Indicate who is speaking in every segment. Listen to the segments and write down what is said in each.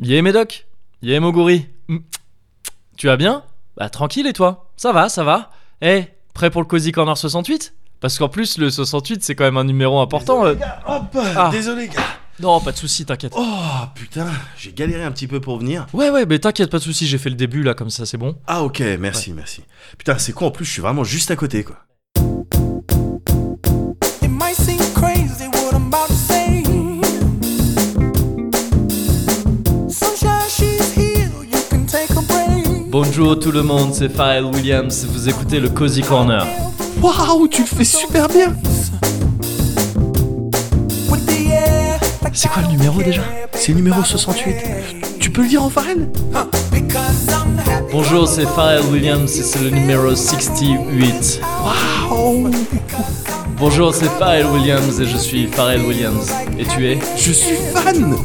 Speaker 1: Yé Médoc, yé Moguri. Mm. Tu vas bien Bah tranquille et toi Ça va, ça va. Eh, prêt pour le Cozy Corner 68 Parce qu'en plus le 68 c'est quand même un numéro important. euh.
Speaker 2: Les gars, hop
Speaker 1: Ah.
Speaker 2: Désolé, gars.
Speaker 1: Non, pas de souci, t'inquiète.
Speaker 2: Oh putain, j'ai galéré un petit peu pour venir.
Speaker 1: Ouais ouais, mais t'inquiète pas de souci, j'ai fait le début là comme ça, c'est bon.
Speaker 2: Ah ok, merci, merci. Putain, c'est con en plus, je suis vraiment juste à côté quoi.
Speaker 3: It might seem crazy what I'm about to say. Sunshine, she's here. You can take a break.
Speaker 1: Bonjour tout le monde, c'est Pharrell Williams, vous écoutez le Cozy Corner.
Speaker 2: Waouh, tu le fais super bien.
Speaker 3: With the air, like
Speaker 1: C'est quoi le numéro déjà
Speaker 2: C'est numéro 68. Tu peux le dire en farine
Speaker 3: Because I'm happy.
Speaker 1: Bonjour, c'est Pharrell Williams et c'est le numéro 68. Bonjour, c'est Pharrell Williams et je suis Pharrell Williams. Et tu es
Speaker 2: Je suis fan.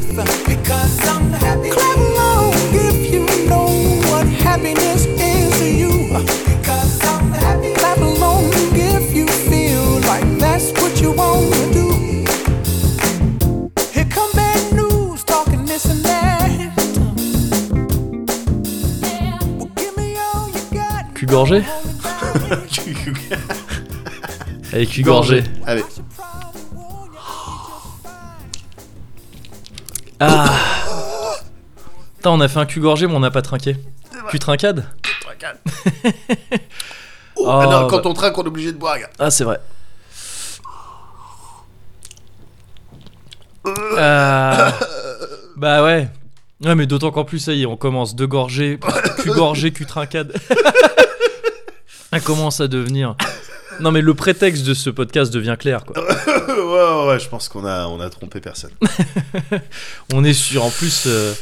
Speaker 3: Because I'm happy. Clap along if you know what happiness is to you. Because I'm happy. Clap along if you feel like that's what you want to do. Here come bad news, talking this and that. Well, give me all you got.
Speaker 1: cul gorgé Allez, cul gorgé.
Speaker 2: Allez.
Speaker 1: Ah Putain, on a fait un cul gorgé, mais on n'a pas trinqué. Tu trincades
Speaker 2: Oh,
Speaker 1: Ah,
Speaker 2: ah non, quand
Speaker 1: bah.
Speaker 2: on trinque, on est obligé de boire, gars.
Speaker 1: Ah, c'est vrai. Ah. Bah ouais. Ouais, mais d'autant qu'en plus, ça y est, on commence de gorgée, cul gorgée, cul trincade. Ah, Ça commence à devenir. Non, mais le prétexte de ce podcast devient clair, quoi.
Speaker 2: ouais, ouais, ouais, je pense qu'on a, on a trompé personne.
Speaker 1: On est sur, en plus, euh,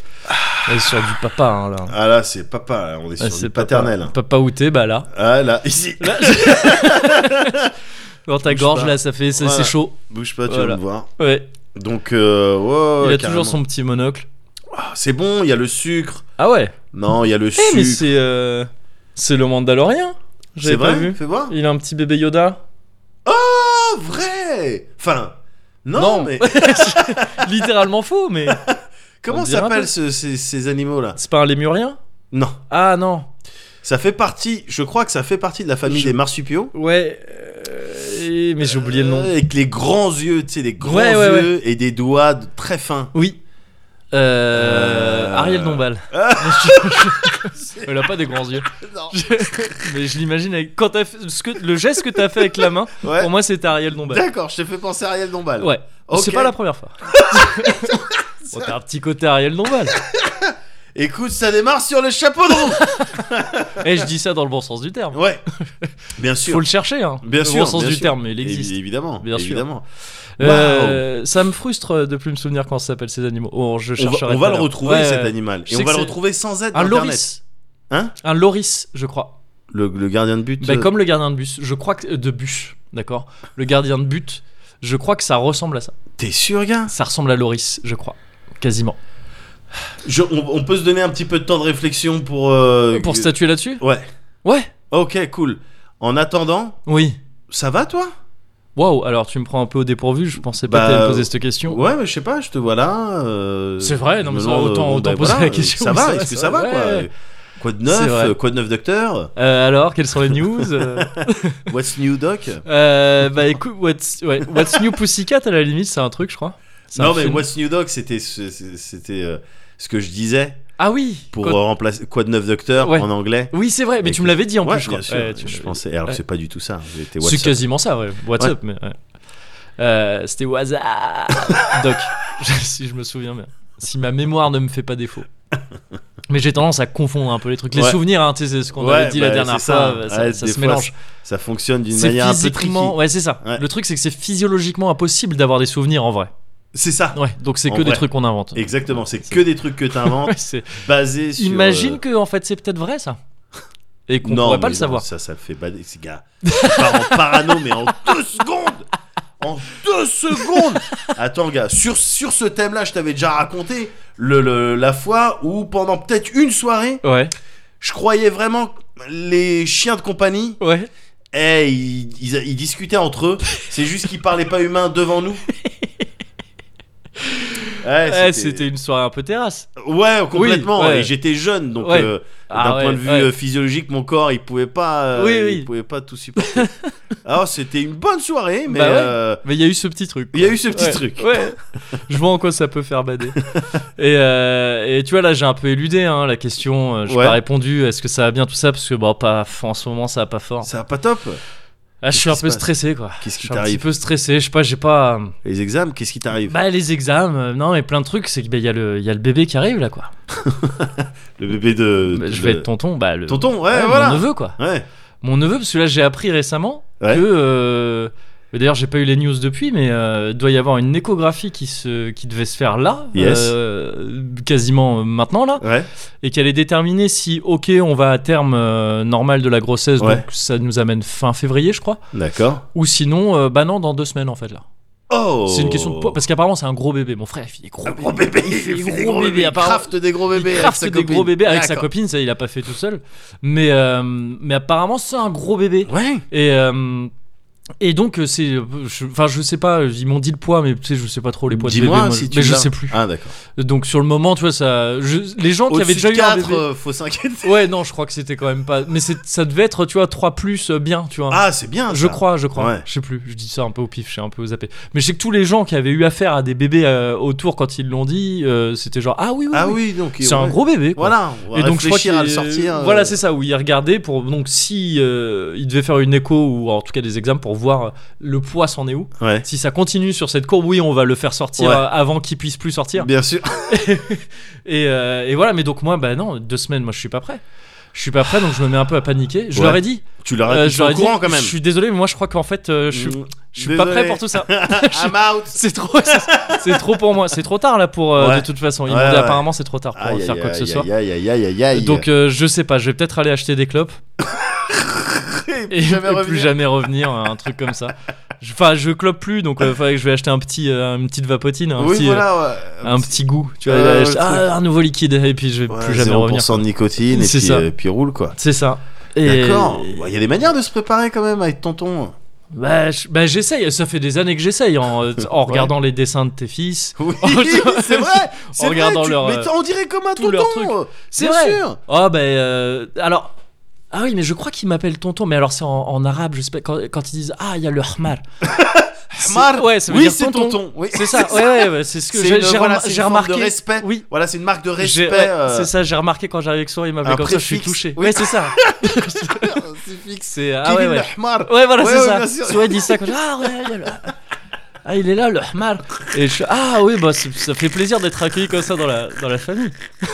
Speaker 1: on est sur du papa, hein, là.
Speaker 2: Ah là, c'est papa, là, on est
Speaker 1: Ah,
Speaker 2: sur
Speaker 1: c'est
Speaker 2: du paternel. hein.
Speaker 1: Papa, papa où t'es, bah là.
Speaker 2: Ah là, ici.
Speaker 1: Dans ta
Speaker 2: Bouge
Speaker 1: gorge,
Speaker 2: pas.
Speaker 1: là, ça fait. C'est
Speaker 2: Voilà.
Speaker 1: c'est chaud.
Speaker 2: Bouge pas, tu
Speaker 1: Voilà.
Speaker 2: vas me voir.
Speaker 1: Ouais.
Speaker 2: Donc, euh, ouais,
Speaker 1: Il
Speaker 2: ouais,
Speaker 1: a toujours
Speaker 2: carrément.
Speaker 1: son petit monocle.
Speaker 2: Ah, C'est bon, il y a le sucre.
Speaker 1: Ah ouais.
Speaker 2: Non, il y a le
Speaker 1: Eh, mais
Speaker 2: sucre.
Speaker 1: c'est. euh, C'est le Mandalorien.
Speaker 2: C'est
Speaker 1: J'avais pas
Speaker 2: vrai
Speaker 1: vu.
Speaker 2: Fais voir.
Speaker 1: Il a un petit bébé Yoda
Speaker 2: Ah, vrai Enfin, non,
Speaker 1: Non.
Speaker 2: mais
Speaker 1: Littéralement faux, mais On
Speaker 2: comment
Speaker 1: dirait un peu.
Speaker 2: s'appellent ce- ces, ces animaux-là
Speaker 1: c'est pas un lémurien
Speaker 2: Non,
Speaker 1: Ah non,
Speaker 2: ça fait partie, je crois que ça fait partie de la famille
Speaker 1: Je-
Speaker 2: des marsupiaux.
Speaker 1: ouais, euh, et- mais j'ai oublié le nom.
Speaker 2: Euh, Avec les grands yeux, tu sais, des grands
Speaker 1: Ouais, ouais,
Speaker 2: yeux et des doigts de- très fins.
Speaker 1: Oui. Euh,
Speaker 2: Euh,
Speaker 1: Ariel Dombal.
Speaker 2: Ah.
Speaker 1: Elle a pas des grands yeux.
Speaker 2: Non.
Speaker 1: Mais je l'imagine avec quand t'as fait- ce que le geste que t'as fait avec la main.
Speaker 2: Ouais.
Speaker 1: Pour moi, c'était Ariel Dombal.
Speaker 2: D'accord, je t'ai fait penser à Ariel Dombal.
Speaker 1: Ouais.
Speaker 2: Ok.
Speaker 1: C'est pas la première fois. Bon, t'as un petit côté Ariel Dombal.
Speaker 2: Écoute, ça démarre sur le chapeau de roue.
Speaker 1: Et Eh, je dis ça dans le bon sens du terme.
Speaker 2: ouais, bien sûr.
Speaker 1: Faut le chercher, hein.
Speaker 2: Bien
Speaker 1: le
Speaker 2: sûr.
Speaker 1: bon sens
Speaker 2: bien
Speaker 1: du
Speaker 2: sûr.
Speaker 1: terme, mais il existe.
Speaker 2: Évi- Évidemment.
Speaker 1: Bien sûr.
Speaker 2: évidemment.
Speaker 1: Euh, ça me frustre de plus me souvenir quand ça s'appelle ces animaux. Oh, je
Speaker 2: On va,
Speaker 1: chercherai.
Speaker 2: on
Speaker 1: tout
Speaker 2: va
Speaker 1: à
Speaker 2: le
Speaker 1: l'heure.
Speaker 2: retrouver
Speaker 1: Ouais,
Speaker 2: cet
Speaker 1: ouais.
Speaker 2: animal.
Speaker 1: Je
Speaker 2: Et
Speaker 1: sais
Speaker 2: on va
Speaker 1: que
Speaker 2: le
Speaker 1: c'est-
Speaker 2: retrouver sans aide
Speaker 1: Un
Speaker 2: d'internet.
Speaker 1: loris.
Speaker 2: Hein
Speaker 1: Un loris, je crois.
Speaker 2: Le, le gardien de but.
Speaker 1: Ben,
Speaker 2: euh,
Speaker 1: comme le gardien de bus, je crois que euh, de bûche, d'accord. Le gardien de but, je crois que ça ressemble à ça.
Speaker 2: T'es sûr, gars
Speaker 1: Ça ressemble à loris, je crois, quasiment.
Speaker 2: Je- on, on peut se donner un petit peu de temps de réflexion pour. euh,
Speaker 1: Pour
Speaker 2: que-
Speaker 1: statuer là-dessus
Speaker 2: Ouais.
Speaker 1: Ouais.
Speaker 2: Ok, cool. En attendant,
Speaker 1: Oui.
Speaker 2: ça va toi
Speaker 1: Waouh. Alors tu me prends un peu au dépourvu. Je pensais pas
Speaker 2: Bah,
Speaker 1: t'allais me poser cette question.
Speaker 2: Ouais, mais je sais pas, je te vois là. euh,
Speaker 1: Oh. C'est vrai, non,
Speaker 2: je
Speaker 1: mais
Speaker 2: me
Speaker 1: ça,
Speaker 2: demande,
Speaker 1: autant-
Speaker 2: bon,
Speaker 1: autant
Speaker 2: bah,
Speaker 1: poser
Speaker 2: voilà,
Speaker 1: la question, ça
Speaker 2: Ça va,
Speaker 1: va,
Speaker 2: est-ce que
Speaker 1: ça
Speaker 2: ça va,
Speaker 1: va,
Speaker 2: quoi
Speaker 1: ouais.
Speaker 2: Quoi de
Speaker 1: C'est
Speaker 2: neuf
Speaker 1: vrai.
Speaker 2: euh, Quoi de neuf, docteur
Speaker 1: Euh, alors, quelles sont les news Euh,
Speaker 2: What's new, doc
Speaker 1: euh, Bah écoute, what's, ouais, what's new Pussycat à la limite, c'est un truc, je crois. C'est un
Speaker 2: Non, mais
Speaker 1: film.
Speaker 2: What's new, doc, c'était ce- c'est- c'était euh, ce que je disais
Speaker 1: Ah oui.
Speaker 2: pour
Speaker 1: quand-
Speaker 2: euh, remplacer quoi de neuf, docteur
Speaker 1: Ouais.
Speaker 2: en anglais.
Speaker 1: Oui, c'est vrai, mais tu
Speaker 2: Avec-
Speaker 1: me l'avais dit en
Speaker 2: ouais,
Speaker 1: plus, je
Speaker 2: bien
Speaker 1: crois.
Speaker 2: sûr.
Speaker 1: Ouais, tu
Speaker 2: je
Speaker 1: me-
Speaker 2: pensais. Alors,
Speaker 1: ouais.
Speaker 2: c'est pas du tout ça. hein, C'était
Speaker 1: C'est
Speaker 2: WhatsApp.
Speaker 1: quasiment ça, ouais. What's
Speaker 2: Ouais.
Speaker 1: up, mais. ouais. Euh, C'était WhatsApp. Doc, je- si je me souviens bien. Si ma mémoire ne me fait pas défaut. Mais j'ai tendance à confondre un peu les trucs. Les
Speaker 2: Ouais.
Speaker 1: souvenirs, hein, tu sais, c'est ce qu'on
Speaker 2: Ouais,
Speaker 1: avait dit la
Speaker 2: bah,
Speaker 1: dernière
Speaker 2: c'est
Speaker 1: fois,
Speaker 2: ça.
Speaker 1: bah, ça,
Speaker 2: Ouais,
Speaker 1: ça
Speaker 2: des
Speaker 1: se
Speaker 2: fois,
Speaker 1: mélange.
Speaker 2: Ça fonctionne d'une
Speaker 1: C'est
Speaker 2: manière un peu tricky.
Speaker 1: physiquement. Ouais, c'est ça.
Speaker 2: Ouais.
Speaker 1: Le truc, c'est que c'est physiologiquement impossible d'avoir des souvenirs en vrai.
Speaker 2: C'est ça.
Speaker 1: Ouais, donc c'est
Speaker 2: En
Speaker 1: que des
Speaker 2: vrai.
Speaker 1: trucs qu'on invente.
Speaker 2: Exactement, c'est
Speaker 1: C'est-
Speaker 2: que des trucs que t'inventes
Speaker 1: Ouais, c'est-
Speaker 2: basés sur. euh,
Speaker 1: Imagine que, en fait, c'est peut-être vrai ça. Et qu'on
Speaker 2: Non,
Speaker 1: pourrait pas
Speaker 2: mais
Speaker 1: le
Speaker 2: non,
Speaker 1: savoir.
Speaker 2: Ça, ça me fait bader, ces gars. Je pars en parano, mais en deux secondes En deux secondes Attends, gars, sur, sur ce thème-là, je t'avais déjà raconté le, le- la fois où, pendant peut-être une soirée,
Speaker 1: Ouais,
Speaker 2: je croyais vraiment que les chiens de compagnie,
Speaker 1: ouais.
Speaker 2: eh, ils, ils- ils discutaient entre eux. C'est juste qu'ils parlaient pas humain devant nous. Ouais,
Speaker 1: Eh, C'était une soirée un peu terrasse.
Speaker 2: Ouais, complètement.
Speaker 1: ouais.
Speaker 2: Et j'étais jeune, donc
Speaker 1: Ouais.
Speaker 2: euh,
Speaker 1: Ah
Speaker 2: d'un
Speaker 1: ouais,
Speaker 2: point de vue
Speaker 1: ouais.
Speaker 2: euh, physiologique, mon corps, il pouvait pas, euh,
Speaker 1: Oui,
Speaker 2: il
Speaker 1: oui.
Speaker 2: pouvait pas tout supporter. Alors c'était une bonne soirée, mais
Speaker 1: Bah ouais.
Speaker 2: euh,
Speaker 1: Mais il y a eu ce petit truc.
Speaker 2: il y a eu ce petit
Speaker 1: Ouais,
Speaker 2: truc.
Speaker 1: Ouais. Je vois en quoi ça peut faire bader. et, euh, et tu vois, là, j'ai un peu éludé hein, la question. euh, J'ai
Speaker 2: Ouais.
Speaker 1: pas répondu. Est-ce que ça va bien tout ça Parce que, bon, pas, en ce moment, ça va pas fort.
Speaker 2: Ça va pas top.
Speaker 1: Ah, je suis un
Speaker 2: qu'est-ce qui
Speaker 1: peu
Speaker 2: se passe
Speaker 1: stressé, quoi.
Speaker 2: Qu'est-ce qui
Speaker 1: Je suis un
Speaker 2: t'arrive
Speaker 1: petit peu stressé. Je sais pas, j'ai pas.
Speaker 2: Les examens, qu'est-ce qui t'arrive
Speaker 1: Bah, les examens, euh, non, mais plein de trucs. C'est qu'il y, a le- il y a le bébé qui arrive, là, quoi.
Speaker 2: Le bébé de.
Speaker 1: Bah,
Speaker 2: de-
Speaker 1: je vais être tonton. Bah, le.
Speaker 2: tonton. Ouais,
Speaker 1: Ouais,
Speaker 2: voilà.
Speaker 1: Mon neveu, quoi.
Speaker 2: Ouais.
Speaker 1: Mon neveu, parce que là j'ai appris récemment
Speaker 2: Ouais.
Speaker 1: que. euh, mais D'ailleurs, j'ai pas eu les news depuis, mais euh, il doit y avoir une échographie qui, se, qui devait se faire là,
Speaker 2: Yes.
Speaker 1: euh, quasiment euh, maintenant là,
Speaker 2: Ouais.
Speaker 1: et qu'elle est déterminée si, ok, on va à terme euh, normal de la grossesse,
Speaker 2: Ouais.
Speaker 1: donc ça nous amène fin février, je crois,
Speaker 2: D'accord.
Speaker 1: ou sinon, euh, bah non, dans deux semaines en fait là.
Speaker 2: Oh.
Speaker 1: C'est une question de poids, parce qu'apparemment c'est un gros bébé. Mon frère, il fait des gros
Speaker 2: Un
Speaker 1: bébés.
Speaker 2: gros bébé.
Speaker 1: Il fait des gros bébés,
Speaker 2: Il
Speaker 1: apparemment.
Speaker 2: crafte des gros bébés.
Speaker 1: Il
Speaker 2: avec
Speaker 1: crafte
Speaker 2: sa
Speaker 1: des gros
Speaker 2: copine.
Speaker 1: bébés avec sa
Speaker 2: D'accord.
Speaker 1: copine, ça il a pas fait tout seul, mais, euh, mais apparemment c'est un gros bébé.
Speaker 2: Ouais.
Speaker 1: Et, euh, et donc, euh, c'est. euh, je- Enfin, je, sais pas, ils m'ont dit le poids, mais tu sais, je sais pas trop les poids de bébé,
Speaker 2: Dis-moi
Speaker 1: moi,
Speaker 2: si
Speaker 1: je-
Speaker 2: tu
Speaker 1: Mais je
Speaker 2: l'as.
Speaker 1: sais plus.
Speaker 2: Ah d'accord.
Speaker 1: Donc, sur le moment, tu vois, ça. je- les gens qui avaient
Speaker 2: Au-dessus
Speaker 1: déjà
Speaker 2: de
Speaker 1: eu
Speaker 2: euh.
Speaker 1: un bébé. Hein.
Speaker 2: 4, faut s'inquiéter.
Speaker 1: Ouais, non, je crois que c'était quand même pas. Mais c'est- ça devait être, tu vois, 3 plus euh, bien, tu vois.
Speaker 2: Ah c'est bien.
Speaker 1: je
Speaker 2: ça.
Speaker 1: crois, je crois.
Speaker 2: Ouais.
Speaker 1: Je sais plus. Je dis ça un peu au pif, je suis un peu zappé. Mais je sais que tous les gens qui avaient eu affaire à des bébés euh, autour quand ils l'ont dit, euh, c'était genre ah oui oui,
Speaker 2: Ah
Speaker 1: oui.
Speaker 2: oui donc.
Speaker 1: c'est un
Speaker 2: ouais.
Speaker 1: gros bébé. quoi.
Speaker 2: Voilà. On va
Speaker 1: Et donc je crois
Speaker 2: réfléchir
Speaker 1: qu'il
Speaker 2: à le sortir. euh,
Speaker 1: Voilà, c'est ça où il regardait pour donc si euh, il devait faire une écho ou en tout cas des examens pour voir le poids s'en est où.
Speaker 2: Ouais.
Speaker 1: Si ça continue sur cette courbe, oui, on va le faire sortir
Speaker 2: Ouais.
Speaker 1: euh, avant qu'il puisse plus sortir.
Speaker 2: Bien sûr.
Speaker 1: Et, euh, et voilà, mais donc moi, bah non, deux semaines, moi je suis pas prêt. Je suis pas prêt, donc je me mets un peu à paniquer. Je
Speaker 2: Ouais.
Speaker 1: leur ai dit.
Speaker 2: Tu l'aurais
Speaker 1: euh,
Speaker 2: euh,
Speaker 1: je leur ai dit,
Speaker 2: courant quand même.
Speaker 1: Je suis désolé, mais moi je crois qu'en fait, euh, je suis,
Speaker 2: Mm.
Speaker 1: je suis pas
Speaker 2: Désolé.
Speaker 1: prêt pour tout ça.
Speaker 2: I'm out.
Speaker 1: C'est trop, c'est- c'est trop pour moi. C'est trop tard là pour euh,
Speaker 2: Ouais.
Speaker 1: de toute façon. Ils
Speaker 2: Ouais,
Speaker 1: m'ont dit
Speaker 2: ouais.
Speaker 1: apparemment c'est trop tard pour
Speaker 2: Aïe,
Speaker 1: faire
Speaker 2: aïe,
Speaker 1: quoi que ce
Speaker 2: aïe,
Speaker 1: soit.
Speaker 2: Aïe aïe aïe aïe aïe.
Speaker 1: Donc euh, je sais pas, je vais peut-être aller acheter des clopes et,
Speaker 2: jamais
Speaker 1: et plus
Speaker 2: revenir.
Speaker 1: jamais revenir, un truc comme ça. Je- Enfin, je clope plus, donc euh, faudrait que je vais acheter un petit, euh, une petite vapotine, un,
Speaker 2: oui
Speaker 1: petit,
Speaker 2: voilà. ouais.
Speaker 1: euh, un petit goût. Tu vois,
Speaker 2: Ouais,
Speaker 1: aller
Speaker 2: ouais,
Speaker 1: acheter-
Speaker 2: le truc.
Speaker 1: ah, un nouveau liquide et puis je vais
Speaker 2: Ouais,
Speaker 1: plus jamais revenir.
Speaker 2: 0% de nicotine et
Speaker 1: C'est
Speaker 2: puis,
Speaker 1: ça.
Speaker 2: euh, puis roule quoi.
Speaker 1: C'est ça. Et-
Speaker 2: D'accord. Il y a des manières de se préparer quand même avec tonton.
Speaker 1: Bah, je- bah, j'essaye. Ça fait des années que j'essaye en, euh, en regardant les dessins de tes fils.
Speaker 2: Oui, c'est
Speaker 1: c'est
Speaker 2: vrai. C'est vrai.
Speaker 1: regardant
Speaker 2: tu-
Speaker 1: leur,
Speaker 2: Mais
Speaker 1: euh,
Speaker 2: t- on dirait comme un
Speaker 1: tout
Speaker 2: tonton.
Speaker 1: leur C'est
Speaker 2: bien
Speaker 1: vrai.
Speaker 2: sûr.
Speaker 1: Oh, bah, euh, alors. Ah oui, mais je crois qu'ils m'appellent tonton, mais alors c'est en, en arabe, je sais pas, quand, quand ils disent Ah, il y a le Hmar.
Speaker 2: Mar-
Speaker 1: ouais, ça veut
Speaker 2: oui,
Speaker 1: dire
Speaker 2: c'est
Speaker 1: tonton.
Speaker 2: Oui.
Speaker 1: C'est ça, ouais, ouais, ouais, c'est ce que
Speaker 2: C'est
Speaker 1: j'ai
Speaker 2: une-
Speaker 1: j'ai
Speaker 2: voilà,
Speaker 1: remar-
Speaker 2: c'est une
Speaker 1: j'ai
Speaker 2: forme de
Speaker 1: remarqué.
Speaker 2: respect.
Speaker 1: Oui,
Speaker 2: Voilà, c'est une marque de
Speaker 1: j'ai-
Speaker 2: respect.
Speaker 1: ouais,
Speaker 2: euh,
Speaker 1: c'est ça, j'ai remarqué quand j'arrive avec sourire, il m'appelle
Speaker 2: un
Speaker 1: comme ça, je suis
Speaker 2: préfixe.
Speaker 1: touché.
Speaker 2: Oui.
Speaker 1: Ouais, c'est ça.
Speaker 2: c'est fixe.
Speaker 1: C'est. Ah
Speaker 2: Kevin
Speaker 1: ouais, ouais.
Speaker 2: le Hmar.
Speaker 1: Ouais, voilà,
Speaker 2: Ouais,
Speaker 1: c'est
Speaker 2: ouais,
Speaker 1: ça.
Speaker 2: bien sûr.
Speaker 1: Souvent, il dit ça quand je- Ah, ouais, il y a le- Ah, il est là, le Hmar. Et je suis, Ah, oui, bah, c'est- ça fait plaisir d'être accueilli comme ça dans la, dans la famille.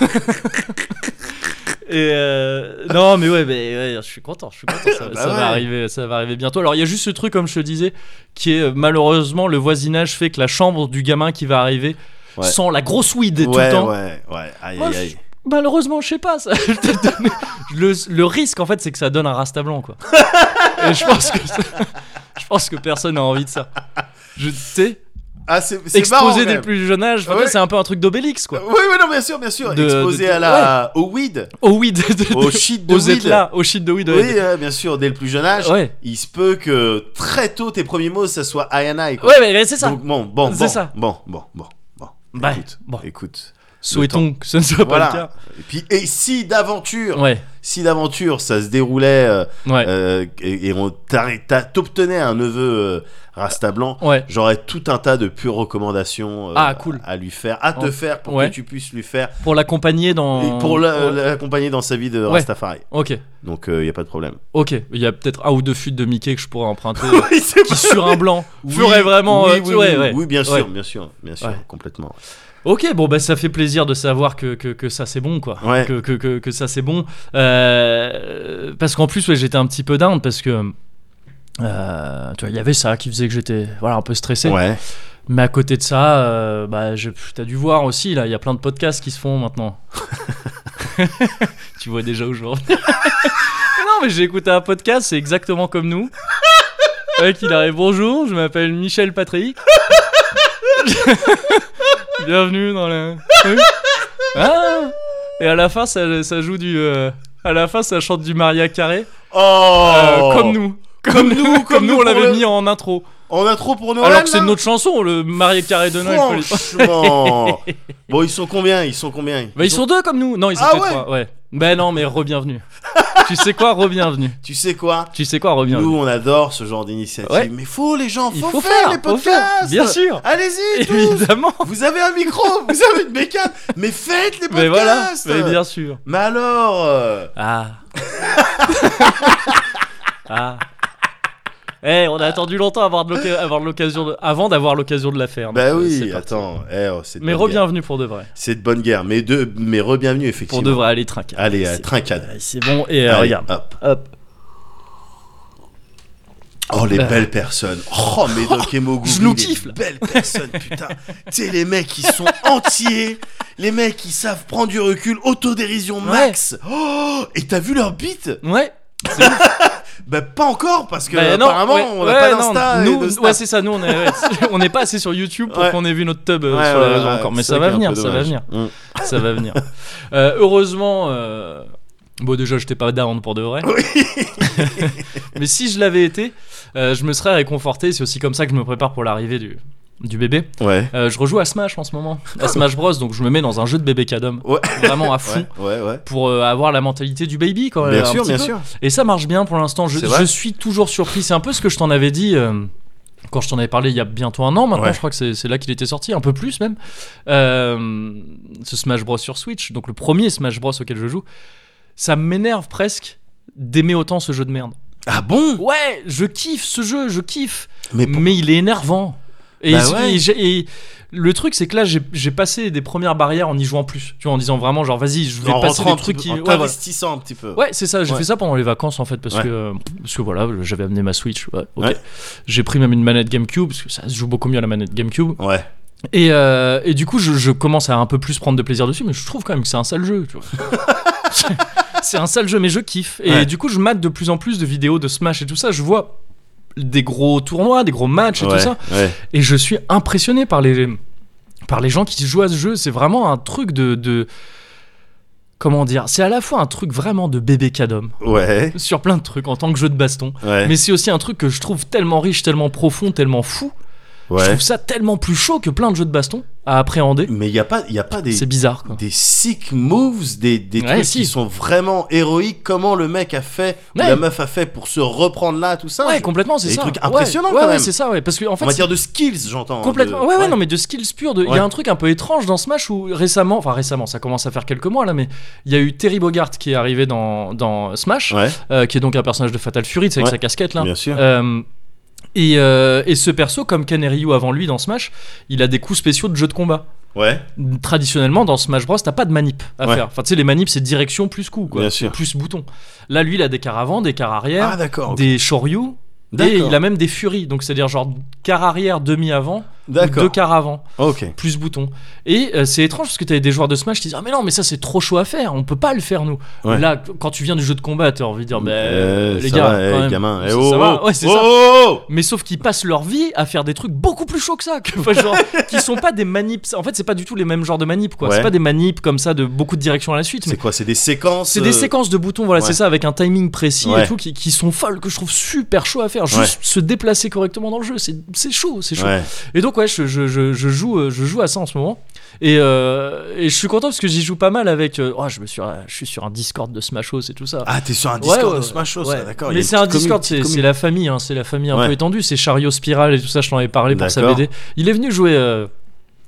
Speaker 1: Et euh, non, mais ouais, mais ouais, je suis content, je suis content. Ça,
Speaker 2: Bah
Speaker 1: ça
Speaker 2: ouais.
Speaker 1: va arriver, ça va arriver bientôt. Alors, il y a juste ce truc, comme je te disais, qui est euh, malheureusement le voisinage fait que la chambre du gamin qui va arriver
Speaker 2: Ouais.
Speaker 1: sent la grosse weed tout
Speaker 2: ouais,
Speaker 1: le temps.
Speaker 2: ouais, ouais. Aïe,
Speaker 1: Moi,
Speaker 2: aïe,
Speaker 1: je-
Speaker 2: aïe.
Speaker 1: Malheureusement, je sais pas. Ça. Je te donne- le, le risque, en fait, c'est que ça donne un rasta blanc, quoi. Et je pense que, ça- je pense que personne n'a envie de ça. Je sais,
Speaker 2: Ah, c'est c'est marrant,
Speaker 1: exposé
Speaker 2: quand
Speaker 1: dès
Speaker 2: même.
Speaker 1: le plus jeune âge, enfin,
Speaker 2: Ouais.
Speaker 1: c'est un peu un truc d'Obélix,
Speaker 2: Oui,
Speaker 1: quoi.
Speaker 2: oui, non, bien sûr, bien sûr.
Speaker 1: De-
Speaker 2: Exposé
Speaker 1: de-
Speaker 2: à la, au weed,
Speaker 1: Au weed, de, de-
Speaker 2: Oh. au shit de
Speaker 1: aux
Speaker 2: weed.
Speaker 1: là, au shit de weed.
Speaker 2: Oui,
Speaker 1: ouais.
Speaker 2: euh, bien sûr, dès le plus jeune âge,
Speaker 1: Ouais.
Speaker 2: il se peut que très tôt tes premiers mots ça soit I and I. Quoi.
Speaker 1: Ouais, mais, mais c'est ça.
Speaker 2: Donc bon, bon,
Speaker 1: C'est
Speaker 2: bon,
Speaker 1: ça.
Speaker 2: bon, bon, bon, bon.
Speaker 1: Bah,
Speaker 2: écoute,
Speaker 1: bon.
Speaker 2: écoute.
Speaker 1: Souhaitons que ça ne soit pas
Speaker 2: Voilà. Et puis, et si
Speaker 1: le
Speaker 2: d'aventure,
Speaker 1: cas. Ouais,
Speaker 2: si d'aventure ça se déroulait euh,
Speaker 1: ouais,
Speaker 2: euh, et, et on t'arrête- t'a- t'obtenais un neveu euh, Rasta blanc,
Speaker 1: ouais.
Speaker 2: j'aurais tout un tas de pures recommandations euh,
Speaker 1: Ah, cool.
Speaker 2: à lui faire, à te
Speaker 1: Oh.
Speaker 2: faire pour
Speaker 1: Ouais.
Speaker 2: que tu puisses lui faire
Speaker 1: Pour l'accompagner dans.
Speaker 2: et pour la-
Speaker 1: Ouais.
Speaker 2: l'accompagner dans sa vie de
Speaker 1: Ouais.
Speaker 2: Rastafari.
Speaker 1: Ok,
Speaker 2: Donc il n'y a pas de problème.
Speaker 1: ok. Il y a peut-être un ou deux fuites de Mickey que je pourrais emprunter.
Speaker 2: Oui, c'est
Speaker 1: qui sur un blanc
Speaker 2: Oui,
Speaker 1: ferait vraiment.
Speaker 2: oui,
Speaker 1: euh,
Speaker 2: oui,
Speaker 1: ouais,
Speaker 2: oui,
Speaker 1: ouais.
Speaker 2: oui, bien sûr,
Speaker 1: Ouais.
Speaker 2: bien sûr, bien sûr,
Speaker 1: Ouais.
Speaker 2: complètement.
Speaker 1: Ok, bon, bah ça fait plaisir de savoir que, que, que ça c'est bon, quoi.
Speaker 2: Ouais.
Speaker 1: Que, que, que, que ça c'est bon. Euh, parce qu'en plus, ouais, j'étais un petit peu down parce que. euh, tu vois, il y avait ça qui faisait que j'étais voilà, un peu stressé.
Speaker 2: Ouais.
Speaker 1: Mais à côté de ça, euh, bah, je- pff, t'as dû voir aussi, là, il y a plein de podcasts qui se font maintenant. tu vois déjà où je veux en venir. non, mais j'ai écouté un podcast, c'est exactement comme nous. Le mec, il arrive, bonjour, je m'appelle Michel Patrick. Bienvenue dans le... Oui. Ah Et à la fin, ça, ça joue du... euh, À la fin, ça chante du Maria Carré. Euh,
Speaker 2: Oh
Speaker 1: comme nous.
Speaker 2: Comme nous,
Speaker 1: comme nous, on
Speaker 2: pour
Speaker 1: l'avait
Speaker 2: le-
Speaker 1: mis en intro.
Speaker 2: Oh. On a trop pour Noël
Speaker 1: Alors que c'est
Speaker 2: là
Speaker 1: notre chanson, le Marié Carré de Noël. faut les-
Speaker 2: Franchement Bon, ils sont combien Ils sont combien
Speaker 1: Bah, ils sont deux comme nous. Non, ils sont
Speaker 2: Ah
Speaker 1: peut-être
Speaker 2: ouais
Speaker 1: trois. Ouais. Bah non, mais re-bienvenue. tu sais quoi, re-bienvenue.
Speaker 2: Tu sais quoi
Speaker 1: Tu sais quoi, re-bienvenue.
Speaker 2: Nous, on adore ce genre d'initiative.
Speaker 1: Ouais.
Speaker 2: Mais faut, les gens, faut,
Speaker 1: Il faut
Speaker 2: faire,
Speaker 1: faire,
Speaker 2: les
Speaker 1: faut faire,
Speaker 2: podcasts
Speaker 1: bien sûr.
Speaker 2: Allez-y, tous
Speaker 1: Évidemment.
Speaker 2: Vous avez un micro, vous avez une bécane, mais faites les podcasts
Speaker 1: Mais voilà. Mais bien sûr.
Speaker 2: Mais alors euh,
Speaker 1: Ah. ah. Eh, on a attendu longtemps avant de l'oca- avoir de l'occasion de- avant d'avoir l'occasion de la faire.
Speaker 2: Bah
Speaker 1: donc, euh, c'est
Speaker 2: oui,
Speaker 1: parti.
Speaker 2: attends, eh, oh, c'est de
Speaker 1: Mais
Speaker 2: bonne guerre.
Speaker 1: re-bienvenue pour de vrai.
Speaker 2: C'est de bonne guerre, mais, de, mais re-bienvenue, effectivement.
Speaker 1: Pour de vrai, allez trinquer.
Speaker 2: Allez, euh,
Speaker 1: C'est-
Speaker 2: trincade.
Speaker 1: euh, c'est bon. Et euh,
Speaker 2: Allez,
Speaker 1: regarde.
Speaker 2: hop.
Speaker 1: Hop.
Speaker 2: Oh, les
Speaker 1: Euh.
Speaker 2: belles personnes. Oh, Médoc et Mogou.
Speaker 1: Je nous
Speaker 2: les
Speaker 1: kiffe, là.
Speaker 2: Belles personnes, putain. tu sais, les mecs qui sont entiers. Les mecs qui savent prendre du recul, autodérision max. Oh, et t'as vu leur beat
Speaker 1: Ouais.
Speaker 2: Bah, pas encore, parce que
Speaker 1: Bah, non,
Speaker 2: apparemment,
Speaker 1: ouais,
Speaker 2: on a
Speaker 1: ouais,
Speaker 2: pas
Speaker 1: non,
Speaker 2: d'insta. et
Speaker 1: Nous,
Speaker 2: de Snap.
Speaker 1: ouais, c'est ça. Nous, on est, ouais, on n'est pas assez sur YouTube pour
Speaker 2: Ouais.
Speaker 1: qu'on ait vu notre tub euh,
Speaker 2: Ouais,
Speaker 1: sur les
Speaker 2: ouais,
Speaker 1: réseaux
Speaker 2: ouais,
Speaker 1: encore. Mais
Speaker 2: c'est
Speaker 1: ça va
Speaker 2: qui est un
Speaker 1: venir,
Speaker 2: peu
Speaker 1: ça va
Speaker 2: dommage.
Speaker 1: venir,
Speaker 2: Mm.
Speaker 1: ça va venir. Euh, heureusement, euh, bon, déjà, j'étais pas down pour de vrai. Mais si je l'avais été, euh, je me serais réconforté. C'est aussi comme ça que je me prépare pour l'arrivée du du bébé.
Speaker 2: Ouais.
Speaker 1: Euh, je rejoue à Smash en ce moment, à Smash Bros. Donc je me mets dans un jeu de bébé cadom,
Speaker 2: Ouais.
Speaker 1: vraiment à fond.
Speaker 2: Ouais, ouais, ouais.
Speaker 1: Pour euh, avoir la mentalité du baby, quand même.
Speaker 2: Bien
Speaker 1: un
Speaker 2: sûr,
Speaker 1: petit
Speaker 2: bien
Speaker 1: peu.
Speaker 2: sûr.
Speaker 1: Et ça marche bien pour l'instant. Je,
Speaker 2: C'est vrai
Speaker 1: je suis toujours surpris. C'est un peu ce que je t'en avais dit euh, quand je t'en avais parlé il y a bientôt un an. Maintenant,
Speaker 2: Ouais.
Speaker 1: je crois que c'est c'est là qu'il était sorti, un peu plus même. Euh, ce Smash Bros sur Switch, donc le premier Smash Bros auquel je joue, ça m'énerve presque d'aimer autant ce jeu de merde.
Speaker 2: Ah bon
Speaker 1: Ouais, Mm. je kiffe ce jeu, je kiffe,
Speaker 2: Mais pour-
Speaker 1: mais il est énervant. Et,
Speaker 2: Bah
Speaker 1: il-
Speaker 2: ouais.
Speaker 1: et j'ai- et le truc, c'est que là, j'ai j'ai passé des premières barrières en y jouant plus. Tu vois, en disant vraiment, genre, vas-y, je vais
Speaker 2: en
Speaker 1: passer
Speaker 2: rentrant
Speaker 1: des
Speaker 2: un
Speaker 1: trucs
Speaker 2: petit
Speaker 1: qui.
Speaker 2: peu- en
Speaker 1: ouais, voilà.
Speaker 2: t'investissant un petit peu.
Speaker 1: Ouais, c'est ça, j'ai
Speaker 2: Ouais.
Speaker 1: fait ça pendant les vacances en fait, parce,
Speaker 2: Ouais.
Speaker 1: que, euh, parce que voilà, j'avais amené ma Switch. ouais, ok.
Speaker 2: Ouais.
Speaker 1: J'ai pris même une manette GameCube, parce que ça se joue beaucoup mieux à la manette GameCube.
Speaker 2: Ouais.
Speaker 1: Et, euh, et du coup, je, je commence à un peu plus prendre de plaisir dessus, mais je trouve quand même que c'est un sale jeu. tu vois. C'est- c'est un sale jeu, mais je kiffe. Et
Speaker 2: Ouais.
Speaker 1: du coup, je mate de plus en plus de vidéos de Smash et tout ça. Je vois des gros tournois, des gros matchs et
Speaker 2: ouais,
Speaker 1: tout ça.
Speaker 2: ouais.
Speaker 1: Et je suis impressionné par les, par les gens qui jouent à ce jeu. C'est vraiment un truc de. de comment dire C'est à la fois un truc vraiment de bébé cadom
Speaker 2: Ouais.
Speaker 1: sur plein de trucs en tant que jeu de baston.
Speaker 2: Ouais.
Speaker 1: Mais c'est aussi un truc que je trouve tellement riche, tellement profond, tellement fou. Je
Speaker 2: ouais.
Speaker 1: trouve ça tellement plus chaud que plein de jeux de baston à appréhender.
Speaker 2: Mais il y a pas il y a pas des
Speaker 1: C'est bizarre quoi.
Speaker 2: des sick moves, des, des
Speaker 1: Ouais,
Speaker 2: trucs
Speaker 1: si.
Speaker 2: qui sont vraiment héroïques, comment le mec a fait, ou
Speaker 1: Ouais.
Speaker 2: la meuf a fait pour se reprendre là, tout ça.
Speaker 1: Ouais,
Speaker 2: Je-
Speaker 1: complètement, c'est
Speaker 2: des
Speaker 1: ça.
Speaker 2: trucs
Speaker 1: Ouais,
Speaker 2: impressionnants,
Speaker 1: ouais,
Speaker 2: quand
Speaker 1: ouais,
Speaker 2: même.
Speaker 1: c'est ça, ouais. Parce que en fait,
Speaker 2: en matière de skills, j'entends. hein,
Speaker 1: Complètement.
Speaker 2: de-
Speaker 1: Ouais, ouais, non, mais de skills purs. de- Il y
Speaker 2: Ouais.
Speaker 1: a un truc un peu étrange dans Smash où récemment, enfin récemment, ça commence à faire quelques mois là, mais il y a eu Terry Bogart qui est arrivé dans, dans Smash,
Speaker 2: Ouais,
Speaker 1: euh, qui est donc un personnage de Fatal Fury, tu sais, avec
Speaker 2: Ouais.
Speaker 1: sa casquette là.
Speaker 2: bien sûr.
Speaker 1: Euh, et, euh, et ce perso, comme Ken et Ryu avant lui dans Smash, il a des coups spéciaux de jeu de combat.
Speaker 2: ouais,
Speaker 1: traditionnellement dans Smash Bros t'as pas de manip à
Speaker 2: Ouais.
Speaker 1: faire enfin tu sais les manips c'est direction plus coup quoi
Speaker 2: Bien sûr.
Speaker 1: plus bouton là lui il a des cars avant des cars arrière
Speaker 2: Ah, d'accord. ok.
Speaker 1: des shoryu et
Speaker 2: D'accord.
Speaker 1: il a même des furies donc c'est à dire genre car arrière demi avant ou
Speaker 2: D'accord.
Speaker 1: deux cars avant
Speaker 2: Ok.
Speaker 1: plus bouton et euh, c'est étrange parce que t'avais des joueurs de Smash qui disent ah mais non mais ça c'est trop chaud à faire on peut pas le faire nous
Speaker 2: Ouais.
Speaker 1: là qu- quand tu viens du jeu de combat t'as envie de dire bah,
Speaker 2: Euh,
Speaker 1: les
Speaker 2: ça
Speaker 1: gars
Speaker 2: va, eh,
Speaker 1: quand même,
Speaker 2: gamin. eh,
Speaker 1: ça-
Speaker 2: oh,
Speaker 1: ça va.
Speaker 2: oh,
Speaker 1: Ouais, c'est
Speaker 2: oh,
Speaker 1: ça.
Speaker 2: oh, oh.
Speaker 1: mais sauf qu'ils passent leur vie à faire des trucs beaucoup plus chauds que ça, que, enfin, genre, qui sont pas des manips. En fait, c'est pas du tout les mêmes genres de manips, quoi.
Speaker 2: Ouais.
Speaker 1: C'est pas des manips comme ça de beaucoup de directions à la suite.
Speaker 2: C'est
Speaker 1: mais
Speaker 2: quoi C'est des séquences
Speaker 1: C'est des
Speaker 2: euh,
Speaker 1: séquences de boutons, voilà,
Speaker 2: ouais.
Speaker 1: c'est ça, avec un timing précis
Speaker 2: Ouais.
Speaker 1: et tout, qui, qui sont folles, que je trouve super chaud à faire. Juste
Speaker 2: Ouais.
Speaker 1: se déplacer correctement dans le jeu, c'est c'est chaud, c'est chaud.
Speaker 2: Ouais.
Speaker 1: Et donc, ouais, je, je- je- je joue, euh, je joue à ça en ce moment. Et, euh, et je suis content parce que j'y joue pas mal avec. euh, oh, je, me suis, je suis sur un Discord de Smash Bros et tout ça.
Speaker 2: Ah, t'es sur un
Speaker 1: Ouais,
Speaker 2: Discord
Speaker 1: ouais,
Speaker 2: de
Speaker 1: ouais.
Speaker 2: Smash Bros.
Speaker 1: Ouais.
Speaker 2: ah, D'accord. il y a
Speaker 1: Mais
Speaker 2: une
Speaker 1: c'est un
Speaker 2: petite
Speaker 1: Discord,
Speaker 2: commu-
Speaker 1: c'est
Speaker 2: petite
Speaker 1: c'est la famille, hein, c'est la famille un
Speaker 2: Ouais.
Speaker 1: peu étendue. C'est Chariot Spiral et tout ça, je t'en avais parlé pour sa
Speaker 2: D'accord.
Speaker 1: BD. Il est venu jouer, euh,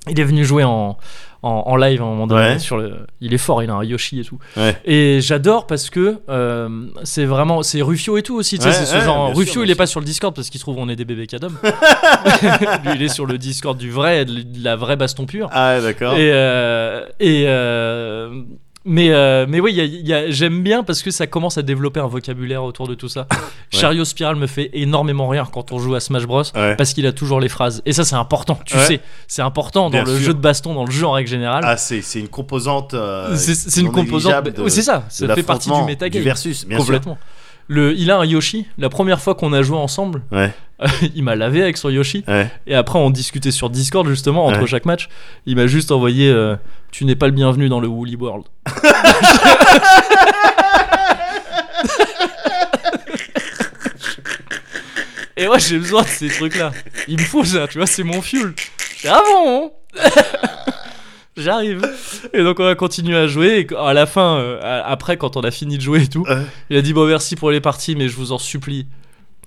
Speaker 1: il est venu jouer en, en, en live à un moment donné.
Speaker 2: Ouais.
Speaker 1: Sur le, il est fort, il a un Yoshi et tout.
Speaker 2: Ouais.
Speaker 1: Et j'adore parce que euh, c'est vraiment, c'est Rufio et tout aussi. tu sais,
Speaker 2: Ouais,
Speaker 1: c'est ce
Speaker 2: ouais,
Speaker 1: genre.
Speaker 2: bien sûr,
Speaker 1: Rufio,
Speaker 2: bien
Speaker 1: il est
Speaker 2: sûr.
Speaker 1: pas sur le Discord parce qu'il trouve on est des bébés cadom. Lui, il est sur le Discord du vrai, de la vraie baston pure.
Speaker 2: Ah, d'accord.
Speaker 1: Et, euh, et euh, mais, euh, mais oui, il y a- il y a- j'aime bien parce que ça commence à développer un vocabulaire autour de tout ça. Chariot Spiral me fait énormément rire quand on joue à Smash Bros.
Speaker 2: Ouais.
Speaker 1: Parce qu'il a toujours les phrases. Et ça, c'est important, tu
Speaker 2: Ouais.
Speaker 1: sais. C'est important dans
Speaker 2: Bien
Speaker 1: le
Speaker 2: sûr.
Speaker 1: jeu de baston, dans le jeu en règle générale.
Speaker 2: Ah, c'est c'est une composante. euh,
Speaker 1: c'est c'est une
Speaker 2: non
Speaker 1: composante.
Speaker 2: négligeable de-
Speaker 1: Oui, c'est ça,
Speaker 2: de
Speaker 1: ça fait partie du
Speaker 2: l'affrontement,
Speaker 1: metagame.
Speaker 2: Du versus, bien sûr.
Speaker 1: complètement. Le, il a un Yoshi. La première fois qu'on a joué ensemble,
Speaker 2: Ouais,
Speaker 1: il m'a lavé avec son Yoshi.
Speaker 2: ouais.
Speaker 1: Et après, on discutait sur Discord justement entre
Speaker 2: Ouais.
Speaker 1: chaque match. Il m'a juste envoyé euh, Tu n'es pas le bienvenu dans le Woolly World. Et moi, j'ai besoin de ces trucs-là. Il me faut ça, tu vois, c'est mon fuel. Je fais, Ah bon J'arrive. Et donc, on a continué à jouer. Et qu- à la fin, euh, à- après, quand on a fini de jouer et tout,
Speaker 2: Ouais.
Speaker 1: il a dit Bon, merci pour les parties, mais je vous en supplie,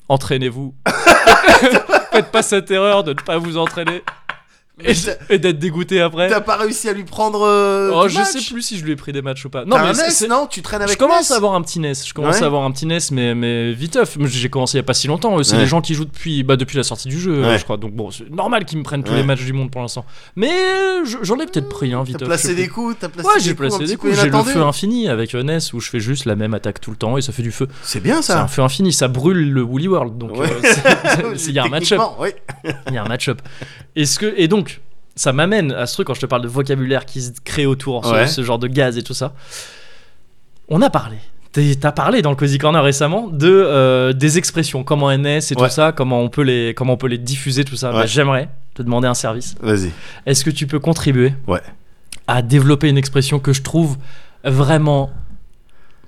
Speaker 1: entraînez-vous. Faites pas cette erreur de ne pas vous entraîner. Et,
Speaker 2: t'as-
Speaker 1: et d'être dégoûté après.
Speaker 2: T'as pas réussi à lui prendre. euh,
Speaker 1: Oh,
Speaker 2: du
Speaker 1: je
Speaker 2: match
Speaker 1: sais plus si je lui ai pris des matchs ou pas.
Speaker 2: T'as un
Speaker 1: c'est-
Speaker 2: NES,
Speaker 1: c'est-
Speaker 2: non Tu traînes avec.
Speaker 1: je commence
Speaker 2: NES.
Speaker 1: à avoir un petit NES. Je commence
Speaker 2: Ouais.
Speaker 1: à avoir un petit NES, mais, mais viteuf. J'ai commencé il n'y a pas si longtemps. C'est
Speaker 2: Ouais.
Speaker 1: les gens qui jouent depuis, bah, depuis la sortie du jeu,
Speaker 2: Ouais.
Speaker 1: je crois. Donc bon, c'est normal qu'ils me prennent tous
Speaker 2: Ouais.
Speaker 1: les matchs du monde pour l'instant. Mais euh, je- j'en ai peut-être pris un,
Speaker 2: T'as
Speaker 1: viteuf. je
Speaker 2: placé
Speaker 1: sais
Speaker 2: des
Speaker 1: plus.
Speaker 2: coups, t'as placé
Speaker 1: Ouais,
Speaker 2: des
Speaker 1: j'ai
Speaker 2: coups un
Speaker 1: placé
Speaker 2: petit
Speaker 1: des
Speaker 2: peu
Speaker 1: coups. J'ai le
Speaker 2: inattendus.
Speaker 1: feu infini avec euh, NES où je fais juste la même attaque tout le temps et ça fait du feu.
Speaker 2: C'est bien
Speaker 1: C'est un
Speaker 2: ça.
Speaker 1: feu infini, ça brûle le Woolly World. Donc euh,
Speaker 2: Ouais.
Speaker 1: c'est- c'est- il y a un match-up.
Speaker 2: Techniquement, oui.
Speaker 1: Il y a un match-up. Est-ce que et donc ça m'amène à ce truc quand je te parle de vocabulaire qui se crée autour, ce,
Speaker 2: Ouais.
Speaker 1: ce genre de gaz et tout ça. On a parlé. T'es- T'as parlé dans le Cozy Corner récemment de euh, des expressions, comment NS et
Speaker 2: Ouais.
Speaker 1: tout ça, comment on peut les comment on peut les diffuser tout ça. Bah,
Speaker 2: Ouais.
Speaker 1: J'aimerais te demander un service.
Speaker 2: Vas-y.
Speaker 1: Est-ce que tu peux contribuer
Speaker 2: Ouais.
Speaker 1: à développer une expression que je trouve vraiment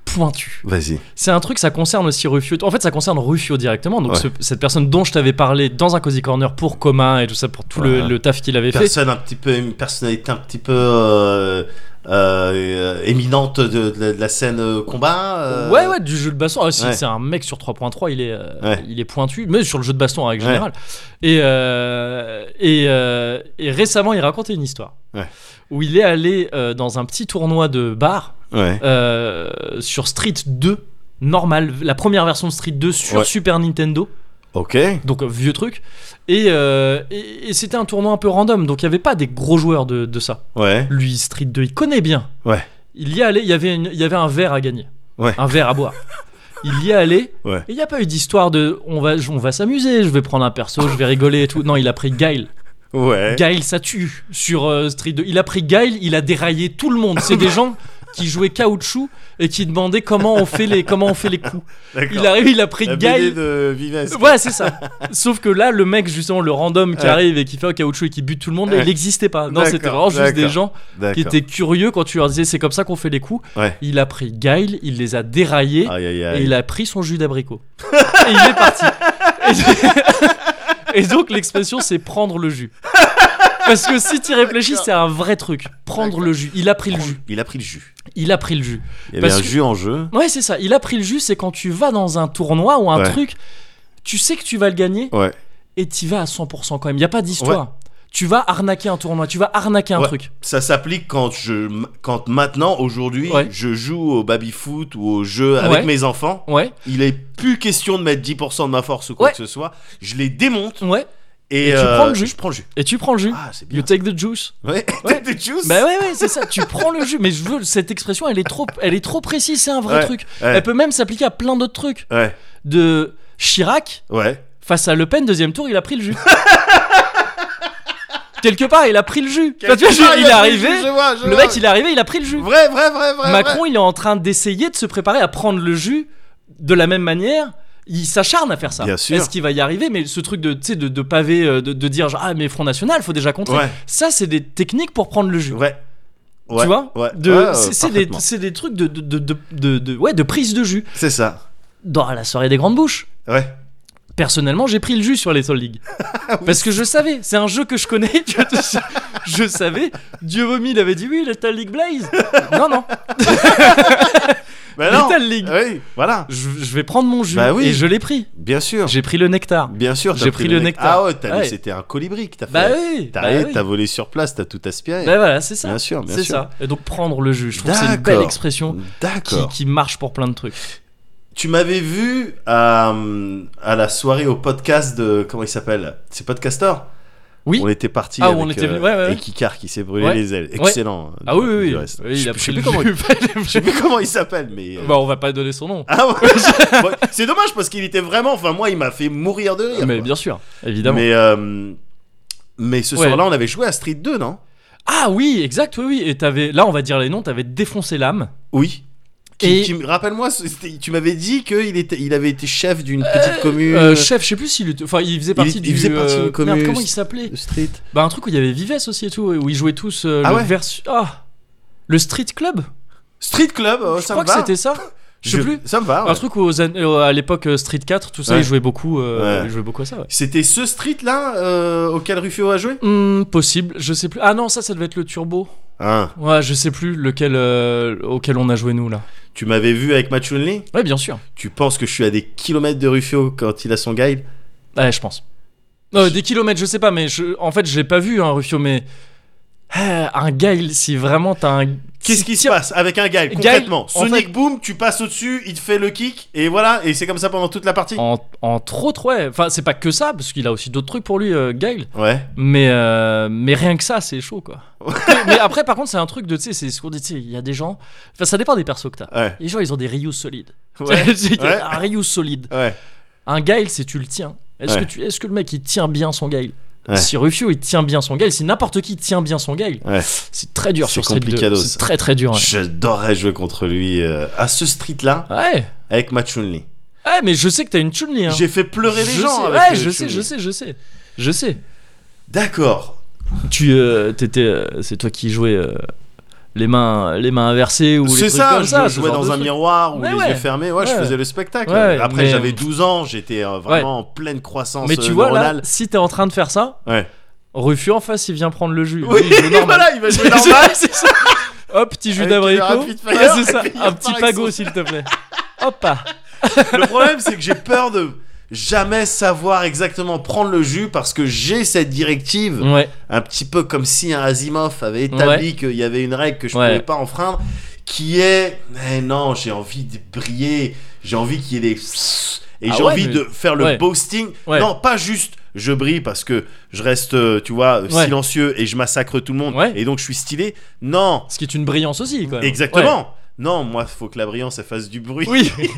Speaker 1: pointue
Speaker 2: Vas-y.
Speaker 1: c'est un truc, ça concerne aussi Rufio. En fait, ça concerne Rufio directement. Donc,
Speaker 2: Ouais.
Speaker 1: ce- cette personne dont je t'avais parlé dans un Cozy Corner pour commun et tout ça, pour tout le,
Speaker 2: Ouais.
Speaker 1: le taf qu'il avait fait.
Speaker 2: Personne un petit peu, une personnalité un petit peu euh, euh, éminente de, de la- de la scène euh, combat. euh,
Speaker 1: Ouais, ouais, du jeu de baston. Ah, si,
Speaker 2: ouais.
Speaker 1: C'est un mec sur 3.3, il, est, euh,
Speaker 2: Ouais.
Speaker 1: il est pointu, mais sur le jeu de baston en règle
Speaker 2: Ouais.
Speaker 1: générale. Et, euh, et, euh, et récemment, il racontait une histoire
Speaker 2: Ouais.
Speaker 1: où il est allé euh, dans un petit tournoi de bar
Speaker 2: Ouais.
Speaker 1: euh, sur Street 2, normal, la première version de Street 2 sur
Speaker 2: Ouais.
Speaker 1: Super Nintendo.
Speaker 2: Ok.
Speaker 1: donc euh, vieux truc. Et, euh, et, et c'était un tournoi un peu random, donc il n'y avait pas des gros joueurs de, de ça.
Speaker 2: Ouais.
Speaker 1: Lui, Street 2, il connaît bien.
Speaker 2: Ouais.
Speaker 1: Il y, est allé, il, y avait une- il y avait un verre à gagner,
Speaker 2: Ouais.
Speaker 1: un verre à boire. Il y est allé,
Speaker 2: Ouais.
Speaker 1: et il n'y a pas eu d'histoire de on va, on va s'amuser, je vais prendre un perso, je vais rigoler et tout. Non, il a pris Guile.
Speaker 2: Ouais.
Speaker 1: Guile, ça tue sur euh, Street 2. Il a pris Guile, il a déraillé tout le monde. C'est des gens qui jouaient caoutchouc et qui demandaient comment on fait les, comment on fait les coups.
Speaker 2: D'accord.
Speaker 1: Il arrive, il a pris
Speaker 2: La BD
Speaker 1: Guile.
Speaker 2: de Vives.
Speaker 1: Ouais, c'est ça. Sauf que là, le mec, justement, le random qui
Speaker 2: Ouais.
Speaker 1: arrive et qui fait un caoutchouc et qui bute tout le monde, là,
Speaker 2: Ouais.
Speaker 1: il n'existait pas. Non,
Speaker 2: D'accord,
Speaker 1: c'était vraiment juste des
Speaker 2: d'accord.
Speaker 1: gens qui
Speaker 2: D'accord.
Speaker 1: étaient curieux quand tu leur disais c'est comme ça qu'on fait les coups.
Speaker 2: Ouais.
Speaker 1: Il a pris Guile, il les a déraillés
Speaker 2: Aïe aïe
Speaker 1: et
Speaker 2: aïe.
Speaker 1: il a pris son jus d'abricot. et il est parti. Et, et donc, l'expression, c'est prendre le jus. Parce que si tu réfléchis, c'est un vrai truc. Prendre le jus. Il a pris le jus.
Speaker 2: Il a pris le jus.
Speaker 1: Il a pris le jus.
Speaker 2: Il y avait
Speaker 1: Parce
Speaker 2: un
Speaker 1: que-
Speaker 2: jus en jeu.
Speaker 1: Ouais, c'est ça. Il a pris le jus, c'est quand tu vas dans un tournoi ou un
Speaker 2: Ouais.
Speaker 1: truc, tu sais que tu vas le gagner
Speaker 2: Ouais.
Speaker 1: et t'y vas à 100% quand même. Il n'y a pas d'histoire. Tu vas arnaquer un tournoi, tu vas arnaquer un
Speaker 2: Ouais.
Speaker 1: truc.
Speaker 2: Ça s'applique quand je, quand maintenant, aujourd'hui,
Speaker 1: Ouais.
Speaker 2: je joue au baby foot ou au jeu avec
Speaker 1: Ouais.
Speaker 2: mes enfants.
Speaker 1: Ouais,
Speaker 2: Il est plus question de mettre 10% de ma force ou quoi
Speaker 1: Ouais.
Speaker 2: que ce soit. Je les démonte
Speaker 1: ouais.
Speaker 2: et,
Speaker 1: Et tu
Speaker 2: euh,
Speaker 1: prends le jus.
Speaker 2: je prends le jus.
Speaker 1: Et tu prends le jus.
Speaker 2: Ah, c'est bien.
Speaker 1: you take the juice.
Speaker 2: Ouais.
Speaker 1: Ouais.
Speaker 2: Des juices.
Speaker 1: Bah ouais, ouais, c'est ça. Tu prends le jus. Mais je veux cette expression, elle est trop, elle est trop précise. C'est un vrai
Speaker 2: Ouais.
Speaker 1: truc.
Speaker 2: Ouais.
Speaker 1: Elle peut même s'appliquer à plein d'autres trucs.
Speaker 2: Ouais.
Speaker 1: De Chirac
Speaker 2: Ouais.
Speaker 1: face à Le Pen, deuxième tour, il a pris le jus. Quelque part, il a pris le jus. Enfin, tu vois, je-
Speaker 2: Ah,
Speaker 1: il
Speaker 2: a
Speaker 1: est
Speaker 2: pris
Speaker 1: arrivé.
Speaker 2: jus, je vois, je
Speaker 1: Le
Speaker 2: vois.
Speaker 1: mec, il est arrivé, il a pris le jus.
Speaker 2: Vrai, vrai, vrai, vrai.
Speaker 1: Macron, il est en train d'essayer de se préparer à prendre le jus de la même manière. Il s'acharne à faire ça.
Speaker 2: Bien sûr.
Speaker 1: Est-ce qu'il va y arriver Mais ce truc de, tu sais, de, de pavé, euh, de, de dire genre, ah mais Front National, faut déjà contrer.
Speaker 2: Ouais.
Speaker 1: Ça, c'est des techniques pour prendre le jus.
Speaker 2: vrai. Ouais. Ouais.
Speaker 1: Tu vois
Speaker 2: Ouais.
Speaker 1: De-
Speaker 2: Ouais, ouais,
Speaker 1: c'est, c'est des,
Speaker 2: parfaitement.
Speaker 1: c'est des trucs de, de, de, de- de- de- ouais, de prise de jus.
Speaker 2: C'est ça.
Speaker 1: Dans la soirée des grandes bouches.
Speaker 2: Ouais.
Speaker 1: Personnellement, j'ai pris le jus sur les Soul League.
Speaker 2: Ah
Speaker 1: Parce que je savais, c'est un jeu que je connais. tu vois, je, je savais, Dieu vomi, il avait dit oui, Lethal League Blaze. Non, non,
Speaker 2: Bah Ah non.
Speaker 1: Lethal League.
Speaker 2: Oui, voilà.
Speaker 1: Je, je vais prendre mon jus.
Speaker 2: Bah oui.
Speaker 1: Et je l'ai pris.
Speaker 2: Bien sûr.
Speaker 1: J'ai pris le nectar.
Speaker 2: Bien sûr. t'as
Speaker 1: J'ai pris le
Speaker 2: nec-
Speaker 1: nectar.
Speaker 2: Ah ouais, t'as
Speaker 1: Ouais.
Speaker 2: vu, c'était un colibri que t'as fait.
Speaker 1: Bah oui.
Speaker 2: T'as
Speaker 1: bah
Speaker 2: arrêté,
Speaker 1: oui.
Speaker 2: t'as volé sur place, t'as tout aspiré.
Speaker 1: Bah voilà, c'est ça.
Speaker 2: Bien sûr, bien
Speaker 1: C'est
Speaker 2: sûr.
Speaker 1: ça. Et donc prendre le jus, je trouve que c'est une
Speaker 2: D'accord.
Speaker 1: belle expression qui,
Speaker 2: D'accord.
Speaker 1: qui marche pour plein de trucs.
Speaker 2: Tu m'avais vu à, euh, à la soirée au podcast de. Comment il s'appelle C'est Podcaster
Speaker 1: Oui.
Speaker 2: On était parti
Speaker 1: Ah,
Speaker 2: avec,
Speaker 1: on était
Speaker 2: euh,
Speaker 1: venu- ouais, ouais, ouais.
Speaker 2: et Kikar qui s'est brûlé
Speaker 1: Ouais.
Speaker 2: les ailes.
Speaker 1: Ouais.
Speaker 2: Excellent.
Speaker 1: Ah oui, oui,
Speaker 2: Du
Speaker 1: oui.
Speaker 2: reste.
Speaker 1: Oui, il
Speaker 2: je,
Speaker 1: a
Speaker 2: je
Speaker 1: pris
Speaker 2: sais
Speaker 1: le
Speaker 2: plus comment,
Speaker 1: jus.
Speaker 2: je sais plus comment il s'appelle, mais. euh,
Speaker 1: Bah on va pas donner son nom.
Speaker 2: Ah ouais. Bon, C'est dommage parce qu'il était vraiment. Enfin, moi, il m'a fait mourir de rire.
Speaker 1: Mais
Speaker 2: quoi.
Speaker 1: bien sûr, évidemment.
Speaker 2: Mais, euh, mais ce
Speaker 1: Ouais.
Speaker 2: soir-là, on avait joué à Street 2, non
Speaker 1: Ah oui, exact, oui, oui. Et t'avais, là on va dire les noms, t'avais défoncé l'âme.
Speaker 2: Oui.
Speaker 1: Et-
Speaker 2: Qui- qui- Rappelle-moi, c'était- tu m'avais dit qu'il était, il avait été chef d'une petite commune.
Speaker 1: Euh, chef, je sais plus s'il était. Enfin, il faisait partie
Speaker 2: il
Speaker 1: du.
Speaker 2: faisait partie
Speaker 1: euh,
Speaker 2: d'une commune.
Speaker 1: merde, comment il s'appelait
Speaker 2: de Street.
Speaker 1: Bah, un truc où il y avait Vives aussi et tout, où ils jouaient tous euh,
Speaker 2: Ah
Speaker 1: le
Speaker 2: ouais
Speaker 1: versus. Ah Le Street Club
Speaker 2: Street Club, oh,
Speaker 1: Je
Speaker 2: ça
Speaker 1: crois
Speaker 2: me
Speaker 1: que
Speaker 2: va.
Speaker 1: c'était ça. Je sais plus.
Speaker 2: Ça me va.
Speaker 1: Un
Speaker 2: ouais.
Speaker 1: truc où aux an- euh, à l'époque euh, Street 4, tout ça,
Speaker 2: Ouais.
Speaker 1: ils jouaient beaucoup. euh,
Speaker 2: Ouais.
Speaker 1: Ils jouaient beaucoup à ça. Ouais.
Speaker 2: C'était ce street là euh, auquel Ruffio a joué
Speaker 1: Hmm, possible, je sais plus. Ah non, ça, ça devait être le Turbo.
Speaker 2: Hein
Speaker 1: Ouais, je sais plus lequel euh, auquel on a joué nous là.
Speaker 2: Tu m'avais vu avec Machunli
Speaker 1: Ouais, bien sûr.
Speaker 2: Tu penses que je suis à des kilomètres de Ruffio quand il a son guide
Speaker 1: Ouais, je pense. Euh, des kilomètres, je sais pas, mais je- en fait, je l'ai pas vu, hein, Rufio, mais. Ah, un Guile, si vraiment t'as un.
Speaker 2: Qu'est-ce
Speaker 1: si-
Speaker 2: qui se passe avec un guide
Speaker 1: Guile,
Speaker 2: concrètement
Speaker 1: en
Speaker 2: Sonic
Speaker 1: fait-
Speaker 2: Boom, tu passes au-dessus, il te fait le kick et voilà, et c'est comme ça pendant toute la partie.
Speaker 1: En, en trop, trop, ouais. Enfin, c'est pas que ça, parce qu'il a aussi d'autres trucs pour lui, euh, Guile.
Speaker 2: Ouais.
Speaker 1: Mais, euh, mais rien que ça, c'est chaud, quoi. mais, mais après, par contre, c'est un truc de, tu sais, c'est ce qu'on dit, tu sais, il y a des gens. Enfin, ça dépend des persos que t'as.
Speaker 2: Ouais.
Speaker 1: Les gens, ils ont des Ryu solides.
Speaker 2: Ouais.
Speaker 1: C'est-
Speaker 2: Ouais.
Speaker 1: Un Ryu solide.
Speaker 2: Ouais.
Speaker 1: Un Guile, c'est tu le tiens. Est-ce
Speaker 2: Ouais.
Speaker 1: que tu, est-ce que le mec, il tient bien son Guile
Speaker 2: Ouais.
Speaker 1: Si Rufio, il tient bien son Guile, si n'importe qui tient bien son Guile,
Speaker 2: Ouais.
Speaker 1: c'est très dur
Speaker 2: C'est
Speaker 1: sur Street 2.
Speaker 2: complicados.
Speaker 1: C'est très, très dur. ouais.
Speaker 2: J'adorerais jouer contre lui euh, à ce street là
Speaker 1: Ouais.
Speaker 2: avec Machunli.
Speaker 1: Ouais, mais je sais que t'as une Chun-Li. Hein.
Speaker 2: J'ai fait pleurer les
Speaker 1: Je
Speaker 2: gens
Speaker 1: sais,
Speaker 2: avec
Speaker 1: Ouais,
Speaker 2: euh,
Speaker 1: je sais,
Speaker 2: Chun-Li.
Speaker 1: je sais, je sais. Je sais.
Speaker 2: D'accord.
Speaker 1: Tu euh, t'étais, euh, c'est toi qui jouais euh, les mains, les mains inversées ou les
Speaker 2: C'est
Speaker 1: trucs
Speaker 2: ça,
Speaker 1: comme ça. ce
Speaker 2: je jouais
Speaker 1: genre
Speaker 2: dans
Speaker 1: de
Speaker 2: un
Speaker 1: truc.
Speaker 2: miroir ou
Speaker 1: Mais
Speaker 2: les
Speaker 1: ouais.
Speaker 2: yeux fermés. Ouais, je
Speaker 1: Ouais.
Speaker 2: faisais le spectacle.
Speaker 1: Ouais,
Speaker 2: Après,
Speaker 1: mais-
Speaker 2: j'avais 12 ans, j'étais euh, vraiment en pleine croissance.
Speaker 1: Mais tu
Speaker 2: euh,
Speaker 1: vois là,
Speaker 2: neuronale.
Speaker 1: si t'es en train de faire ça,
Speaker 2: Ouais.
Speaker 1: Rufio en face, il vient prendre le jus.
Speaker 2: Oui,
Speaker 1: Lui, il joue normal.
Speaker 2: voilà, il va jouer
Speaker 1: C'est
Speaker 2: normal.
Speaker 1: ça, c'est ça. Hop, petit jus
Speaker 2: Avec une
Speaker 1: d'abricot.
Speaker 2: rapid fire,
Speaker 1: Ouais, c'est
Speaker 2: et
Speaker 1: ça.
Speaker 2: puis il
Speaker 1: Un petit
Speaker 2: repart avec
Speaker 1: pago,
Speaker 2: son-
Speaker 1: s'il te plaît. Hop. ah.
Speaker 2: Le problème, c'est que j'ai peur de jamais savoir exactement prendre le jus parce que j'ai cette directive,
Speaker 1: Ouais.
Speaker 2: un petit peu comme si un Asimov avait établi qu'il y avait une règle que je
Speaker 1: Ouais.
Speaker 2: pouvais pas enfreindre, qui est, eh non, j'ai envie de briller, j'ai envie qu'il y ait des et
Speaker 1: Ah
Speaker 2: j'ai
Speaker 1: ouais,
Speaker 2: envie
Speaker 1: mais-
Speaker 2: de faire le
Speaker 1: ouais.
Speaker 2: boasting.
Speaker 1: Ouais.
Speaker 2: Non, pas juste. Je brille parce que je reste, euh, tu vois,
Speaker 1: Ouais.
Speaker 2: silencieux et je massacre tout le monde
Speaker 1: Ouais.
Speaker 2: et donc je suis stylé. Non,
Speaker 1: Ce qui est une brillance aussi, quand même.
Speaker 2: exactement. Non, moi, faut que la brillance elle fasse du bruit.
Speaker 1: Ouais. Oui.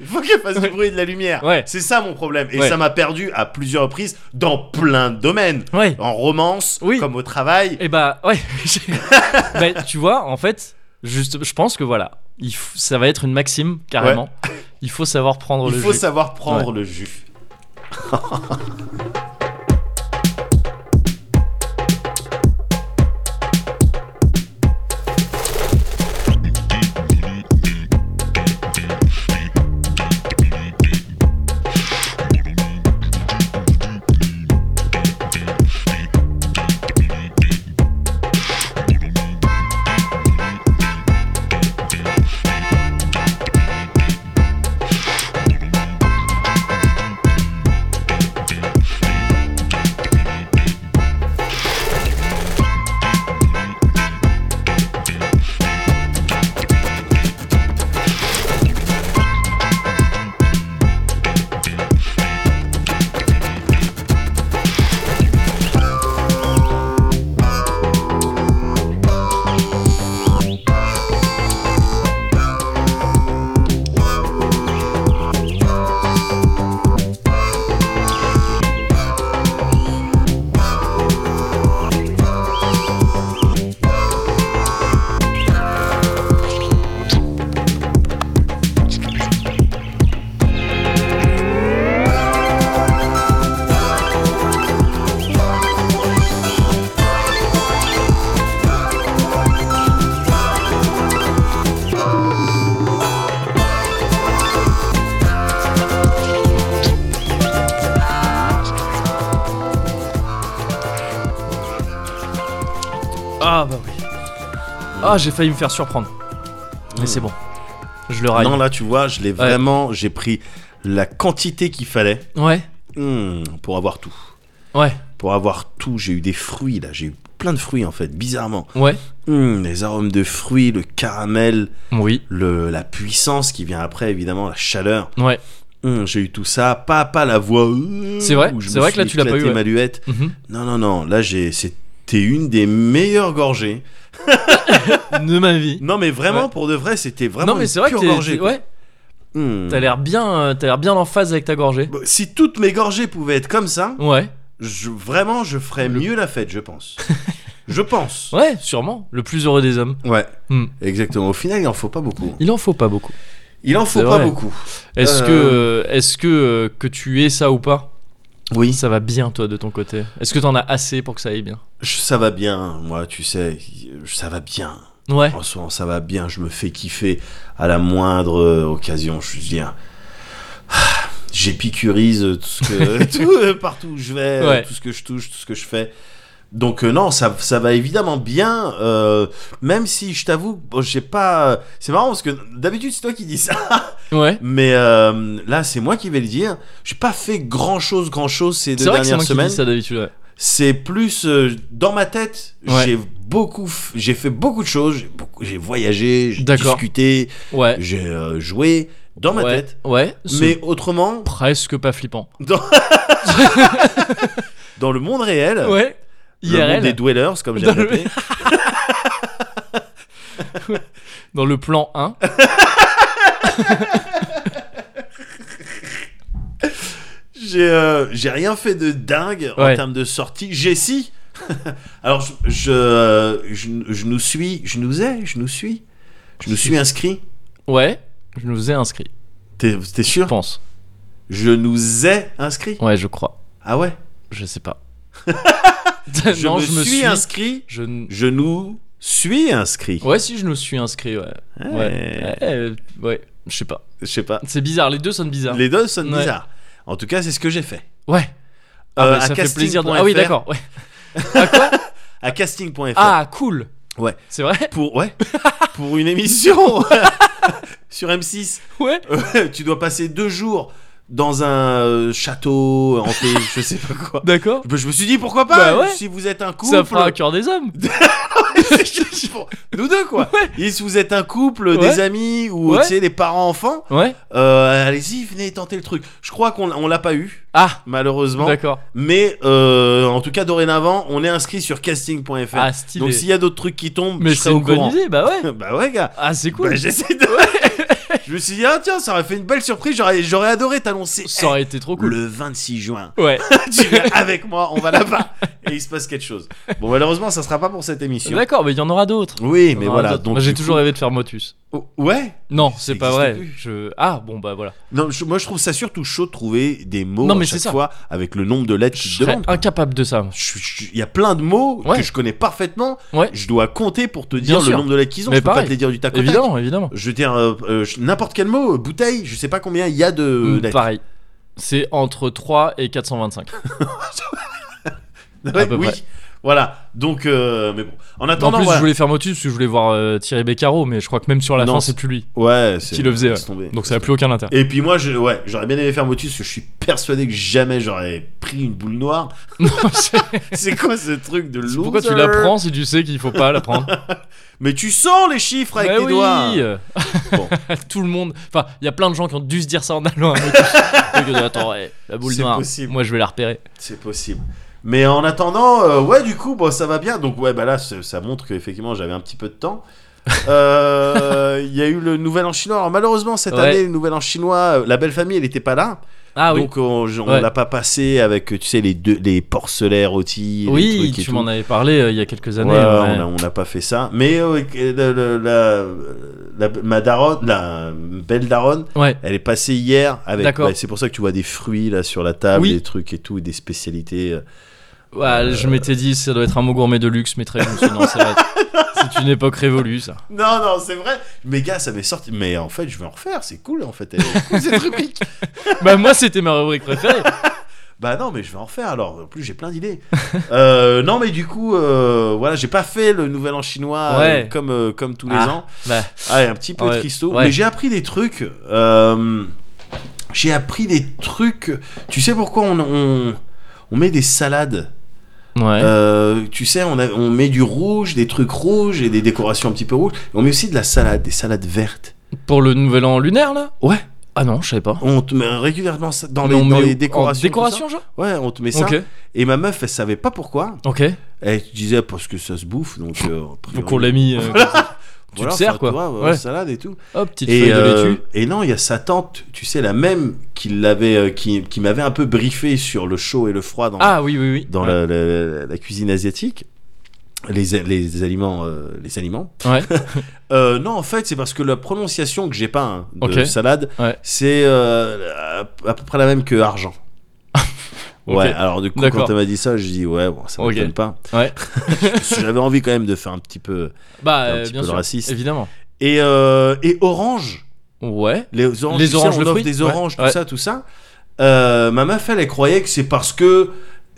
Speaker 2: Il faut qu'elle fasse du bruit et de la lumière.
Speaker 1: Ouais.
Speaker 2: C'est ça mon problème. Et
Speaker 1: Ouais.
Speaker 2: ça m'a perdu à plusieurs reprises dans plein de domaines.
Speaker 1: Ouais.
Speaker 2: En romance,
Speaker 1: Oui.
Speaker 2: comme au travail.
Speaker 1: Et bah ouais. bah, tu vois, en fait, juste, je pense que voilà, il f- ça va être une maxime carrément. Il faut savoir prendre
Speaker 2: Il
Speaker 1: le
Speaker 2: faut
Speaker 1: jus.
Speaker 2: savoir prendre le jus.
Speaker 1: Ah bah oui. Ah j'ai failli me faire surprendre. Mais
Speaker 2: Hmm.
Speaker 1: c'est bon. Je le raille.
Speaker 2: Non, là, tu vois, je l'ai vraiment. J'ai pris la quantité qu'il fallait
Speaker 1: Ouais.
Speaker 2: Hmm, pour avoir tout.
Speaker 1: Ouais.
Speaker 2: Pour avoir tout, j'ai eu des fruits là. J'ai eu plein de fruits en fait, bizarrement.
Speaker 1: Ouais.
Speaker 2: Hmm, les arômes de fruits, le caramel,
Speaker 1: Oui.
Speaker 2: le, la puissance qui vient après, évidemment, la chaleur.
Speaker 1: Ouais.
Speaker 2: Hum, j'ai eu tout ça, pas, pas la voix. euh,
Speaker 1: C'est vrai,
Speaker 2: où je
Speaker 1: c'est
Speaker 2: me
Speaker 1: vrai
Speaker 2: suis
Speaker 1: que là, tu l'as pas
Speaker 2: éclaté
Speaker 1: eu, ouais.
Speaker 2: ma luette.
Speaker 1: Mhm.
Speaker 2: Non, non, non, là j'ai, c'était une des meilleures gorgées.
Speaker 1: de ma vie.
Speaker 2: Non, mais vraiment,
Speaker 1: Ouais.
Speaker 2: pour de vrai, c'était vraiment
Speaker 1: Non mais
Speaker 2: une
Speaker 1: c'est vrai que
Speaker 2: pure
Speaker 1: t'es-
Speaker 2: gorgée.
Speaker 1: t'es-
Speaker 2: quoi.
Speaker 1: ouais,
Speaker 2: Hum.
Speaker 1: t'as l'air bien, euh, t'as l'air bien en phase avec ta gorgée.
Speaker 2: Bon, Si toutes mes gorgées pouvaient être comme ça,
Speaker 1: Ouais,
Speaker 2: je, vraiment, je ferais mieux la fête, je pense. je pense.
Speaker 1: ouais, sûrement. Le plus heureux des hommes.
Speaker 2: Ouais,
Speaker 1: Hum.
Speaker 2: exactement. Au final, il en faut pas beaucoup.
Speaker 1: Il en faut pas beaucoup.
Speaker 2: Il en faut
Speaker 1: C'est
Speaker 2: pas
Speaker 1: vrai.
Speaker 2: beaucoup.
Speaker 1: Est-ce
Speaker 2: Euh.
Speaker 1: que, euh, est-ce que euh, que tu aies ça ou pas,
Speaker 2: Oui,
Speaker 1: ça va bien toi de ton côté. Est-ce que t'en as assez pour que ça aille bien
Speaker 2: Je- ça va bien, moi, tu sais, ça va bien.
Speaker 1: Ouais.
Speaker 2: En ce moment, ça va bien, je me fais kiffer à la moindre euh, occasion. Je viens. Ah, J'épicurise tout ce que. tout, euh, partout où je vais,
Speaker 1: Ouais.
Speaker 2: tout ce que je touche, tout ce que je fais. Donc, euh, non, ça, ça va évidemment bien. euh, même si je t'avoue, bon, j'ai pas. euh, C'est marrant parce que d'habitude, c'est toi qui dis ça.
Speaker 1: Ouais.
Speaker 2: Mais euh, là, c'est moi qui vais le dire. J'ai pas fait grand chose, grand chose ces deux
Speaker 1: C'est vrai que c'est
Speaker 2: dernières
Speaker 1: moi qui
Speaker 2: semaines.
Speaker 1: dis ça d'habitude. ouais.
Speaker 2: C'est plus euh, dans ma tête.
Speaker 1: Ouais.
Speaker 2: J'ai beaucoup, f- j'ai fait beaucoup de choses. J'ai beaucoup- J'ai voyagé, j'ai
Speaker 1: D'accord.
Speaker 2: discuté,
Speaker 1: Ouais.
Speaker 2: j'ai euh, joué dans ma
Speaker 1: ouais.
Speaker 2: tête.
Speaker 1: Ouais. C'est
Speaker 2: Mais autrement,
Speaker 1: presque pas flippant.
Speaker 2: dans, dans le monde réel,
Speaker 1: Ouais.
Speaker 2: Euh. le monde des
Speaker 1: IRL.
Speaker 2: dwellers, comme
Speaker 1: Dans
Speaker 2: j'aime
Speaker 1: le-
Speaker 2: l'appeler,
Speaker 1: Dans le plan 1.
Speaker 2: j'ai euh, j'ai rien fait de dingue en
Speaker 1: Ouais.
Speaker 2: termes de sortie. J'ai si. Alors je, je, euh, je, je nous suis, je nous ai, je nous suis, je nous suis inscrit.
Speaker 1: Ouais. Je nous ai inscrit.
Speaker 2: T'es t'es
Speaker 1: Je
Speaker 2: sûr
Speaker 1: pense.
Speaker 2: Je nous ai inscrit.
Speaker 1: Ouais, je crois.
Speaker 2: Ah ouais.
Speaker 1: Je sais pas.
Speaker 2: Je
Speaker 1: non,
Speaker 2: me
Speaker 1: je me
Speaker 2: suis,
Speaker 1: suis.
Speaker 2: inscrit.
Speaker 1: Je n-
Speaker 2: Je nous suis inscrit.
Speaker 1: Ouais, si je me suis inscrit, ouais. Ouais.
Speaker 2: Ouais.
Speaker 1: Ouais, euh, ouais. Je sais pas.
Speaker 2: Je sais pas.
Speaker 1: C'est bizarre, les deux sonnent bizarre.
Speaker 2: Les deux sonnent
Speaker 1: Ouais.
Speaker 2: bizarres. En tout cas, c'est ce que j'ai fait.
Speaker 1: Ouais. Ah,
Speaker 2: Euh,
Speaker 1: bah,
Speaker 2: à
Speaker 1: ça fait
Speaker 2: casting.fr.
Speaker 1: plaisir de. Ah oui, d'accord. Ouais. À quoi
Speaker 2: À casting.fr.
Speaker 1: Ah, cool.
Speaker 2: Ouais.
Speaker 1: C'est vrai
Speaker 2: Pour ouais. pour une émission sur M6.
Speaker 1: Ouais.
Speaker 2: Euh, tu dois passer deux jours dans un euh, château hanté, je sais pas quoi.
Speaker 1: D'accord.
Speaker 2: Je me suis dit pourquoi pas
Speaker 1: Bah ouais.
Speaker 2: si vous êtes un couple.
Speaker 1: Ça fera un cœur des hommes.
Speaker 2: Nous deux quoi.
Speaker 1: Ouais.
Speaker 2: Et si vous êtes un couple,
Speaker 1: Ouais.
Speaker 2: des amis ou
Speaker 1: Ouais.
Speaker 2: tu sais les parents enfants,
Speaker 1: Ouais.
Speaker 2: euh, allez-y, venez tenter le truc. Je crois qu'on on l'a pas eu
Speaker 1: Ah,
Speaker 2: malheureusement,
Speaker 1: d'accord.
Speaker 2: mais euh, en tout cas dorénavant, on est inscrit sur casting.fr.
Speaker 1: Ah, stylé.
Speaker 2: Donc s'il y a d'autres trucs qui tombent,
Speaker 1: Mais
Speaker 2: je serai
Speaker 1: c'est
Speaker 2: au
Speaker 1: une bonne
Speaker 2: courant.
Speaker 1: idée, bah ouais.
Speaker 2: bah ouais gars.
Speaker 1: Ah, c'est cool.
Speaker 2: Bah, j'essaie de. je me suis dit, ah tiens, ça aurait fait une belle surprise, j'aurais, j'aurais adoré t'annoncer.
Speaker 1: Ça aurait été trop
Speaker 2: Eh,
Speaker 1: cool.
Speaker 2: Le 26 juin,
Speaker 1: Ouais.
Speaker 2: tu viens avec moi, on va là-bas. Et il se passe quelque chose. Bon, malheureusement, ça sera pas pour cette émission.
Speaker 1: D'accord, mais il y en aura d'autres.
Speaker 2: Oui,
Speaker 1: Il
Speaker 2: mais
Speaker 1: y en aura
Speaker 2: voilà.
Speaker 1: d'autres.
Speaker 2: Donc,
Speaker 1: Moi, j'ai
Speaker 2: du
Speaker 1: toujours
Speaker 2: coup-
Speaker 1: rêvé de faire Motus.
Speaker 2: Oh, Ouais
Speaker 1: Non,
Speaker 2: Ça
Speaker 1: c'est pas
Speaker 2: existe
Speaker 1: vrai.
Speaker 2: plus.
Speaker 1: Je... Ah, bon, bah voilà.
Speaker 2: Non, je- moi, je trouve ça surtout chaud de trouver des mots
Speaker 1: Non,
Speaker 2: à
Speaker 1: mais
Speaker 2: chaque
Speaker 1: c'est ça.
Speaker 2: fois avec le nombre de lettres que
Speaker 1: Je
Speaker 2: je
Speaker 1: serais
Speaker 2: demande.
Speaker 1: incapable de ça. moi.
Speaker 2: Je- je- Il y a plein de mots
Speaker 1: Ouais.
Speaker 2: que je connais parfaitement.
Speaker 1: Ouais.
Speaker 2: Je dois compter pour te
Speaker 1: Bien
Speaker 2: dire le
Speaker 1: sûr.
Speaker 2: nombre de lettres qu'ils ont.
Speaker 1: Mais
Speaker 2: je peux pas
Speaker 1: pareil.
Speaker 2: te les dire du tac au tac.
Speaker 1: Évidemment, évidemment.
Speaker 2: Je veux dire, euh, euh, je- n'importe quel mot, euh, bouteille, je sais pas combien il y a de
Speaker 1: Hmm,
Speaker 2: lettres.
Speaker 1: Pareil. C'est entre 3 et 425.
Speaker 2: Ouais,
Speaker 1: peu
Speaker 2: oui.
Speaker 1: près.
Speaker 2: Voilà. Donc, euh, mais bon. En
Speaker 1: en
Speaker 2: attendant,
Speaker 1: plus,
Speaker 2: voilà.
Speaker 1: je voulais faire Motus parce que je voulais voir euh, Thierry Beccaro, mais je crois que même sur la
Speaker 2: Non,
Speaker 1: fin,
Speaker 2: c'est-
Speaker 1: c'est plus lui.
Speaker 2: Ouais, c'est.
Speaker 1: Qui le faisait, ouais.
Speaker 2: laisse tomber.
Speaker 1: Donc ça n'a plus aucun intérêt.
Speaker 2: Et puis moi, je, ouais, j'aurais bien aimé faire Motus parce que je suis persuadé que jamais j'aurais pris une boule noire.
Speaker 1: Non, c'est-
Speaker 2: C'est quoi ce truc de loser
Speaker 1: Pourquoi tu la prends si tu sais qu'il faut pas la prendre
Speaker 2: Mais tu sens les chiffres avec
Speaker 1: Bah
Speaker 2: tes
Speaker 1: oui
Speaker 2: doigts. Bon.
Speaker 1: Tout le monde. Enfin, il y a plein de gens qui ont dû se dire ça en allant à Motus. Ils ont dit, Attends, ouais, la boule
Speaker 2: C'est
Speaker 1: noire.
Speaker 2: possible.
Speaker 1: Moi, je vais la repérer.
Speaker 2: C'est possible. Mais en attendant, euh, ouais, du coup, bon, ça va bien. Donc ouais, bah là, ça ça montre qu'effectivement, j'avais un petit peu de temps. Euh, Il y a eu le Nouvel An chinois. Alors malheureusement, cette
Speaker 1: Ouais.
Speaker 2: année, le Nouvel An chinois, euh, la belle famille, elle n'était pas là.
Speaker 1: Ah oui.
Speaker 2: Donc on, je- on
Speaker 1: Ouais.
Speaker 2: l'a pas passé avec tu sais les deux les porcelets rôtis. les
Speaker 1: Oui,
Speaker 2: trucs et
Speaker 1: tu
Speaker 2: tout.
Speaker 1: m'en avais parlé euh, il y a quelques années.
Speaker 2: Ouais,
Speaker 1: ouais.
Speaker 2: on a- On n'a pas fait ça. Mais euh, que- le- le- la, la- ma daronne, la belle daronne,
Speaker 1: Ouais.
Speaker 2: elle est passée hier avec.
Speaker 1: D'accord.
Speaker 2: bah, c'est pour ça que tu vois des fruits là sur la table,
Speaker 1: Oui.
Speaker 2: des trucs et tout, et des spécialités. euh.
Speaker 1: Ouais, je m'étais dit, ça doit être un mot gourmet de luxe, mais très je me suis dit, non, ça va être- C'est une époque révolue, ça.
Speaker 2: Non, non, c'est vrai. Mais gars, ça m'est sorti. Mais en fait, je vais en refaire. C'est cool en fait. elle est cool, cette rubrique.
Speaker 1: Bah, moi, c'était ma rubrique préférée.
Speaker 2: Bah non, mais je vais en refaire alors. En plus, j'ai plein d'idées. Euh, non, mais du coup, euh, voilà, j'ai pas fait le Nouvel An chinois euh,
Speaker 1: Ouais.
Speaker 2: comme euh, comme tous les
Speaker 1: Ah.
Speaker 2: ans.
Speaker 1: Bah,
Speaker 2: Ouais, un petit peu
Speaker 1: Ouais,
Speaker 2: tristo.
Speaker 1: ouais.
Speaker 2: Mais j'ai appris des trucs. euh, j'ai appris des trucs. Tu sais pourquoi on, on, on met des salades
Speaker 1: ouais.
Speaker 2: Euh, Tu sais, on, a- on met du rouge, des trucs rouges et des décorations un petit peu rouges. On met aussi de la salade, des salades vertes.
Speaker 1: Pour le nouvel an lunaire, là
Speaker 2: Ouais,
Speaker 1: Ah non, je savais pas.
Speaker 2: on te met régulièrement ça dans,
Speaker 1: Mais
Speaker 2: les,
Speaker 1: on
Speaker 2: dans
Speaker 1: met
Speaker 2: les
Speaker 1: en
Speaker 2: décorations. tout
Speaker 1: décoration, genre
Speaker 2: ça. Ouais, on te met ça.
Speaker 1: Ok,
Speaker 2: Et ma meuf, elle savait pas pourquoi.
Speaker 1: ok.
Speaker 2: Elle disait parce que ça se bouffe, donc. euh, a priori,
Speaker 1: Donc on l'a mis. euh, comme ça. tu
Speaker 2: voilà,
Speaker 1: te sers,
Speaker 2: enfin,
Speaker 1: quoi.
Speaker 2: vois,
Speaker 1: Ouais.
Speaker 2: Salade et tout.
Speaker 1: Hop, petite
Speaker 2: Et,
Speaker 1: feuille de
Speaker 2: euh,
Speaker 1: laitue.
Speaker 2: et non, il y a sa tante, tu sais, la même qui l'avait, euh, qui, qui m'avait un peu briefé sur le chaud et le froid dans,
Speaker 1: Ah oui, oui, oui.
Speaker 2: dans
Speaker 1: ouais.
Speaker 2: la, la- la cuisine asiatique, les, les aliments, euh, les aliments.
Speaker 1: Ouais.
Speaker 2: Euh, non, en fait, c'est parce que la prononciation que j'ai pas hein, de
Speaker 1: Ok.
Speaker 2: salade,
Speaker 1: Ouais.
Speaker 2: c'est euh, à, à peu près la même que argent.
Speaker 1: Ok.
Speaker 2: Ouais, alors du coup,
Speaker 1: D'accord.
Speaker 2: quand elle m'a dit ça, je dis ouais, bon, ça
Speaker 1: Ok.
Speaker 2: m'étonne pas.
Speaker 1: Ouais.
Speaker 2: Parce que J'avais envie quand même de faire un petit peu,
Speaker 1: Bah,
Speaker 2: un
Speaker 1: euh,
Speaker 2: petit
Speaker 1: bien
Speaker 2: peu de
Speaker 1: sûr.
Speaker 2: raciste.
Speaker 1: Évidemment.
Speaker 2: Et, euh, et Orange,
Speaker 1: Ouais.
Speaker 2: les oranges,
Speaker 1: Les
Speaker 2: tu sais,
Speaker 1: oranges,
Speaker 2: on
Speaker 1: le
Speaker 2: offre
Speaker 1: fruit
Speaker 2: des
Speaker 1: Ouais.
Speaker 2: oranges, tout
Speaker 1: Ouais.
Speaker 2: ça, tout ça. Euh, ma meuf, elle, elle croyait que c'est parce que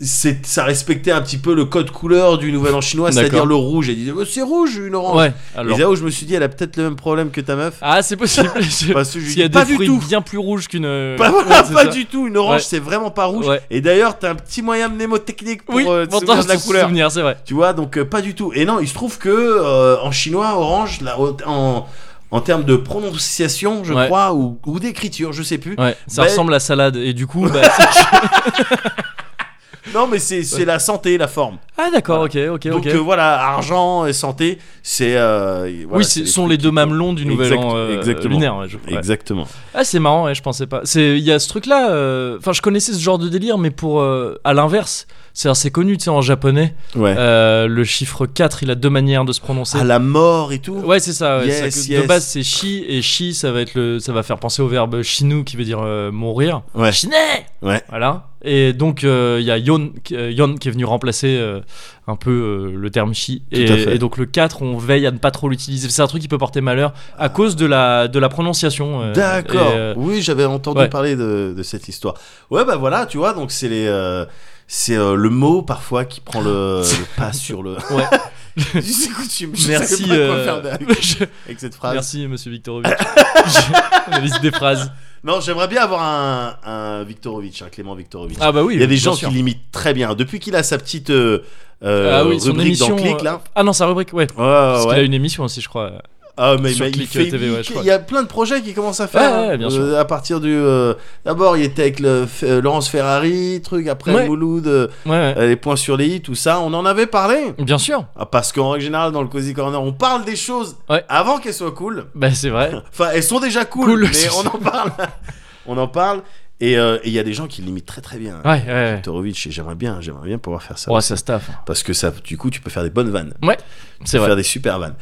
Speaker 2: c'est, ça respectait un petit peu le code couleur du Nouvel An chinois,
Speaker 1: D'accord.
Speaker 2: c'est-à-dire le rouge. Elle disait, Oh, c'est rouge une orange.
Speaker 1: Ouais.
Speaker 2: Et
Speaker 1: Alors.
Speaker 2: là où je me suis dit, elle a peut-être le même problème que ta meuf.
Speaker 1: Ah, c'est possible. Je-
Speaker 2: Parce que je lui
Speaker 1: S'il y a
Speaker 2: dis, pas
Speaker 1: des
Speaker 2: du
Speaker 1: fruits
Speaker 2: tout.
Speaker 1: bien plus rouges qu'une. euh,
Speaker 2: Pas,
Speaker 1: Ah, Ouais,
Speaker 2: pas
Speaker 1: c'est ça.
Speaker 2: du tout, une orange
Speaker 1: Ouais.
Speaker 2: c'est vraiment pas rouge.
Speaker 1: Ouais.
Speaker 2: Et d'ailleurs, t'as un petit moyen mnémotechnique pour
Speaker 1: Oui,
Speaker 2: euh, te
Speaker 1: pour
Speaker 2: souvenir de la
Speaker 1: t'en
Speaker 2: couleur.
Speaker 1: souvenir, c'est vrai.
Speaker 2: Tu vois, donc euh, pas du tout. Et non, il se trouve que euh, en chinois, orange, là, au- en, en termes de prononciation, je
Speaker 1: Ouais.
Speaker 2: crois, ou, ou d'écriture, je sais plus.
Speaker 1: Ouais, ça
Speaker 2: Ben-
Speaker 1: ressemble à salade et du coup. bah, c'est-
Speaker 2: Non, mais c'est c'est la santé, la forme.
Speaker 1: ah d'accord, ok, ok,
Speaker 2: donc
Speaker 1: ok.
Speaker 2: euh, voilà, argent et santé, c'est. euh, y- voilà,
Speaker 1: oui, ce
Speaker 2: c'est les
Speaker 1: sont
Speaker 2: trucs
Speaker 1: les
Speaker 2: qui-
Speaker 1: deux mamelons du nouvel
Speaker 2: Exact-
Speaker 1: an euh,
Speaker 2: exactement.
Speaker 1: lunaire. ouais, je- ouais.
Speaker 2: Exactement.
Speaker 1: Ah c'est marrant, ouais, je pensais pas. C'est il y a ce truc là. Enfin, je connaissais ce genre de délire, mais pour euh, à l'inverse, c'est assez connu, tu sais, en japonais.
Speaker 2: Ouais.
Speaker 1: euh, le chiffre 4 il a deux manières de se prononcer.
Speaker 2: à la mort et tout.
Speaker 1: Ouais, c'est ça. ouais,
Speaker 2: Yes,
Speaker 1: c'est que
Speaker 2: yes.
Speaker 1: De base, c'est chi et chi, ça va être le, ça va faire penser au verbe shinu qui veut dire euh, mourir.
Speaker 2: Ouais.
Speaker 1: Shine.
Speaker 2: Ouais.
Speaker 1: Voilà. Et donc euh, il y a yon, qui- euh, yon qui est venu remplacer euh, un peu euh, le terme chi.
Speaker 2: Tout
Speaker 1: Et,
Speaker 2: à fait.
Speaker 1: et donc le 4 on veille à ne pas trop l'utiliser. C'est un truc qui peut porter malheur à cause de la de la prononciation. euh,
Speaker 2: Ah. D'accord.
Speaker 1: et, euh,
Speaker 2: Oui, j'avais entendu
Speaker 1: ouais.
Speaker 2: parler de, de cette histoire. Ouais, bah voilà, tu vois, donc c'est les. euh, C'est euh, le mot parfois qui prend le, le pas sur le.
Speaker 1: Ouais.
Speaker 2: je sais pas, je
Speaker 1: Merci.
Speaker 2: sais pas quoi
Speaker 1: euh,
Speaker 2: faire avec,
Speaker 1: je-
Speaker 2: avec cette phrase.
Speaker 1: Merci Monsieur Viktorovitch. Je- La liste des phrases.
Speaker 2: Non, j'aimerais bien avoir un, un Viktorovitch, un Clément Viktorovitch.
Speaker 1: Ah bah oui.
Speaker 2: Il y a des
Speaker 1: bien
Speaker 2: gens
Speaker 1: sûr.
Speaker 2: qui l'imitent très bien. Depuis qu'il a sa petite euh, euh,
Speaker 1: Ah oui, son
Speaker 2: rubrique dans
Speaker 1: émission.
Speaker 2: Click,
Speaker 1: euh,
Speaker 2: là.
Speaker 1: Ah non, sa rubrique, ouais.
Speaker 2: Ouais,
Speaker 1: Parce
Speaker 2: ouais.
Speaker 1: qu'il a une émission aussi, je crois.
Speaker 2: Ah, mais,
Speaker 1: Sur
Speaker 2: mais il
Speaker 1: Click,
Speaker 2: fait-
Speaker 1: euh, TV, ouais,
Speaker 2: il-
Speaker 1: je crois.
Speaker 2: il y a plein de projets qui commencent à faire.
Speaker 1: Ouais, ouais,
Speaker 2: hein.
Speaker 1: bien sûr.
Speaker 2: Euh, à partir du. euh, D'abord, il était avec le, F- euh, Laurence Ferrari, truc, après
Speaker 1: Ouais.
Speaker 2: Mouloud, euh,
Speaker 1: Ouais, ouais.
Speaker 2: euh, les points sur les i, tout ça. On en avait parlé.
Speaker 1: Bien sûr.
Speaker 2: Ah, parce qu'en règle générale, dans le Cozy Corner, on parle des choses
Speaker 1: Ouais.
Speaker 2: avant qu'elles soient cool.
Speaker 1: Bah c'est vrai.
Speaker 2: Enfin, elles sont déjà cool,
Speaker 1: Cool,
Speaker 2: mais
Speaker 1: c'est
Speaker 2: on
Speaker 1: ça.
Speaker 2: en parle. on en parle. Et euh, et il y a des gens qui l'imitent très très bien.
Speaker 1: Ouais, ouais, ouais.
Speaker 2: Viktorovitch, et j'aimerais bien, j'aimerais bien pouvoir faire ça.
Speaker 1: Ah. Ouais, ça staff.
Speaker 2: Parce que ça, du coup, tu peux faire des bonnes vannes.
Speaker 1: Ouais,
Speaker 2: Tu
Speaker 1: c'est
Speaker 2: peux
Speaker 1: vrai.
Speaker 2: faire des super vannes.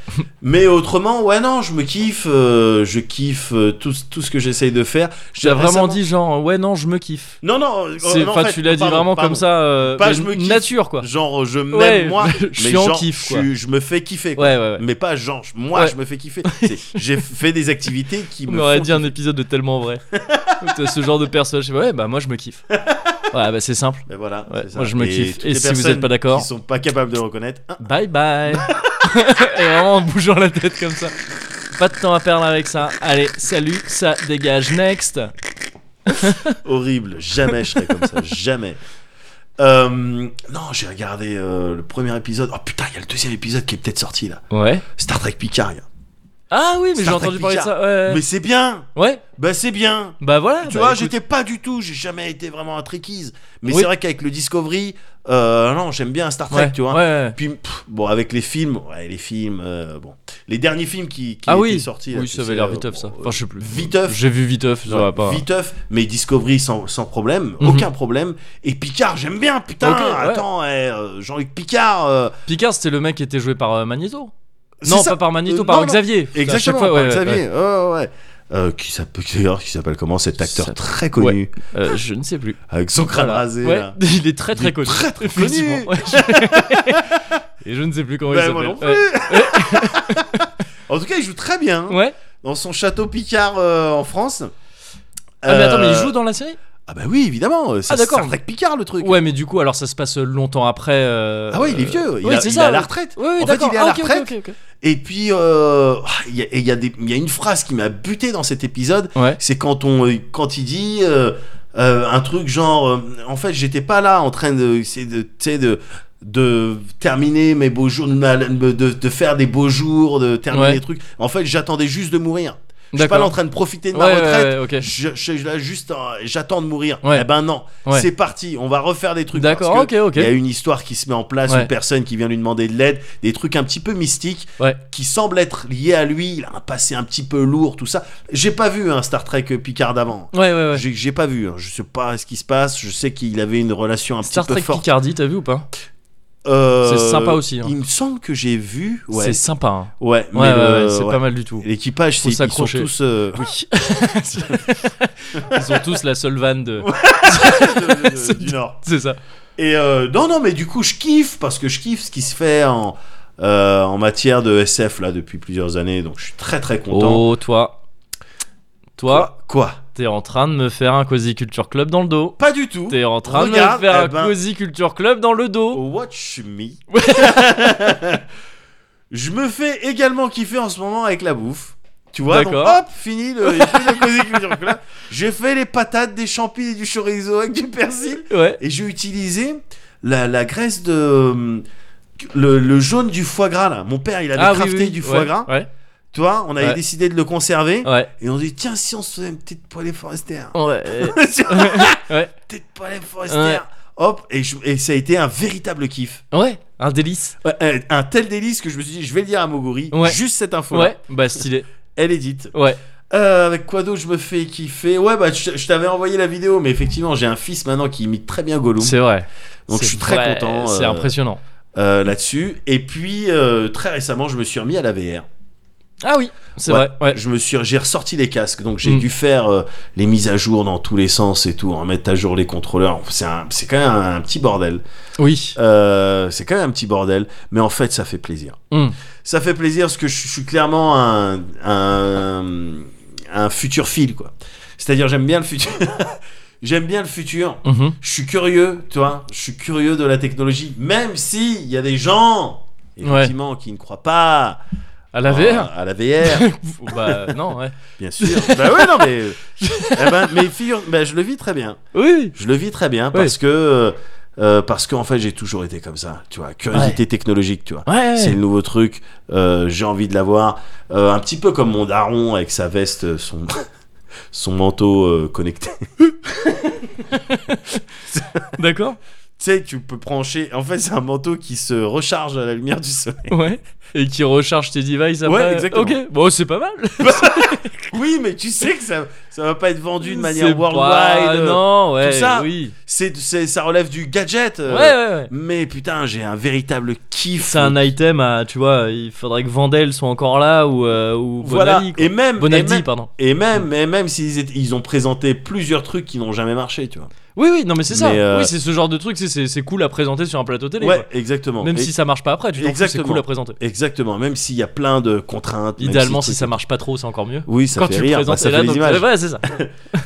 Speaker 2: Mais autrement, ouais, non, je me kiffe. euh, je kiffe euh, tout, tout ce que j'essaye de faire.
Speaker 1: J'ai vraiment
Speaker 2: récemment-
Speaker 1: dit genre euh, ouais non je me kiffe.
Speaker 2: Non, non, euh,
Speaker 1: C'est-
Speaker 2: non, en
Speaker 1: Enfin
Speaker 2: fait,
Speaker 1: tu l'as dit
Speaker 2: pardon,
Speaker 1: vraiment
Speaker 2: pardon.
Speaker 1: comme ça. euh,
Speaker 2: Pas
Speaker 1: mais
Speaker 2: je me kiffe.
Speaker 1: Nature quoi.
Speaker 2: Genre, je m'aime
Speaker 1: Ouais,
Speaker 2: moi.
Speaker 1: je
Speaker 2: mais
Speaker 1: suis en
Speaker 2: genre,
Speaker 1: kiff,
Speaker 2: je
Speaker 1: quoi.
Speaker 2: suis- Je, me fais kiffer. quoi.
Speaker 1: Ouais ouais ouais.
Speaker 2: Mais pas genre, je- moi,
Speaker 1: Ouais.
Speaker 2: je me fais kiffer. C'est- J'ai fait des activités qui
Speaker 1: On
Speaker 2: me.
Speaker 1: aurait
Speaker 2: font
Speaker 1: dit un épisode de tellement vrai. T'as Ce genre de personnage, je sais pas, ouais bah moi je me kiffe. Ouais bah c'est simple.
Speaker 2: Mais voilà,
Speaker 1: Ouais,
Speaker 2: c'est ça.
Speaker 1: moi, je me kiffe.
Speaker 2: toutes
Speaker 1: Et
Speaker 2: les
Speaker 1: si vous
Speaker 2: personnes
Speaker 1: êtes pas d'accord-
Speaker 2: Qui sont pas capables de le reconnaître. hein,
Speaker 1: Bye bye. Et vraiment en bougeant la tête comme ça. Pas de temps à perdre avec ça. Allez salut ça dégage next.
Speaker 2: horrible. Jamais je serais comme ça. Jamais. Euh, non, j'ai regardé euh, le premier épisode. Oh putain, il y a le deuxième épisode qui est peut-être sorti là.
Speaker 1: Ouais.
Speaker 2: Star Trek Picard. gars.
Speaker 1: Ah oui mais j'ai
Speaker 2: Star
Speaker 1: entendu
Speaker 2: Trek
Speaker 1: parler de
Speaker 2: Picard.
Speaker 1: ça. Ouais.
Speaker 2: Mais c'est bien.
Speaker 1: Ouais.
Speaker 2: Bah c'est bien.
Speaker 1: Bah voilà.
Speaker 2: Tu
Speaker 1: bah,
Speaker 2: vois,
Speaker 1: écoute.
Speaker 2: j'étais pas du tout. J'ai jamais été vraiment un trekkies. Mais
Speaker 1: Oui.
Speaker 2: c'est vrai qu'avec le Discovery, euh, non, j'aime bien Star Trek.
Speaker 1: Ouais,
Speaker 2: Tu vois.
Speaker 1: ouais, ouais.
Speaker 2: Puis pff, bon, avec les films, ouais, les films, euh, bon, les derniers films qui, qui
Speaker 1: Ah
Speaker 2: étaient
Speaker 1: oui.
Speaker 2: sortis. là,
Speaker 1: Oui
Speaker 2: tu
Speaker 1: ça
Speaker 2: sais,
Speaker 1: avait l'air
Speaker 2: euh,
Speaker 1: viteuf ça.
Speaker 2: bon,
Speaker 1: Enfin je sais plus.
Speaker 2: Viteuf.
Speaker 1: J'ai vu viteuf. Ça va pas.
Speaker 2: Viteuf, mais Discovery sans, sans problème,
Speaker 1: Mhm.
Speaker 2: aucun problème. Et Picard, j'aime bien, putain,
Speaker 1: Ok, ouais.
Speaker 2: attends, eh, euh, Jean-Luc Picard. euh,
Speaker 1: Picard, c'était le mec qui était joué par euh, Magneto.
Speaker 2: c'est
Speaker 1: Non,
Speaker 2: ça.
Speaker 1: pas par Magneto,
Speaker 2: Euh,
Speaker 1: par
Speaker 2: non, non.
Speaker 1: Xavier. Putain, à chaque
Speaker 2: Exactement,
Speaker 1: fois,
Speaker 2: par
Speaker 1: ouais, ouais,
Speaker 2: Xavier,
Speaker 1: ouais.
Speaker 2: ouais, ouais. Euh, qui s'appelle d'ailleurs, qui s'appelle comment cet acteur
Speaker 1: Ça-
Speaker 2: très connu
Speaker 1: Euh, je ne sais plus.
Speaker 2: avec son crâne
Speaker 1: Voilà.
Speaker 2: rasé
Speaker 1: Ouais,
Speaker 2: là.
Speaker 1: Il est très
Speaker 2: Il
Speaker 1: très
Speaker 2: est
Speaker 1: connu.
Speaker 2: très, très
Speaker 1: Effectivement,
Speaker 2: connu.
Speaker 1: ouais. Et je ne sais plus comment
Speaker 2: Bah,
Speaker 1: il
Speaker 2: moi non
Speaker 1: s'appelle.
Speaker 2: plus. en tout cas il joue très bien hein.
Speaker 1: Ouais. Ouais.
Speaker 2: dans son château Picard euh, en France
Speaker 1: Ah, mais attends, mais il
Speaker 2: Euh,
Speaker 1: joue dans la série
Speaker 2: ah bah oui évidemment euh, c'est
Speaker 1: Ah, d'accord.
Speaker 2: Star Trek Picard le truc
Speaker 1: Ouais, mais du coup, alors ça se passe euh, longtemps après. euh,
Speaker 2: Euh, ah ouais il est vieux il,
Speaker 1: ouais,
Speaker 2: a-
Speaker 1: c'est
Speaker 2: il
Speaker 1: ça,
Speaker 2: est à la
Speaker 1: ouais.
Speaker 2: retraite
Speaker 1: Ouais, ouais,
Speaker 2: En fait,
Speaker 1: d'accord.
Speaker 2: il est à la
Speaker 1: Ah, ok, ok,
Speaker 2: retraite.
Speaker 1: ok, ok.
Speaker 2: Et puis, euh, il y, a- il y a des- il y a une phrase qui m'a buté dans cet épisode.
Speaker 1: Ouais.
Speaker 2: C'est quand, on, quand il dit euh, euh, un truc genre euh, En fait, j'étais pas là en train de. c'est de tu sais, de de terminer mes beaux jours, de, ma- de, de faire des beaux jours, de terminer
Speaker 1: Ouais.
Speaker 2: les trucs. En fait, j'attendais juste de mourir. Je suis pas là en
Speaker 1: D'accord.
Speaker 2: train de profiter de
Speaker 1: Ouais, ouais,
Speaker 2: ma retraite.
Speaker 1: ouais, ok.
Speaker 2: Je, je- je- là, juste, euh, j'attends de mourir.
Speaker 1: Ouais.
Speaker 2: Eh ben non,
Speaker 1: Ouais.
Speaker 2: c'est parti. On va refaire des trucs.
Speaker 1: D'accord,
Speaker 2: Parce que
Speaker 1: ok, ok.
Speaker 2: Il y a une histoire qui se met en place,
Speaker 1: Ouais.
Speaker 2: une personne qui vient lui demander de l'aide, des trucs un petit peu mystiques
Speaker 1: Ouais.
Speaker 2: qui semblent être liés à lui. Il a un passé un petit peu lourd, tout ça. J'ai pas vu un Star Trek euh, Picard avant.
Speaker 1: Ouais, ouais, ouais.
Speaker 2: J'ai j'ai pas vu. hein. Je sais pas ce qui se passe. Je sais qu'il avait une relation un
Speaker 1: Star
Speaker 2: petit peu
Speaker 1: Trek
Speaker 2: forte.
Speaker 1: Picardie, t'as vu ou pas
Speaker 2: euh,
Speaker 1: C'est sympa aussi, hein.
Speaker 2: Il me semble que j'ai vu. Ouais.
Speaker 1: C'est sympa. hein.
Speaker 2: Ouais, mais
Speaker 1: Ouais, ouais,
Speaker 2: le-
Speaker 1: ouais, c'est
Speaker 2: ouais.
Speaker 1: pas mal du tout.
Speaker 2: L'équipage,
Speaker 1: Faut
Speaker 2: c'est ils sont
Speaker 1: s'accrocher.
Speaker 2: tous. euh,
Speaker 1: Oui. Ils ont tous la seule vanne de.
Speaker 2: de- de-
Speaker 1: C'est-
Speaker 2: du Nord.
Speaker 1: C'est ça.
Speaker 2: Et euh, non, non, mais du coup, je kiffe parce que je kiffe ce qui se fait en, euh, en matière de SF là depuis plusieurs années. Donc, je suis très très content.
Speaker 1: Oh, toi. Toi,
Speaker 2: Quoi, Quoi
Speaker 1: t'es en train de me faire un Cozy Culture Club dans le dos.
Speaker 2: Pas du tout.
Speaker 1: T'es en train
Speaker 2: Regarde,
Speaker 1: de me faire
Speaker 2: eh
Speaker 1: un
Speaker 2: ben.
Speaker 1: Cozy Culture Club dans le dos.
Speaker 2: Oh, Watch me. je me fais également kiffer en ce moment avec la bouffe. Tu vois, donc,
Speaker 1: D'accord.
Speaker 2: hop, fini le, j'ai fait le Cozy Culture Club. J'ai fait les patates, des champignons et du chorizo avec du persil.
Speaker 1: Ouais.
Speaker 2: Et j'ai utilisé la, la graisse de. euh, Le, le jaune du foie gras là. Mon père il avait
Speaker 1: Ah oui,
Speaker 2: crafté
Speaker 1: oui, oui.
Speaker 2: du foie
Speaker 1: Ouais,
Speaker 2: gras.
Speaker 1: Ouais.
Speaker 2: Tu vois, on avait
Speaker 1: Ouais.
Speaker 2: décidé de le conserver.
Speaker 1: Ouais.
Speaker 2: Et on dit tiens, si on se faisait une petite poêlée forestière.
Speaker 1: Ouais. euh,
Speaker 2: Tu vois,
Speaker 1: ouais.
Speaker 2: petite poêlée forestière. Hop, et, je- et ça a été un véritable kiff.
Speaker 1: Ouais. Un délice.
Speaker 2: Ouais, euh, un tel délice que je me suis dit, je vais le dire à Moguri.
Speaker 1: Ouais.
Speaker 2: Juste cette info.
Speaker 1: Ouais. Bah, stylé.
Speaker 2: Elle est dite.
Speaker 1: Ouais.
Speaker 2: Euh, avec quoi d'autre je me fais kiffer Ouais, bah je, je t'avais envoyé la vidéo, mais effectivement, j'ai un fils maintenant qui imite très bien Gollum.
Speaker 1: C'est vrai.
Speaker 2: Donc
Speaker 1: C'est
Speaker 2: je suis très
Speaker 1: vrai,
Speaker 2: content
Speaker 1: C'est
Speaker 2: euh,
Speaker 1: impressionnant.
Speaker 2: euh, là-dessus. Et puis euh, très récemment, je me suis remis à la VR.
Speaker 1: Ah oui. C'est
Speaker 2: Ouais.
Speaker 1: vrai. Ouais.
Speaker 2: Je me suis, j'ai ressorti les casques, donc j'ai
Speaker 1: Mm.
Speaker 2: dû faire euh, les mises à jour dans tous les sens et tout, remettre à jour les contrôleurs. C'est un- c'est quand même un, petit bordel.
Speaker 1: Oui.
Speaker 2: Euh, c'est quand même un petit bordel, mais en fait, ça fait plaisir.
Speaker 1: Mm.
Speaker 2: Ça fait plaisir parce que je, je suis clairement un, un, un futur fil, quoi. C'est-à-dire, j'aime bien le futur. j'aime bien le futur.
Speaker 1: Mhm.
Speaker 2: Je suis curieux, tu vois. Je suis curieux de la technologie, même si il y a des gens, effectivement, qui ne croient pas
Speaker 1: À la
Speaker 2: en-
Speaker 1: VR.
Speaker 2: à la VR.
Speaker 1: bah non. Ouais.
Speaker 2: Bien sûr. bah ouais, non, mais. eh ben, mais figure, bah, je le vis très bien.
Speaker 1: Oui.
Speaker 2: Je le vis très bien parce que. euh, parce qu'en fait, j'ai toujours été comme ça, tu vois. Curiosité technologique, tu vois.
Speaker 1: Ouais.
Speaker 2: C'est le nouveau truc, euh, j'ai envie de l'avoir. Euh, un petit peu comme mon daron avec sa veste, euh, son, son manteau euh, connecté. tu
Speaker 1: D'accord.
Speaker 2: sais, tu peux brancher. En fait, c'est un manteau qui se recharge à la lumière du soleil.
Speaker 1: Ouais. Et qui recharge tes devices après.
Speaker 2: Ouais, exactement.
Speaker 1: Ok. Bon, c'est pas mal.
Speaker 2: Oui, mais tu sais que ça, ça va pas être vendu de
Speaker 1: C'est
Speaker 2: manière
Speaker 1: pas-
Speaker 2: worldwide. euh,
Speaker 1: non, ouais.
Speaker 2: ça.
Speaker 1: Oui.
Speaker 2: C'est, c'est- ça relève du gadget. euh,
Speaker 1: Ouais, ouais, ouais.
Speaker 2: Mais putain, j'ai un véritable kiff.
Speaker 1: C'est un item à, tu vois, il faudrait que Vandel soit encore là ou, euh, ou
Speaker 2: Voilà.
Speaker 1: Bonaldi. quoi.
Speaker 2: Et même,
Speaker 1: Bonaldi,
Speaker 2: et même,
Speaker 1: pardon.
Speaker 2: et même, et même s'ils étaient- ils ont présenté plusieurs trucs qui n'ont jamais marché, tu vois.
Speaker 1: Oui, oui, non, mais c'est ça.
Speaker 2: Mais, euh,
Speaker 1: Oui, c'est ce genre de truc, c'est- c'est c'est cool à présenter sur un plateau télé.
Speaker 2: ouais,
Speaker 1: quoi.
Speaker 2: exactement.
Speaker 1: Même
Speaker 2: Et-
Speaker 1: si ça marche pas après, tu t'en fous, c'est
Speaker 2: Exactement.
Speaker 1: cool à présenter.
Speaker 2: Exactement. Même s'il y a plein de contraintes. même
Speaker 1: Idéalement,
Speaker 2: si
Speaker 1: si ça marche pas trop, c'est encore mieux.
Speaker 2: Oui, ça
Speaker 1: Quand
Speaker 2: fait
Speaker 1: tu
Speaker 2: rire.
Speaker 1: présentes,
Speaker 2: bah, ça
Speaker 1: et là,
Speaker 2: fait les
Speaker 1: donc-
Speaker 2: images.
Speaker 1: ouais, c'est ça.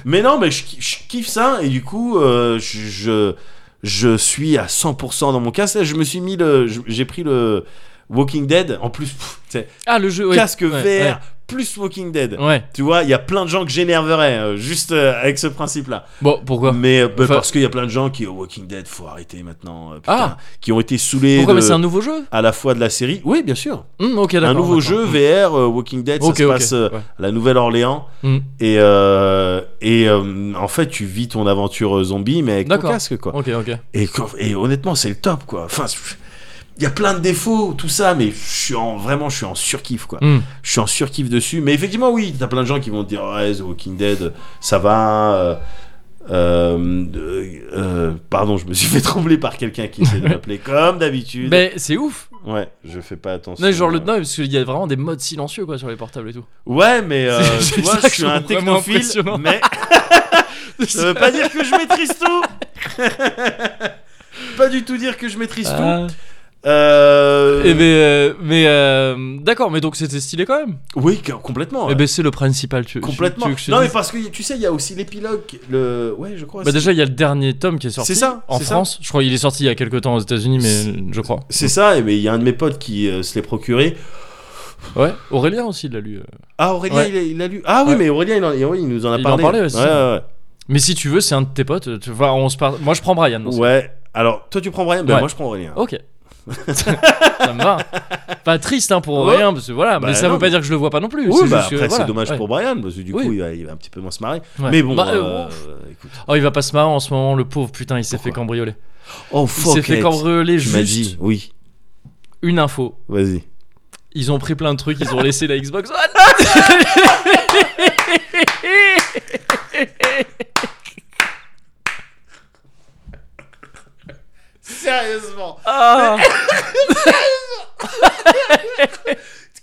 Speaker 2: Mais non, mais je, ki- je kiffe ça et du coup, euh, je, je je suis à 100% dans mon casque. Là, Je me suis mis le, je- j'ai pris le Walking Dead. En plus, pff, tu sais,
Speaker 1: Ah, le jeu, ouais.
Speaker 2: casque
Speaker 1: ouais,
Speaker 2: vert plus Walking Dead.
Speaker 1: Ouais. Ouais.
Speaker 2: Tu vois, il y a plein de gens que j'énerverais euh, juste euh, avec ce principe-là.
Speaker 1: Bon, pourquoi
Speaker 2: mais euh, bah,
Speaker 1: Enfin-
Speaker 2: parce qu'il y a plein de gens qui au Walking Dead, faut arrêter maintenant, euh, putain,
Speaker 1: Ah.
Speaker 2: qui ont été saoulés
Speaker 1: Pourquoi
Speaker 2: de-
Speaker 1: Mais c'est un nouveau jeu
Speaker 2: à la fois de la série. Oui, bien sûr.
Speaker 1: Hum, Ok, d'accord.
Speaker 2: Un nouveau
Speaker 1: d'accord.
Speaker 2: jeu VR, euh, Walking Dead,
Speaker 1: Ok,
Speaker 2: ça se
Speaker 1: ok,
Speaker 2: passe euh,
Speaker 1: ouais.
Speaker 2: à la Nouvelle-Orléans.
Speaker 1: Hum,
Speaker 2: Et, euh, et euh, en fait, tu vis ton aventure euh, zombie, mais avec ton
Speaker 1: D'accord.
Speaker 2: casque, quoi.
Speaker 1: Ok, ok.
Speaker 2: Et, quand- et honnêtement, c'est le top, quoi. Enfin, c'est- il y a plein de défauts, tout ça, mais je suis en, vraiment, je suis en surkiff, quoi.
Speaker 1: Hum.
Speaker 2: Je suis en surkiff dessus. Mais effectivement, oui, t'as plein de gens qui vont te dire, ouais, The Walking Dead, ça va. euh, euh, euh, pardon, je me suis fait trembler par quelqu'un qui essaie de m'appeler comme d'habitude.
Speaker 1: Mais c'est ouf.
Speaker 2: Ouais, je fais pas attention.
Speaker 1: Non, genre le non, parce qu'il y a vraiment des modes silencieux quoi sur les portables et tout.
Speaker 2: Ouais, mais euh,
Speaker 1: C'est- c'est
Speaker 2: tu vois,
Speaker 1: ça
Speaker 2: je
Speaker 1: que
Speaker 2: suis
Speaker 1: je
Speaker 2: un
Speaker 1: trouve vraiment
Speaker 2: technophile,
Speaker 1: impressionnant.
Speaker 2: mais ça veut pas dire que je maîtrise tout. pas du tout dire que je maîtrise
Speaker 1: Ah.
Speaker 2: tout. Euh...
Speaker 1: Eh ben, euh, mais euh, d'accord, mais donc c'était stylé quand même.
Speaker 2: Oui, que- complètement.
Speaker 1: Eh ben c'est le principal. Tu, tu-
Speaker 2: complètement.
Speaker 1: tu veux que je te
Speaker 2: non, mais
Speaker 1: dise
Speaker 2: parce que tu sais, il y a aussi l'épilogue. Le... Ouais, je crois.
Speaker 1: Bah
Speaker 2: c'est-
Speaker 1: déjà il y a le dernier tome qui est sorti.
Speaker 2: C'est ça,
Speaker 1: En
Speaker 2: c'est ça.
Speaker 1: France, je crois qu'il est sorti il y a quelques temps aux États-Unis,
Speaker 2: C'est-
Speaker 1: mais je crois.
Speaker 2: C'est ça, et mais il y a un de mes potes qui euh, se l'est procuré.
Speaker 1: Ouais. Aurélien aussi il l'a lu. euh.
Speaker 2: Ah, Aurélien,
Speaker 1: Ouais.
Speaker 2: il, a, il a lu. Ah oui,
Speaker 1: Ouais.
Speaker 2: mais Aurélien, il, en- il- oui, il nous en a
Speaker 1: Il en
Speaker 2: parlé.
Speaker 1: parlait, ouais, c'est ça.
Speaker 2: ouais,
Speaker 1: Mais si tu veux, c'est un de tes potes. Tu vois, on se parle. Moi je prends Brian. dans
Speaker 2: ouais.
Speaker 1: ce
Speaker 2: Ouais. Alors, toi, tu prends Brian Ben,
Speaker 1: Ouais. Oh,
Speaker 2: moi, je prends Aurélien.
Speaker 1: cas. Ok. ça me va. Pas triste hein, pour
Speaker 2: Ouais.
Speaker 1: Aurélien parce que voilà,
Speaker 2: Bah,
Speaker 1: mais ça
Speaker 2: non,
Speaker 1: veut pas
Speaker 2: mais-
Speaker 1: dire que je le vois pas non plus.
Speaker 2: Oui,
Speaker 1: c'est
Speaker 2: bah
Speaker 1: juste que,
Speaker 2: après c'est
Speaker 1: voilà,
Speaker 2: dommage
Speaker 1: ouais.
Speaker 2: pour Brian parce que du coup
Speaker 1: Oui.
Speaker 2: il, va, il va un petit peu moins se marrer.
Speaker 1: Ouais.
Speaker 2: Mais bon,
Speaker 1: Bah, euh,
Speaker 2: euh, écoute.
Speaker 1: Oh, il va pas se marrer en ce moment, le pauvre putain, il s'est
Speaker 2: Pourquoi
Speaker 1: fait cambrioler.
Speaker 2: Oh
Speaker 1: Il s'est fait cambrioler
Speaker 2: tu m'as
Speaker 1: juste
Speaker 2: dit, oui,
Speaker 1: une info.
Speaker 2: vas-y.
Speaker 1: Ils ont pris plein de trucs, ils ont laissé la Xbox. Oh,
Speaker 2: C'est Sérieusement.
Speaker 1: Ah,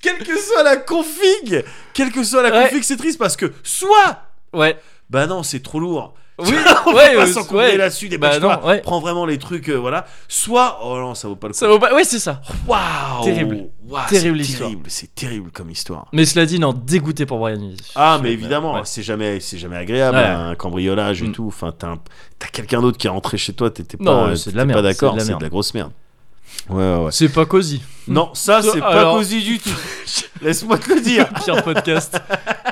Speaker 2: Quelle que soit la config, quelle que soit la
Speaker 1: Ouais.
Speaker 2: config, c'est triste parce que soit,
Speaker 1: ouais.
Speaker 2: bah non, c'est trop lourd.
Speaker 1: Oui,
Speaker 2: on
Speaker 1: ouais,
Speaker 2: peut pas
Speaker 1: euh,
Speaker 2: s'encombrer
Speaker 1: ouais.
Speaker 2: là-dessus. Des
Speaker 1: Bah non, ouais.
Speaker 2: Prends vraiment les trucs, euh, voilà. Soit, oh non, ça vaut pas le coup.
Speaker 1: Ça vaut pas. Ouais, c'est ça.
Speaker 2: Waouh.
Speaker 1: Terrible.
Speaker 2: Waouh, c'est
Speaker 1: Terrible histoire.
Speaker 2: terrible, C'est terrible comme histoire.
Speaker 1: Mais cela dit, non, dégoûté pour Brian Wilson.
Speaker 2: Ah mais
Speaker 1: Ouais.
Speaker 2: évidemment,
Speaker 1: Ouais.
Speaker 2: c'est jamais c'est jamais agréable
Speaker 1: Ouais.
Speaker 2: un cambriolage et
Speaker 1: Mm.
Speaker 2: tout. Enfin t'as un- t'as quelqu'un d'autre qui est rentré chez toi, t'étais pas
Speaker 1: Non,
Speaker 2: euh,
Speaker 1: c'est de la
Speaker 2: t'étais
Speaker 1: merde,
Speaker 2: pas d'accord,
Speaker 1: c'est de la
Speaker 2: c'est de,
Speaker 1: merde.
Speaker 2: la grosse merde. Ouais ouais. ouais.
Speaker 1: C'est pas cosy.
Speaker 2: Non, ça c'est pas
Speaker 1: Mm. Alors-
Speaker 2: cosy du tout. Laisse-moi te le dire.
Speaker 1: Pire podcast.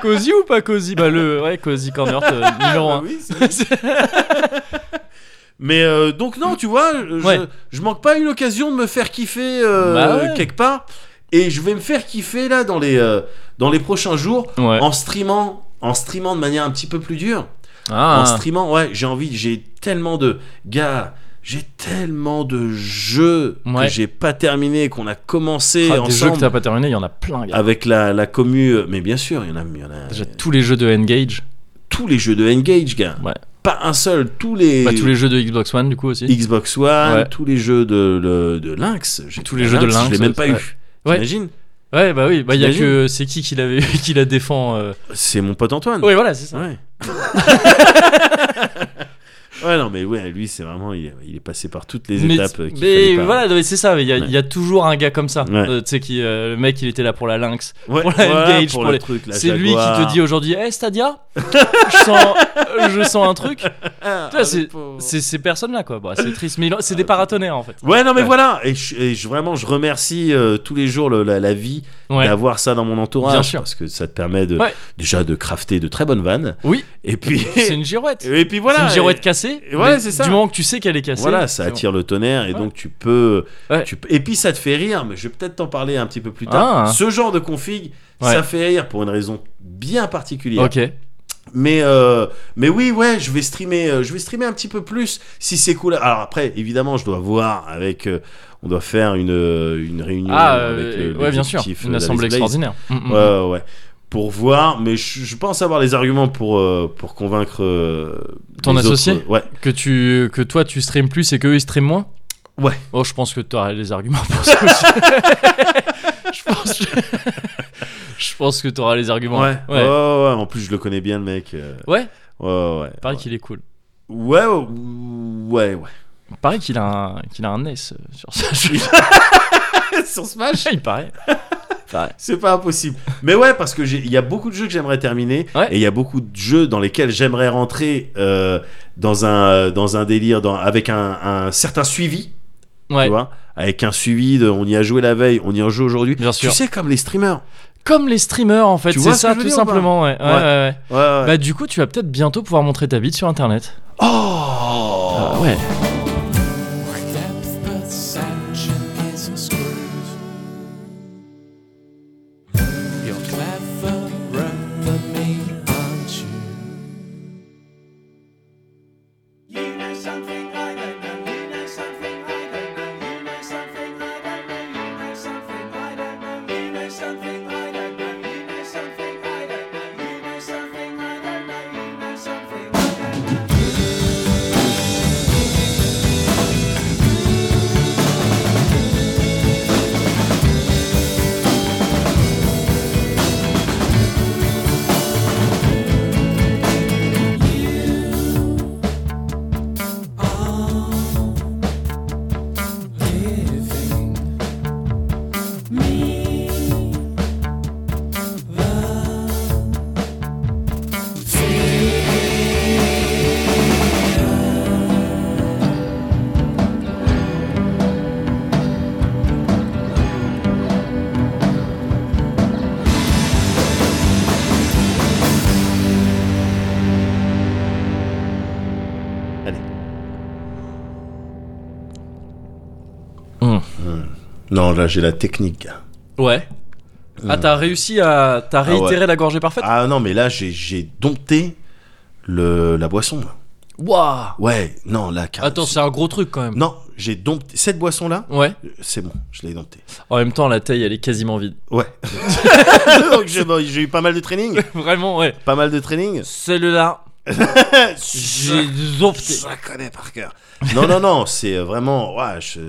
Speaker 1: cosy ou pas cosy Bah le ouais, cosy corner euh, numéro 1.
Speaker 2: Bah oui, c'est- mais euh, donc non, tu vois, je,
Speaker 1: Ouais.
Speaker 2: je manque pas une occasion de me faire kiffer euh,
Speaker 1: Bah ouais.
Speaker 2: quelque part et je vais me faire kiffer là dans les euh, dans les prochains jours
Speaker 1: ouais.
Speaker 2: en streamant en streamant de manière un petit peu plus dure. en
Speaker 1: Ah.
Speaker 2: streamant ouais j'ai envie j'ai tellement de gars j'ai tellement de jeux
Speaker 1: Ouais.
Speaker 2: que j'ai pas terminé qu'on a commencé
Speaker 1: Ah, des jeux que
Speaker 2: ensemble
Speaker 1: t'as pas terminé, il y en a plein. gars.
Speaker 2: avec la, la commu euh, mais bien sûr il y en a, il y en a
Speaker 1: Déjà tous les jeux de N-Gage,
Speaker 2: tous les jeux de Engage gars
Speaker 1: Ouais.
Speaker 2: pas un seul tous les,
Speaker 1: bah, tous les jeux de Xbox One du coup aussi.
Speaker 2: Xbox One
Speaker 1: Ouais.
Speaker 2: tous les jeux de, le- de Lynx j'ai
Speaker 1: Tous les jeux de
Speaker 2: je l'ai
Speaker 1: Lynx,
Speaker 2: même pas
Speaker 1: ouais.
Speaker 2: eu
Speaker 1: Ouais.
Speaker 2: T'imagines
Speaker 1: Ouais, bah oui, bah il y a
Speaker 2: T'imagines
Speaker 1: que c'est qui qui l'avait qui la défend euh.
Speaker 2: c'est mon pote Antoine
Speaker 1: Ouais, voilà, c'est ça.
Speaker 2: ouais Ouais, non mais ouais lui c'est vraiment il est, il est passé par toutes les
Speaker 1: mais
Speaker 2: étapes euh, qu'il
Speaker 1: mais
Speaker 2: fallait pas.
Speaker 1: voilà, non, mais c'est ça, mais il y, a-
Speaker 2: Ouais.
Speaker 1: il y a toujours un gars comme ça.
Speaker 2: Ouais.
Speaker 1: Euh, tu sais, qui, euh, le mec, il était là pour la Lynx.
Speaker 2: Ouais,
Speaker 1: Pour la N-Gage,
Speaker 2: pour
Speaker 1: pour
Speaker 2: le
Speaker 1: les-
Speaker 2: truc, la
Speaker 1: C'est lui qui te
Speaker 2: Jaguar.
Speaker 1: dit oh, aujourd'hui, hé Stadia, je, sens, euh, je sens un truc.
Speaker 2: Ah,
Speaker 1: Tu vois,
Speaker 2: le pauvre.
Speaker 1: C'est ces personnes-là, quoi. Bah, c'est triste, mais il- c'est des paratonnerres en fait.
Speaker 2: Ouais, non, mais
Speaker 1: Ouais.
Speaker 2: voilà. Et, je, et je- vraiment, je remercie euh, tous les jours le- la, la vie
Speaker 1: Ouais.
Speaker 2: d'avoir ça dans mon entourage.
Speaker 1: Bien sûr.
Speaker 2: Parce que ça te permet de,
Speaker 1: Ouais.
Speaker 2: déjà de crafter de très bonnes vannes.
Speaker 1: Oui.
Speaker 2: Et puis,
Speaker 1: C'est une girouette.
Speaker 2: et puis voilà.
Speaker 1: c'est une girouette
Speaker 2: Et-
Speaker 1: cassée.
Speaker 2: et ouais,
Speaker 1: mais
Speaker 2: c'est ça.
Speaker 1: Du moment que tu sais qu'elle est cassée.
Speaker 2: Voilà, ça
Speaker 1: c'est bon.
Speaker 2: attire le tonnerre et
Speaker 1: Ouais.
Speaker 2: donc tu peux,
Speaker 1: Ouais.
Speaker 2: tu peux- Et puis ça te fait rire, mais je vais peut-être t'en parler un petit peu plus tard.
Speaker 1: Ah.
Speaker 2: Ce genre de config,
Speaker 1: Ouais.
Speaker 2: ça fait rire pour une raison bien particulière.
Speaker 1: Ok.
Speaker 2: Mais euh, mais oui ouais je vais streamer euh, je vais streamer un petit peu plus si c'est cool alors après évidemment je dois voir avec euh, on doit faire une euh, une réunion
Speaker 1: Ah,
Speaker 2: avec
Speaker 1: euh,
Speaker 2: le-
Speaker 1: ouais, bien sûr.
Speaker 2: l'exécutif, euh,
Speaker 1: Une
Speaker 2: d'Alex
Speaker 1: assemblée
Speaker 2: Blaze.
Speaker 1: extraordinaire. Mm, mm.
Speaker 2: ouais, ouais, ouais. pour voir mais je, je pense avoir les arguments pour euh, pour convaincre euh,
Speaker 1: Ton
Speaker 2: les autres,
Speaker 1: associé
Speaker 2: euh, ouais
Speaker 1: Que, tu, que toi, tu streames plus et qu'eux, ils streament moins
Speaker 2: Ouais.
Speaker 1: Oh, je pense que tu auras les arguments pour ça aussi. je pense que. je pense que tu auras les arguments.
Speaker 2: ouais. Ouais, ouais,
Speaker 1: Ouais.
Speaker 2: ouais. en plus je le connais bien le mec euh,
Speaker 1: Ouais.
Speaker 2: ouais ouais
Speaker 1: Pareil qu'il est cool.
Speaker 2: ouais ouais ouais, ouais.
Speaker 1: Pareil qu'il a un, qu'il a un NES euh, sur ça.
Speaker 2: sur Smash
Speaker 1: il paraît.
Speaker 2: C'est pas impossible. Mais ouais, parce que j'ai- il y a beaucoup de jeux que j'aimerais terminer,
Speaker 1: Ouais.
Speaker 2: et il y a beaucoup de jeux dans lesquels j'aimerais rentrer euh, dans un euh, dans un délire, dans, avec un, un certain suivi,
Speaker 1: Ouais.
Speaker 2: tu vois, avec un suivi. De, on y a joué la veille, on y en joue aujourd'hui.
Speaker 1: Bien sûr.
Speaker 2: Tu sais comme les streamers.
Speaker 1: Comme les streamers, en fait.
Speaker 2: Tu
Speaker 1: C'est
Speaker 2: vois ce
Speaker 1: ça,
Speaker 2: que je veux
Speaker 1: tout
Speaker 2: dire ou pas
Speaker 1: simplement. Ouais. Ouais,
Speaker 2: Ouais.
Speaker 1: ouais, ouais.
Speaker 2: Ouais, ouais.
Speaker 1: Bah, du coup, tu vas peut-être bientôt pouvoir montrer ta bite sur internet.
Speaker 2: oh.
Speaker 1: ouais.
Speaker 4: You're cleverer than me, aren't you?
Speaker 5: You know something I don't know. You know something I don't know. You know something I don't know. You know something I don't know. You know something I don't know. You know something I don't know. You know something I don't know. You know something I don't know.
Speaker 4: Giving me the
Speaker 2: Non, là j'ai la technique. gars.
Speaker 1: Ouais. Ah, t'as réussi à. T'as
Speaker 2: Ah ouais.
Speaker 1: réitéré la gorgée parfaite
Speaker 2: Ah non, mais là j'ai j'ai dompté le la boisson. là.
Speaker 1: Waouh
Speaker 2: Ouais, non là. car-
Speaker 1: Attends, c'est un gros truc quand même.
Speaker 2: Non, j'ai dompté cette boisson là.
Speaker 1: Ouais.
Speaker 2: C'est bon, je l'ai dompté.
Speaker 1: En même temps, la taille, elle est quasiment vide.
Speaker 2: Ouais. Donc j'ai bon, j'ai eu pas mal de training.
Speaker 1: Vraiment, ouais.
Speaker 2: Pas mal de training.
Speaker 1: Celle-là, J'ai zonfté.
Speaker 2: Je la connais par cœur. Non, non, non, c'est euh, vraiment. Ouais, je-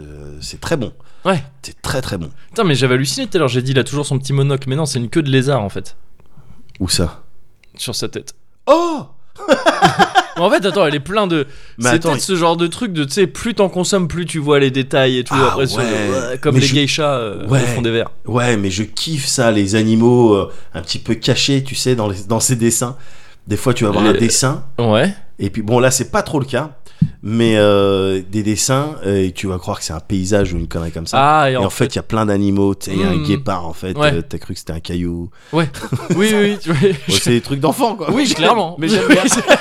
Speaker 2: c'est très bon.
Speaker 1: Ouais.
Speaker 2: C'est très très bon.
Speaker 1: Putain, mais j'avais halluciné tout à l'heure. J'ai dit, il a toujours son petit monocle. Mais non, c'est une queue de lézard en fait.
Speaker 2: Où ça
Speaker 1: Sur sa tête.
Speaker 2: Oh
Speaker 1: Mais en fait, attends, elle est plein de.
Speaker 2: Mais
Speaker 1: C'est
Speaker 2: attends,
Speaker 1: peut-être ce genre de truc de, tu sais, plus t'en consommes, plus tu vois les détails et tout.
Speaker 2: Ah,
Speaker 1: après, sur le-
Speaker 2: ouais.
Speaker 1: ouais, comme
Speaker 2: Mais
Speaker 1: les
Speaker 2: je-
Speaker 1: geishas euh,
Speaker 2: Ouais.
Speaker 1: au fond des verres.
Speaker 2: Ouais, mais je kiffe ça, les animaux euh, un petit peu cachés, tu sais, dans, les, dans ces dessins. Des fois, tu vas voir un
Speaker 1: Les-
Speaker 2: dessin,
Speaker 1: Ouais.
Speaker 2: et puis bon, là, c'est pas trop le cas, mais euh, des dessins, euh, et tu vas croire que c'est un paysage ou une connerie comme ça.
Speaker 1: Ah, et,
Speaker 2: et
Speaker 1: en,
Speaker 2: en fait, il y a plein d'animaux, tu sais, il y a un
Speaker 1: Hmm.
Speaker 2: guépard en fait,
Speaker 1: Ouais.
Speaker 2: euh, t'as cru que c'était un caillou.
Speaker 1: Oui, oui, oui. oui.
Speaker 2: Ouais, c'est des trucs d'enfant, quoi.
Speaker 1: Oui, clairement.
Speaker 2: Mais j'aime bien.
Speaker 1: Oui,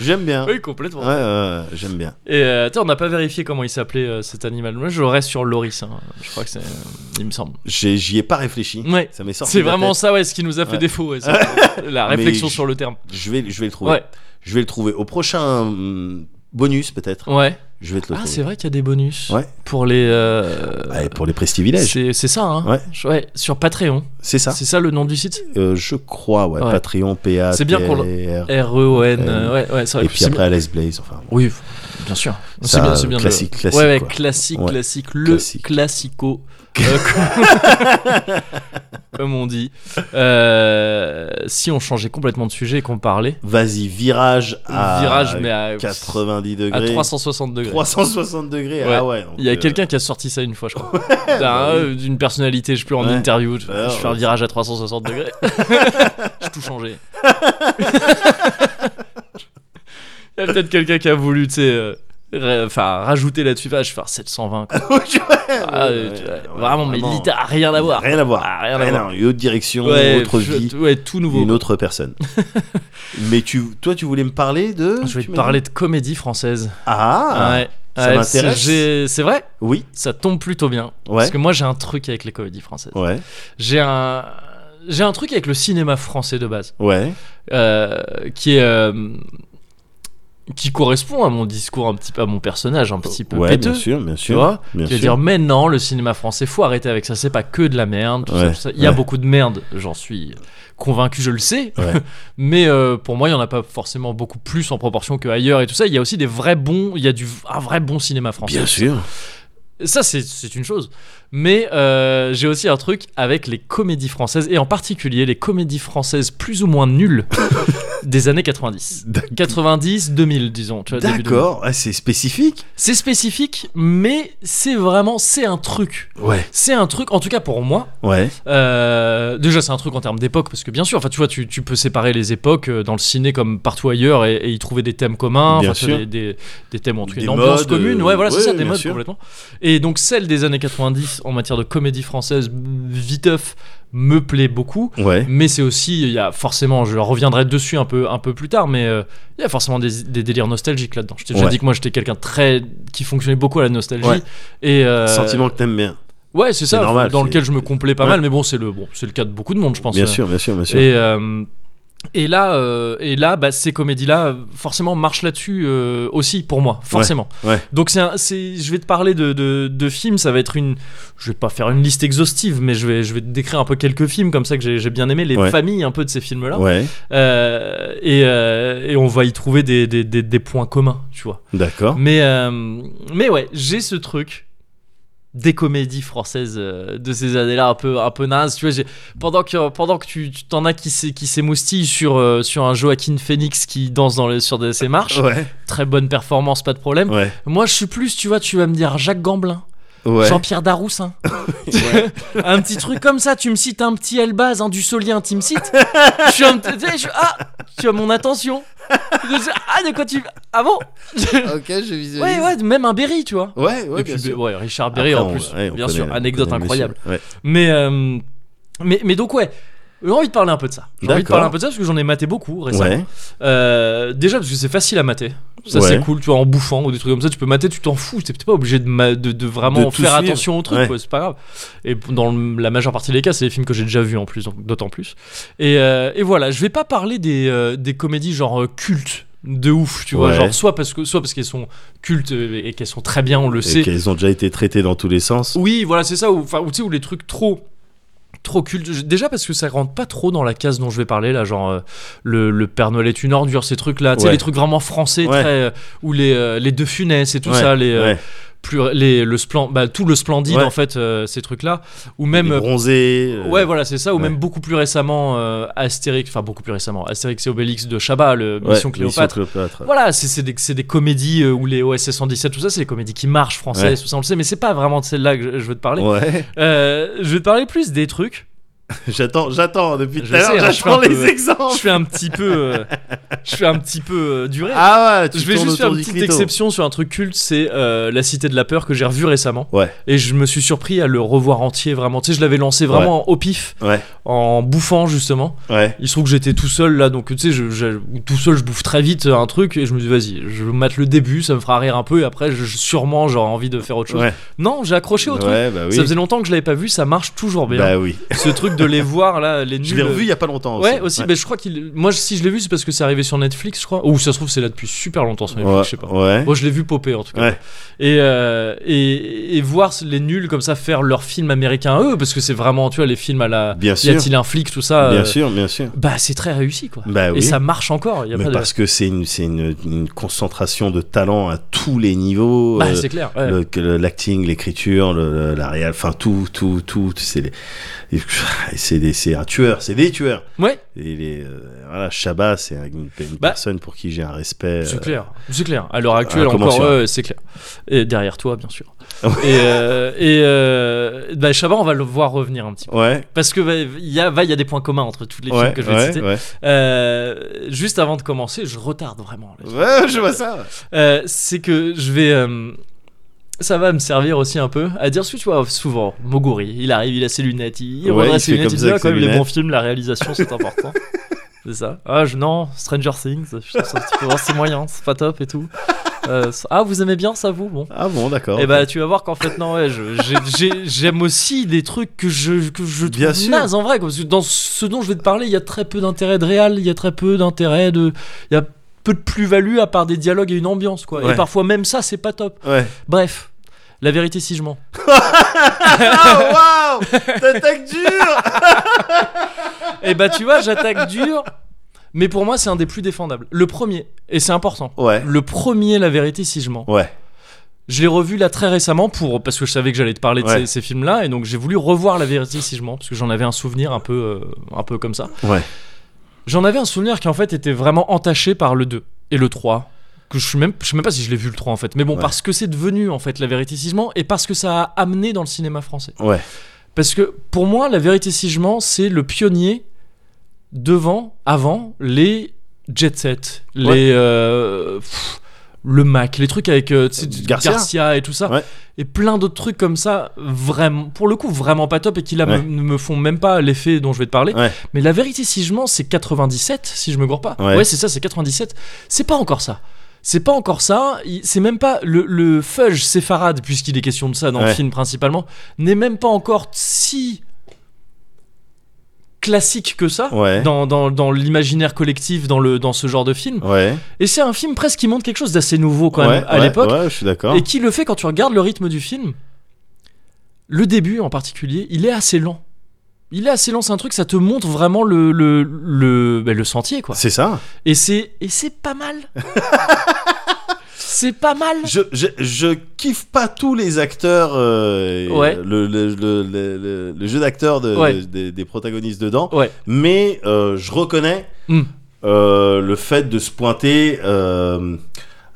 Speaker 2: J'aime bien.
Speaker 1: oui, complètement.
Speaker 2: Ouais, ouais, ouais, j'aime bien.
Speaker 1: Et euh, attends, on n'a pas vérifié comment il s'appelait euh, cet animal. Moi, je reste sur l'oris. hein. Je crois que c'est. euh, il me semble.
Speaker 2: J'ai- J'y ai pas réfléchi.
Speaker 1: Ouais.
Speaker 2: Ça m'est sorti.
Speaker 1: C'est
Speaker 2: de la
Speaker 1: vraiment
Speaker 2: tête.
Speaker 1: ça, ouais, ce qui nous a fait
Speaker 2: Ouais.
Speaker 1: défaut. ouais, ça. la
Speaker 2: Mais
Speaker 1: réflexion
Speaker 2: je-
Speaker 1: sur le terme.
Speaker 2: Je vais, je vais le trouver.
Speaker 1: Ouais.
Speaker 2: Je vais le trouver. Au prochain hum, bonus, peut-être.
Speaker 1: Ouais.
Speaker 2: Je vais te le
Speaker 1: Ah, c'est
Speaker 2: trouver.
Speaker 1: vrai qu'il y a des bonus.
Speaker 2: Ouais.
Speaker 1: Pour les. euh,
Speaker 2: Ouais, pour les prestivilèges.
Speaker 1: c'est c'est ça, hein.
Speaker 2: Ouais.
Speaker 1: Je- ouais. Sur Patreon.
Speaker 2: C'est ça.
Speaker 1: C'est ça le nom du site
Speaker 2: Euh, je crois, ouais.
Speaker 1: Ouais.
Speaker 2: Patreon, PA,
Speaker 1: C'est bien qu'on le-
Speaker 2: TR,
Speaker 1: R-E-O-N.
Speaker 2: Euh,
Speaker 1: euh, ouais, ouais, c'est vrai.
Speaker 2: Et
Speaker 1: que
Speaker 2: puis
Speaker 1: c'est
Speaker 2: après, Alice Blaze. Enfin,
Speaker 1: bien. Oui, bien sûr.
Speaker 2: Ça,
Speaker 1: C'est bien, c'est bien. de-
Speaker 2: classique, classique,
Speaker 1: Ouais, ouais,
Speaker 2: quoi.
Speaker 1: classique,
Speaker 2: Ouais,
Speaker 1: classique. Le
Speaker 2: classique.
Speaker 1: classico. euh, comme- Comme on dit. Euh, si on changeait complètement de sujet et qu'on parlait,
Speaker 2: vas-y, virage à.
Speaker 1: virage, mais à,
Speaker 2: 90
Speaker 1: à
Speaker 2: Ah, degrés.
Speaker 1: 360 degrés.
Speaker 2: 360 degrés.
Speaker 1: Ouais.
Speaker 2: Ah ouais. donc,
Speaker 1: Il y a
Speaker 2: euh, bah
Speaker 1: quelqu'un qui a sorti ça une fois, je crois. D'un- euh, D'une personnalité, je peux en
Speaker 2: Ouais. euh.
Speaker 1: interview. Je,
Speaker 2: Ouais,
Speaker 1: je fais un
Speaker 2: ouais.
Speaker 1: virage à 360 degrés. J'ai tout changé. Il y a peut-être quelqu'un qui a voulu, tu sais. euh, ra- Enfin, rajouter là-dessus, Enfin, je vais faire 720. quoi. Ah, euh, tu vois,
Speaker 2: ouais,
Speaker 1: vraiment, mais
Speaker 2: vraiment.
Speaker 1: limite, ah, rien à voir.
Speaker 2: Rien à voir.
Speaker 1: Ah, rien à voir.
Speaker 2: Une autre direction,
Speaker 1: Ouais,
Speaker 2: une autre
Speaker 1: je-
Speaker 2: vie,
Speaker 1: ouais, tout nouveau.
Speaker 2: une autre personne. mais tu, toi, tu voulais me parler de.
Speaker 1: Je vais
Speaker 2: tu
Speaker 1: te
Speaker 2: m'as
Speaker 1: parler
Speaker 2: dit
Speaker 1: de comédie française.
Speaker 2: Ah
Speaker 1: ouais.
Speaker 2: ça
Speaker 1: Ouais,
Speaker 2: m'intéresse.
Speaker 1: j'ai- C'est vrai,
Speaker 2: Oui.
Speaker 1: ça tombe plutôt bien.
Speaker 2: Ouais.
Speaker 1: Parce que moi, j'ai un truc avec les comédies françaises.
Speaker 2: Ouais.
Speaker 1: J'ai un j'ai un truc avec le cinéma français de base
Speaker 2: Ouais.
Speaker 1: euh, qui est euh, qui correspond à mon discours un petit peu à mon personnage un petit peu
Speaker 2: ouais,
Speaker 1: péteux.
Speaker 2: bien sûr, bien sûr.
Speaker 1: vois,
Speaker 2: bien
Speaker 1: Je veux dire,
Speaker 2: sûr.
Speaker 1: mais non, le cinéma français, faut arrêter avec ça, c'est pas que de la merde. tout ça,
Speaker 2: Ouais,
Speaker 1: tout ça. Il y a
Speaker 2: ouais.
Speaker 1: beaucoup de merde, j'en suis convaincu, je le sais.
Speaker 2: Ouais.
Speaker 1: mais euh, pour moi, il y en a pas forcément beaucoup plus en proportion qu'ailleurs et tout ça. Il y a aussi des vrais bons, il y a du, un vrai bon cinéma français.
Speaker 2: Bien sûr.
Speaker 1: Ça, c'est- c'est une chose. Mais euh, j'ai aussi un truc avec les comédies françaises, et en particulier les comédies françaises plus ou moins nulles des années 90. 90, 2000, disons. tu vois, début 2000.
Speaker 2: D'accord. Ah, c'est spécifique.
Speaker 1: C'est spécifique, mais c'est vraiment, c'est un truc.
Speaker 2: Ouais.
Speaker 1: C'est un truc, en tout cas pour moi.
Speaker 2: Ouais.
Speaker 1: euh, déjà, c'est un truc en termes d'époque, parce que bien sûr, enfin, tu vois, tu, tu peux séparer les époques euh, dans le ciné comme partout ailleurs et, et y trouver des thèmes communs,
Speaker 2: Bien
Speaker 1: enfin, tu vois,
Speaker 2: sûr.
Speaker 1: des, des- des thèmes en tout cas,
Speaker 2: Des
Speaker 1: une ambiance
Speaker 2: modes,
Speaker 1: commune.
Speaker 2: euh,
Speaker 1: Ouais, voilà,
Speaker 2: ouais,
Speaker 1: c'est ça, des
Speaker 2: bien
Speaker 1: modes
Speaker 2: sûr.
Speaker 1: complètement. Et donc, celle des années 90 en matière de comédie française, viteuf, me plaît beaucoup.
Speaker 2: Ouais.
Speaker 1: Mais c'est aussi, il y a forcément, je reviendrai dessus un peu, un peu plus tard, mais euh, il y a forcément des, des délires nostalgiques là-dedans. Je t'ai déjà
Speaker 2: Ouais.
Speaker 1: dit que moi j'étais quelqu'un de très qui fonctionnait beaucoup à la nostalgie.
Speaker 2: Ouais.
Speaker 1: Et euh,
Speaker 2: Sentiment que t'aimes bien.
Speaker 1: Ouais, c'est ça,
Speaker 2: normal,
Speaker 1: dans
Speaker 2: c'est-
Speaker 1: lequel je me complais pas
Speaker 2: Ouais.
Speaker 1: mal, mais bon, c'est le bon, c'est le cas de beaucoup de monde, je pense.
Speaker 2: Bien
Speaker 1: Euh,
Speaker 2: sûr, bien sûr, bien sûr.
Speaker 1: Et euh, et là, euh, et là, bah, ces comédies-là, euh, forcément, marchent là-dessus euh, aussi pour moi, forcément.
Speaker 2: ouais.
Speaker 1: Donc c'est, un- c'est, je vais te parler de, de, de films. Ça va être une, je vais pas faire une liste exhaustive, mais je vais, je vais te décrire un peu quelques films comme ça que j'ai, j'ai bien aimé, les
Speaker 2: Ouais.
Speaker 1: familles un peu de ces films-là.
Speaker 2: Ouais.
Speaker 1: Euh, et, euh, et on va y trouver des, des, des, des points communs, tu vois.
Speaker 2: D'accord.
Speaker 1: Mais, euh, mais ouais, j'ai ce truc des comédies françaises euh, de ces années-là un peu un peu naze tu vois j'ai- pendant que pendant que tu tu t'en as qui s'est- qui s'émoustille sur euh, sur un Joaquin Phoenix qui danse dans les, sur des- ses marches
Speaker 2: Ouais.
Speaker 1: très bonne performance pas de problème
Speaker 2: Ouais.
Speaker 1: moi je suis plus tu vois tu vas me dire Jacques Gamblin
Speaker 2: Ouais.
Speaker 1: Jean-Pierre Daroussin un petit truc comme ça tu me cites un petit Elbaz un du Solier un Team Site je suis un petit- tu sais, je- ah tu as mon attention Je- ah de quoi tu ah bon
Speaker 2: Ok, je visualise.
Speaker 1: Ouais, ouais, même un Berry, tu vois.
Speaker 2: Ouais, ouais,
Speaker 1: Et puis,
Speaker 2: bien sûr.
Speaker 1: ouais, Richard Berry en
Speaker 2: Après, on-
Speaker 1: plus,
Speaker 2: ouais, on
Speaker 1: bien
Speaker 2: connaît-
Speaker 1: sûr,
Speaker 2: on
Speaker 1: anecdote
Speaker 2: connaît le
Speaker 1: incroyable.
Speaker 2: monsieur. Ouais.
Speaker 1: Mais, euh, mais, mais donc, ouais, j'ai envie de parler un peu de ça. J'ai envie de
Speaker 2: D'accord.
Speaker 1: parler un peu de ça parce que j'en ai maté beaucoup récemment.
Speaker 2: Ouais.
Speaker 1: Euh, déjà parce que c'est facile à mater. Ça,
Speaker 2: Ouais.
Speaker 1: c'est cool, tu vois, en bouffant ou des trucs comme ça, tu peux mater, tu t'en fous. T'es t'es pas obligé de, ma- de, de vraiment
Speaker 2: De tout
Speaker 1: faire
Speaker 2: suivre.
Speaker 1: attention au truc,
Speaker 2: Ouais.
Speaker 1: quoi, c'est pas grave. Et p- dans le- la majeure partie des cas, c'est des films que j'ai déjà vus en plus, donc d'autant plus. Et, euh, et voilà, je vais pas parler des, euh, des comédies genre euh, cultes de ouf, tu vois,
Speaker 2: Ouais.
Speaker 1: genre soit parce que soit parce qu'elles sont cultes euh, et qu'elles sont très bien, on le
Speaker 2: Et
Speaker 1: sait,
Speaker 2: qu'elles ont déjà été traitées dans tous les sens.
Speaker 1: oui, voilà, c'est ça. ou- Enfin, ou tu sais, ou les trucs trop trop culte. Déjà parce que ça rentre pas trop dans la case dont je vais parler là, genre euh, le, le Père Noël est une ordure, ces trucs là, tu sais
Speaker 2: Ouais.
Speaker 1: les trucs vraiment français,
Speaker 2: Ouais.
Speaker 1: très, euh, ou les euh, les deux funès et tout
Speaker 2: Ouais,
Speaker 1: ça, les euh,
Speaker 2: ouais.
Speaker 1: plus les le splen- bah, tout le splendide
Speaker 2: Ouais.
Speaker 1: en fait euh, ces trucs là, ou
Speaker 2: Les
Speaker 1: même euh,
Speaker 2: bronzés. euh,
Speaker 1: Ouais, voilà, c'est ça. Ou
Speaker 2: ouais.
Speaker 1: même beaucoup plus récemment, euh, Astérix, enfin beaucoup plus récemment, Astérix et Obélix de Chabat, le
Speaker 2: ouais,
Speaker 1: Mission Cléopâtre.
Speaker 2: Cléopâtre.
Speaker 1: Voilà, c'est c'est des, c'est des comédies euh, ou les OSS 117, tout ça, c'est des comédies qui marchent françaises, tout ça, on le sait, mais c'est pas vraiment de celle-là que je, je veux te parler.
Speaker 2: Ouais,
Speaker 1: Euh, je vais te parler plus des trucs.
Speaker 2: j'attends, j'attends depuis
Speaker 1: Je
Speaker 2: tout à
Speaker 1: sais, hein,
Speaker 2: l'heure,
Speaker 1: je fais un
Speaker 2: j'attends
Speaker 1: peu-
Speaker 2: les
Speaker 1: Je
Speaker 2: exemples.
Speaker 1: fais un petit peu, euh, je fais un petit peu euh, duré.
Speaker 2: Ah ouais, tu
Speaker 1: je vais
Speaker 2: tournes
Speaker 1: juste faire
Speaker 2: autour
Speaker 1: une
Speaker 2: du
Speaker 1: petite
Speaker 2: clito.
Speaker 1: exception sur un truc culte, c'est euh, La Cité de la Peur que j'ai revu récemment.
Speaker 2: Ouais.
Speaker 1: Et je me suis surpris à le revoir entier, vraiment. Tu sais, je l'avais lancé vraiment au pif,
Speaker 2: Ouais.
Speaker 1: en bouffant justement.
Speaker 2: Ouais,
Speaker 1: Il se trouve que j'étais tout seul là, donc tu sais, je, je- tout seul, je bouffe très vite euh, un truc et je me dis vas-y, je mate le début, ça me fera rire un peu et après, je, sûrement, j'aurai envie de faire autre chose.
Speaker 2: ouais.
Speaker 1: Non, j'ai accroché au truc.
Speaker 2: Ouais, bah oui.
Speaker 1: Ça faisait longtemps que je l'avais pas vu, ça marche toujours bien.
Speaker 2: Bah oui.
Speaker 1: Ce truc de les voir là, les nuls.
Speaker 2: Je l'ai revu il y a pas longtemps.
Speaker 1: Ouais, aussi, mais je crois qu'il. Moi, si je l'ai vu, c'est parce que c'est arrivé sur Netflix, je crois. Ou ça se trouve, c'est là depuis super longtemps sur Netflix,
Speaker 2: bah, Ouais,
Speaker 1: je sais pas.
Speaker 2: Ouais.
Speaker 1: Moi, je l'ai vu popper en tout cas.
Speaker 2: Ouais.
Speaker 1: Et, euh, et, et voir les nuls comme ça faire leurs films américains à eux, parce que c'est vraiment, tu vois, les films à la.
Speaker 2: Bien
Speaker 1: Y
Speaker 2: sûr.
Speaker 1: a-t-il un flic, tout ça euh,
Speaker 2: Bien sûr, bien sûr.
Speaker 1: Bah, c'est très réussi quoi.
Speaker 2: Bah
Speaker 1: Et
Speaker 2: oui.
Speaker 1: ça marche encore. Y a
Speaker 2: Mais
Speaker 1: pas de...
Speaker 2: parce que c'est une, c'est une, une concentration de talent à tous les niveaux.
Speaker 1: Bah,
Speaker 2: euh,
Speaker 1: c'est clair. ouais.
Speaker 2: le- que le- l'acting, l'écriture, le- le- la réal, enfin tout, tout, tout, c'est les- et- c'est des- c'est un tueur, c'est des tueurs.
Speaker 1: Ouais,
Speaker 2: Et les, euh, voilà, Shabba, c'est une, une
Speaker 1: Bah,
Speaker 2: personne pour qui j'ai un respect.
Speaker 1: c'est
Speaker 2: euh,
Speaker 1: clair. C'est clair. À l'heure actuelle, encore,
Speaker 2: incommensurable.
Speaker 1: ouais, c'est clair. Et derrière toi, bien sûr.
Speaker 2: Ouais.
Speaker 1: Et, euh, et euh, bah, Chabat, on va le voir revenir un petit peu.
Speaker 2: Ouais,
Speaker 1: Parce que bah, il y, a, va, il y a des points communs entre tous les films
Speaker 2: ouais,
Speaker 1: que je vais te
Speaker 2: ouais,
Speaker 1: citer.
Speaker 2: ouais.
Speaker 1: Euh, juste avant de commencer, je retarde vraiment. le-
Speaker 2: Ouais, je vois ça.
Speaker 1: Euh, c'est que je vais. euh, ça va me servir aussi un peu à dire ce que tu vois souvent. Moguri, il arrive, il a ses lunettes, il il
Speaker 2: Ouais,
Speaker 1: redresse
Speaker 2: il
Speaker 1: ses
Speaker 2: fait
Speaker 1: lunettes,
Speaker 2: comme
Speaker 1: il
Speaker 2: ça
Speaker 1: dit, ah,
Speaker 2: avec
Speaker 1: quand
Speaker 2: ses
Speaker 1: même, les
Speaker 2: lunettes.
Speaker 1: bons films, la réalisation, c'est important. c'est ça. Ah, je, non, Stranger Things, je trouve ça un petit peu hors ses moyens, c'est pas top et tout. Euh, ah, vous aimez bien ça, vous Bon.
Speaker 2: Ah bon, d'accord.
Speaker 1: Et bah, tu vas voir qu'en fait, non, ouais, je- j'ai- j'ai- j'aime aussi des trucs que je, que je trouve
Speaker 2: Bien sûr.
Speaker 1: naze en vrai. quoi, Parce que dans ce dont je vais te parler, il y a très peu d'intérêt de réel, il y a très peu d'intérêt de. Il y a peu de plus-value à part des dialogues et une ambiance, quoi. Et
Speaker 2: Ouais.
Speaker 1: parfois, même ça, c'est pas top.
Speaker 2: Ouais.
Speaker 1: Bref, la vérité, si je mens.
Speaker 2: Ah waouh, t'attaques dur.
Speaker 1: Et bah, tu vois, j'attaque dur, mais pour moi, c'est un des plus défendables. Le premier, et c'est important.
Speaker 2: Ouais,
Speaker 1: Le premier, la vérité, si je mens.
Speaker 2: ouais,
Speaker 1: Je l'ai revu là très récemment pour parce que je savais que j'allais te parler de
Speaker 2: Ouais.
Speaker 1: ces, ces films-là et donc j'ai voulu revoir la vérité si je mens parce que j'en avais un souvenir un peu euh, un peu comme ça.
Speaker 2: ouais.
Speaker 1: J'en avais un souvenir qui en fait était vraiment entaché par le 2 et le 3 que je sais même je sais même pas si je l'ai vu le 3 en fait mais bon
Speaker 2: Ouais.
Speaker 1: parce que c'est devenu en fait la vérité si je mens et parce que ça a amené dans le cinéma français.
Speaker 2: Ouais.
Speaker 1: Parce que pour moi la vérité si je mens c'est le pionnier devant avant les jet set, les
Speaker 2: Ouais.
Speaker 1: euh, pff, le Mac, les trucs avec euh, tu sais,
Speaker 2: Garcia.
Speaker 1: Garcia et tout ça
Speaker 2: Ouais.
Speaker 1: et plein d'autres trucs comme ça, vraiment, pour le coup, vraiment pas top et qui là me-
Speaker 2: Ouais.
Speaker 1: ne me font même pas l'effet dont je vais te parler.
Speaker 2: Ouais.
Speaker 1: Mais la vérité, si je mens, c'est 97, si je me gourre pas. Ouais,
Speaker 2: Ouais.
Speaker 1: c'est ça, c'est 97. C'est pas encore ça. C'est pas encore ça. Il- C'est même pas le, le fudge séfarade, puisqu'il est question de ça dans le
Speaker 2: Ouais.
Speaker 1: film principalement, n'est même pas encore si classique que ça.
Speaker 2: Ouais.
Speaker 1: Dans, dans, dans l'imaginaire collectif, dans, le, dans ce genre de film.
Speaker 2: Ouais.
Speaker 1: Et c'est un film presque qui montre quelque chose d'assez nouveau quand même
Speaker 2: ouais,
Speaker 1: à
Speaker 2: ouais,
Speaker 1: l'époque.
Speaker 2: Ouais, je suis d'accord.
Speaker 1: Et qui le fait quand tu regardes le rythme du film. Le début en particulier, il est assez lent. Il est assez lent, c'est un truc, ça te montre vraiment le, le, le, ben, le sentier, quoi.
Speaker 2: C'est ça.
Speaker 1: Et c'est, et c'est pas mal. c'est pas mal.
Speaker 2: je, je, je kiffe pas tous les acteurs. euh,
Speaker 1: Ouais.
Speaker 2: Le, le, le, le- le- le jeu d'acteur de,
Speaker 1: Ouais.
Speaker 2: des, des protagonistes dedans.
Speaker 1: Ouais.
Speaker 2: Mais euh, je reconnais
Speaker 1: Mm.
Speaker 2: euh, le fait de se pointer. euh,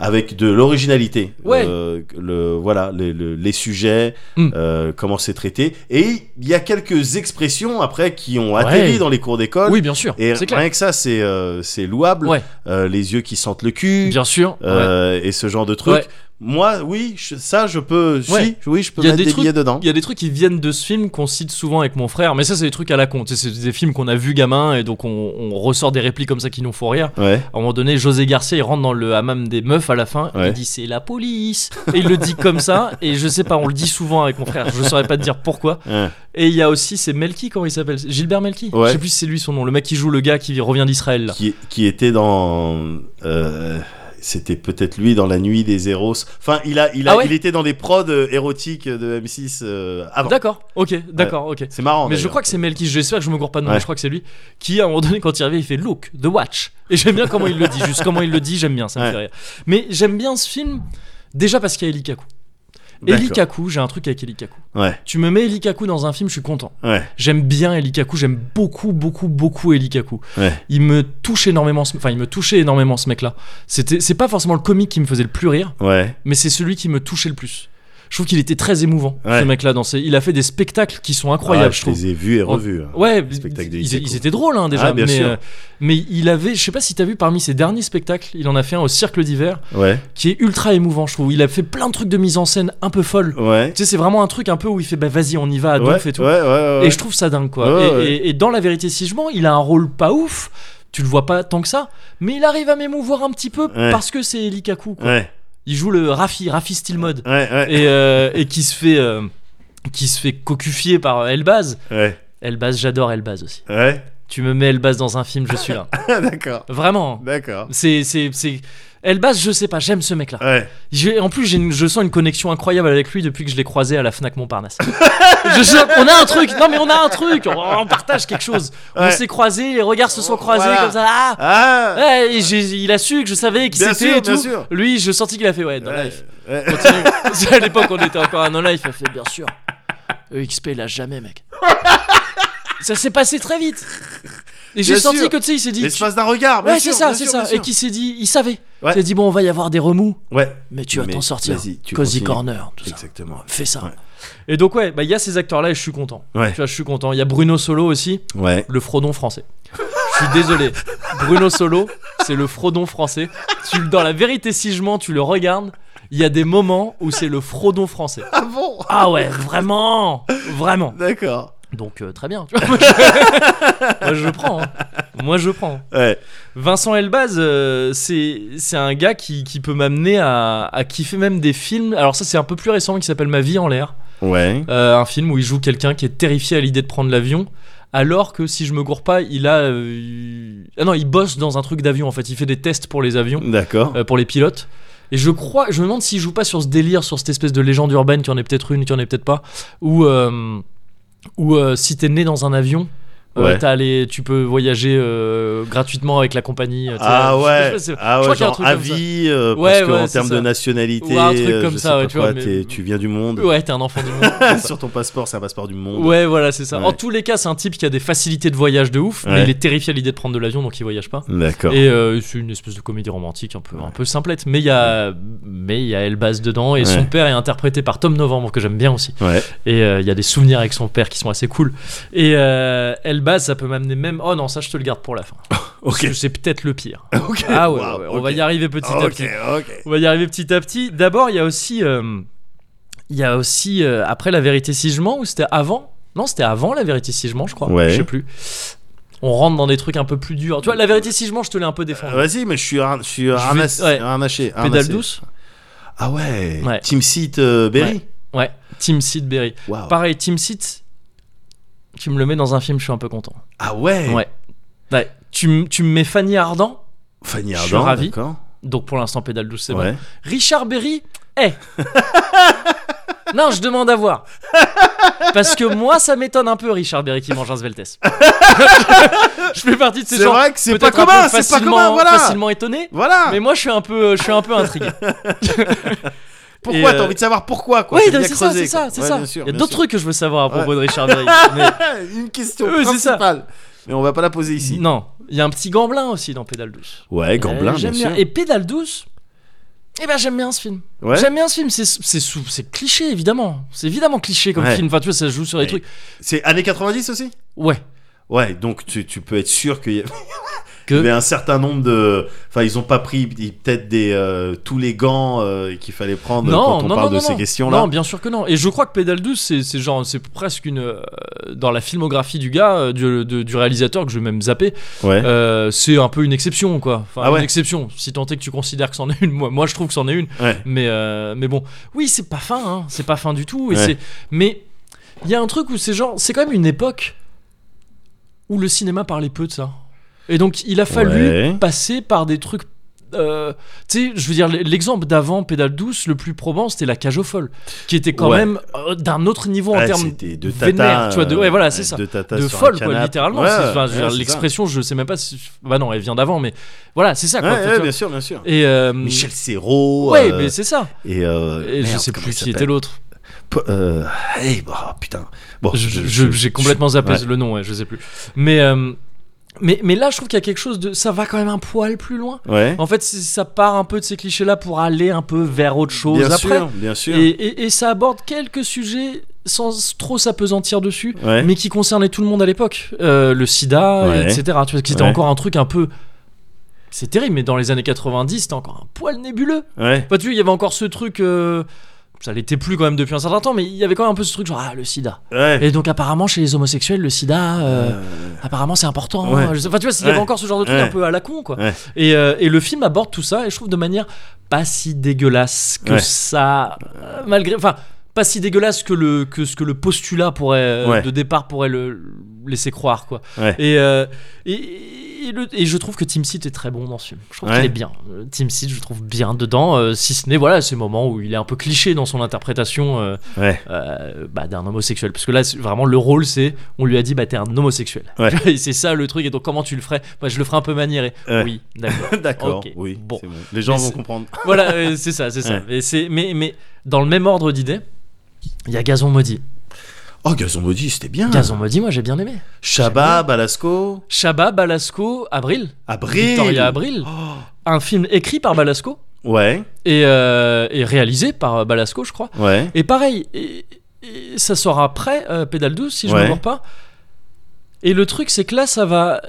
Speaker 2: avec de l'originalité,
Speaker 1: Ouais.
Speaker 2: Euh, le voilà les, le- les sujets,
Speaker 1: Mm.
Speaker 2: euh, comment c'est traité, et il y a quelques expressions après qui ont atterri
Speaker 1: Ouais.
Speaker 2: dans les cours d'école,
Speaker 1: Oui, bien sûr.
Speaker 2: et
Speaker 1: c'est clair.
Speaker 2: rien que ça c'est euh, c'est louable,
Speaker 1: Ouais.
Speaker 2: Euh, les yeux qui sentent le cul,
Speaker 1: Bien sûr. ouais.
Speaker 2: euh, et ce genre de truc.
Speaker 1: Ouais.
Speaker 2: Moi, oui, je- ça, je peux. si,
Speaker 1: Ouais.
Speaker 2: oui, je peux
Speaker 1: Il y a
Speaker 2: mettre
Speaker 1: des
Speaker 2: des,
Speaker 1: trucs-
Speaker 2: billets dedans.
Speaker 1: Il y a des trucs qui viennent de ce film qu'on cite souvent avec mon frère, mais ça, c'est des trucs à la con. Tu sais, C'est des films qu'on a vus gamin et donc on, on ressort des répliques comme ça qui nous font rire.
Speaker 2: Ouais,
Speaker 1: À un moment donné, José Garcia, il rentre dans le hammam des meufs à la fin,
Speaker 2: Ouais.
Speaker 1: il dit c'est la police. Et il le dit comme ça, et je sais pas, on le dit souvent avec mon frère, je saurais pas te dire pourquoi.
Speaker 2: ouais,
Speaker 1: Et il y a aussi, c'est Melki, comment il s'appelle Gilbert Melki
Speaker 2: Ouais.
Speaker 1: Je sais plus si c'est lui son nom, le mec qui joue le gars qui revient d'Israël. là.
Speaker 2: Qui, qui était dans. euh, C'était peut-être lui dans la nuit des Eros. Enfin, il a, il a,
Speaker 1: Ah ouais
Speaker 2: il était dans des prods euh, érotiques de M6 euh, avant.
Speaker 1: D'accord, ok, d'accord, ok.
Speaker 2: C'est marrant.
Speaker 1: Mais je
Speaker 2: Oh, d'ailleurs.
Speaker 1: crois que c'est Melkis, j'espère que je me gourre pas de nom,
Speaker 2: Ouais.
Speaker 1: mais je crois que c'est lui qui à un moment donné quand il revient il fait Look, The Watch. Et j'aime bien comment il le dit, juste comment il le dit, j'aime bien, ça me
Speaker 2: Ouais.
Speaker 1: fait rire. Mais j'aime bien ce film déjà parce qu'il y a Eli Kaku.
Speaker 2: D'accord.
Speaker 1: Eli Kaku, j'ai un truc avec Eli Kaku.
Speaker 2: Ouais,
Speaker 1: Tu me mets Eli Kaku dans un film, je suis content.
Speaker 2: ouais.
Speaker 1: J'aime bien Eli Kaku, j'aime beaucoup, beaucoup, beaucoup Eli Kaku.
Speaker 2: Ouais.
Speaker 1: Il me touche énormément, ce- enfin il me touchait énormément ce mec-là. C'était, c'est pas forcément le comique qui me faisait le plus rire,
Speaker 2: Ouais,
Speaker 1: mais c'est celui qui me touchait le plus. Je trouve qu'il était très émouvant,
Speaker 2: Ouais.
Speaker 1: ce mec-là. Dans ses- Il a fait des spectacles qui sont incroyables,
Speaker 2: Ah,
Speaker 1: je
Speaker 2: je
Speaker 1: trouve.
Speaker 2: les ai vus et revus. hein.
Speaker 1: Ouais,
Speaker 2: spectacle de
Speaker 1: ils,
Speaker 2: Iseko.
Speaker 1: ils étaient drôles hein, déjà,
Speaker 2: Ah, bien
Speaker 1: mais,
Speaker 2: sûr.
Speaker 1: euh, mais il avait, je sais pas si t'as vu parmi ses derniers spectacles, il en a fait un au Cercle d'hiver
Speaker 2: Ouais,
Speaker 1: qui est ultra émouvant, je trouve. Il a fait plein de trucs de mise en scène un peu folle.
Speaker 2: ouais.
Speaker 1: Tu sais, c'est vraiment un truc un peu où il fait bah vas-y, on y va à
Speaker 2: ouais,
Speaker 1: donf et tout.
Speaker 2: ouais, ouais, ouais,
Speaker 1: Et je trouve ça dingue quoi.
Speaker 2: Ouais,
Speaker 1: et,
Speaker 2: ouais.
Speaker 1: et- et dans La vérité, si je mens, il a un rôle pas ouf. Tu le vois pas tant que ça, mais il arrive à m'émouvoir un petit peu
Speaker 2: Ouais.
Speaker 1: parce que c'est Eli Kaku. quoi.
Speaker 2: Ouais,
Speaker 1: Il joue le Rafi, Rafi Stillmod,
Speaker 2: ouais, ouais.
Speaker 1: et, euh, et qui se fait euh, qui se fait cocufier par Elbaz.
Speaker 2: Ouais,
Speaker 1: Elbaz, j'adore Elbaz aussi.
Speaker 2: ouais.
Speaker 1: Tu me mets Elbaz dans un film, je suis là.
Speaker 2: D'accord,
Speaker 1: Vraiment. hein.
Speaker 2: d'accord.
Speaker 1: C'est c'est c'est Elbaz, je sais pas, j'aime ce mec-là.
Speaker 2: Ouais.
Speaker 1: J'ai- En plus, j'ai une- je sens une connexion incroyable avec lui depuis que je l'ai croisé à la Fnac Montparnasse. Je- je- on a un truc, non mais on a un truc, on, on partage quelque chose. On
Speaker 2: Ouais.
Speaker 1: s'est croisés, les regards se sont croisés
Speaker 2: Voilà.
Speaker 1: comme ça. Ah
Speaker 2: Ah
Speaker 1: Ouais, et j'ai- il a su que je savais qui
Speaker 2: Bien
Speaker 1: c'était
Speaker 2: sûr,
Speaker 1: et tout.
Speaker 2: bien sûr.
Speaker 1: Lui, je sentis qu'il a fait ouais, dans
Speaker 2: Ouais,
Speaker 1: Life.
Speaker 2: ouais.
Speaker 1: Continue. à l'époque, on était encore à Non Life, on fait bien sûr. EXP l'a jamais, mec. Ça s'est passé très vite. Et j'ai
Speaker 2: Bien
Speaker 1: senti
Speaker 2: sûr.
Speaker 1: que tu sais, il s'est dit.
Speaker 2: L'espace d'un regard, Ah, bien
Speaker 1: Ouais,
Speaker 2: sûr,
Speaker 1: c'est ça,
Speaker 2: bien
Speaker 1: c'est
Speaker 2: sûr,
Speaker 1: ça.
Speaker 2: bien sûr.
Speaker 1: Et qui s'est dit, il savait. Il
Speaker 2: Ouais.
Speaker 1: s'est dit, bon, on va y avoir des remous,
Speaker 2: Ouais.
Speaker 1: mais tu vas
Speaker 2: Mais
Speaker 1: t'en sortir.
Speaker 2: vas-y, tu
Speaker 1: Cozy
Speaker 2: continues.
Speaker 1: Corner, tout ça.
Speaker 2: Exactement.
Speaker 1: Fais ça.
Speaker 2: Ouais.
Speaker 1: Et donc, ouais, bah, il y a ces acteurs-là et je suis content.
Speaker 2: Ouais.
Speaker 1: Tu vois, je suis content. Il y a Bruno Solo aussi,
Speaker 2: Ouais.
Speaker 1: le frodon français. Je suis désolé. Bruno Solo, c'est le frodon français. Tu, le- dans la vérité, si je mens, tu le regardes. Il y a des moments où c'est le frodon français.
Speaker 2: Ah bon
Speaker 1: Ah ouais, vraiment Vraiment
Speaker 2: D'accord.
Speaker 1: Donc euh, très bien, tu vois. Moi je, Moi, je prends. hein. Moi je prends.
Speaker 2: Ouais.
Speaker 1: Vincent Elbaz, euh, c'est c'est un gars qui, qui peut m'amener à, à kiffer même des films. Alors ça c'est un peu plus récent qui s'appelle Ma vie en l'air.
Speaker 2: Ouais.
Speaker 1: Euh, un film où il joue quelqu'un qui est terrifié à l'idée de prendre l'avion. Alors que si je me gourre pas, il a... euh, Ah non, il bosse dans un truc d'avion en fait. Il fait des tests pour les avions,
Speaker 2: D'accord.
Speaker 1: euh, pour les pilotes. Et je crois, je me demande s'il joue pas sur ce délire, sur cette espèce de légende urbaine, qui en est peut-être une, qui en est peut-être pas. Ou euh, ou euh, si t'es né dans un avion, euh,
Speaker 2: Ouais.
Speaker 1: t'as les- tu peux voyager euh, gratuitement avec la compagnie. euh, t'sais,
Speaker 2: Ah
Speaker 1: je-
Speaker 2: ouais,
Speaker 1: je sais pas,
Speaker 2: ah
Speaker 1: je
Speaker 2: ouais
Speaker 1: crois qu'il y a un
Speaker 2: genre
Speaker 1: truc comme ça.
Speaker 2: avis, euh,
Speaker 1: Ouais,
Speaker 2: parce qu'en
Speaker 1: ouais, c'est
Speaker 2: termes
Speaker 1: ça.
Speaker 2: de nationalité,
Speaker 1: Ou un truc
Speaker 2: euh,
Speaker 1: comme
Speaker 2: je
Speaker 1: ça,
Speaker 2: sais
Speaker 1: ouais,
Speaker 2: pas
Speaker 1: tu vois,
Speaker 2: quoi,
Speaker 1: mais-
Speaker 2: t'es- tu viens du monde.
Speaker 1: Ouais, t'es un enfant du monde. c'est ça.
Speaker 2: Sur ton passeport, c'est un passeport du monde.
Speaker 1: Ouais, voilà, c'est ça. En
Speaker 2: Ouais.
Speaker 1: tous les cas, c'est un type qui a des facilités de voyage de ouf, mais
Speaker 2: Ouais.
Speaker 1: il est terrifié à l'idée de prendre de l'avion, donc il voyage pas.
Speaker 2: D'accord.
Speaker 1: Et euh, c'est une espèce de comédie romantique un peu, un peu simplette, mais il y a, mais il y a Elbaz dedans et son
Speaker 2: Ouais.
Speaker 1: père est interprété par Tom Novembre que j'aime bien aussi.
Speaker 2: Ouais.
Speaker 1: Et euh, il y a des souvenirs avec son père qui sont assez cool. Et euh, Elbaz, ça peut m'amener même. Oh non, ça je te le garde pour la fin. Parce
Speaker 2: Ok.
Speaker 1: que c'est peut-être le pire.
Speaker 2: Ok.
Speaker 1: Ah ouais,
Speaker 2: Wow,
Speaker 1: ouais, ouais,
Speaker 2: ok.
Speaker 1: on va y arriver petit à
Speaker 2: Ok,
Speaker 1: petit.
Speaker 2: ok.
Speaker 1: On va y arriver petit à petit. D'abord, il y a aussi, euh, il y a aussi euh, après la vérité si je mens ou c'était avant Non, c'était avant la vérité si je mens, je crois.
Speaker 2: Ouais.
Speaker 1: Je sais plus. On rentre dans des trucs un peu plus durs. Tu vois, la vérité si je mens, je te l'ai un peu défendu.
Speaker 2: Euh, Vas-y, mais je suis, har- je suis harnass-
Speaker 1: ouais.
Speaker 2: harnaché.
Speaker 1: Pédale
Speaker 2: harnassé.
Speaker 1: douce.
Speaker 2: Ah ouais.
Speaker 1: Ouais.
Speaker 2: Team Seat euh, Berry.
Speaker 1: Ouais. Team Seed Berry.
Speaker 2: Waouh.
Speaker 1: Pareil, Team Seed. Tu me le mets dans un film, je suis un peu content.
Speaker 2: Ah ouais.
Speaker 1: Ouais. Ouais. Tu, m- tu me mets Fanny Ardant.
Speaker 2: Fanny
Speaker 1: Je
Speaker 2: Ardant.
Speaker 1: suis ravi.
Speaker 2: D'accord.
Speaker 1: Donc pour l'instant, pédale douce, c'est bon.
Speaker 2: Ouais.
Speaker 1: Richard Berry, eh Non, je demande à voir. Parce que moi, ça m'étonne un peu, Richard Berry qui mange un Sveltes. je fais partie de ces
Speaker 2: C'est
Speaker 1: gens.
Speaker 2: vrai que c'est pas
Speaker 1: peut-être un
Speaker 2: commun,
Speaker 1: peu
Speaker 2: c'est pas
Speaker 1: facilement-
Speaker 2: commun, voilà.
Speaker 1: Facilement étonné.
Speaker 2: Voilà.
Speaker 1: Mais moi, je suis un peu, je suis un peu intrigué. et,
Speaker 2: pourquoi
Speaker 1: euh,
Speaker 2: T'as envie de savoir pourquoi quoi
Speaker 1: oui,
Speaker 2: T'aimes
Speaker 1: non,
Speaker 2: bien
Speaker 1: c'est ça,
Speaker 2: creuser,
Speaker 1: c'est ça,
Speaker 2: quoi.
Speaker 1: c'est
Speaker 2: Ouais,
Speaker 1: ça.
Speaker 2: bien sûr,
Speaker 1: Il y a
Speaker 2: bien
Speaker 1: d'autres
Speaker 2: sûr.
Speaker 1: trucs que je veux savoir à propos
Speaker 2: Ouais.
Speaker 1: de Richard Berry.
Speaker 2: Une question
Speaker 1: Oui, c'est ça.
Speaker 2: principale. Mais on va pas la poser
Speaker 1: mais-
Speaker 2: ici.
Speaker 1: non, il y a un petit Gamblin aussi dans Pédale douce.
Speaker 2: Ouais, Gamblin,
Speaker 1: Euh,
Speaker 2: bien
Speaker 1: j'aime
Speaker 2: sûr.
Speaker 1: Et Pédale douce. Eh ben j'aime bien ce film.
Speaker 2: Ouais.
Speaker 1: J'aime bien ce film. C'est c'est sous- c'est cliché évidemment. C'est évidemment cliché comme
Speaker 2: Ouais.
Speaker 1: film. Enfin tu vois ça joue sur les
Speaker 2: Ouais.
Speaker 1: trucs.
Speaker 2: C'est années 90 aussi
Speaker 1: Ouais.
Speaker 2: Ouais, donc tu, tu peux être sûr qu'il y, a-
Speaker 1: Que-
Speaker 2: il y avait un certain nombre de. Enfin, ils ont pas pris ils- peut-être des euh, tous les gants euh, qu'il fallait prendre quand on parle de ces
Speaker 1: non.
Speaker 2: questions-là.
Speaker 1: Non, bien sûr que non. Et je crois que Pédale douce, c'est c'est genre, c'est presque une euh, dans la filmographie du gars, euh, du, de- du réalisateur que je vais même zapper.
Speaker 2: Ouais.
Speaker 1: euh, c'est un peu une exception, quoi. Enfin,
Speaker 2: Ah ouais.
Speaker 1: une exception. Si tant est que tu considères que c'en est une, moi, moi je trouve que c'en est une.
Speaker 2: Ouais.
Speaker 1: Mais euh, mais bon, oui, c'est pas fin, hein. c'est pas fin du tout. Et
Speaker 2: Ouais.
Speaker 1: c'est mais il y a un truc où c'est genre, c'est quand même une époque où le cinéma parlait peu de ça. Et donc il a fallu
Speaker 2: Ouais.
Speaker 1: passer par des trucs euh, tu sais, je veux dire, l'exemple d'avant, pédale douce, le plus probant, c'était la cage au folle, qui était quand
Speaker 2: Ouais.
Speaker 1: même euh, d'un autre niveau en
Speaker 2: Ouais,
Speaker 1: termes
Speaker 2: c'était de tata,
Speaker 1: vénère, tu vois, de- ouais, voilà,
Speaker 2: euh,
Speaker 1: c'est ça,
Speaker 2: De, tata
Speaker 1: de
Speaker 2: sur un
Speaker 1: folle, quoi,
Speaker 2: canapé.
Speaker 1: littéralement.
Speaker 2: Ouais,
Speaker 1: C'est- enfin, je veux
Speaker 2: ouais,
Speaker 1: dire,
Speaker 2: c'est ça.
Speaker 1: L'expression, je sais même pas si. Bah non, elle vient d'avant, mais voilà, c'est ça, quoi.
Speaker 2: Ouais,
Speaker 1: tu
Speaker 2: ouais,
Speaker 1: vois.
Speaker 2: bien sûr, bien sûr.
Speaker 1: Et. euh,
Speaker 2: Michel Serrault.
Speaker 1: Ouais,
Speaker 2: euh,
Speaker 1: mais c'est ça.
Speaker 2: Et, euh,
Speaker 1: Et je
Speaker 2: merde,
Speaker 1: sais
Speaker 2: comment
Speaker 1: plus
Speaker 2: il
Speaker 1: qui était
Speaker 2: s'appelle
Speaker 1: l'autre.
Speaker 2: P- euh, hey, bah, putain. Bon,
Speaker 1: Je-
Speaker 2: je-
Speaker 1: je-
Speaker 2: je-
Speaker 1: J'ai complètement zappé
Speaker 2: ouais.
Speaker 1: le nom, ouais, je sais plus. Mais, euh, mais, mais là, je trouve qu'il y a quelque chose de. Ça va quand même un poil plus loin.
Speaker 2: Ouais.
Speaker 1: En fait, c'est- ça part un peu de ces clichés-là pour aller un peu vers autre chose
Speaker 2: Bien
Speaker 1: après.
Speaker 2: sûr, bien sûr.
Speaker 1: Et, et- et ça aborde quelques sujets sans trop s'apesantir dessus,
Speaker 2: Ouais.
Speaker 1: mais qui concernaient tout le monde à l'époque. Euh, le sida,
Speaker 2: Ouais.
Speaker 1: etc. Tu vois, qui était
Speaker 2: Ouais.
Speaker 1: encore un truc un peu. C'est terrible, mais dans les années 90, c'était encore un poil nébuleux.
Speaker 2: Ouais.
Speaker 1: Pas tu vois, il y avait encore ce truc. euh, Ça l'était plus quand même depuis un certain temps, mais il y avait quand même un peu ce truc genre ah le sida.
Speaker 2: Ouais.
Speaker 1: Et donc apparemment chez les homosexuels le sida, euh,
Speaker 2: Euh,
Speaker 1: apparemment c'est important. hein,
Speaker 2: Ouais.
Speaker 1: Je sais- Enfin tu vois, il y avait
Speaker 2: Ouais.
Speaker 1: encore ce genre de truc
Speaker 2: Ouais.
Speaker 1: un peu à la con quoi.
Speaker 2: Ouais.
Speaker 1: Et, euh, et le film aborde tout ça et je trouve de manière pas si dégueulasse que
Speaker 2: Ouais.
Speaker 1: ça, euh, malgré, enfin pas si dégueulasse que le que ce que le postulat pourrait euh,
Speaker 2: Ouais.
Speaker 1: de départ pourrait le le laisser croire quoi.
Speaker 2: Ouais.
Speaker 1: Et, euh, et, et le- et je trouve que Team Seed est très bon dans ce film. Je trouve
Speaker 2: Ouais.
Speaker 1: qu'il est bien. Euh, Team Seed, je le trouve bien dedans, euh, si ce n'est voilà ces moments où il est un peu cliché dans son interprétation euh,
Speaker 2: Ouais.
Speaker 1: euh, bah, d'un homosexuel. Parce que là, c'est- vraiment, le rôle, c'est on lui a dit bah t'es un homosexuel.
Speaker 2: Ouais.
Speaker 1: Et c'est ça le truc. Et donc comment tu le ferais Bah, Je le ferais un peu maniéré.
Speaker 2: Ouais.
Speaker 1: Oui, d'accord.
Speaker 2: D'accord.
Speaker 1: Ok,
Speaker 2: Oui.
Speaker 1: bon.
Speaker 2: c'est Les gens
Speaker 1: Mais
Speaker 2: vont
Speaker 1: c'est-
Speaker 2: comprendre.
Speaker 1: voilà, euh, c'est ça, c'est ça.
Speaker 2: Ouais.
Speaker 1: Et c'est- mais, mais dans le même ordre d'idées. Il y a Gazon Maudit.
Speaker 2: Oh, Gazon Maudit, c'était bien.
Speaker 1: Gazon Maudit, moi j'ai bien aimé.
Speaker 2: Shabba, Balasco,
Speaker 1: Shabba, Balasco, Abril.
Speaker 2: Abril.
Speaker 1: Victoria Abril.
Speaker 2: Oh,
Speaker 1: Un film écrit par Balasco.
Speaker 2: Ouais.
Speaker 1: et, euh, et réalisé par euh, Balasco, je crois.
Speaker 2: Ouais.
Speaker 1: Et pareil, et- et ça sort après euh, Pédale douce, si je
Speaker 2: Ouais.
Speaker 1: me trompe pas. Et le truc, c'est que là, ça va.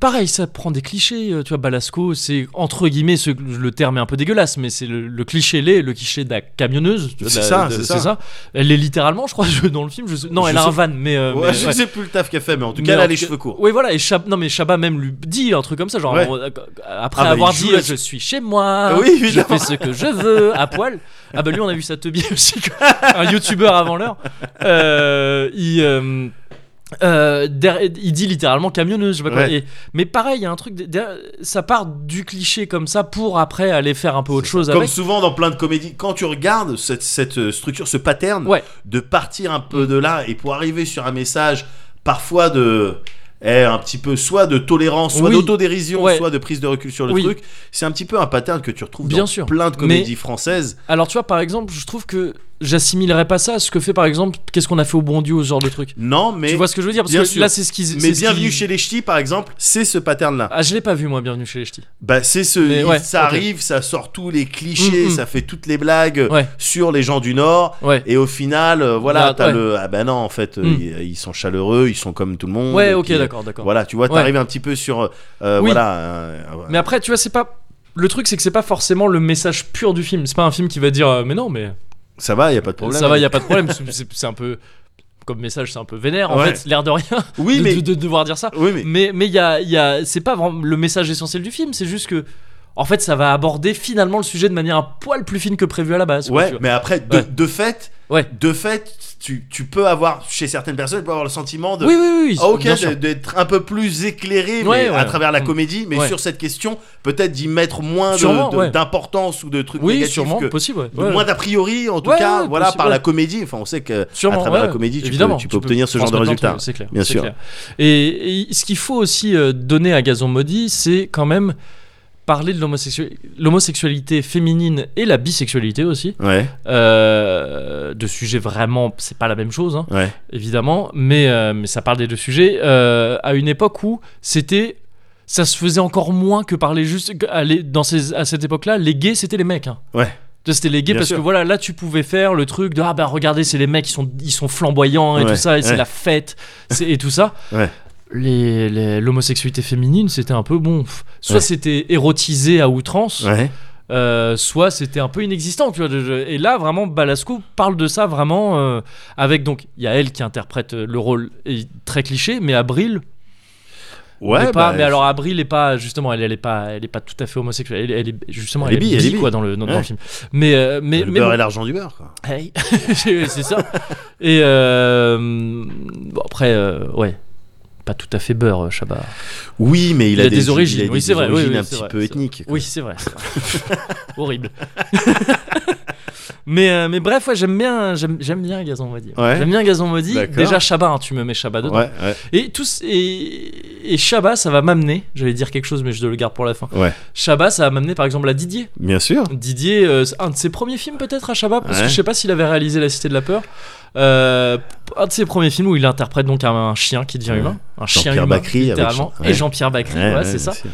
Speaker 1: Pareil, ça prend des clichés, euh, tu vois, Balasco, c'est entre guillemets, ce- le terme est un peu dégueulasse, mais c'est le, le cliché l'est, le cliché de la camionneuse. tu vois, de
Speaker 2: C'est
Speaker 1: la-
Speaker 2: ça,
Speaker 1: de-
Speaker 2: c'est ça.
Speaker 1: Elle est littéralement, je crois, je- dans le film, je sais- non,
Speaker 2: Je
Speaker 1: elle a
Speaker 2: sais-
Speaker 1: un van, mais... euh,
Speaker 2: Ouais,
Speaker 1: mais-
Speaker 2: je
Speaker 1: ouais.
Speaker 2: sais plus le taf qu'elle fait, mais en tout
Speaker 1: Mais
Speaker 2: cas, elle
Speaker 1: en
Speaker 2: a les
Speaker 1: tout cas-
Speaker 2: cheveux courts.
Speaker 1: Oui, voilà, et Chab... non, mais Chabat même lui dit un truc comme ça, genre
Speaker 2: Ouais.
Speaker 1: euh, après
Speaker 2: Ah, bah,
Speaker 1: avoir
Speaker 2: il joue
Speaker 1: dit
Speaker 2: là-dessus.
Speaker 1: je suis chez moi,
Speaker 2: Oui,
Speaker 1: je
Speaker 2: évidemment.
Speaker 1: fais ce que je veux à poil. Ah bah lui, on a vu sa teubie aussi, quoi. un youtubeur avant l'heure. Euh, il, euh, euh, der- il dit littéralement camionneuse, je sais pas quoi.
Speaker 2: Ouais.
Speaker 1: Et- mais pareil, il y a un truc, de- derrière- ça part du cliché comme ça pour après aller faire un peu autre chose
Speaker 2: Comme
Speaker 1: avec.
Speaker 2: souvent dans plein de comédies, quand tu regardes cette, cette, euh, structure, ce pattern,
Speaker 1: Ouais. Mm.
Speaker 2: de partir un peu de là et pour arriver sur un message parfois de eh, un petit peu soit de tolérance, soit
Speaker 1: Oui.
Speaker 2: d'autodérision,
Speaker 1: Ouais.
Speaker 2: soit de prise de recul sur le
Speaker 1: Oui.
Speaker 2: truc, c'est un petit peu un pattern que tu retrouves
Speaker 1: Bien
Speaker 2: dans
Speaker 1: sûr.
Speaker 2: plein de
Speaker 1: Mais-
Speaker 2: comédies françaises.
Speaker 1: Alors tu vois, par exemple, je trouve que j'assimilerais pas ça à ce que fait par exemple, qu'est-ce qu'on a fait au bon Dieu, ce genre de truc.
Speaker 2: Non, mais
Speaker 1: tu vois ce que je veux dire Parce
Speaker 2: bien
Speaker 1: que
Speaker 2: sûr.
Speaker 1: là, c'est ce qu'ils.
Speaker 2: mais
Speaker 1: c'est ce
Speaker 2: bienvenue
Speaker 1: qu'ils-
Speaker 2: chez les ch'tis par exemple, c'est ce pattern là.
Speaker 1: Ah, je l'ai pas vu, moi, Bienvenue chez les Ch'tis.
Speaker 2: Bah c'est ce
Speaker 1: Mais
Speaker 2: il-
Speaker 1: ouais,
Speaker 2: ça
Speaker 1: ok.
Speaker 2: arrive, ça sort tous les clichés,
Speaker 1: Mm, mm.
Speaker 2: ça fait toutes les blagues
Speaker 1: Ouais.
Speaker 2: sur les gens du nord.
Speaker 1: Ouais.
Speaker 2: Et au final, euh, voilà,
Speaker 1: Bah,
Speaker 2: t'as
Speaker 1: ouais.
Speaker 2: le ah ben non en fait euh,
Speaker 1: Mm.
Speaker 2: ils, ils sont chaleureux, ils sont comme tout le monde.
Speaker 1: Ouais,
Speaker 2: et
Speaker 1: ok,
Speaker 2: puis, euh,
Speaker 1: d'accord, d'accord.
Speaker 2: Voilà, tu vois,
Speaker 1: Ouais.
Speaker 2: t'arrives un petit peu sur euh,
Speaker 1: Oui.
Speaker 2: voilà. euh, euh,
Speaker 1: Mais après, tu vois, c'est pas. Le truc, c'est que c'est pas forcément le message pur du film. C'est pas un film qui va dire, euh, mais non, mais
Speaker 2: Ça va, il y a pas de problème.
Speaker 1: ça va, y a pas de problème. C'est- c'est c'est un peu. Comme message, c'est un peu vénère, en
Speaker 2: Ouais.
Speaker 1: fait, l'air de rien,
Speaker 2: Oui,
Speaker 1: de,
Speaker 2: mais
Speaker 1: de- de devoir dire ça.
Speaker 2: oui, mais
Speaker 1: Mais, mais y a, y a, c'est pas vraiment le message essentiel du film, c'est juste que. En fait, ça va aborder finalement le sujet de manière un poil plus fine que prévu à la base. quoi,
Speaker 2: ouais,
Speaker 1: tu vois.
Speaker 2: mais après de,
Speaker 1: Ouais.
Speaker 2: de fait,
Speaker 1: Ouais.
Speaker 2: de fait, tu, tu peux avoir chez certaines personnes, tu peux avoir le sentiment de
Speaker 1: Oui, oui, oui.
Speaker 2: Ah, ok,
Speaker 1: bien sûr.
Speaker 2: de- d'être un peu plus éclairé mais
Speaker 1: Ouais, ouais.
Speaker 2: à travers la
Speaker 1: Mm.
Speaker 2: comédie, mais
Speaker 1: Ouais.
Speaker 2: sur cette question, peut-être d'y mettre moins de-
Speaker 1: Sûrement,
Speaker 2: de-
Speaker 1: ouais.
Speaker 2: d'importance ou de trucs
Speaker 1: Oui,
Speaker 2: négatifs
Speaker 1: sûrement,
Speaker 2: que-
Speaker 1: possible. ouais.
Speaker 2: de
Speaker 1: Ouais,
Speaker 2: moins d'a priori en tout
Speaker 1: Ouais,
Speaker 2: cas
Speaker 1: ouais,
Speaker 2: voilà
Speaker 1: possible,
Speaker 2: par la
Speaker 1: ouais.
Speaker 2: comédie enfin on sait que
Speaker 1: Sûrement,
Speaker 2: à travers
Speaker 1: ouais,
Speaker 2: la comédie tu peux,
Speaker 1: évidemment,
Speaker 2: tu peux obtenir ce genre de
Speaker 1: transmettre un
Speaker 2: résultat
Speaker 1: truc, C'est clair.
Speaker 2: Bien
Speaker 1: c'est
Speaker 2: sûr.
Speaker 1: clair. Et, et ce qu'il faut aussi euh, donner à Gazon Maudit, c'est quand même parler de l'homosexualité- l'homosexualité féminine et la bisexualité aussi.
Speaker 2: ouais
Speaker 1: Euh, de sujets vraiment, c'est pas la même chose, hein,
Speaker 2: ouais
Speaker 1: évidemment, mais, euh, mais ça parle des deux sujets euh, à une époque où c'était. Ça se faisait encore moins que parler juste. que- à les- dans ces, à cette époque-là, les gays, c'était les mecs. hein.
Speaker 2: Ouais.
Speaker 1: Tu vois, C'était les gays
Speaker 2: Bien
Speaker 1: parce
Speaker 2: sûr.
Speaker 1: que voilà, là tu pouvais faire le truc de ah bah regardez, c'est les mecs, ils sont, ils sont flamboyants et
Speaker 2: Ouais,
Speaker 1: tout ça, et c'est
Speaker 2: ouais.
Speaker 1: la fête c'est- et tout ça.
Speaker 2: Ouais.
Speaker 1: Les- les- L'homosexualité féminine, c'était un peu bon. pff, Soit
Speaker 2: Ouais.
Speaker 1: c'était érotisé à outrance,
Speaker 2: ouais
Speaker 1: euh, soit c'était un peu inexistant. Tu vois, de- de- et là, vraiment, Balasco parle de ça vraiment euh, avec donc il y a elle qui interprète euh, le rôle et très cliché, mais Abril.
Speaker 2: ouais
Speaker 1: n'est pas,
Speaker 2: bah,
Speaker 1: mais alors Abril est pas justement, elle, elle est pas, elle est pas tout à fait homosexuelle. Elle, elle est justement,
Speaker 2: Elle est
Speaker 1: elle,
Speaker 2: bi,
Speaker 1: est
Speaker 2: elle est
Speaker 1: bi,
Speaker 2: bi.
Speaker 1: quoi dans le dans, dans
Speaker 2: Ouais.
Speaker 1: le film. Mais euh, mais
Speaker 2: le
Speaker 1: mais
Speaker 2: beurre
Speaker 1: bon.
Speaker 2: et l'argent du beurre quoi.
Speaker 1: Hey. c'est ça. Et euh, bon, après, euh, ouais. Pas tout à fait beurre, euh, Chabat.
Speaker 2: Oui, mais il,
Speaker 1: a des origines,
Speaker 2: il a
Speaker 1: oui,
Speaker 2: des
Speaker 1: c'est vrai, oui,
Speaker 2: origines
Speaker 1: oui,
Speaker 2: un
Speaker 1: c'est
Speaker 2: petit
Speaker 1: vrai,
Speaker 2: peu
Speaker 1: c'est-
Speaker 2: ethniques.
Speaker 1: Oui, c'est vrai. c'est vrai. Horrible. mais, euh, mais bref, ouais, j'aime bien, j'aime, j'aime bien Gazon Maudit.
Speaker 2: Ouais.
Speaker 1: J'aime bien Gazon Maudit.
Speaker 2: D'accord.
Speaker 1: Déjà Chabat, hein, tu me mets Chabat dedans.
Speaker 2: Ouais, ouais,
Speaker 1: Et tous et, et Chabat, ça va m'amener. J'allais dire quelque chose, mais je le garde pour la fin.
Speaker 2: ouais.
Speaker 1: Chabat, ça va m'amener par exemple à Didier.
Speaker 2: Bien sûr.
Speaker 1: Didier, euh, c'est un de ses premiers films peut-être à Chabat, parce
Speaker 2: Ouais.
Speaker 1: que je sais pas s'il avait réalisé La Cité de la Peur. Euh, un de ses premiers films où il interprète donc un, un chien qui devient
Speaker 2: Ouais.
Speaker 1: humain, un chien
Speaker 2: Jean-Pierre
Speaker 1: humain,
Speaker 2: Bacri avec-
Speaker 1: littéralement,
Speaker 2: ouais.
Speaker 1: et Jean-Pierre Bacri,
Speaker 2: Ouais,
Speaker 1: voilà,
Speaker 2: ouais,
Speaker 1: c'est ça.
Speaker 2: bien sûr.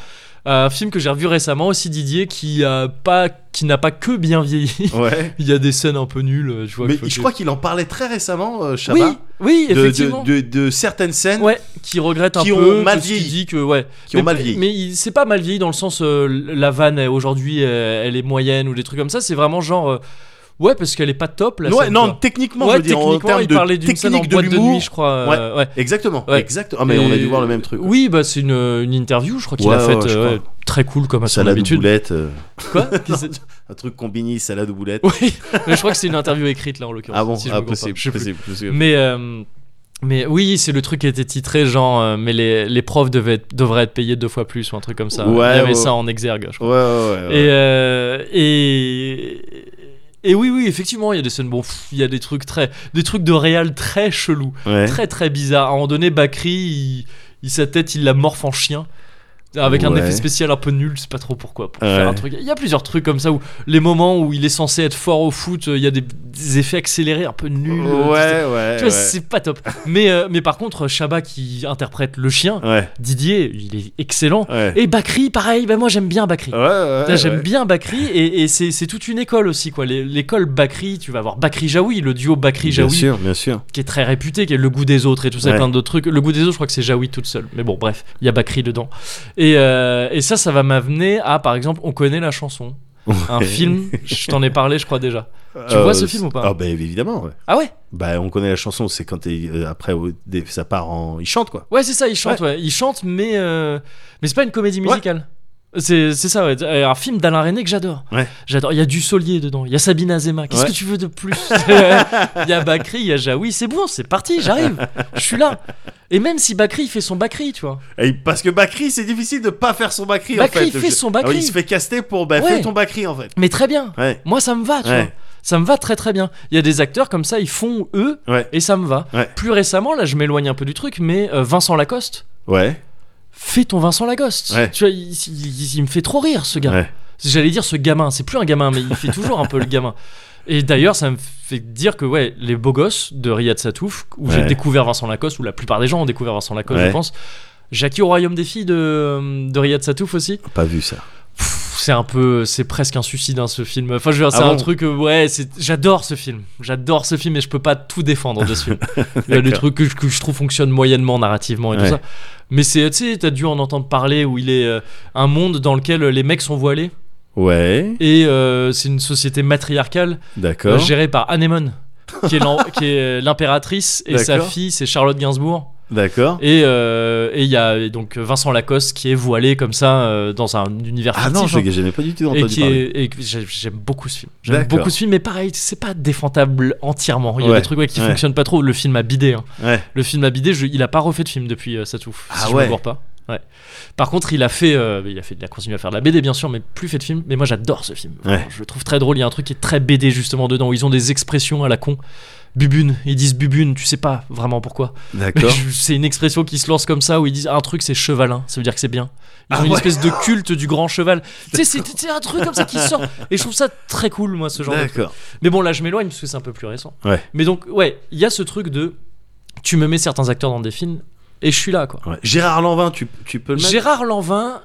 Speaker 1: Un film que j'ai revu récemment aussi Didier qui a pas qui n'a pas que bien vieilli.
Speaker 2: Ouais.
Speaker 1: Il y a des scènes un peu nulles, je vois.
Speaker 2: Mais
Speaker 1: que-
Speaker 2: je crois qu'il en parlait très récemment, euh,
Speaker 1: oui,
Speaker 2: Chabat,
Speaker 1: oui,
Speaker 2: de-
Speaker 1: effectivement.
Speaker 2: de, de, de certaines scènes
Speaker 1: Ouais, qui regrette un
Speaker 2: Qui
Speaker 1: peu
Speaker 2: ont mal
Speaker 1: de ce qu'il
Speaker 2: vieilli.
Speaker 1: dit que ouais,
Speaker 2: qui
Speaker 1: mais,
Speaker 2: ont mal vieilli.
Speaker 1: Mais il- c'est pas mal vieilli dans le sens euh, la vanne euh, aujourd'hui euh, elle est moyenne ou des trucs comme ça. C'est vraiment genre euh, ouais parce qu'elle est pas top la
Speaker 2: Ouais,
Speaker 1: scène,
Speaker 2: non,
Speaker 1: quoi.
Speaker 2: techniquement,
Speaker 1: ouais,
Speaker 2: je veux dire, en
Speaker 1: techniquement
Speaker 2: termes
Speaker 1: il
Speaker 2: de
Speaker 1: parlait d'une
Speaker 2: technique
Speaker 1: scène en
Speaker 2: de
Speaker 1: boîte de
Speaker 2: l'humour.
Speaker 1: nuit je crois. euh, ouais.
Speaker 2: Exactement,
Speaker 1: Ouais.
Speaker 2: exactement. Ah, mais on a
Speaker 1: Et-
Speaker 2: dû voir le même truc. ouais.
Speaker 1: Oui bah c'est une, une interview je crois qu'il
Speaker 2: Ouais,
Speaker 1: a
Speaker 2: ouais,
Speaker 1: faite
Speaker 2: je
Speaker 1: euh,
Speaker 2: crois.
Speaker 1: ouais, très cool comme à son
Speaker 2: Salade ou
Speaker 1: habitude.
Speaker 2: boulette. euh,
Speaker 1: Quoi Qu'est-ce que c'est
Speaker 2: Un truc combiné, salade ou boulette.
Speaker 1: Oui, mais je crois que c'est une interview écrite là en l'occurrence.
Speaker 2: Ah bon,
Speaker 1: Oh, si je
Speaker 2: ah,
Speaker 1: me trompe pas.
Speaker 2: possible,
Speaker 1: Je sais plus.
Speaker 2: possible, possible.
Speaker 1: Mais, euh, mais oui, c'est le truc qui était titré genre, euh, mais les, les profs devaient être- devraient être payés deux fois plus ou un truc comme ça.
Speaker 2: Ouais,
Speaker 1: Il y avait
Speaker 2: ouais.
Speaker 1: ça en exergue, je crois.
Speaker 2: Ouais, ouais, ouais. ouais.
Speaker 1: Et, euh, et, et oui, oui, effectivement, il y a des scènes, bon, pff, il y a des trucs très, des trucs de réal très chelous,
Speaker 2: Ouais.
Speaker 1: très très bizarres. À un moment donné, Bakri, il, il- sa tête, il la morphe en chien. Avec un
Speaker 2: Ouais.
Speaker 1: effet spécial un peu nul, c'est pas trop pourquoi. Pour
Speaker 2: Ouais.
Speaker 1: faire un truc. Il y a plusieurs trucs comme ça où les moments où il est censé être fort au foot, euh, il y a des, des effets accélérés un peu nuls. euh,
Speaker 2: Ouais, ouais, ouais.
Speaker 1: Tu vois, c'est pas top. Mais, euh, mais par contre, Chabat qui interprète le chien,
Speaker 2: Ouais,
Speaker 1: Didier, il est excellent.
Speaker 2: ouais.
Speaker 1: Et Bakri, pareil, ben moi j'aime bien Bakri.
Speaker 2: Ouais, ouais,
Speaker 1: Là, J'aime
Speaker 2: ouais.
Speaker 1: bien Bakri et, et c'est c'est toute une école aussi quoi. Les- L'école Bakri, tu vas avoir Bakri Jaoui, le duo Bakri
Speaker 2: Bien
Speaker 1: Jaoui
Speaker 2: sûr, bien sûr.
Speaker 1: qui est très réputé, qui est le goût des autres et tout ça, et
Speaker 2: Ouais.
Speaker 1: plein d'autres trucs. Le goût des autres, je crois que c'est Jaoui toute seule. Mais bon, bref, il y a Bakri dedans. Et, euh, et ça, ça va m'amener à, par exemple, on connaît la chanson. Un
Speaker 2: Ouais.
Speaker 1: film, je t'en ai parlé, je crois déjà. Tu vois ce film ou pas
Speaker 2: Ah, bah évidemment, ouais.
Speaker 1: Ah ouais
Speaker 2: Bah, on connaît la chanson, c'est quand t'es, euh, après, au- dès- ça part en. Il chante, quoi.
Speaker 1: Ouais, c'est ça, il chante, ouais. Il chante, mais, euh, mais c'est pas une comédie
Speaker 2: Ouais.
Speaker 1: musicale. C'est c'est ça, ouais. Euh, un film d'Alain René que j'adore.
Speaker 2: Ouais.
Speaker 1: J'adore. Il y a du Solier dedans, il y a Sabine Azema. Qu'est-ce
Speaker 2: Ouais.
Speaker 1: que tu veux de plus Il y a Bakri, il y a Jaoui. C'est bon, c'est parti, j'arrive. Je suis là. Et même si Bakri, il fait son Bakri, tu vois.
Speaker 2: Et parce que Bakri, c'est difficile de pas faire son Bakri, en
Speaker 1: Bakri,
Speaker 2: fait.
Speaker 1: il fait
Speaker 2: Je-
Speaker 1: son
Speaker 2: Ah
Speaker 1: Bakri.
Speaker 2: oui, il se fait caster pour. Bah,
Speaker 1: Ouais.
Speaker 2: fais ton Bakri, en fait.
Speaker 1: Mais très bien.
Speaker 2: Ouais.
Speaker 1: Moi, ça me va, tu
Speaker 2: Ouais.
Speaker 1: vois. Ça me va très très bien. Il y a des acteurs comme ça, ils font eux,
Speaker 2: Ouais.
Speaker 1: et ça me va.
Speaker 2: Ouais.
Speaker 1: Plus récemment, là, je m'éloigne un peu du truc, mais euh, Vincent Lacoste,
Speaker 2: Ouais.
Speaker 1: fais ton Vincent Lacoste.
Speaker 2: Ouais.
Speaker 1: Tu vois, il, il- il me fait trop rire, ce gars.
Speaker 2: Ouais.
Speaker 1: J'allais dire ce gamin, c'est plus un gamin, mais il fait toujours un peu le gamin. Et d'ailleurs, ça me fait dire que ouais, les beaux gosses de Riyad Satouf, où j'ai
Speaker 2: Ouais.
Speaker 1: découvert Vincent Lacoste, où la plupart des gens ont découvert Vincent Lacoste,
Speaker 2: Ouais.
Speaker 1: je pense. Jackie au royaume des filles de, de Riyad Satouf aussi.
Speaker 2: Pas vu ça.
Speaker 1: Pff, C'est un peu, c'est presque un suicide hein, ce film. Enfin, je veux dire, c'est
Speaker 2: Ah
Speaker 1: un
Speaker 2: bon
Speaker 1: truc, euh, ouais, c'est- j'adore ce film. J'adore ce film et je peux pas tout défendre de ce film. Il y a des
Speaker 2: D'accord.
Speaker 1: trucs que je, que je trouve fonctionnent moyennement narrativement et
Speaker 2: Ouais.
Speaker 1: tout ça. Mais c'est, tu sais, t'as dû en entendre parler où il est euh, un monde dans lequel les mecs sont voilés
Speaker 2: Ouais,
Speaker 1: et euh, c'est une société matriarcale euh,
Speaker 2: d'accord.
Speaker 1: gérée par Anémone, qui est l'en- qui est l'impératrice et sa
Speaker 2: D'accord.
Speaker 1: fille, c'est Charlotte Gainsbourg.
Speaker 2: D'accord.
Speaker 1: Et euh, et il y a donc Vincent Lacoste qui est voilé comme ça euh, dans un univers
Speaker 2: Ah
Speaker 1: fictif,
Speaker 2: non, je
Speaker 1: hein.
Speaker 2: n'ai pas du tout
Speaker 1: Et
Speaker 2: entendu
Speaker 1: qui
Speaker 2: parler.
Speaker 1: est- et que j'ai- j'aime beaucoup ce film. J'aime
Speaker 2: D'accord.
Speaker 1: beaucoup ce film, mais pareil, c'est pas défendable entièrement. Il y a
Speaker 2: Ouais.
Speaker 1: des trucs ouais, qui
Speaker 2: Ouais.
Speaker 1: fonctionnent pas trop. Le film a bidé. hein.
Speaker 2: Ouais.
Speaker 1: Le film a bidé. je- il a pas refait de film depuis euh, Satouf.
Speaker 2: Ah
Speaker 1: si
Speaker 2: ouais.
Speaker 1: Je me gourre pas. Ouais. Par contre, il a fait, euh, il a fait, il a continué à faire de la BD bien sûr, mais plus fait de film. Mais moi, j'adore ce film.
Speaker 2: Ouais.
Speaker 1: Je le trouve très drôle. Il y a un truc qui est très BD justement dedans où ils ont des expressions à la con. Bubune, ils disent bubune, tu sais pas vraiment pourquoi. Mais
Speaker 2: D'accord.
Speaker 1: je- c'est une expression qui se lance comme ça où ils disent un truc c'est chevalin, ça veut dire que c'est bien. Ils ont
Speaker 2: Ah
Speaker 1: une
Speaker 2: ouais.
Speaker 1: espèce de culte du grand cheval. tu sais, c'est- c'est un truc comme ça qui sort. Et je trouve ça très cool, moi, ce genre de truc.
Speaker 2: D'accord.
Speaker 1: Mais bon, là, je m'éloigne parce que c'est un peu plus récent.
Speaker 2: Ouais.
Speaker 1: Mais donc, ouais, il y a ce truc de tu me mets certains acteurs dans des films et je suis là, quoi.
Speaker 2: Ouais. Gérard Lanvin, tu, tu peux le mettre
Speaker 1: Gérard Lanvin,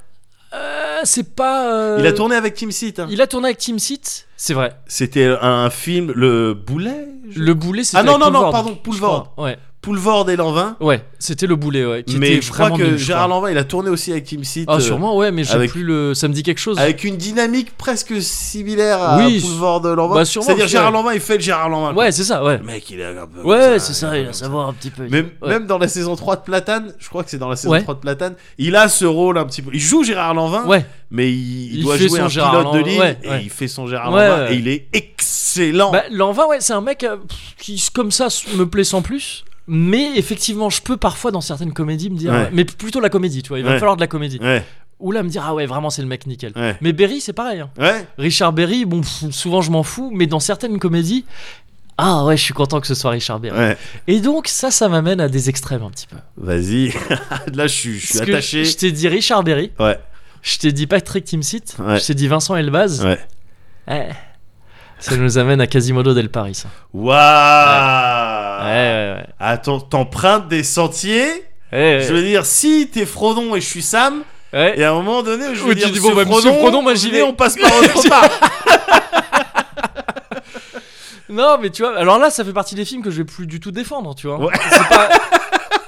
Speaker 1: euh, c'est pas. euh,
Speaker 2: Il a tourné avec Tim Seat. hein.
Speaker 1: Il a tourné avec Team Seat, c'est vrai.
Speaker 2: C'était un film, le Boulet je-
Speaker 1: Le boulet, c'était.
Speaker 2: Ah non,
Speaker 1: avec
Speaker 2: non, non,
Speaker 1: Poulvord,
Speaker 2: pardon,
Speaker 1: je
Speaker 2: Poulvord.
Speaker 1: crois. Ouais,
Speaker 2: Poulvord et Lanvin.
Speaker 1: ouais, c'était le boulet, ouais. qui
Speaker 2: Mais
Speaker 1: était
Speaker 2: je crois
Speaker 1: vraiment
Speaker 2: que
Speaker 1: nul, je
Speaker 2: Gérard
Speaker 1: crois.
Speaker 2: Lanvin, il a tourné aussi avec Tim Seat.
Speaker 1: Ah,
Speaker 2: euh,
Speaker 1: sûrement, ouais, mais j'ai
Speaker 2: avec-
Speaker 1: plus le. Ça me dit quelque chose.
Speaker 2: Avec une dynamique presque similaire à
Speaker 1: Oui,
Speaker 2: Poulvord de Lanvin.
Speaker 1: bah, sûrement,
Speaker 2: C'est-à-dire
Speaker 1: parce que-
Speaker 2: Gérard Lanvin, il fait le Gérard Lanvin. quoi.
Speaker 1: Ouais, c'est ça, ouais.
Speaker 2: Le mec, il est un peu. comme
Speaker 1: Ouais, c'est ça,
Speaker 2: un
Speaker 1: il
Speaker 2: peu
Speaker 1: a
Speaker 2: comme Ah, ça.
Speaker 1: savoir un petit peu.
Speaker 2: Même,
Speaker 1: Ouais.
Speaker 2: même dans la saison 3 de Platane, je crois que c'est dans la saison
Speaker 1: Ouais.
Speaker 2: 3 de Platane, il a ce rôle un petit peu. Il joue Gérard Lanvin,
Speaker 1: Ouais,
Speaker 2: mais il, il
Speaker 1: Il
Speaker 2: doit
Speaker 1: fait
Speaker 2: jouer
Speaker 1: son
Speaker 2: un
Speaker 1: Gérard
Speaker 2: pilote de
Speaker 1: Lanvin,
Speaker 2: ligne
Speaker 1: ouais,
Speaker 2: et
Speaker 1: ouais.
Speaker 2: il fait son Gérard
Speaker 1: Ouais,
Speaker 2: Lanvin
Speaker 1: ouais.
Speaker 2: et il est excellent.
Speaker 1: bah Lanvin, ouais, c'est un mec euh, pff, qui, comme ça, s- me plaît sans plus. Mais effectivement, je peux parfois dans certaines comédies me dire,
Speaker 2: Ouais.
Speaker 1: mais plutôt la comédie, tu vois, il va
Speaker 2: Ouais.
Speaker 1: me falloir de la comédie.
Speaker 2: Ouais,
Speaker 1: Ou là me dire, ah ouais, vraiment c'est le mec nickel.
Speaker 2: ouais.
Speaker 1: Mais Berry, c'est pareil. hein.
Speaker 2: Ouais,
Speaker 1: Richard Berry, bon, pff, souvent je m'en fous, mais dans certaines comédies, ah ouais, je suis content que ce soit Richard Berry.
Speaker 2: ouais.
Speaker 1: Et donc ça, ça m'amène à des extrêmes un petit peu.
Speaker 2: Vas-y. Là, je suis, je suis
Speaker 1: Parce que
Speaker 2: attaché.
Speaker 1: Je t'ai dit Richard Berry,
Speaker 2: Ouais,
Speaker 1: je t'ai dit Patrick Timsit,
Speaker 2: Ouais.
Speaker 1: je t'ai dit Vincent Elbaz.
Speaker 2: ouais.
Speaker 1: Eh, Ça nous amène à Quasimodo del Paris. ça. Ouais,
Speaker 2: Waouh
Speaker 1: ouais, ouais.
Speaker 2: Attends, t'empruntes des sentiers
Speaker 1: Eh,
Speaker 2: Je veux dire, si t'es Frodon et je suis Sam,
Speaker 1: ouais.
Speaker 2: et à un moment donné, je
Speaker 1: Oui,
Speaker 2: veux dire,
Speaker 1: tu dis, bon,
Speaker 2: monsieur
Speaker 1: bah, monsieur Frodon, moi, j'y
Speaker 2: venez,
Speaker 1: vais.
Speaker 2: on passe par autre part.
Speaker 1: Non, mais tu vois, alors là, ça fait partie des films que je vais plus du tout défendre, tu vois.
Speaker 2: Ouais.
Speaker 1: C'est pas-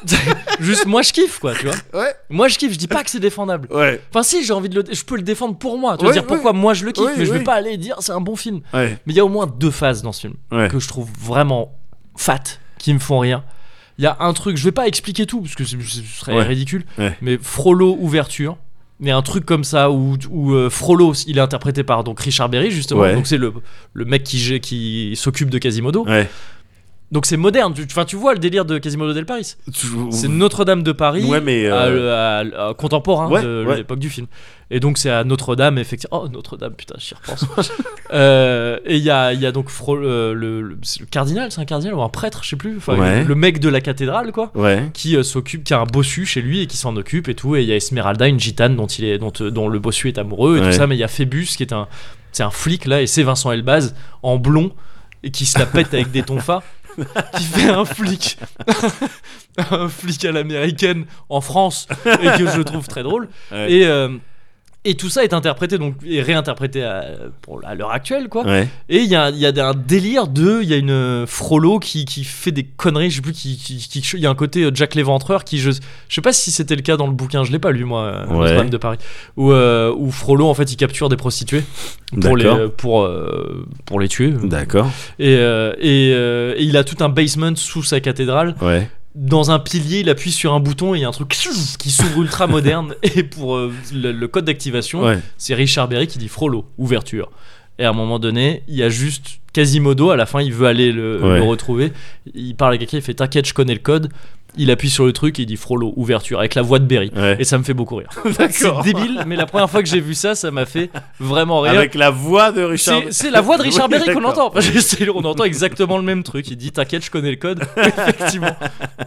Speaker 1: Juste moi je kiffe quoi, tu vois.
Speaker 2: Ouais.
Speaker 1: Moi je kiffe, je dis pas que c'est défendable.
Speaker 2: Ouais,
Speaker 1: Enfin si, j'ai envie de le je peux le défendre pour moi, tu
Speaker 2: Ouais,
Speaker 1: veux dire
Speaker 2: ouais.
Speaker 1: pourquoi moi je le kiffe,
Speaker 2: Oui,
Speaker 1: mais je
Speaker 2: oui.
Speaker 1: vais pas aller dire c'est un bon film.
Speaker 2: ouais,
Speaker 1: Mais il y a au moins deux phases dans ce film
Speaker 2: ouais.
Speaker 1: que je trouve vraiment fat, qui me font rire. Il y a un truc, je vais pas expliquer tout parce que c'est- ce serait
Speaker 2: Ouais.
Speaker 1: ridicule,
Speaker 2: Ouais.
Speaker 1: mais Frollo ouverture. Mais un truc comme ça où, où euh, Frollo, il est interprété par donc Richard Berry justement,
Speaker 2: Ouais.
Speaker 1: donc c'est le, le mec qui, gé- qui s'occupe de Quasimodo.
Speaker 2: Ouais.
Speaker 1: Donc c'est moderne, tu, enfin, tu vois le délire de Quasimodo del Paris.
Speaker 2: Toujours-
Speaker 1: C'est Notre-Dame de Paris
Speaker 2: Ouais, mais.
Speaker 1: à-
Speaker 2: euh,
Speaker 1: à- à- contemporain
Speaker 2: Ouais,
Speaker 1: de
Speaker 2: ouais.
Speaker 1: l'époque du film. Et donc c'est à Notre-Dame, effectivement. Oh, Notre-Dame, putain, j'y repense. Euh, et il y a, il y a donc Fro- euh, le, le- c'est le cardinal, c'est un cardinal ou un prêtre, je sais plus. Enfin,
Speaker 2: Ouais.
Speaker 1: Le mec de la cathédrale, quoi.
Speaker 2: Ouais.
Speaker 1: Qui euh, s'occupe, qui a un bossu chez lui et qui s'en occupe et tout. Et il y a Esmeralda, une gitane dont, il est, dont, euh, dont le bossu est amoureux et
Speaker 2: Ouais.
Speaker 1: tout ça. Mais il y a Phébus qui est un, c'est un flic là et c'est Vincent Elbaz en blond et qui se la pète avec des tonfas. qui fait un flic un flic à l'américaine en France et que je trouve très drôle.
Speaker 2: Ouais.
Speaker 1: Et, euh, et tout ça est interprété donc et réinterprété à, pour- à l'heure actuelle quoi.
Speaker 2: Ouais.
Speaker 1: Et il y a, il y a un délire de il y a une euh, Frollo qui, qui fait des conneries, je sais plus qui qui- qui- il y a un côté euh, Jack l'éventreur qui je je sais pas si c'était le cas dans le bouquin, je l'ai pas lu moi euh,
Speaker 2: Ouais.
Speaker 1: Notre-Dame de Paris où euh, où Frollo en fait il capture des prostituées pour
Speaker 2: D'accord.
Speaker 1: les euh, pour euh, pour les tuer
Speaker 2: D'accord.
Speaker 1: et euh, et, euh, et il a tout un basement sous sa cathédrale
Speaker 2: Ouais.
Speaker 1: dans un pilier, il appuie sur un bouton et il y a un truc qui s'ouvre ultra moderne. Et pour euh, le, le code d'activation,
Speaker 2: Ouais.
Speaker 1: c'est Richard Berry qui dit Frollo, ouverture. Et à un moment donné, il y a juste Quasimodo, à la fin, il veut aller le,
Speaker 2: Ouais.
Speaker 1: le retrouver. Il parle à quelqu'un, il fait T'inquiète, je connais le code. Il appuie sur le truc et il dit Frollo, ouverture, avec la voix de Berry.
Speaker 2: Ouais.
Speaker 1: Et ça me fait beaucoup rire. C'est débile, mais la première fois que j'ai vu ça, ça m'a fait vraiment rire.
Speaker 2: Avec la voix de Richard.
Speaker 1: C'est c'est la voix de
Speaker 2: Oui,
Speaker 1: Richard Berry qu'on
Speaker 2: d'accord.
Speaker 1: entend. Parce que c'est- on entend exactement le même truc. Il dit T'inquiète, je connais le code. Effectivement.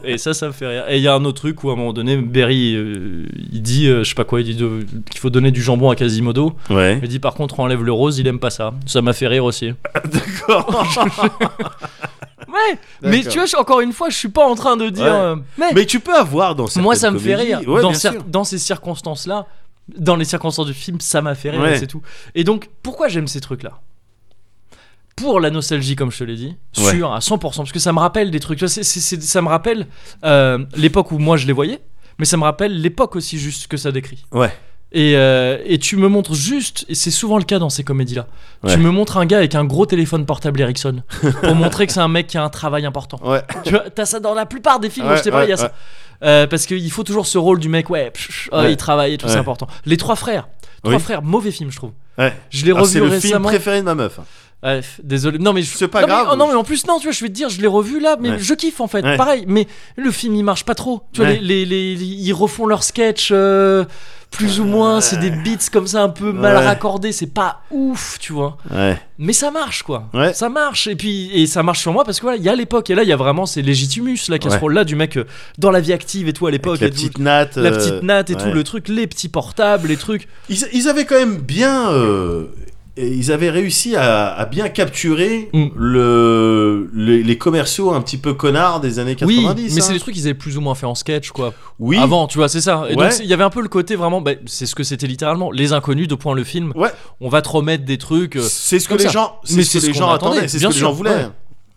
Speaker 1: Et ça, ça me fait rire. Et il y a un autre truc où à un moment donné, Berry, euh, il dit euh, Je sais pas quoi, il dit de- qu'il faut donner du jambon à Quasimodo.
Speaker 2: Ouais.
Speaker 1: Il dit Par contre, on enlève le rose, il aime pas ça. Ça m'a fait rire aussi. Ouais, mais
Speaker 2: D'accord.
Speaker 1: tu vois, je- encore une fois, je suis pas en train de dire.
Speaker 2: Ouais.
Speaker 1: euh, mais,
Speaker 2: Mais tu peux avoir dans certaines
Speaker 1: moi, ça me fait
Speaker 2: comédies-
Speaker 1: rire.
Speaker 2: Ouais,
Speaker 1: dans,
Speaker 2: bien
Speaker 1: cer-
Speaker 2: sûr.
Speaker 1: dans ces circonstances-là, dans les circonstances du film, ça m'a fait rire,
Speaker 2: Ouais.
Speaker 1: et c'est tout. Et donc, pourquoi j'aime ces trucs-là Pour la nostalgie, comme je te l'ai dit,
Speaker 2: Ouais.
Speaker 1: sûr, à 100%, parce que ça me rappelle des trucs. Tu vois, c'est- c'est- c'est- ça me rappelle euh, l'époque où moi je les voyais, mais ça me rappelle l'époque aussi, juste que ça décrit.
Speaker 2: Ouais.
Speaker 1: Et, euh, et tu me montres juste, et c'est souvent le cas dans ces comédies-là,
Speaker 2: Ouais.
Speaker 1: tu me montres un gars avec un gros téléphone portable Ericsson pour montrer que c'est un mec qui a un travail important.
Speaker 2: Ouais.
Speaker 1: Tu vois, t'as ça dans la plupart des films,
Speaker 2: Ouais,
Speaker 1: je sais pas, il y a
Speaker 2: ouais,
Speaker 1: ça. Euh, parce qu'il faut toujours ce rôle du mec, ouais, pch, pch, oh,
Speaker 2: Ouais.
Speaker 1: il travaille et tout,
Speaker 2: Ouais.
Speaker 1: c'est important. Les Trois Frères. Trois
Speaker 2: Oui.
Speaker 1: Frères, mauvais film, je trouve.
Speaker 2: Ouais.
Speaker 1: Je l'ai
Speaker 2: Ah, c'est
Speaker 1: revu
Speaker 2: le film
Speaker 1: récemment.
Speaker 2: préféré de ma meuf.
Speaker 1: Ouais, f- désolé. Non, mais je-
Speaker 2: C'est pas
Speaker 1: non, mais-
Speaker 2: grave.
Speaker 1: oh, non, mais en plus, non, tu vois, je vais te dire, je l'ai revu là, mais
Speaker 2: Ouais.
Speaker 1: je kiffe en fait.
Speaker 2: Ouais.
Speaker 1: Pareil, mais le film il marche pas trop. Tu vois,
Speaker 2: Ouais.
Speaker 1: les, les- les- ils refont leurs sketchs euh, plus ou moins, c'est des beats comme ça un peu mal
Speaker 2: Ouais.
Speaker 1: raccordés, c'est pas ouf, tu vois.
Speaker 2: Ouais.
Speaker 1: Mais ça marche quoi.
Speaker 2: Ouais.
Speaker 1: Ça marche et puis et ça marche sur moi parce que voilà, il y a l'époque et là il y a vraiment c'est légitimus la casserole là du mec euh, dans la vie active et tout à l'époque
Speaker 2: Avec la
Speaker 1: et tout.
Speaker 2: petite natte.
Speaker 1: la
Speaker 2: euh,
Speaker 1: petite natte et tout
Speaker 2: ouais.
Speaker 1: le truc, les petits portables, les trucs.
Speaker 2: Ils, ils avaient quand même bien. euh, et ils avaient réussi à, à bien capturer
Speaker 1: Mm.
Speaker 2: le, les, les commerciaux un petit peu connards des années 90.
Speaker 1: oui, mais
Speaker 2: hein.
Speaker 1: c'est des trucs qu'ils avaient plus ou moins fait en sketch quoi.
Speaker 2: Oui.
Speaker 1: Avant, tu vois, c'est ça. Et
Speaker 2: Ouais.
Speaker 1: donc c'est- il y avait un peu le côté vraiment bah, c'est ce que c'était littéralement les inconnus de point le film.
Speaker 2: Ouais.
Speaker 1: On va te remettre des trucs euh,
Speaker 2: C'est ce que
Speaker 1: comme
Speaker 2: les
Speaker 1: ça.
Speaker 2: gens,
Speaker 1: Mais
Speaker 2: c'est ce
Speaker 1: c'est
Speaker 2: que
Speaker 1: ce
Speaker 2: les
Speaker 1: qu'on
Speaker 2: gens
Speaker 1: attendait,
Speaker 2: attendaient, c'est ce
Speaker 1: bien
Speaker 2: que les gens
Speaker 1: sûr,
Speaker 2: voulaient, hein.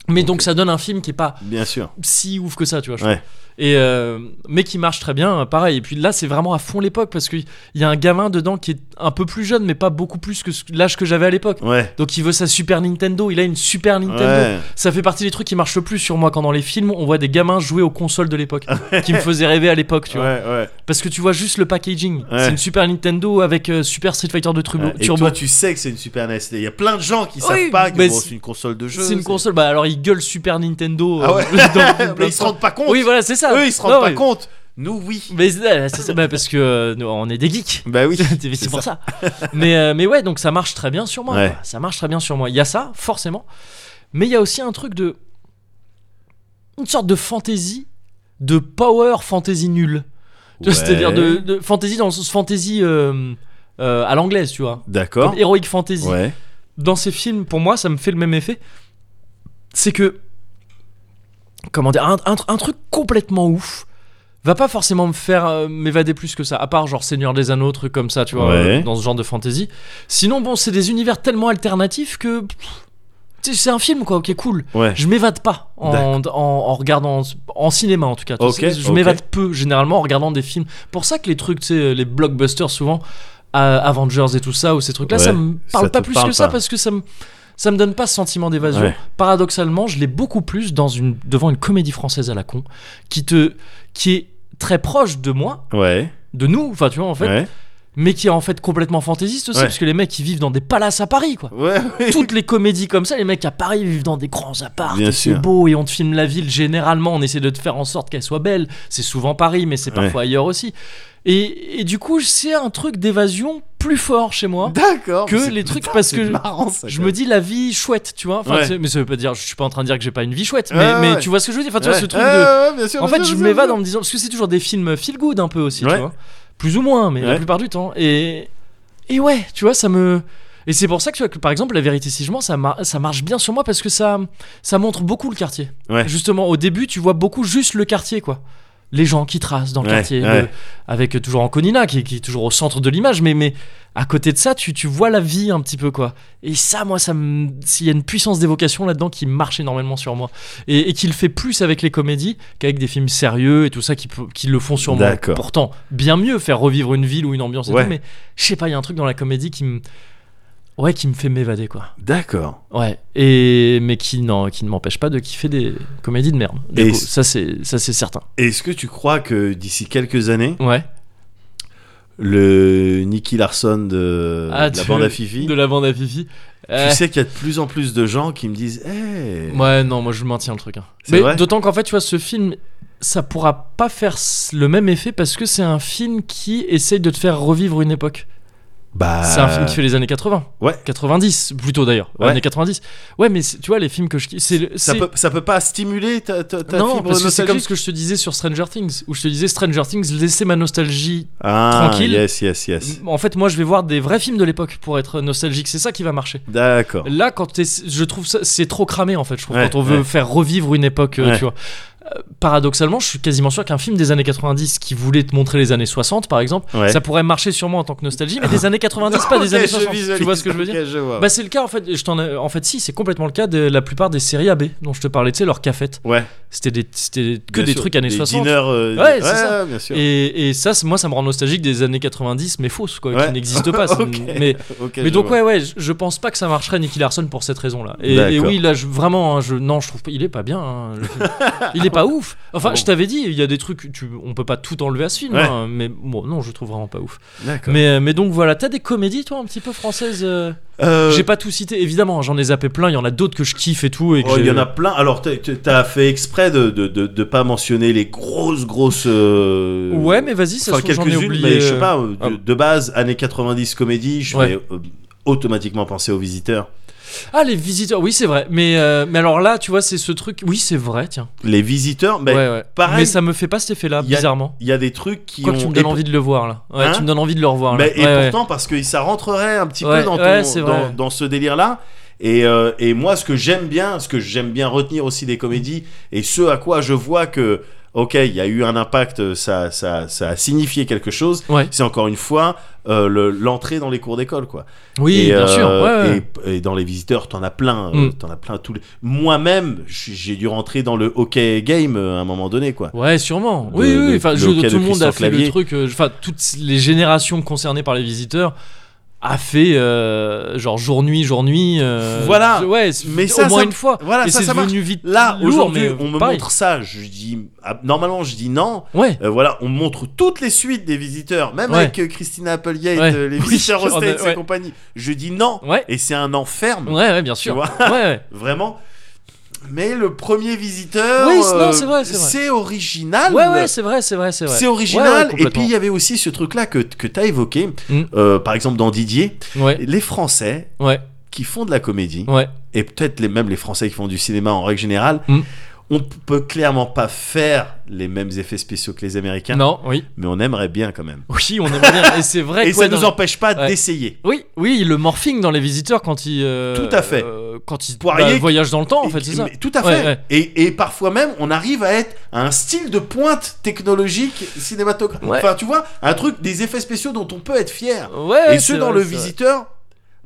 Speaker 1: ouais. mais donc ça donne un film qui est pas
Speaker 2: bien sûr.
Speaker 1: si ouf que ça, tu vois. je
Speaker 2: Ouais.
Speaker 1: trouve. Et euh, mais qui marche très bien, hein, pareil. Et puis là, c'est vraiment à fond l'époque parce qu'il y a un gamin dedans qui est un peu plus jeune, mais pas beaucoup plus que ce- l'âge que j'avais à l'époque.
Speaker 2: Ouais.
Speaker 1: Donc il veut sa Super Nintendo, il a une Super Nintendo.
Speaker 2: Ouais.
Speaker 1: Ça fait partie des trucs qui marchent le plus sur moi quand dans les films on voit des gamins jouer aux consoles de l'époque, qui me faisaient rêver à l'époque, tu vois.
Speaker 2: ouais, ouais.
Speaker 1: Parce que tu vois juste le packaging.
Speaker 2: Ouais.
Speaker 1: C'est une Super Nintendo avec euh, Super Street Fighter de Turbo.
Speaker 2: Et
Speaker 1: Turbo.
Speaker 2: toi, tu sais que c'est une Super NES. Il y a plein de gens qui
Speaker 1: Oui,
Speaker 2: savent pas que
Speaker 1: mais
Speaker 2: bon,
Speaker 1: c'est-
Speaker 2: c'est une console de jeu.
Speaker 1: C'est une console, bah alors ils gueule Super Nintendo. euh,
Speaker 2: Ah ouais.
Speaker 1: dans- dans
Speaker 2: Mais
Speaker 1: plein
Speaker 2: ils
Speaker 1: de
Speaker 2: se
Speaker 1: trucs.
Speaker 2: rendent pas compte.
Speaker 1: Oui, voilà, c'est ça.
Speaker 2: Eux, ils se rendent
Speaker 1: Non,
Speaker 2: pas
Speaker 1: mais-
Speaker 2: compte. Nous, oui.
Speaker 1: Mais c'est c'est ça, bah, parce que euh, nous, on est des geeks.
Speaker 2: Bah oui.
Speaker 1: C'est c'est pour ça. mais, euh, mais ouais, donc ça marche très bien sur moi.
Speaker 2: Ouais.
Speaker 1: quoi. Ça marche très bien sur moi. Il y a ça, forcément. Mais il y a aussi un truc de. Une sorte de fantaisie, de power fantasy nulle. Tu vois, C'est-à-dire de, de fantasy dans le sens fantasy euh, euh, à l'anglaise, tu vois.
Speaker 2: D'accord.
Speaker 1: Comme heroic fantasy.
Speaker 2: Ouais.
Speaker 1: Dans ces films, pour moi, ça me fait le même effet. C'est que. Comment dire un, un- un truc complètement ouf va pas forcément me faire euh, m'évader plus que ça, à part genre Seigneur des Anneaux, truc comme ça, tu vois,
Speaker 2: Ouais.
Speaker 1: euh, dans ce genre de fantasy. Sinon, bon, c'est des univers tellement alternatifs que. pff, tu sais, C'est un film quoi, ok, cool.
Speaker 2: Ouais.
Speaker 1: Je m'évade pas en, en, en regardant en cinéma en tout cas. tu
Speaker 2: Ok,
Speaker 1: sais, je
Speaker 2: ok.
Speaker 1: m'évade peu généralement en regardant des films. Pour ça que les trucs, tu sais, les blockbusters souvent, euh, Avengers et tout ça ou ces trucs-là,
Speaker 2: Ouais,
Speaker 1: ça me parle
Speaker 2: ça te
Speaker 1: pas plus
Speaker 2: parle
Speaker 1: que ça
Speaker 2: pas.
Speaker 1: parce que ça me ça me donne pas ce sentiment d'évasion.
Speaker 2: Ouais.
Speaker 1: Paradoxalement, je l'ai beaucoup plus dans une devant une comédie française à la con qui te qui est très proche de moi,
Speaker 2: Ouais.
Speaker 1: de nous, enfin tu vois en fait,
Speaker 2: Ouais.
Speaker 1: mais qui est en fait complètement fantaisiste aussi
Speaker 2: Ouais.
Speaker 1: parce que les mecs ils vivent dans des palaces à Paris quoi
Speaker 2: Ouais. oui.
Speaker 1: toutes les comédies comme ça, les mecs à Paris vivent dans des grands apparts,
Speaker 2: Bien
Speaker 1: et
Speaker 2: sûr.
Speaker 1: c'est beau et on te filme la ville. Généralement, on essaie de te faire en sorte qu'elle soit belle. C'est souvent Paris, mais c'est parfois ailleurs aussi. Et, et du coup, c'est un truc d'évasion plus fort chez moi
Speaker 2: D'accord.
Speaker 1: hein, que
Speaker 2: mais c'est-
Speaker 1: les trucs parce
Speaker 2: c'est
Speaker 1: que
Speaker 2: marrant, ça,
Speaker 1: je
Speaker 2: quand
Speaker 1: me dis la vie chouette, tu vois. Enfin,
Speaker 2: Ouais.
Speaker 1: tu sais, mais ça veut pas dire, je suis pas en train de dire que j'ai pas une vie chouette, mais,
Speaker 2: Ouais,
Speaker 1: mais
Speaker 2: ouais.
Speaker 1: tu vois ce que je veux dire. Enfin, ah, tu
Speaker 2: même.
Speaker 1: vois ce truc
Speaker 2: Ouais,
Speaker 1: de.
Speaker 2: ouais, ouais, bien sûr,
Speaker 1: En fait,
Speaker 2: bien sûr,
Speaker 1: je
Speaker 2: bien sûr,
Speaker 1: m'évade
Speaker 2: bien
Speaker 1: en me disant parce que c'est toujours des films feel good un peu aussi,
Speaker 2: Ouais.
Speaker 1: tu vois. Plus ou moins, mais la
Speaker 2: Ouais.
Speaker 1: plupart du temps. Et et ouais, tu vois, ça me et c'est pour ça que, tu vois, que par exemple la vérité si je mens ça, mar- ça marche bien sur moi parce que ça ça montre beaucoup le quartier.
Speaker 2: Ouais.
Speaker 1: Justement au début tu vois beaucoup juste le quartier quoi. Les gens qui tracent dans le
Speaker 2: Ouais,
Speaker 1: quartier,
Speaker 2: ouais.
Speaker 1: le- avec euh, toujours Anconina qui, qui est toujours au centre de l'image, mais, mais à côté de ça, tu, tu vois la vie un petit peu quoi. Et ça, moi, ça me- s'il y a une puissance d'évocation là-dedans qui marche énormément sur moi et, et qui le fait plus avec les comédies qu'avec des films sérieux et tout ça qui, peut- qui le font sur moi.
Speaker 2: D'accord.
Speaker 1: Pourtant, bien mieux faire revivre une ville ou une ambiance et
Speaker 2: Ouais.
Speaker 1: tout, mais je sais pas, il y a un truc dans la comédie qui me ouais qui me fait m'évader quoi.
Speaker 2: D'accord.
Speaker 1: Ouais. Et mais qui n'en- qui ne m'empêche pas de kiffer des comédies de merde. Du
Speaker 2: Et
Speaker 1: coup,
Speaker 2: c-
Speaker 1: ça c'est ça c'est certain.
Speaker 2: Est-ce que tu crois que d'ici quelques années,
Speaker 1: Ouais.
Speaker 2: le Nicky Larson de,
Speaker 1: Ah,
Speaker 2: de la
Speaker 1: tu-
Speaker 2: bande à Fifi,
Speaker 1: De la bande à Fifi. Euh,
Speaker 2: tu sais qu'il y a de plus en plus de gens qui me disent eh, Hey,
Speaker 1: Ouais, non, moi je maintiens le truc. hein.
Speaker 2: C'est vrai
Speaker 1: Mais d'autant qu'en fait, tu vois, ce film, ça pourra pas faire s- le même effet parce que c'est un film qui essaye de te faire revivre une époque.
Speaker 2: bah,
Speaker 1: C'est un film qui fait les années 80.
Speaker 2: Ouais.
Speaker 1: 90 plutôt d'ailleurs.
Speaker 2: Ouais.
Speaker 1: Années 90. Ouais, mais c'est- tu vois, les films que je kiffe. c'est le-
Speaker 2: ça
Speaker 1: c'est-
Speaker 2: peut, ça peut pas stimuler ta, ta, ta
Speaker 1: Non,
Speaker 2: fibre
Speaker 1: parce que c'est comme
Speaker 2: nostalgique
Speaker 1: ce que je te disais sur Stranger Things, où je te disais Stranger Things, laissez ma nostalgie
Speaker 2: Ah,
Speaker 1: tranquille. Mm.
Speaker 2: yes, yes, yes.
Speaker 1: En fait, moi, je vais voir des vrais films de l'époque pour être nostalgique. C'est ça qui va marcher.
Speaker 2: D'accord.
Speaker 1: Là, quand t'es- je trouve ça, c'est trop cramé en fait. Je trouve
Speaker 2: Ouais,
Speaker 1: quand on veut
Speaker 2: ouais.
Speaker 1: faire revivre une époque, euh,
Speaker 2: Ouais.
Speaker 1: tu vois. Euh, Paradoxalement, je suis quasiment sûr qu'un film des années 90 qui voulait te montrer les années 60, par exemple,
Speaker 2: Ouais.
Speaker 1: ça pourrait marcher sûrement en tant que nostalgie, mais des années 90, pas des
Speaker 2: Ok,
Speaker 1: années
Speaker 2: je
Speaker 1: 60. Tu vois
Speaker 2: visualise.
Speaker 1: ce que je veux dire
Speaker 2: Ok, je vois.
Speaker 1: Bah c'est le cas en fait. Je t'en ai- en fait si, c'est complètement le cas de la plupart des séries AB dont je te parlais. Tu sais leur cafette,
Speaker 2: ouais.
Speaker 1: c'était des, c'était que
Speaker 2: bien
Speaker 1: des
Speaker 2: sûr,
Speaker 1: trucs années
Speaker 2: des
Speaker 1: 60.
Speaker 2: Diners, euh,
Speaker 1: Ouais, c'est ça.
Speaker 2: bien sûr.
Speaker 1: Et, et ça, c'est- moi, ça me rend nostalgique des années 90, mais fausses, quoi,
Speaker 2: Ouais.
Speaker 1: qui n'existent pas. c'est
Speaker 2: Ok.
Speaker 1: une- Mais
Speaker 2: Ok,
Speaker 1: mais
Speaker 2: je
Speaker 1: donc
Speaker 2: vois.
Speaker 1: ouais ouais, je, je pense pas que ça marcherait Nicky Larson pour cette raison-là. Et,
Speaker 2: D'accord.
Speaker 1: et oui là, je, vraiment, hein, je, non, je trouve pas, il est pas bien. hein, le film. il est pas ouf. Enfin,
Speaker 2: Ah bon
Speaker 1: je t'avais dit, il y a des trucs, tu, on peut pas tout enlever à ce film.
Speaker 2: Ouais.
Speaker 1: hein, mais bon, non, je le trouve vraiment pas ouf.
Speaker 2: D'accord.
Speaker 1: Mais euh, mais donc voilà, t'as des comédies toi un petit peu françaises. euh,
Speaker 2: Euh,
Speaker 1: J'ai pas tout cité, évidemment, hein, j'en ai zappé plein. Il y en a d'autres que je kiffe et tout et que
Speaker 2: oh, il y
Speaker 1: j'ai-
Speaker 2: en a plein. Alors, t'as- t'as t'as fait exprès de, de, de, de pas mentionner les grosses, grosses. euh,
Speaker 1: Ouais, mais vas-y, ça
Speaker 2: Enfin,
Speaker 1: se trouve, j'en ai
Speaker 2: quelques-unes,
Speaker 1: oublié.
Speaker 2: mais je sais pas. euh,
Speaker 1: ah.
Speaker 2: De, de base, années 90 comédie, je
Speaker 1: Ouais.
Speaker 2: vais euh, automatiquement penser aux visiteurs.
Speaker 1: Ah les visiteurs, oui c'est vrai. Mais euh, mais alors là, tu vois, c'est ce truc. Oui c'est vrai, tiens.
Speaker 2: Les visiteurs, ben, il
Speaker 1: ouais, ouais.
Speaker 2: pareil,
Speaker 1: mais ça me fait pas cet effet-là,
Speaker 2: il y a-
Speaker 1: bizarrement.
Speaker 2: y a des trucs qui
Speaker 1: Quoi
Speaker 2: ont.
Speaker 1: que tu me
Speaker 2: et
Speaker 1: donnes
Speaker 2: pour-
Speaker 1: envie de le voir là. Ouais,
Speaker 2: Hein
Speaker 1: tu me donnes envie de le revoir là.
Speaker 2: Mais-
Speaker 1: Ouais,
Speaker 2: et
Speaker 1: ouais.
Speaker 2: pourtant, parce que ça rentrerait un petit
Speaker 1: Ouais,
Speaker 2: peu dans, ton-
Speaker 1: ouais, c'est
Speaker 2: dans,
Speaker 1: vrai.
Speaker 2: dans ce délire-là. Et, euh, et moi, ce que j'aime bien, ce que j'aime bien retenir aussi des comédies, et ce à quoi je vois que, ok, il y a eu un impact, euh, ça, ça, ça a signifié quelque chose,
Speaker 1: Ouais.
Speaker 2: c'est encore une fois euh, le- l'entrée dans les cours d'école, quoi.
Speaker 1: Oui,
Speaker 2: et,
Speaker 1: bien
Speaker 2: euh,
Speaker 1: sûr. ouais, ouais.
Speaker 2: Et, et dans les visiteurs, t'en as plein, euh,
Speaker 1: Mm.
Speaker 2: t'en as plein tous les. Moi-même, je suis- j'ai dû rentrer dans le hockey game euh, à un moment donné, quoi.
Speaker 1: Ouais, sûrement.
Speaker 2: de-
Speaker 1: oui,
Speaker 2: de-
Speaker 1: oui. Enfin,
Speaker 2: le
Speaker 1: je-
Speaker 2: hockey
Speaker 1: tout
Speaker 2: de
Speaker 1: le monde a
Speaker 2: Christian
Speaker 1: fait
Speaker 2: Clavier.
Speaker 1: le truc. euh, Enfin, toutes les générations concernées par les visiteurs a fait euh, genre jour nuit, jour nuit. euh,
Speaker 2: Voilà.
Speaker 1: Ouais, c'est-
Speaker 2: Mais
Speaker 1: au
Speaker 2: ça,
Speaker 1: moins
Speaker 2: ça-
Speaker 1: une fois.
Speaker 2: voilà,
Speaker 1: Et
Speaker 2: ça,
Speaker 1: c'est
Speaker 2: ça
Speaker 1: devenu vite
Speaker 2: Là,
Speaker 1: lourd,
Speaker 2: aujourd'hui,
Speaker 1: mais
Speaker 2: on me
Speaker 1: pareil.
Speaker 2: montre ça, je dis. ah, Normalement, je dis non.
Speaker 1: Ouais.
Speaker 2: Euh, voilà, on montre toutes les suites des visiteurs, même
Speaker 1: Ouais.
Speaker 2: avec euh, Christina Applegate,
Speaker 1: Ouais.
Speaker 2: euh,
Speaker 1: Oui,
Speaker 2: les visiteurs au
Speaker 1: on a-
Speaker 2: States et
Speaker 1: ouais.
Speaker 2: compagnie. Je dis non,
Speaker 1: Ouais.
Speaker 2: et c'est un enferme,
Speaker 1: Ouais, ouais, bien sûr.
Speaker 2: vois
Speaker 1: ouais, ouais.
Speaker 2: vraiment. Mais le premier visiteur,
Speaker 1: Oui, c'est- non,
Speaker 2: euh,
Speaker 1: c'est vrai, c'est vrai.
Speaker 2: original.
Speaker 1: Ouais, ouais, c'est vrai, c'est vrai, c'est vrai.
Speaker 2: C'est original.
Speaker 1: Ouais, ouais,
Speaker 2: et puis il y avait aussi ce truc-là que, que tu as évoqué,
Speaker 1: Mm.
Speaker 2: euh, par exemple dans Didier,
Speaker 1: Ouais,
Speaker 2: les Français
Speaker 1: ouais,
Speaker 2: qui font de la comédie,
Speaker 1: ouais.
Speaker 2: et peut-être les, même les Français qui font du cinéma en règle générale,
Speaker 1: Mm.
Speaker 2: on peut clairement pas faire les mêmes effets spéciaux que les Américains,
Speaker 1: Non, oui.
Speaker 2: mais on aimerait bien quand même.
Speaker 1: Oui, on aimerait bien. Et c'est vrai
Speaker 2: Et
Speaker 1: que. ouais,
Speaker 2: ça
Speaker 1: non,
Speaker 2: nous empêche pas
Speaker 1: Ouais.
Speaker 2: d'essayer.
Speaker 1: Oui, oui, le morphing dans les visiteurs quand ils. euh,
Speaker 2: Tout à fait.
Speaker 1: euh, quand ils
Speaker 2: Poirier
Speaker 1: bah, voyagent dans le temps, en
Speaker 2: Et-
Speaker 1: fait, c'est ça.
Speaker 2: mais Tout à fait.
Speaker 1: Ouais, ouais.
Speaker 2: Et, et parfois même, on arrive à être à un style de pointe technologique cinématographique.
Speaker 1: Ouais.
Speaker 2: Enfin, tu vois, un truc, des effets spéciaux dont on peut être fier.
Speaker 1: Ouais, c'est
Speaker 2: et ceux dans
Speaker 1: vrai,
Speaker 2: le
Speaker 1: c'est vrai.
Speaker 2: visiteur,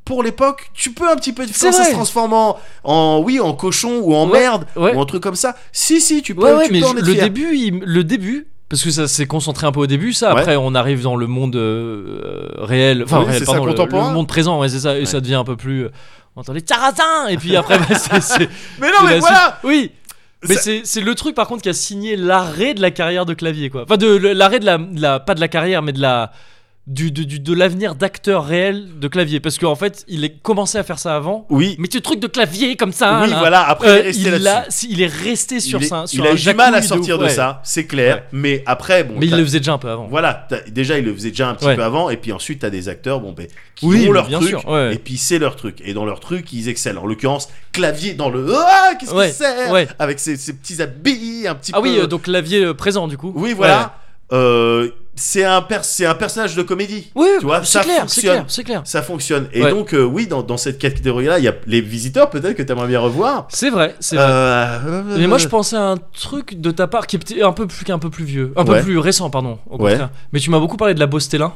Speaker 2: pour l'époque, tu peux un petit peu.
Speaker 1: C'est
Speaker 2: Quand ça
Speaker 1: vrai.
Speaker 2: se transforme en, en- oui, en cochon ou en
Speaker 1: Ouais,
Speaker 2: merde
Speaker 1: ouais.
Speaker 2: ou en truc comme ça. Si, si, tu peux.
Speaker 1: Ouais, ouais,
Speaker 2: tu
Speaker 1: mais
Speaker 2: peux en
Speaker 1: je-
Speaker 2: être
Speaker 1: le
Speaker 2: fier.
Speaker 1: début, il- le début, parce que ça s'est concentré un peu au début, ça.
Speaker 2: Ouais.
Speaker 1: Après, on arrive dans le monde euh, réel, enfin
Speaker 2: Oui,
Speaker 1: réel,
Speaker 2: c'est ça,
Speaker 1: pardon, le-
Speaker 2: contemporain.
Speaker 1: le, monde présent, ouais, c'est ça, et ça devient un peu plus. euh, On entend les Tarazin Et puis après, bah, c'est- c'est.
Speaker 2: Mais non,
Speaker 1: c'est
Speaker 2: mais
Speaker 1: la suite.
Speaker 2: voilà
Speaker 1: Oui mais
Speaker 2: Ça-
Speaker 1: c'est c'est le truc par contre qui a signé l'arrêt de la carrière de clavier quoi. Enfin de le- l'arrêt de la, de la- pas de la carrière mais de la du, du- du- de l'avenir d'acteur réel de clavier parce qu'en fait il est commencé à faire ça avant.
Speaker 2: Oui,
Speaker 1: Mais ce truc de clavier comme ça.
Speaker 2: oui,
Speaker 1: là,
Speaker 2: voilà, après,
Speaker 1: euh,
Speaker 2: il est resté
Speaker 1: il,
Speaker 2: là-dessus.
Speaker 1: a, si- il est resté sur
Speaker 2: il est-
Speaker 1: ça.
Speaker 2: il
Speaker 1: sur
Speaker 2: a
Speaker 1: un
Speaker 2: eu du mal
Speaker 1: jacouille
Speaker 2: à
Speaker 1: de
Speaker 2: sortir
Speaker 1: ouf,
Speaker 2: de
Speaker 1: ouais.
Speaker 2: ça, c'est clair.
Speaker 1: Ouais.
Speaker 2: Mais après, bon.
Speaker 1: Mais il
Speaker 2: t'as-
Speaker 1: le faisait déjà un peu avant.
Speaker 2: Voilà, t'as- déjà il le faisait déjà un petit
Speaker 1: Ouais.
Speaker 2: peu avant, et puis ensuite t'as des acteurs bon, ben, qui
Speaker 1: Oui,
Speaker 2: ont leur
Speaker 1: bien
Speaker 2: truc,
Speaker 1: sûr, ouais.
Speaker 2: et puis c'est leur truc. Et dans leur truc, ils excellent. En l'occurrence, clavier dans le Ah, qu'est-ce
Speaker 1: Ouais,
Speaker 2: que c'est
Speaker 1: ouais.
Speaker 2: Avec ses, ses petits habits, un petit
Speaker 1: Ah
Speaker 2: peu.
Speaker 1: oui, euh, donc clavier euh, présent du coup.
Speaker 2: Oui, voilà. Euh, c'est un, pers- c'est un personnage de comédie.
Speaker 1: Ouais. Oui,
Speaker 2: tu vois,
Speaker 1: bah,
Speaker 2: ça
Speaker 1: c'est clair, c'est
Speaker 2: fonctionne.
Speaker 1: clair, c'est clair.
Speaker 2: Ça fonctionne. Et
Speaker 1: Ouais.
Speaker 2: donc, euh, oui, dans, dans cette catégorie-là, il y a les visiteurs peut-être que t'aimerais bien revoir.
Speaker 1: C'est vrai, c'est vrai.
Speaker 2: Euh,
Speaker 1: Mais moi je pensais à un truc de ta part qui est peut-être un peu plus un peu plus vieux, un peu
Speaker 2: Ouais.
Speaker 1: plus récent pardon, au
Speaker 2: Ouais.
Speaker 1: contraire. Mais tu m'as beaucoup parlé de la Bostella.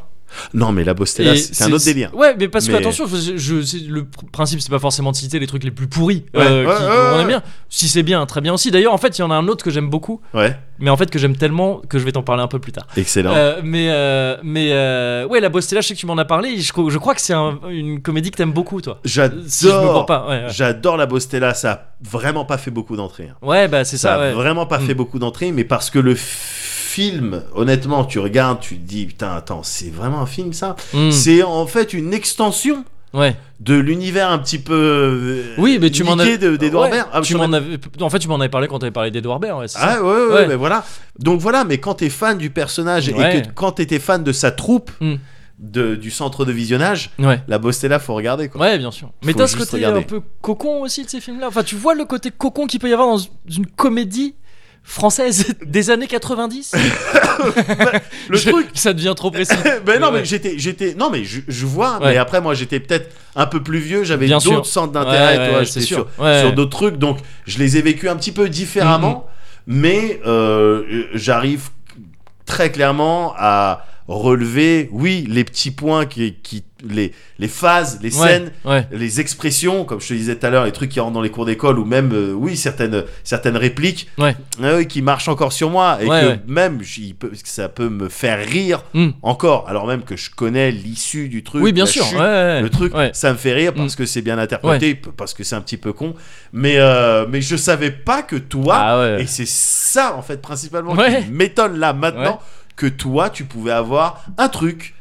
Speaker 2: Non, mais la Bostella,
Speaker 1: Et
Speaker 2: c'est c'est un autre délire.
Speaker 1: Ouais, mais parce que
Speaker 2: Mais-
Speaker 1: attention, je, je- c'est- le pr- principe c'est pas forcément de citer les trucs les plus pourris
Speaker 2: Ouais,
Speaker 1: euh,
Speaker 2: ouais,
Speaker 1: qui-
Speaker 2: ouais,
Speaker 1: qu'on
Speaker 2: ouais.
Speaker 1: aime bien. Si c'est bien, très bien aussi. D'ailleurs, en fait, il y en a un autre que j'aime beaucoup,
Speaker 2: Ouais,
Speaker 1: mais en fait que j'aime tellement que je vais t'en parler un peu plus tard.
Speaker 2: excellent.
Speaker 1: Euh, mais euh, mais euh, ouais, la Bostella, je sais que tu m'en as parlé. et Je, crois- je crois que c'est un- une comédie que t'aimes beaucoup, toi.
Speaker 2: J'adore.
Speaker 1: Si je me porte pas. Ouais, ouais.
Speaker 2: J'adore la Bostella, ça a vraiment pas fait beaucoup d'entrées. hein.
Speaker 1: Ouais, bah c'est
Speaker 2: Ça
Speaker 1: ça.
Speaker 2: a
Speaker 1: ouais.
Speaker 2: vraiment pas
Speaker 1: Mm.
Speaker 2: fait beaucoup d'entrées, mais parce que le film, honnêtement, tu regardes, tu te dis, putain, attends, c'est vraiment un film ça
Speaker 1: Mm.
Speaker 2: C'est en fait une extension
Speaker 1: Ouais.
Speaker 2: de l'univers un petit peu. euh,
Speaker 1: Oui, mais tu m'en
Speaker 2: niqué
Speaker 1: avais.
Speaker 2: de- d'Edouard
Speaker 1: Ouais,
Speaker 2: Baird. Ah,
Speaker 1: tu
Speaker 2: j'en
Speaker 1: m'en avais- En fait, tu m'en avais parlé quand t'avais parlé d'Edouard Baird. Ouais, c'est ça.
Speaker 2: Ah ouais, ouais,
Speaker 1: Ouais.
Speaker 2: mais voilà. Donc voilà, mais quand t'es fan du personnage et
Speaker 1: Ouais.
Speaker 2: que quand t'étais fan de sa troupe,
Speaker 1: Mm.
Speaker 2: de, du centre de visionnage,
Speaker 1: Ouais.
Speaker 2: la Bostella, faut regarder quoi.
Speaker 1: Ouais, bien sûr. Mais
Speaker 2: Faut
Speaker 1: t'as ce
Speaker 2: juste
Speaker 1: côté
Speaker 2: regarder.
Speaker 1: un peu cocon aussi de ces films-là. Enfin, tu vois le côté cocon qu'il peut y avoir dans une comédie française des années 90
Speaker 2: Le
Speaker 1: Je-
Speaker 2: truc,
Speaker 1: Ça devient trop précis.
Speaker 2: ben non,
Speaker 1: Ouais.
Speaker 2: mais j'étais, j'étais, non, mais je, je vois.
Speaker 1: Ouais.
Speaker 2: Mais après, moi, j'étais peut-être un peu plus vieux. J'avais
Speaker 1: Bien sûr.
Speaker 2: d'autres centres
Speaker 1: Ouais,
Speaker 2: d'intérêt, tu vois,
Speaker 1: ouais,
Speaker 2: j'étais
Speaker 1: c'est sûr.
Speaker 2: sur,
Speaker 1: Ouais.
Speaker 2: sur d'autres trucs. Donc, je les ai vécus un petit peu
Speaker 1: Mhm.
Speaker 2: différemment. Mais euh, j'arrive très clairement à relever, oui, les petits points qui, qui les, les phases, les
Speaker 1: Ouais,
Speaker 2: scènes.
Speaker 1: Ouais.
Speaker 2: Les expressions, comme je te disais tout à l'heure, les trucs qui rentrent dans les cours d'école, ou même, euh, oui, certaines, certaines répliques
Speaker 1: Ouais.
Speaker 2: ah oui, qui marchent encore sur moi, et
Speaker 1: Ouais,
Speaker 2: que
Speaker 1: ouais.
Speaker 2: même j'y peux- ça peut me faire rire
Speaker 1: Mm.
Speaker 2: encore, alors même que je connais l'issue du truc.
Speaker 1: Oui, bien
Speaker 2: la
Speaker 1: sûr.
Speaker 2: chute,
Speaker 1: ouais, ouais.
Speaker 2: Le truc,
Speaker 1: Ouais. Hmm.
Speaker 2: ça me fait rire parce que c'est bien interprété, p- parce que c'est un petit peu con. Mais, euh, mais je savais pas que toi,
Speaker 1: Ah ouais.
Speaker 2: et c'est ça en fait principalement
Speaker 1: Ouais.
Speaker 2: qui m'étonne là maintenant,
Speaker 1: Ouais.
Speaker 2: que toi tu pouvais avoir un truc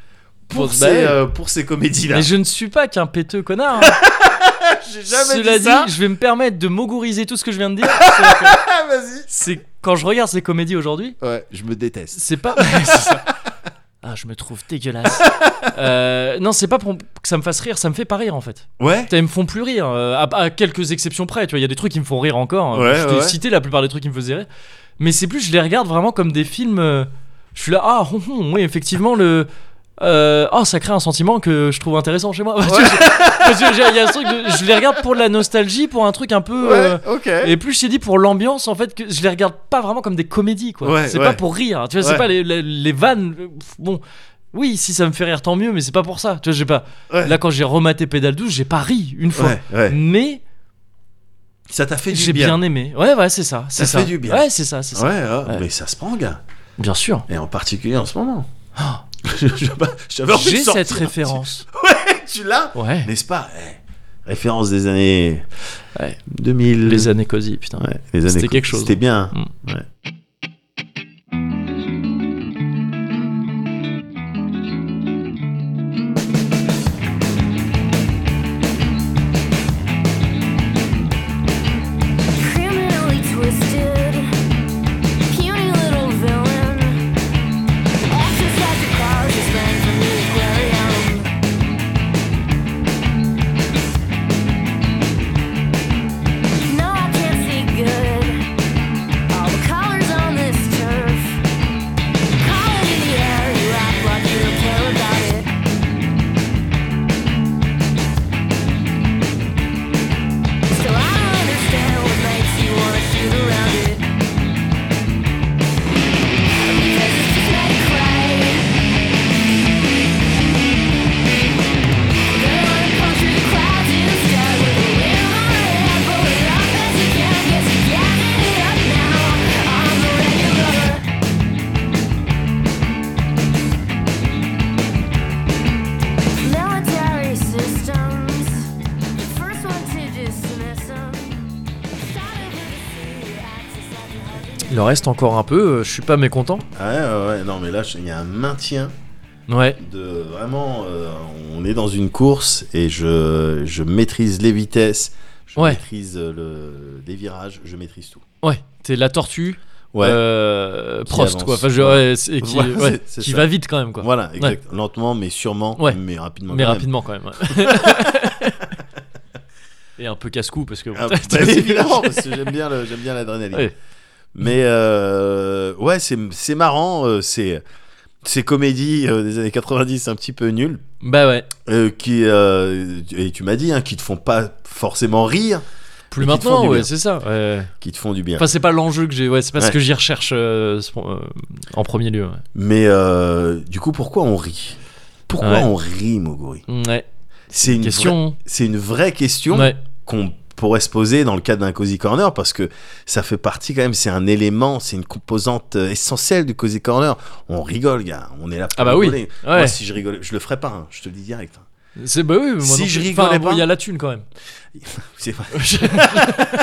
Speaker 2: pour,
Speaker 1: Pour-
Speaker 2: ces,
Speaker 1: bah ouais.
Speaker 2: euh, pour ces comédies là.
Speaker 1: Mais je ne suis pas qu'un péteux connard. hein.
Speaker 2: J'ai jamais
Speaker 1: Cela
Speaker 2: dit
Speaker 1: dit,
Speaker 2: ça.
Speaker 1: je vais me permettre de mogouriser tout ce que je viens de dire. C'est que-
Speaker 2: Ah, vas-y.
Speaker 1: C'est quand je regarde ces comédies aujourd'hui,
Speaker 2: Ouais, je me déteste.
Speaker 1: c'est pas. C'est ça. Ah, je me trouve dégueulasse. Euh, non, c'est pas pour que ça me fasse rire, ça me fait pas rire en fait.
Speaker 2: Ouais.
Speaker 1: Putain, Ils me font plus rire, euh, à, à quelques exceptions près. Tu vois, il y a des trucs qui me font rire encore. hein.
Speaker 2: Ouais,
Speaker 1: je t'ai
Speaker 2: ouais.
Speaker 1: cité la plupart des trucs qui me faisaient rire. Mais c'est plus, je les regarde vraiment comme des films. euh, je suis là, ah, hum, hum, oui, effectivement, le. euh, oh, ça crée un sentiment que je trouve intéressant chez moi. Parce que je- parce que j'ai- il y a ce truc de- je les regarde pour de la nostalgie, pour un truc un peu. euh,
Speaker 2: Ouais, ok.
Speaker 1: et plus je t'ai dit pour l'ambiance en fait que je les regarde pas vraiment comme des comédies quoi.
Speaker 2: Ouais,
Speaker 1: c'est
Speaker 2: ouais.
Speaker 1: pas pour rire. Tu vois,
Speaker 2: Ouais.
Speaker 1: c'est pas les, les, les vannes. euh, pff, Bon, oui, si ça me fait rire tant mieux, mais c'est pas pour ça. Tu vois, j'ai pas.
Speaker 2: Ouais.
Speaker 1: Là quand j'ai rematé Pédale 12, j'ai pas ri une fois.
Speaker 2: Ouais, ouais.
Speaker 1: Mais
Speaker 2: Ça t'a fait du
Speaker 1: j'ai
Speaker 2: bien.
Speaker 1: bien aimé. Ouais, ouais, c'est ça. C'est
Speaker 2: Ça
Speaker 1: ça.
Speaker 2: fait du bien.
Speaker 1: Ouais, c'est ça, c'est ça.
Speaker 2: Ouais, ouais,
Speaker 1: Ouais.
Speaker 2: mais ça se prend, gars.
Speaker 1: Bien sûr.
Speaker 2: Et en particulier en ce moment. Je- je- J'avais envie de
Speaker 1: Ah. J'ai
Speaker 2: sortir.
Speaker 1: cette référence.
Speaker 2: Tu l'as
Speaker 1: Ouais.
Speaker 2: N'est-ce pas Eh, Référence des années
Speaker 1: Ouais.
Speaker 2: 2000.
Speaker 1: Les années cosy, putain.
Speaker 2: Ouais, les années
Speaker 1: C'était
Speaker 2: co-
Speaker 1: quelque chose.
Speaker 2: C'était bien.
Speaker 1: Mm.
Speaker 2: Ouais.
Speaker 6: Criminal
Speaker 1: Il en reste encore un peu, euh, je suis pas mécontent.
Speaker 2: Ah ouais, ouais, ouais, non, mais là, je- il y a un maintien
Speaker 1: Ouais.
Speaker 2: de vraiment. euh, on est dans une course et je, je maîtrise les vitesses, je
Speaker 1: Ouais.
Speaker 2: maîtrise euh, le, les virages, je maîtrise tout.
Speaker 1: Ouais, t'es la tortue,
Speaker 2: Ouais.
Speaker 1: euh, Prost,
Speaker 2: avance.
Speaker 1: quoi. Enfin, je-
Speaker 2: Ouais.
Speaker 1: ouais, c'est- et qui,
Speaker 2: Voilà,
Speaker 1: ouais,
Speaker 2: c'est- c'est
Speaker 1: qui
Speaker 2: ça.
Speaker 1: va vite quand même, quoi.
Speaker 2: Voilà, exact. Lentement, mais sûrement,
Speaker 1: Ouais.
Speaker 2: mais rapidement.
Speaker 1: Mais
Speaker 2: quand même.
Speaker 1: rapidement quand même. ouais. et un peu casse-cou parce que.
Speaker 2: Ah, bah, évidemment, parce que j'aime bien le- j'aime bien l'adrénaline.
Speaker 1: Ouais.
Speaker 2: Mais euh, ouais, c'est c'est marrant, euh, c'est ces comédies euh, des années 90 un petit peu nulles
Speaker 1: bah ouais.
Speaker 2: euh, qui euh, et tu m'as dit hein, qui te font pas forcément rire,
Speaker 1: Plus
Speaker 2: Et qui te font
Speaker 1: maintenant,
Speaker 2: du
Speaker 1: ouais,
Speaker 2: bien.
Speaker 1: c'est ça. ouais.
Speaker 2: qui te font du bien.
Speaker 1: Enfin, c'est pas l'enjeu que j'ai. Ouais, c'est pas ce
Speaker 2: Ouais.
Speaker 1: que j'y recherche euh, spon- euh, en premier lieu.
Speaker 2: Mais euh, du coup, pourquoi on rit Pourquoi
Speaker 1: Ouais.
Speaker 2: on rit, Moguri
Speaker 1: Ouais. Ouais.
Speaker 2: C'est une vraie-
Speaker 1: Question.
Speaker 2: c'est une vraie question
Speaker 1: Ouais.
Speaker 2: qu'on pourrait se poser dans le cadre d'un cozy corner parce que ça fait partie quand même, c'est un élément, c'est une composante euh, essentielle du cozy corner. On rigole, gars, on est là. Pour
Speaker 1: Ah bah oui.
Speaker 2: rigoler.
Speaker 1: Ouais.
Speaker 2: Moi, si je rigolais, je le ferais pas. hein, je te le dis direct.
Speaker 1: C'est bah oui. mais moi
Speaker 2: Si
Speaker 1: non
Speaker 2: je
Speaker 1: plus.
Speaker 2: rigolais
Speaker 1: Enfin, bon,
Speaker 2: pas-
Speaker 1: il y a la thune quand même.
Speaker 2: C'est vrai.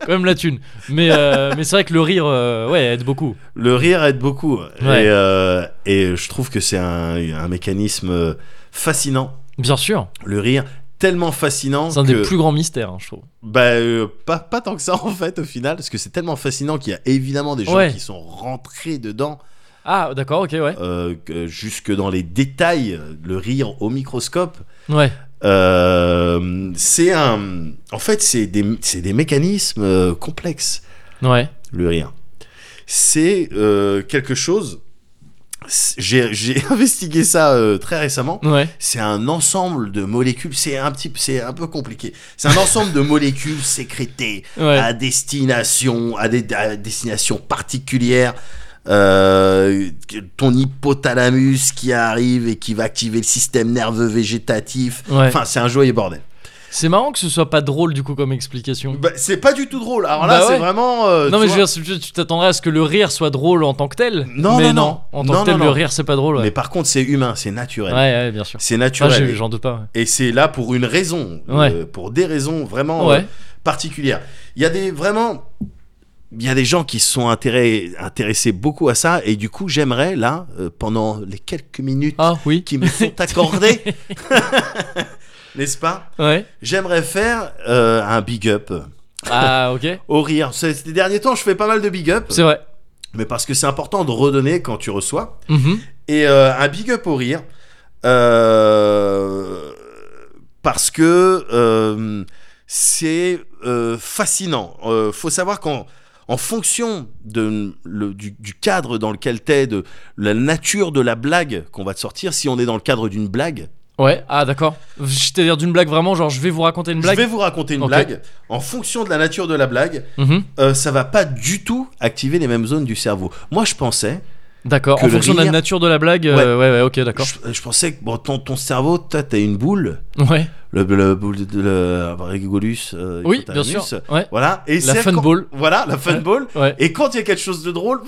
Speaker 1: quand même la thune. Mais euh, mais c'est vrai que le rire, euh, ouais, aide beaucoup.
Speaker 2: Le rire aide beaucoup
Speaker 1: Ouais.
Speaker 2: et, euh, et je trouve que c'est un, un mécanisme euh, fascinant.
Speaker 1: Bien sûr.
Speaker 2: Le rire tellement fascinant.
Speaker 1: C'est un
Speaker 2: que-
Speaker 1: des plus grands mystères, hein, je trouve.
Speaker 2: Bah, euh, pas, pas tant que ça en fait, au final, parce que c'est tellement fascinant qu'il y a évidemment des gens
Speaker 1: Ouais.
Speaker 2: qui sont rentrés dedans,
Speaker 1: Ah, d'accord. Ok, ouais.
Speaker 2: euh, que- jusque dans les détails, le rire au microscope.
Speaker 1: Ouais.
Speaker 2: Euh, c'est un. En fait, c'est des, c'est des mécanismes euh, complexes,
Speaker 1: Ouais.
Speaker 2: le rire. C'est euh, quelque chose. c'est- J'ai j'ai investigué ça euh, très récemment.
Speaker 1: Ouais.
Speaker 2: C'est un ensemble de molécules. C'est un petit, c'est un peu compliqué. C'est un ensemble de molécules sécrétées
Speaker 1: Ouais.
Speaker 2: à destination, à des à destination particulière. euh, ton hypothalamus qui arrive et qui va activer le système nerveux végétatif.
Speaker 1: Ouais.
Speaker 2: Enfin, c'est un joyeux bordel.
Speaker 1: C'est marrant que ce soit pas drôle du coup comme explication.
Speaker 2: Bah, c'est pas du tout drôle. Alors là,
Speaker 1: Bah ouais.
Speaker 2: c'est vraiment. euh,
Speaker 1: non
Speaker 2: tu
Speaker 1: mais je
Speaker 2: vois.
Speaker 1: veux dire, c'est- tu t'attendrais à ce que le rire soit drôle en tant que tel.
Speaker 2: Non,
Speaker 1: mais
Speaker 2: non, non.
Speaker 1: En tant
Speaker 2: Non,
Speaker 1: que tel,
Speaker 2: non,
Speaker 1: le
Speaker 2: non.
Speaker 1: rire c'est pas drôle.
Speaker 2: Mais
Speaker 1: Ouais,
Speaker 2: par contre, c'est humain, c'est naturel.
Speaker 1: ouais, ouais, bien sûr.
Speaker 2: C'est
Speaker 1: Ah,
Speaker 2: naturel.
Speaker 1: j'ai- J'en doute pas.
Speaker 2: et c'est là pour une raison,
Speaker 1: Ouais.
Speaker 2: euh, pour des raisons vraiment
Speaker 1: Ouais.
Speaker 2: euh, particulières. Il y a des vraiment, il y a des gens qui se sont intéré- intéressés beaucoup à ça, et du coup, j'aimerais là, euh, pendant les quelques minutes
Speaker 1: Ah oui.
Speaker 2: qui me sont accordées, n'est-ce pas
Speaker 1: Ouais.
Speaker 2: J'aimerais faire euh, un big up
Speaker 1: Ah ok.
Speaker 2: au rire. Ces ces derniers temps, je fais pas mal de big up.
Speaker 1: C'est vrai.
Speaker 2: mais parce que c'est important de redonner quand tu reçois.
Speaker 1: Mhm.
Speaker 2: Et euh, un big up au rire, euh, parce que euh, c'est euh, fascinant. Euh, faut savoir qu'en en fonction de, le- du, du cadre dans lequel t'es, de la nature de la blague qu'on va te sortir, si on est dans le cadre d'une blague,
Speaker 1: Ouais. Ah d'accord. C'est-à-dire d'une blague vraiment genre je vais vous raconter une blague.
Speaker 2: je vais vous raconter une
Speaker 1: Ok.
Speaker 2: blague, en fonction de la nature de la blague,
Speaker 1: Mhm.
Speaker 2: euh, ça va pas du tout activer les mêmes zones du cerveau. Moi je pensais,
Speaker 1: D'accord.
Speaker 2: Que
Speaker 1: En
Speaker 2: le
Speaker 1: fonction de la
Speaker 2: rire-
Speaker 1: nature de la blague. euh, ouais ouais. Ok d'accord.
Speaker 2: je, je pensais que bon, ton, ton cerveau, toi t'as une boule,
Speaker 1: Ouais.
Speaker 2: le, le boule de- de le Rigolus, euh,
Speaker 1: Oui bien sûr.
Speaker 2: hypothalamus.
Speaker 1: Ouais.
Speaker 2: Voilà. Et
Speaker 1: La
Speaker 2: c'est
Speaker 1: fun
Speaker 2: quand-
Speaker 1: ball.
Speaker 2: Voilà, la fun
Speaker 1: Ouais.
Speaker 2: ball.
Speaker 1: Ouais.
Speaker 2: Et quand il y a quelque chose de drôle,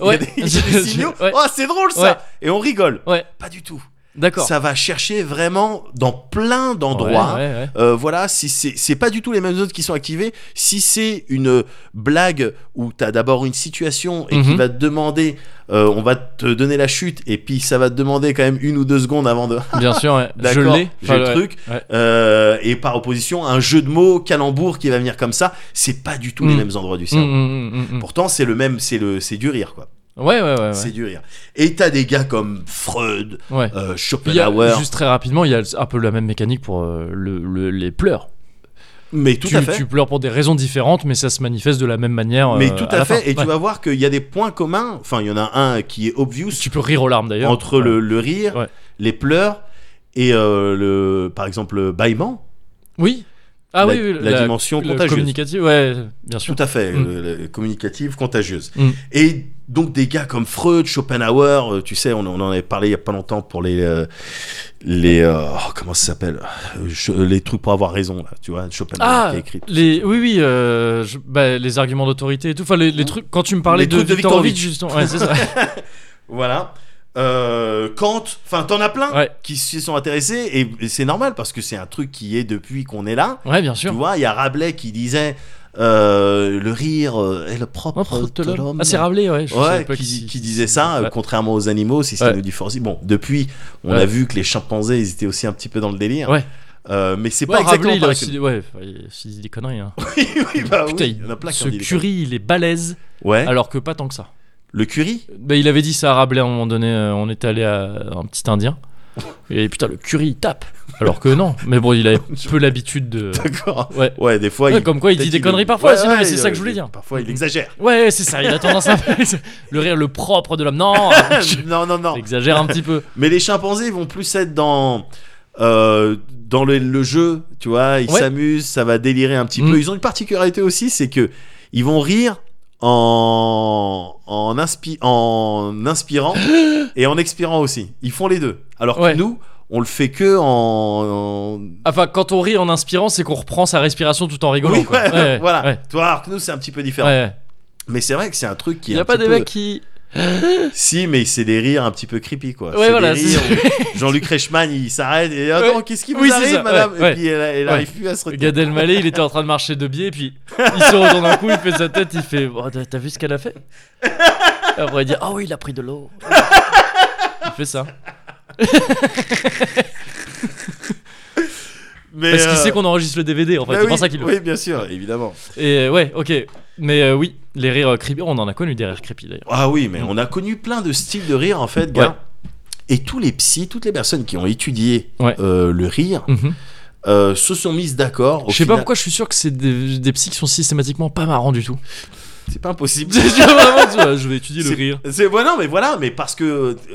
Speaker 2: il y a
Speaker 1: Ouais.
Speaker 2: des, il y a des signaux.
Speaker 1: Ouais.
Speaker 2: Oh, c'est drôle ça
Speaker 1: Ouais.
Speaker 2: Et on rigole.
Speaker 1: Ouais.
Speaker 2: Pas du tout.
Speaker 1: D'accord.
Speaker 2: Ça va chercher vraiment dans plein d'endroits.
Speaker 1: Ouais, ouais, ouais.
Speaker 2: Euh, voilà, si c'est c'est pas du tout les mêmes zones qui sont activées. Si c'est une blague où t'as d'abord une situation et qui
Speaker 1: Mhm.
Speaker 2: va te demander, euh, on va te donner la chute et puis ça va te demander quand même une ou deux secondes avant de.
Speaker 1: Bien sûr. ouais. Je
Speaker 2: D'accord,
Speaker 1: l'ai.
Speaker 2: j'ai
Speaker 1: Enfin,
Speaker 2: le
Speaker 1: ouais.
Speaker 2: truc.
Speaker 1: Ouais.
Speaker 2: Euh, et par opposition, un jeu de mots calembour qui va venir comme ça, c'est pas du tout les
Speaker 1: Mm.
Speaker 2: mêmes endroits du
Speaker 1: Mm,
Speaker 2: cerveau.
Speaker 1: mm, mm, mm, mm.
Speaker 2: Pourtant, c'est le même, c'est le, c'est du rire quoi.
Speaker 1: Ouais ouais ouais. ouais.
Speaker 2: C'est du rire. Et t'as des gars comme Freud,
Speaker 1: Ouais.
Speaker 2: euh,
Speaker 1: Il y a-
Speaker 2: Schopenhauer,
Speaker 1: juste très rapidement, il y a un peu la même mécanique pour euh, le- le- les pleurs.
Speaker 2: mais tout
Speaker 1: tu,
Speaker 2: à fait.
Speaker 1: tu pleures pour des raisons différentes, mais ça se manifeste de la même manière.
Speaker 2: Mais
Speaker 1: euh,
Speaker 2: tout à,
Speaker 1: la
Speaker 2: fait,
Speaker 1: fin.
Speaker 2: et
Speaker 1: Ouais.
Speaker 2: tu vas voir qu'il y a des points communs. Enfin, il y en a un qui est obvious
Speaker 1: Tu peux rire aux larmes d'ailleurs.
Speaker 2: entre
Speaker 1: Ouais.
Speaker 2: le, le rire,
Speaker 1: Ouais.
Speaker 2: les pleurs et euh, le, par exemple, le bâillement.
Speaker 1: Oui. Ah
Speaker 2: la-
Speaker 1: oui, oui,
Speaker 2: la dimension
Speaker 1: la
Speaker 2: contagieuse.
Speaker 1: Communicative, ouais, bien sûr.
Speaker 2: Tout à fait,
Speaker 1: Mm.
Speaker 2: le- le- communicative, contagieuse.
Speaker 1: Mm.
Speaker 2: Et donc des gars comme Freud, Schopenhauer, euh, tu sais, on, on en avait parlé il y a pas longtemps pour les euh, les euh, oh, comment ça s'appelle Euh, je- les trucs pour avoir raison là, tu vois, Schopenhauer
Speaker 1: Ah,
Speaker 2: qui a écrit.
Speaker 1: les, oui, oui, euh, je- bah, les arguments d'autorité et tout. Enfin, les, les trucs. Quand tu me parlais
Speaker 2: Mmh.
Speaker 1: de,
Speaker 2: Les trucs de
Speaker 1: Victor
Speaker 2: Victor
Speaker 1: Ovid, justement. Ouais, c'est ça.
Speaker 2: Voilà. Euh, Kant, enfin t'en as plein
Speaker 1: Ouais.
Speaker 2: qui s'y sont intéressés et, et c'est normal parce que c'est un truc qui est depuis qu'on est là.
Speaker 1: Ouais, bien
Speaker 2: Tu
Speaker 1: sûr.
Speaker 2: vois, il y a Rabelais qui disait euh, le rire euh, est le propre,
Speaker 1: Oh, propre
Speaker 2: de l'homme.
Speaker 1: Ah, c'est Rabelais, ouais. je
Speaker 2: Ouais,
Speaker 1: savais pas
Speaker 2: qui,
Speaker 1: qu'il-
Speaker 2: qui disait ça, euh,
Speaker 1: Ouais.
Speaker 2: contrairement aux animaux, si ça
Speaker 1: Ouais.
Speaker 2: nous dit Forzi. Bon, depuis, on
Speaker 1: Ouais.
Speaker 2: a vu que les chimpanzés, ils étaient aussi un petit peu dans le délire.
Speaker 1: Ouais.
Speaker 2: Euh, mais c'est
Speaker 1: Ouais,
Speaker 2: pas
Speaker 1: Rabelais,
Speaker 2: exactement
Speaker 1: il a
Speaker 2: pareil
Speaker 1: aussi
Speaker 2: que-
Speaker 1: dit- ouais, enfin, il il dit des conneries. hein.
Speaker 2: oui, oui, bah
Speaker 1: Putain,
Speaker 2: oui, il y en a plein
Speaker 1: il-
Speaker 2: qui
Speaker 1: ce
Speaker 2: ont dit des
Speaker 1: curry, il est balèze,
Speaker 2: conneries. Ouais.
Speaker 1: alors que pas tant que ça.
Speaker 2: Le curry
Speaker 1: Ben, il avait dit ça à Rabelais à un moment donné. euh, on était allé à un petit indien. Et putain, le curry, il tape. Alors que non. Mais bon, il avait peu l'habitude de.
Speaker 2: D'accord.
Speaker 1: Ouais.
Speaker 2: Ouais, des fois.
Speaker 1: Ouais, comme quoi, il dit
Speaker 2: peut-être
Speaker 1: des
Speaker 2: qu'il-
Speaker 1: conneries parfois,
Speaker 2: Ouais,
Speaker 1: c'est vrai,
Speaker 2: ouais,
Speaker 1: c'est
Speaker 2: il-
Speaker 1: ça que je voulais dire.
Speaker 2: Parfois, il exagère.
Speaker 1: Ouais, ouais, c'est ça, il a tendance à. le rire, le propre de l'homme. Non
Speaker 2: non, non, non.
Speaker 1: Exagère un petit peu.
Speaker 2: Mais les chimpanzés vont plus être dans. euh, dans le, le jeu, tu vois, ils
Speaker 1: Ouais.
Speaker 2: s'amusent, ça va délirer un petit
Speaker 1: Mm.
Speaker 2: peu. Ils ont une particularité aussi, c'est que ils vont rire en en, inspi- en inspirant et en expirant aussi. Ils font les deux. Alors
Speaker 1: Ouais.
Speaker 2: que nous, on le fait que en, en-
Speaker 1: Enfin, quand on rit en inspirant, c'est qu'on reprend sa respiration tout en rigolant.
Speaker 2: Oui,
Speaker 1: quoi.
Speaker 2: ouais,
Speaker 1: Ouais,
Speaker 2: voilà.
Speaker 1: ouais,
Speaker 2: Toi, alors que nous, c'est un petit peu
Speaker 1: ouais,
Speaker 2: différent.
Speaker 1: ouais.
Speaker 2: Mais c'est vrai que c'est un truc qui.
Speaker 1: Il
Speaker 2: est
Speaker 1: n'y
Speaker 2: un
Speaker 1: a pas
Speaker 2: petit
Speaker 1: des
Speaker 2: peu-
Speaker 1: mecs qui.
Speaker 2: Si, mais c'est des rires un petit peu creepy, quoi.
Speaker 1: Ouais,
Speaker 2: C'est
Speaker 1: voilà,
Speaker 2: des
Speaker 1: c'est
Speaker 2: rires où Jean-Luc Reichmann, il s'arrête et attends,
Speaker 1: Ouais.
Speaker 2: qu'est-ce qui vous
Speaker 1: Oui, c'est
Speaker 2: arrive,
Speaker 1: ça,
Speaker 2: madame
Speaker 1: ouais, ouais.
Speaker 2: Et puis elle, elle
Speaker 1: Ouais.
Speaker 2: arrive plus à se retenir.
Speaker 1: Gad Elmaleh, il était en train de marcher de biais, puis il se retourne un coup, il fait sa tête, il fait Oh, t'as- T'as vu ce qu'elle a fait Et Après, il dit Ah oui, il a pris de l'eau. Il fait ça.
Speaker 2: Mais
Speaker 1: Parce qu'il
Speaker 2: euh,
Speaker 1: sait qu'on enregistre le DVD, en fait.
Speaker 2: bah
Speaker 1: c'est
Speaker 2: oui,
Speaker 1: pour ça qu'il le
Speaker 2: Oui, bien sûr, évidemment.
Speaker 1: fait. Et euh, ouais, ok. Mais euh, oui, les rires euh, creepy, on en a connu des rires creepy d'ailleurs.
Speaker 2: Ah oui, mais
Speaker 1: Mm.
Speaker 2: on a connu plein de styles de rire, en fait, gars.
Speaker 1: Ouais.
Speaker 2: Et tous les psys, toutes les personnes qui ont étudié
Speaker 1: Ouais.
Speaker 2: euh, le rire,
Speaker 1: Mhm.
Speaker 2: euh, se sont mises d'accord. au
Speaker 1: Je sais pas
Speaker 2: final.
Speaker 1: pourquoi je suis sûr que c'est des, des psys qui sont systématiquement pas marrants du tout.
Speaker 2: C'est pas impossible.
Speaker 1: Tu vois, vraiment, tu vois, je vais étudier le
Speaker 2: C'est-
Speaker 1: rire.
Speaker 2: C'est voilà, mais voilà, mais parce que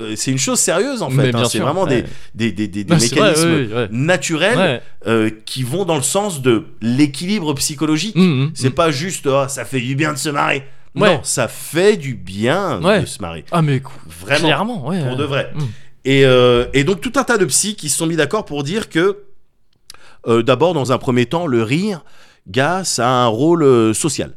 Speaker 2: euh, c'est une chose sérieuse en
Speaker 1: Mais
Speaker 2: fait. hein.
Speaker 1: bien
Speaker 2: c'est
Speaker 1: sûr,
Speaker 2: vraiment
Speaker 1: ouais.
Speaker 2: des, des, des, des, des
Speaker 1: Ouais, c'est vrai,
Speaker 2: mécanismes
Speaker 1: ouais, ouais, ouais.
Speaker 2: naturels
Speaker 1: Ouais.
Speaker 2: euh, qui vont dans le sens de l'équilibre psychologique.
Speaker 1: Mhm, mhm.
Speaker 2: C'est pas juste ah, ça fait du bien de se marrer.
Speaker 1: Ouais.
Speaker 2: Non, ça fait du bien de
Speaker 1: Ouais.
Speaker 2: se marrer.
Speaker 1: Ah, mais cou-
Speaker 2: Vraiment.
Speaker 1: clairement, ouais.
Speaker 2: Pour de vrai.
Speaker 1: Mm.
Speaker 2: Et, euh, et donc tout un tas de psys qui se sont mis d'accord pour dire que euh, d'abord dans un premier temps le rire, gars, ça a un rôle euh, social.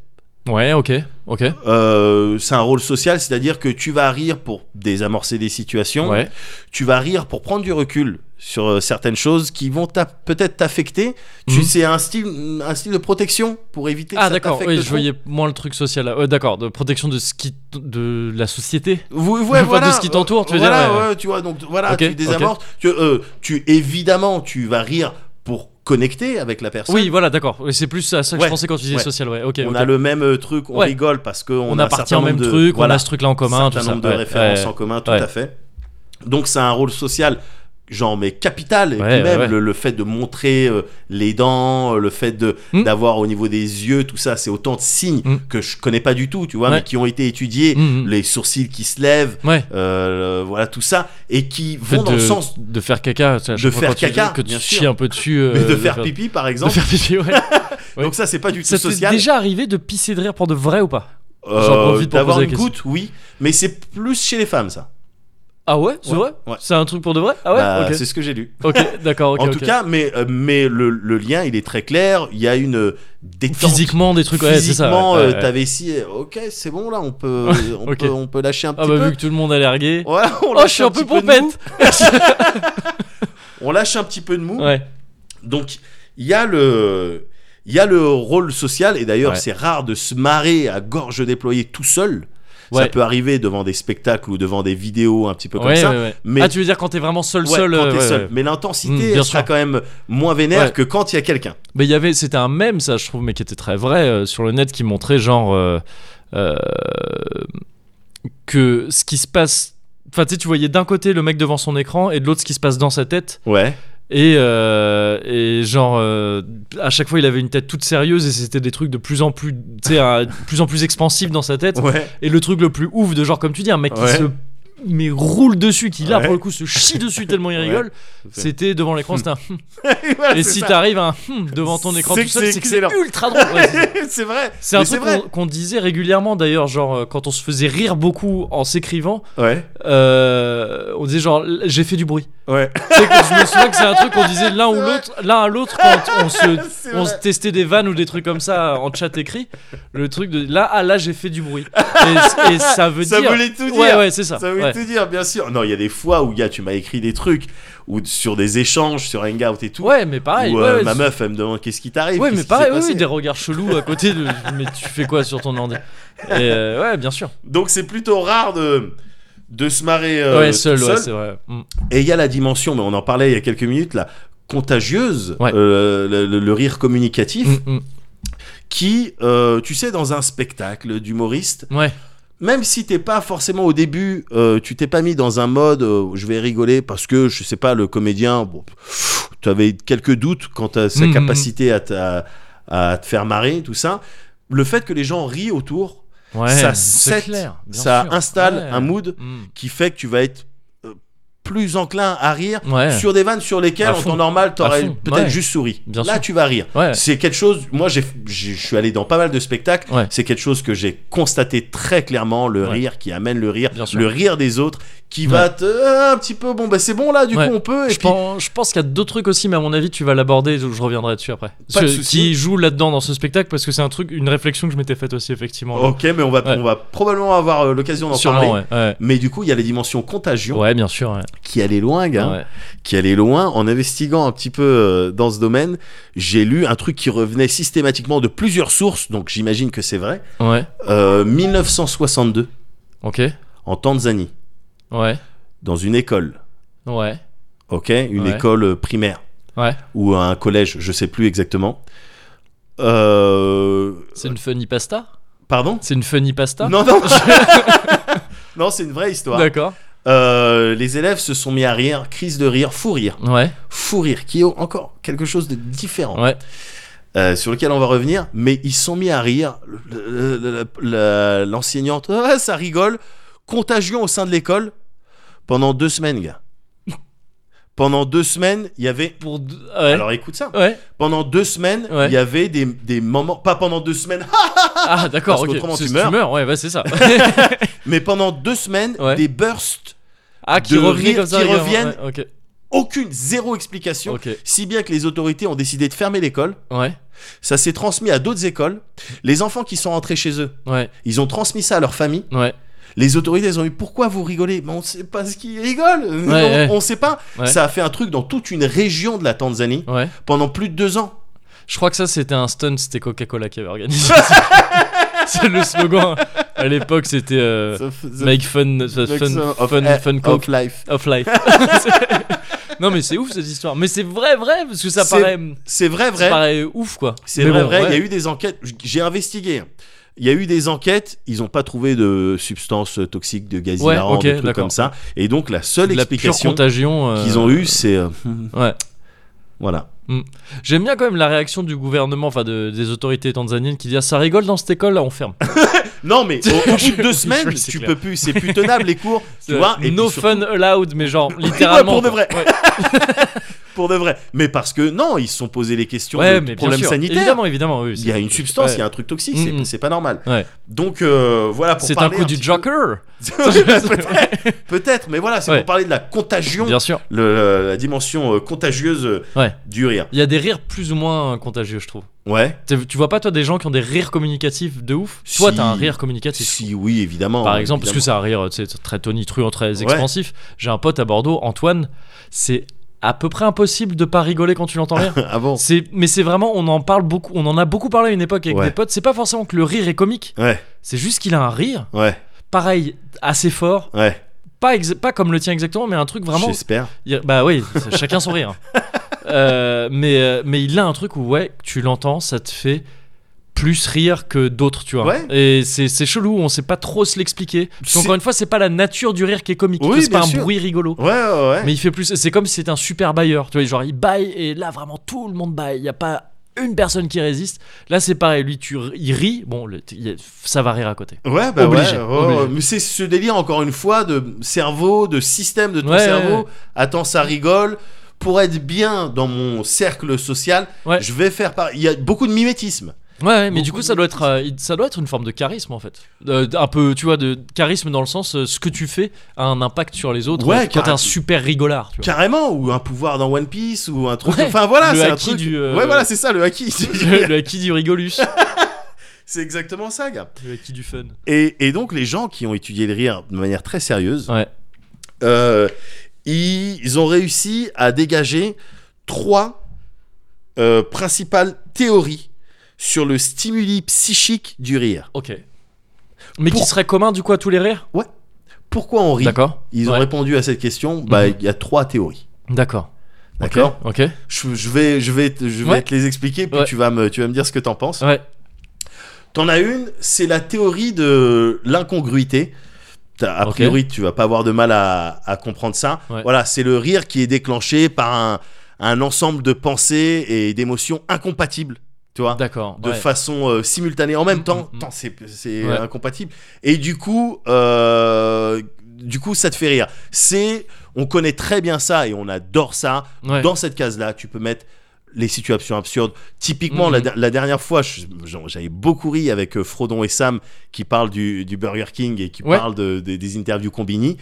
Speaker 1: Ouais, ok, ok.
Speaker 2: Euh, c'est un rôle social, c'est-à-dire que tu vas rire pour désamorcer des situations,
Speaker 1: Ouais.
Speaker 2: tu vas rire pour prendre du recul sur euh, certaines choses qui vont t'a- peut-être t'affecter. Tu
Speaker 1: Mhm.
Speaker 2: c'est un style un style de protection pour éviter.
Speaker 1: Ah
Speaker 2: que ça
Speaker 1: d'accord,
Speaker 2: t'affecte
Speaker 1: oui, je
Speaker 2: trop.
Speaker 1: voyais moins le truc social. là. Ouais, d'accord, de protection de ce qui de la société.
Speaker 2: Vous- ouais,
Speaker 1: Enfin, de
Speaker 2: voilà,
Speaker 1: ce qui t'entoure, tu veux
Speaker 2: voilà,
Speaker 1: dire, ouais.
Speaker 2: ouais, tu vois, donc voilà,
Speaker 1: Ok,
Speaker 2: tu désamorces. Tu, euh, tu- évidemment, tu vas rire pour connecter avec la personne.
Speaker 1: Oui, voilà, d'accord. Oui, C'est plus à ça que
Speaker 2: Ouais,
Speaker 1: je pensais quand tu disais
Speaker 2: ouais.
Speaker 1: social, ouais. OK.
Speaker 2: on
Speaker 1: ok.
Speaker 2: a le même euh, truc, on
Speaker 1: Ouais.
Speaker 2: rigole parce que on,
Speaker 1: on
Speaker 2: a un
Speaker 1: appartient
Speaker 2: certain
Speaker 1: au même
Speaker 2: nombre de-
Speaker 1: truc,
Speaker 2: voilà,
Speaker 1: on a ce truc là en commun, tout
Speaker 2: certain
Speaker 1: ça.
Speaker 2: nombre de
Speaker 1: ouais,
Speaker 2: références
Speaker 1: ouais.
Speaker 2: en commun, tout
Speaker 1: ouais.
Speaker 2: à fait. Donc c'est un rôle social, genre mais capital. Et
Speaker 1: Ouais,
Speaker 2: puis
Speaker 1: ouais,
Speaker 2: même
Speaker 1: ouais.
Speaker 2: Le, le fait de montrer euh, les dents, euh, le fait de
Speaker 1: Mm.
Speaker 2: d'avoir au niveau des yeux, tout ça, c'est autant de signes
Speaker 1: Mm.
Speaker 2: que je connais pas du tout, tu vois,
Speaker 1: Ouais.
Speaker 2: mais qui ont été étudiés.
Speaker 1: Mm, mm.
Speaker 2: Les sourcils qui se lèvent,
Speaker 1: Ouais.
Speaker 2: euh, voilà tout ça, et qui
Speaker 1: Fait
Speaker 2: vont dans
Speaker 1: de,
Speaker 2: le sens
Speaker 1: de faire caca, ça, à
Speaker 2: de
Speaker 1: chaque fois
Speaker 2: faire
Speaker 1: quand tu-
Speaker 2: caca,
Speaker 1: que
Speaker 2: bien
Speaker 1: tu
Speaker 2: sûr.
Speaker 1: chies un peu dessus euh,
Speaker 2: mais de faire pipi par
Speaker 1: de
Speaker 2: exemple.
Speaker 1: faire pipi, ouais. ouais.
Speaker 2: Donc ça c'est pas du tout
Speaker 1: ça t'est
Speaker 2: social.
Speaker 1: déjà arrivé de pisser de rire pour de vrai ou pas
Speaker 2: Euh,
Speaker 1: J'en profite pour
Speaker 2: D'avoir
Speaker 1: poser
Speaker 2: une
Speaker 1: la question.
Speaker 2: goutte, oui, mais c'est plus chez les femmes ça.
Speaker 1: Ah ouais, c'est
Speaker 2: Ouais,
Speaker 1: vrai
Speaker 2: ouais.
Speaker 1: C'est un truc pour de vrai Ah ouais,
Speaker 2: Bah,
Speaker 1: OK.
Speaker 2: C'est ce que j'ai lu.
Speaker 1: OK, d'accord, OK.
Speaker 2: en tout
Speaker 1: ok.
Speaker 2: cas, mais, euh, mais le, le lien il est très clair. Il y a une détente.
Speaker 1: physiquement des trucs ouais, c'est ça.
Speaker 2: Physiquement,
Speaker 1: ouais,
Speaker 2: euh,
Speaker 1: ouais, ouais.
Speaker 2: t'avais si. euh, Ok, c'est bon là, on peut, on,
Speaker 1: ok.
Speaker 2: peut, on peut lâcher un petit
Speaker 1: Ah bah
Speaker 2: peu.
Speaker 1: vu que tout le monde a l'air gay.
Speaker 2: Voilà, on
Speaker 1: Oh, je
Speaker 2: lâche
Speaker 1: suis un peu
Speaker 2: petit de mou.
Speaker 1: pompette.
Speaker 2: On lâche un petit peu de mou.
Speaker 1: Ouais.
Speaker 2: Donc il y a le. Il y a le rôle social, et d'ailleurs
Speaker 1: Ouais.
Speaker 2: c'est rare de se marrer à gorge déployée tout seul. Ça
Speaker 1: Ouais.
Speaker 2: peut arriver devant des spectacles ou devant des vidéos un petit peu comme
Speaker 1: Ouais,
Speaker 2: ça.
Speaker 1: ouais, ouais.
Speaker 2: mais-
Speaker 1: Ah, tu veux dire quand t'es vraiment seul,
Speaker 2: Ouais,
Speaker 1: seul.
Speaker 2: quand
Speaker 1: euh,
Speaker 2: t'es
Speaker 1: ouais,
Speaker 2: seul.
Speaker 1: ouais.
Speaker 2: Mais l'intensité
Speaker 1: Mm, bien
Speaker 2: elle sera
Speaker 1: sûr.
Speaker 2: quand même moins vénère
Speaker 1: Ouais.
Speaker 2: que quand il y a quelqu'un.
Speaker 1: Mais il y avait, c'était un mème, ça, je trouve, mais qui était très vrai euh, sur le net, qui montrait genre euh, euh, que ce qui se passe. Enfin, tu sais, tu voyais d'un côté le mec devant son écran et de l'autre ce qui se passe dans sa tête.
Speaker 2: Ouais.
Speaker 1: Et, euh, et genre, euh, à chaque fois, il avait une tête toute sérieuse et c'était des trucs de plus en plus, tu sais, un- de plus en plus expansifs dans sa tête.
Speaker 2: Ouais.
Speaker 1: Et le truc le plus ouf de genre, comme tu dis, un mec qui
Speaker 2: Ouais.
Speaker 1: se mais roule dessus, qui là
Speaker 2: Ouais.
Speaker 1: pour le coup se chie dessus tellement il
Speaker 2: Ouais.
Speaker 1: rigole, c'était devant l'écran, c'était un
Speaker 2: Voilà,
Speaker 1: Et
Speaker 2: c'est
Speaker 1: si
Speaker 2: ça.
Speaker 1: t'arrives à un hmm devant ton écran
Speaker 2: C'est
Speaker 1: tout
Speaker 2: que
Speaker 1: seul,
Speaker 2: c'est
Speaker 1: c'est que c'est
Speaker 2: excellent.
Speaker 1: ultra drôle. Ouais, c'est-
Speaker 2: c'est vrai.
Speaker 1: c'est un
Speaker 2: Mais
Speaker 1: truc
Speaker 2: vrai.
Speaker 1: qu'on- qu'on disait régulièrement d'ailleurs, genre euh, quand on se faisait rire beaucoup en s'écrivant,
Speaker 2: Ouais.
Speaker 1: euh, on disait genre l- j'ai fait du bruit.
Speaker 2: Ouais.
Speaker 1: C'est que je me souviens que c'est un truc qu'on disait l'un ou
Speaker 2: C'est vrai.
Speaker 1: l'autre, l'un à l'autre quand on se,
Speaker 2: C'est
Speaker 1: on
Speaker 2: vrai.
Speaker 1: se testait des vannes ou des trucs comme ça en chat écrit. Le truc de là ah là j'ai fait du bruit. Et, et ça veut
Speaker 2: Ça
Speaker 1: dire.
Speaker 2: voulait tout dire.
Speaker 1: ouais ouais c'est ça.
Speaker 2: Ça veut
Speaker 1: Ouais,
Speaker 2: vais te dire, bien sûr. Non, il y a des fois où, gars, tu m'as écrit des trucs, ou sur des échanges, sur Hangout et tout.
Speaker 1: Ouais, mais pareil.
Speaker 2: où,
Speaker 1: ouais,
Speaker 2: euh,
Speaker 1: ouais,
Speaker 2: ma
Speaker 1: c'est-
Speaker 2: meuf, elle me demande qu'est-ce qui t'arrive.
Speaker 1: Ouais,
Speaker 2: qu'est-ce
Speaker 1: mais
Speaker 2: qui
Speaker 1: pareil,
Speaker 2: s'est
Speaker 1: oui,
Speaker 2: passé
Speaker 1: oui, des regards chelous à côté de. mais tu fais quoi sur ton ordi Et, euh, Ouais, bien sûr.
Speaker 2: Donc c'est plutôt rare de de se marrer euh,
Speaker 1: ouais, seul,
Speaker 2: tout
Speaker 1: ouais,
Speaker 2: seul.
Speaker 1: c'est vrai. Mm.
Speaker 2: Et il y a la dimension, mais on en parlait il y a quelques minutes là, contagieuse,
Speaker 1: Ouais.
Speaker 2: euh, le, le- le rire communicatif,
Speaker 1: Mm,
Speaker 2: qui, euh, tu sais, dans un spectacle d'humoriste,
Speaker 1: mm. Ouais,
Speaker 2: même si t'es pas forcément au début, euh, tu t'es pas mis dans un mode, euh, je vais rigoler parce que je sais pas le comédien, bon, tu avais quelques doutes quant à sa
Speaker 1: Mhm.
Speaker 2: capacité à, t'a- à te faire marrer, tout ça. Le fait que les gens rient autour,
Speaker 1: ouais.
Speaker 2: Ça
Speaker 1: c'est
Speaker 2: set,
Speaker 1: clair, bien
Speaker 2: ça
Speaker 1: sûr.
Speaker 2: installe
Speaker 1: Ouais.
Speaker 2: un mood
Speaker 1: Mm.
Speaker 2: qui fait que tu vas être euh, plus enclin à rire
Speaker 1: Ouais.
Speaker 2: sur des vannes sur lesquelles
Speaker 1: À
Speaker 2: en
Speaker 1: fond.
Speaker 2: temps normal
Speaker 1: À
Speaker 2: t'aurais
Speaker 1: fond,
Speaker 2: peut-être
Speaker 1: ouais.
Speaker 2: juste souri
Speaker 1: Bien
Speaker 2: là
Speaker 1: sûr.
Speaker 2: tu vas rire
Speaker 1: Ouais.
Speaker 2: c'est quelque chose moi j'ai j'ai- je suis allé dans pas mal de spectacles
Speaker 1: Ouais.
Speaker 2: c'est quelque chose que j'ai constaté très clairement le
Speaker 1: Ouais.
Speaker 2: rire qui amène le rire
Speaker 1: Bien sûr.
Speaker 2: le rire des autres qui va te ah, un petit peu bon bah c'est bon là du
Speaker 1: Ouais.
Speaker 2: coup on peut et
Speaker 1: je,
Speaker 2: puis
Speaker 1: pense, je pense qu'il y a d'autres trucs aussi, mais à mon avis, tu vas l'aborder. Je, je reviendrai dessus après.
Speaker 2: Pas de
Speaker 1: Ce-
Speaker 2: souci.
Speaker 1: qui joue là-dedans dans ce spectacle, parce que c'est un truc, une réflexion que je m'étais faite aussi effectivement.
Speaker 2: ok mais on va
Speaker 1: Ouais.
Speaker 2: on va probablement avoir euh, l'occasion d'en Oh, parler
Speaker 1: Sûrement, ouais. ouais.
Speaker 2: mais du coup il y a les dimensions contagion
Speaker 1: Ouais, bien sûr. Ouais.
Speaker 2: qui allait loin gars
Speaker 1: Ouais.
Speaker 2: qui allait loin en investiguant un petit peu euh, dans ce domaine j'ai lu un truc qui revenait systématiquement de plusieurs sources donc j'imagine que c'est vrai
Speaker 1: Ouais.
Speaker 2: Euh, 1962
Speaker 1: Ok.
Speaker 2: en Tanzanie
Speaker 1: Ouais.
Speaker 2: dans une école
Speaker 1: Ouais.
Speaker 2: ok une
Speaker 1: Ouais.
Speaker 2: école euh, primaire
Speaker 1: Ouais.
Speaker 2: ou un collège je sais plus exactement Euh,
Speaker 1: C'est une funny pasta
Speaker 2: pardon
Speaker 1: C'est une funny pasta
Speaker 2: non non non c'est une vraie histoire
Speaker 1: D'accord.
Speaker 2: Euh, les élèves se sont mis à rire crise de rire fou rire
Speaker 1: Ouais.
Speaker 2: fou rire qui est encore quelque chose de différent
Speaker 1: Ouais.
Speaker 2: euh, sur lequel on va revenir, mais ils se sont mis à rire. Le- le- le- le- L'enseignante, Ah, ça rigole. Contagion au sein de l'école pendant deux semaines, gars. Pendant deux semaines, il y avait.
Speaker 1: Pour. deux- Ouais.
Speaker 2: Alors écoute ça.
Speaker 1: Ouais.
Speaker 2: Pendant deux semaines, il
Speaker 1: Ouais.
Speaker 2: y avait des, des moments. Pas pendant deux semaines,
Speaker 1: Ah, d'accord.
Speaker 2: Parce
Speaker 1: ok.
Speaker 2: qu'autrement,
Speaker 1: C'est-
Speaker 2: tu meurs.
Speaker 1: ouais, bah, c'est ça.
Speaker 2: mais pendant deux semaines,
Speaker 1: Ouais.
Speaker 2: des bursts.
Speaker 1: ah, qui
Speaker 2: De
Speaker 1: revenaient
Speaker 2: rire,
Speaker 1: comme ça.
Speaker 2: qui
Speaker 1: également.
Speaker 2: reviennent.
Speaker 1: Ouais, ok.
Speaker 2: Aucune, zéro explication.
Speaker 1: Ok.
Speaker 2: Si bien que les autorités ont décidé de fermer l'école.
Speaker 1: Ouais.
Speaker 2: Ça s'est transmis à d'autres écoles. Les enfants qui sont rentrés chez eux,
Speaker 1: Ouais.
Speaker 2: ils ont transmis ça à leur famille.
Speaker 1: Ouais.
Speaker 2: Les autorités, elles ont eu pourquoi vous rigolez Mais on sait pas ce qui rigole. on,
Speaker 1: ouais.
Speaker 2: on sait pas.
Speaker 1: Ouais.
Speaker 2: Ça a fait un truc dans toute une région de la Tanzanie
Speaker 1: Ouais.
Speaker 2: pendant plus de deux ans.
Speaker 1: Je crois que ça, c'était un stunt, c'était Coca-Cola qui avait organisé. c'est le slogan. À l'époque, c'était euh,
Speaker 2: The f- the
Speaker 1: Make fun, the
Speaker 2: f-
Speaker 1: fun,
Speaker 2: of-
Speaker 1: fun,
Speaker 2: eh,
Speaker 1: fun
Speaker 2: of
Speaker 1: Coke
Speaker 2: life.
Speaker 1: of life. C'est- non, mais c'est ouf cette histoire. Mais c'est vrai, vrai, parce que ça
Speaker 2: C'est
Speaker 1: paraît,
Speaker 2: C'est vrai,
Speaker 1: ça
Speaker 2: vrai.
Speaker 1: paraît ouf, quoi.
Speaker 2: C'est
Speaker 1: Mais
Speaker 2: vrai,
Speaker 1: bon,
Speaker 2: vrai. Il y
Speaker 1: ouais.
Speaker 2: a eu des enquêtes. J- J'ai investigué. hein. Il y a eu des enquêtes. Ils n'ont pas trouvé de substances euh, toxiques, de gaz
Speaker 1: Ouais,
Speaker 2: hilarant,
Speaker 1: ok,
Speaker 2: de trucs
Speaker 1: d'accord.
Speaker 2: comme ça. Et donc la seule
Speaker 1: De la pure
Speaker 2: explication
Speaker 1: contagion. euh,
Speaker 2: qu'ils ont eue, c'est euh,
Speaker 1: Ouais.
Speaker 2: voilà.
Speaker 1: J'aime bien quand même la réaction du gouvernement, enfin de- des autorités tanzaniennes qui disent ah, ça rigole dans cette école là, on ferme.
Speaker 2: Non, mais au, au bout de deux semaines,
Speaker 1: c'est
Speaker 2: tu
Speaker 1: clair.
Speaker 2: peux plus. C'est plus tenable les cours. Tu
Speaker 1: Euh,
Speaker 2: vois. Et
Speaker 1: no
Speaker 2: puis surtout-
Speaker 1: fun allowed, mais genre littéralement.
Speaker 2: pour de
Speaker 1: quoi.
Speaker 2: vrai. pour de vrai. Mais parce que non, ils se sont posés les questions
Speaker 1: Ouais,
Speaker 2: de
Speaker 1: mais
Speaker 2: problèmes
Speaker 1: bien sûr.
Speaker 2: sanitaires.
Speaker 1: Évidemment, évidemment. oui,
Speaker 2: Il
Speaker 1: c'est-
Speaker 2: y a une substance,
Speaker 1: ouais.
Speaker 2: il y a un truc toxique,
Speaker 1: Mm,
Speaker 2: c'est
Speaker 1: mm.
Speaker 2: c'est pas normal.
Speaker 1: Ouais.
Speaker 2: Donc euh, voilà pour
Speaker 1: C'est un
Speaker 2: parler
Speaker 1: coup du
Speaker 2: petit
Speaker 1: Joker.
Speaker 2: peu- Peut-être, peut-être, mais voilà, c'est
Speaker 1: Ouais.
Speaker 2: pour parler de la contagion,
Speaker 1: Bien sûr.
Speaker 2: le- la dimension euh, contagieuse euh,
Speaker 1: Ouais.
Speaker 2: du rire.
Speaker 1: Il y a des rires plus ou moins contagieux, je trouve.
Speaker 2: Ouais.
Speaker 1: T'es- Tu vois pas toi des gens qui ont des rires communicatifs de ouf Toi,
Speaker 2: Si.
Speaker 1: t'as un rire communicatif.
Speaker 2: Si oui, évidemment.
Speaker 1: Par exemple, parce que c'est
Speaker 2: évidemment.
Speaker 1: un rire euh, tu sais, très tonitruant, très
Speaker 2: Ouais.
Speaker 1: expansif. J'ai un pote à Bordeaux, Antoine. C'est à peu près impossible de pas rigoler quand tu l'entends rire.
Speaker 2: ah bon.
Speaker 1: C'est, mais c'est vraiment, on en parle beaucoup, on en a beaucoup parlé à une époque avec
Speaker 2: Ouais.
Speaker 1: des potes. C'est pas forcément que le rire est comique,
Speaker 2: Ouais,
Speaker 1: c'est juste qu'il a un rire,
Speaker 2: ouais,
Speaker 1: pareil, assez fort,
Speaker 2: ouais.
Speaker 1: pas, exa- pas comme le tien exactement, mais un truc vraiment.
Speaker 2: J'espère.
Speaker 1: il- bah oui, c'est- chacun son rire. Euh, mais, euh, mais il a un truc où, ouais, tu l'entends, ça te fait plus rire que d'autres, tu vois.
Speaker 2: Ouais.
Speaker 1: Et c'est, c'est chelou, on sait pas trop se l'expliquer. Parce
Speaker 2: C'est-
Speaker 1: qu'encore une fois, c'est pas la nature du rire qui est comique,
Speaker 2: Oui,
Speaker 1: que c'est
Speaker 2: bien
Speaker 1: pas
Speaker 2: sûr.
Speaker 1: un bruit rigolo.
Speaker 2: Ouais, ouais, ouais.
Speaker 1: Mais il fait plus. C'est comme si c'était un super bailleur. Tu vois, genre il baille et là vraiment tout le monde baille. Il y a pas une personne qui résiste. Là c'est pareil. Lui, tu, il rit. Bon, le- il y a- ça va rire à côté.
Speaker 2: Ouais, bah
Speaker 1: Obligé,
Speaker 2: ouais, ouais,
Speaker 1: obligé.
Speaker 2: ouais. mais c'est ce délire encore une fois de cerveau, de système de ton
Speaker 1: Ouais,
Speaker 2: cerveau.
Speaker 1: ouais, ouais.
Speaker 2: Attends, ça rigole. Pour être bien dans mon cercle social,
Speaker 1: Ouais.
Speaker 2: je vais faire par. Il y a beaucoup de mimétisme.
Speaker 1: Ouais, ouais, mais du
Speaker 2: Beaucoup
Speaker 1: coup
Speaker 2: de
Speaker 1: ça doit être, euh, il- ça doit être une forme de charisme en fait. Euh, un peu, tu vois, de charisme dans le sens euh, ce que tu fais a un impact sur les autres.
Speaker 2: Ouais,
Speaker 1: euh, quand t'es
Speaker 2: carrément.
Speaker 1: un super rigolard. Tu vois.
Speaker 2: Carrément, ou un pouvoir dans One Piece, ou un truc.
Speaker 1: Ouais,
Speaker 2: Enfin voilà,
Speaker 1: le
Speaker 2: c'est un
Speaker 1: haki
Speaker 2: truc.
Speaker 1: du, euh,
Speaker 2: Ouais, voilà, c'est ça, le haki.
Speaker 1: le, le acquis du rigolus,
Speaker 2: c'est exactement ça, gars.
Speaker 1: le acquis du fun.
Speaker 2: Et, et donc, les gens qui ont étudié le rire de manière très sérieuse
Speaker 1: Ouais.
Speaker 2: Euh, ils, ils ont réussi à dégager trois euh, principales théories sur le stimuli psychique du rire.
Speaker 1: Ok. Mais qui
Speaker 2: Pour-
Speaker 1: serait commun du coup à tous les rires
Speaker 2: Pourquoi on rit
Speaker 1: D'accord.
Speaker 2: Ils ont
Speaker 1: Ouais.
Speaker 2: répondu à cette question. Bah,
Speaker 1: Mhm.
Speaker 2: il y a trois théories.
Speaker 1: D'accord.
Speaker 2: D'accord.
Speaker 1: Ok.
Speaker 2: Je, je vais, je vais, te- je vais
Speaker 1: Ouais.
Speaker 2: te les expliquer puis
Speaker 1: Ouais.
Speaker 2: tu vas me, tu vas me dire ce que t'en penses.
Speaker 1: Ouais.
Speaker 2: T'en as une, c'est la théorie de l'incongruité. T'as- A
Speaker 1: Ok.
Speaker 2: priori, tu vas pas avoir de mal à, à comprendre ça.
Speaker 1: Ouais.
Speaker 2: Voilà, c'est le rire qui est déclenché par un, un ensemble de pensées et d'émotions incompatibles, tu vois,
Speaker 1: D'accord.
Speaker 2: de
Speaker 1: ouais.
Speaker 2: façon euh, simultanée en même
Speaker 1: Mm,
Speaker 2: temps.
Speaker 1: mm, mm.
Speaker 2: Tant, c'est c'est
Speaker 1: Ouais.
Speaker 2: incompatible. Et du coup, euh, du coup, ça te fait rire. C'est, on connaît très bien ça et on adore ça.
Speaker 1: Ouais.
Speaker 2: Dans cette case-là, tu peux mettre les situations absurdes. Typiquement, la,
Speaker 1: Mhm.
Speaker 2: la dernière fois, je- j'en- j'avais beaucoup ri avec euh, Frodon et Sam qui parlent du, du Burger King et qui
Speaker 1: Ouais.
Speaker 2: parlent de- des- des interviews combini.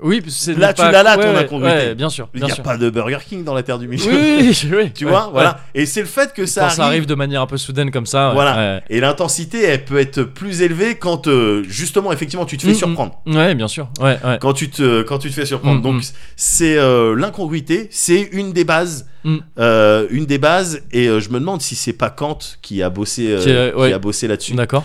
Speaker 1: Oui, parce que c'est
Speaker 2: Là,
Speaker 1: de
Speaker 2: tu
Speaker 1: pas-
Speaker 2: l'as là,
Speaker 1: ouais,
Speaker 2: ton
Speaker 1: ouais,
Speaker 2: incongruité.
Speaker 1: ouais, bien sûr.
Speaker 2: Il
Speaker 1: bien
Speaker 2: n'y a
Speaker 1: sûr.
Speaker 2: pas de Burger King dans la Terre du
Speaker 1: Oui,
Speaker 2: Milieu.
Speaker 1: oui, oui, oui,
Speaker 2: Tu
Speaker 1: ouais,
Speaker 2: vois,
Speaker 1: ouais.
Speaker 2: voilà. Et c'est le fait que ça
Speaker 1: Quand
Speaker 2: arrive.
Speaker 1: ça arrive de manière un peu soudaine comme ça. ouais,
Speaker 2: Voilà.
Speaker 1: ouais.
Speaker 2: Et l'intensité, elle peut être plus élevée quand, euh, justement, effectivement, tu te fais
Speaker 1: Mm, mm.
Speaker 2: surprendre.
Speaker 1: Ouais, bien sûr. Ouais, ouais.
Speaker 2: quand tu te quand tu te fais surprendre.
Speaker 1: Mm,
Speaker 2: Donc
Speaker 1: mm.
Speaker 2: c'est euh, l'incongruité, c'est une des bases,
Speaker 1: Mm.
Speaker 2: Euh, une des bases. Et euh, je me demande si c'est pas Kant qui a bossé euh,
Speaker 1: Qui, euh, ouais.
Speaker 2: qui a bossé là-dessus.
Speaker 1: D'accord.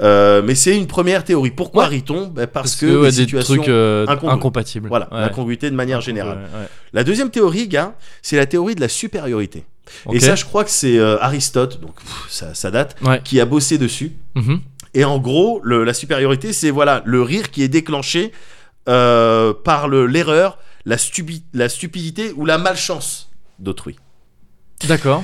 Speaker 2: Euh, mais c'est une première théorie. Pourquoi
Speaker 1: Ouais.
Speaker 2: rit-on Ben, parce, que,
Speaker 1: ouais,
Speaker 2: des
Speaker 1: des
Speaker 2: situations
Speaker 1: trucs euh,
Speaker 2: incongrues.
Speaker 1: incompatibles.
Speaker 2: voilà
Speaker 1: Ouais.
Speaker 2: l'incongruité de manière générale.
Speaker 1: Ouais, ouais.
Speaker 2: La deuxième théorie, gars, c'est la théorie de la supériorité.
Speaker 1: Ok.
Speaker 2: Et ça, je crois que c'est euh, Aristote, donc pff, ça, ça date,
Speaker 1: Ouais.
Speaker 2: qui a bossé dessus.
Speaker 1: Mhm.
Speaker 2: Et en gros, le- la supériorité, c'est voilà le rire qui est déclenché euh, par le- l'erreur, la, stupi- la stupidité ou la malchance d'autrui.
Speaker 1: D'accord.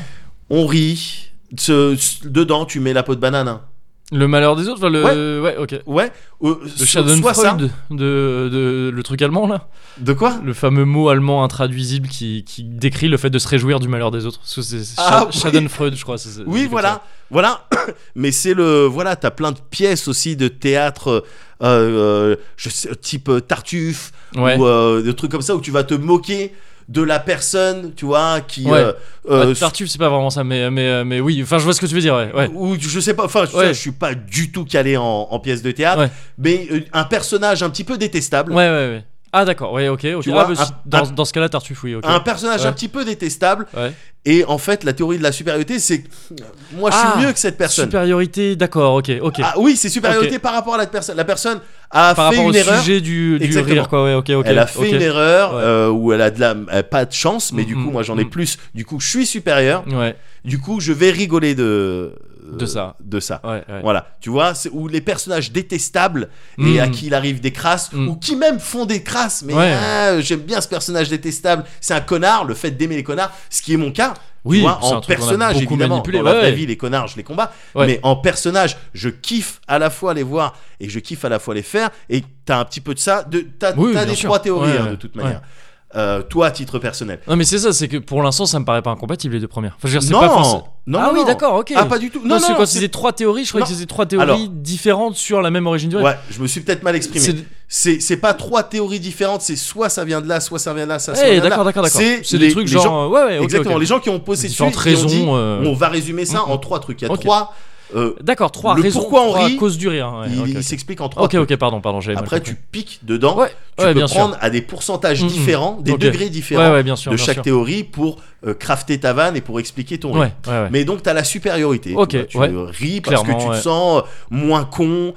Speaker 2: On rit. ce- ce- dedans, tu mets la peau de banane. hein.
Speaker 1: Le malheur des autres, enfin, le. Ouais, ok.
Speaker 2: Ouais. euh,
Speaker 1: Le
Speaker 2: so- soit ça.
Speaker 1: Schadenfreude, de, de- le truc allemand là,
Speaker 2: De quoi
Speaker 1: le fameux mot allemand intraduisible qui, qui décrit le fait de se réjouir du malheur des autres. Parce que c'est- c'est Scha-
Speaker 2: Ah, oui.
Speaker 1: Schadenfreude, je crois. c'est- c'est- c'est
Speaker 2: Oui,
Speaker 1: comme
Speaker 2: voilà, voilà. Mais c'est le voilà, t'as plein de pièces aussi de théâtre, euh, euh, je sais, type euh, Tartuffe
Speaker 1: ça. Ouais.
Speaker 2: ou euh, des trucs comme ça où tu vas te moquer de la personne, tu vois, qui
Speaker 1: Ouais.
Speaker 2: euh, euh,
Speaker 1: Ah, Tartuffe, c'est pas vraiment ça, mais, mais, mais oui. Enfin, je vois ce que tu veux dire. Ouais. ouais.
Speaker 2: ou je sais pas, enfin, je-
Speaker 1: Ouais.
Speaker 2: je suis pas du tout calé en, en pièces de théâtre,
Speaker 1: Ouais.
Speaker 2: mais euh, un personnage un petit peu détestable,
Speaker 1: Ouais, ouais, ouais. Ah d'accord, ouais, ok, ok.
Speaker 2: Tu
Speaker 1: Ah,
Speaker 2: vois,
Speaker 1: bah,
Speaker 2: un-
Speaker 1: si- dans,
Speaker 2: un-
Speaker 1: dans ce cas-là, Tartuffe, oui, ok.
Speaker 2: un personnage
Speaker 1: Ouais.
Speaker 2: un petit peu détestable,
Speaker 1: Ouais.
Speaker 2: et en fait, la théorie de la supériorité, c'est que moi, je suis
Speaker 1: Ah,
Speaker 2: mieux que cette personne.
Speaker 1: Supériorité, d'accord, ok, ok.
Speaker 2: Ah oui, c'est supériorité par rapport à la personne. La personne a
Speaker 1: Par
Speaker 2: fait
Speaker 1: rapport au
Speaker 2: une erreur.
Speaker 1: sujet du, du
Speaker 2: Exactement.
Speaker 1: rire, quoi, ouais, ok, ok.
Speaker 2: elle a fait
Speaker 1: ok.
Speaker 2: une erreur
Speaker 1: Ouais.
Speaker 2: euh, où elle a de la euh, pas de chance, mais du
Speaker 1: Mhm,
Speaker 2: coup moi j'en ai
Speaker 1: mhm.
Speaker 2: plus. Du coup je suis supérieur.
Speaker 1: Ouais,
Speaker 2: Du coup je vais rigoler de
Speaker 1: Mm. De ça.
Speaker 2: de ça.
Speaker 1: ouais, ouais.
Speaker 2: Voilà, tu vois, c'est où les personnages détestables et
Speaker 1: Mhm.
Speaker 2: à qui il arrive des crasses
Speaker 1: Mhm.
Speaker 2: ou qui même font des crasses, mais
Speaker 1: Ouais.
Speaker 2: ah, j'aime bien ce personnage détestable. C'est un connard. Le fait d'aimer les connards, ce qui est mon cas.
Speaker 1: Oui,
Speaker 2: tu vois,
Speaker 1: c'est un
Speaker 2: en
Speaker 1: truc qu'on a
Speaker 2: personnage
Speaker 1: beaucoup
Speaker 2: évidemment.
Speaker 1: manipulé,
Speaker 2: Dans la
Speaker 1: ouais,
Speaker 2: vraie
Speaker 1: ouais.
Speaker 2: vie, les connards, je les combats.
Speaker 1: Ouais.
Speaker 2: Mais en personnage, je kiffe à la fois les voir et je kiffe à la fois les faire. Et t'as un petit peu de ça. De, t'as
Speaker 1: Oui,
Speaker 2: t'as
Speaker 1: bien
Speaker 2: des
Speaker 1: sûr.
Speaker 2: trois théories
Speaker 1: Ouais,
Speaker 2: hein,
Speaker 1: ouais,
Speaker 2: de toute
Speaker 1: ouais.
Speaker 2: manière. Euh, toi, à titre personnel.
Speaker 1: Non mais c'est ça, c'est que pour l'instant ça me paraît pas incompatible les deux premières. Enfin, je veux dire, c'est
Speaker 2: non,
Speaker 1: pas forcément.
Speaker 2: non,
Speaker 1: ah
Speaker 2: non,
Speaker 1: oui,
Speaker 2: non.
Speaker 1: d'accord, ok.
Speaker 2: Ah, pas du tout. Non,
Speaker 1: Parce
Speaker 2: non,
Speaker 1: que
Speaker 2: non,
Speaker 1: quand
Speaker 2: c'est-
Speaker 1: c'était trois théories, je croyais
Speaker 2: Non.
Speaker 1: que c'était trois théories
Speaker 2: Alors.
Speaker 1: différentes sur la même origine du rire.
Speaker 2: Ouais, je me suis peut-être mal exprimé.
Speaker 1: C'est-
Speaker 2: C'est c'est pas trois théories différentes, c'est soit ça vient de là, soit ça vient de là, ça ça
Speaker 1: Eh,
Speaker 2: vient de là.
Speaker 1: d'accord, d'accord, d'accord.
Speaker 2: Ah, C'est
Speaker 1: C'est
Speaker 2: les-
Speaker 1: des trucs
Speaker 2: les
Speaker 1: genre.
Speaker 2: gens-
Speaker 1: euh, Ouais, ouais, ok,
Speaker 2: Exactement,
Speaker 1: ok.
Speaker 2: les gens qui ont posé dessus,
Speaker 1: Différentes
Speaker 2: qui ont dit,
Speaker 1: raisons. euh,
Speaker 2: on va résumer ça en trois trucs. Il y a
Speaker 1: Ok.
Speaker 2: trois. euh,
Speaker 1: D'accord, trois
Speaker 2: le
Speaker 1: raisons.
Speaker 2: pourquoi on
Speaker 1: trois
Speaker 2: rit,
Speaker 1: causes du rire. ouais,
Speaker 2: il
Speaker 1: ok,
Speaker 2: il
Speaker 1: ok.
Speaker 2: s'explique en trois.
Speaker 1: Ok, ok, pardon, pardon, j'avais
Speaker 2: trucs.
Speaker 1: mal
Speaker 2: Après, tu
Speaker 1: compris.
Speaker 2: piques dedans.
Speaker 1: Ouais,
Speaker 2: Tu
Speaker 1: ouais,
Speaker 2: peux
Speaker 1: bien sûr.
Speaker 2: prendre à des pourcentages
Speaker 1: Mm, mm.
Speaker 2: différents, des
Speaker 1: Ok.
Speaker 2: degrés différents
Speaker 1: Ouais, ouais, bien sûr.
Speaker 2: de
Speaker 1: bien
Speaker 2: chaque
Speaker 1: sûr.
Speaker 2: théorie pour euh, crafter ta vanne et pour expliquer ton rire.
Speaker 1: Ouais, ouais, ouais.
Speaker 2: Mais donc t'as la supériorité.
Speaker 1: Ok,
Speaker 2: Tu vois, tu
Speaker 1: ouais.
Speaker 2: ris parce que
Speaker 1: Clairement,
Speaker 2: tu te
Speaker 1: ouais.
Speaker 2: sens euh, moins con,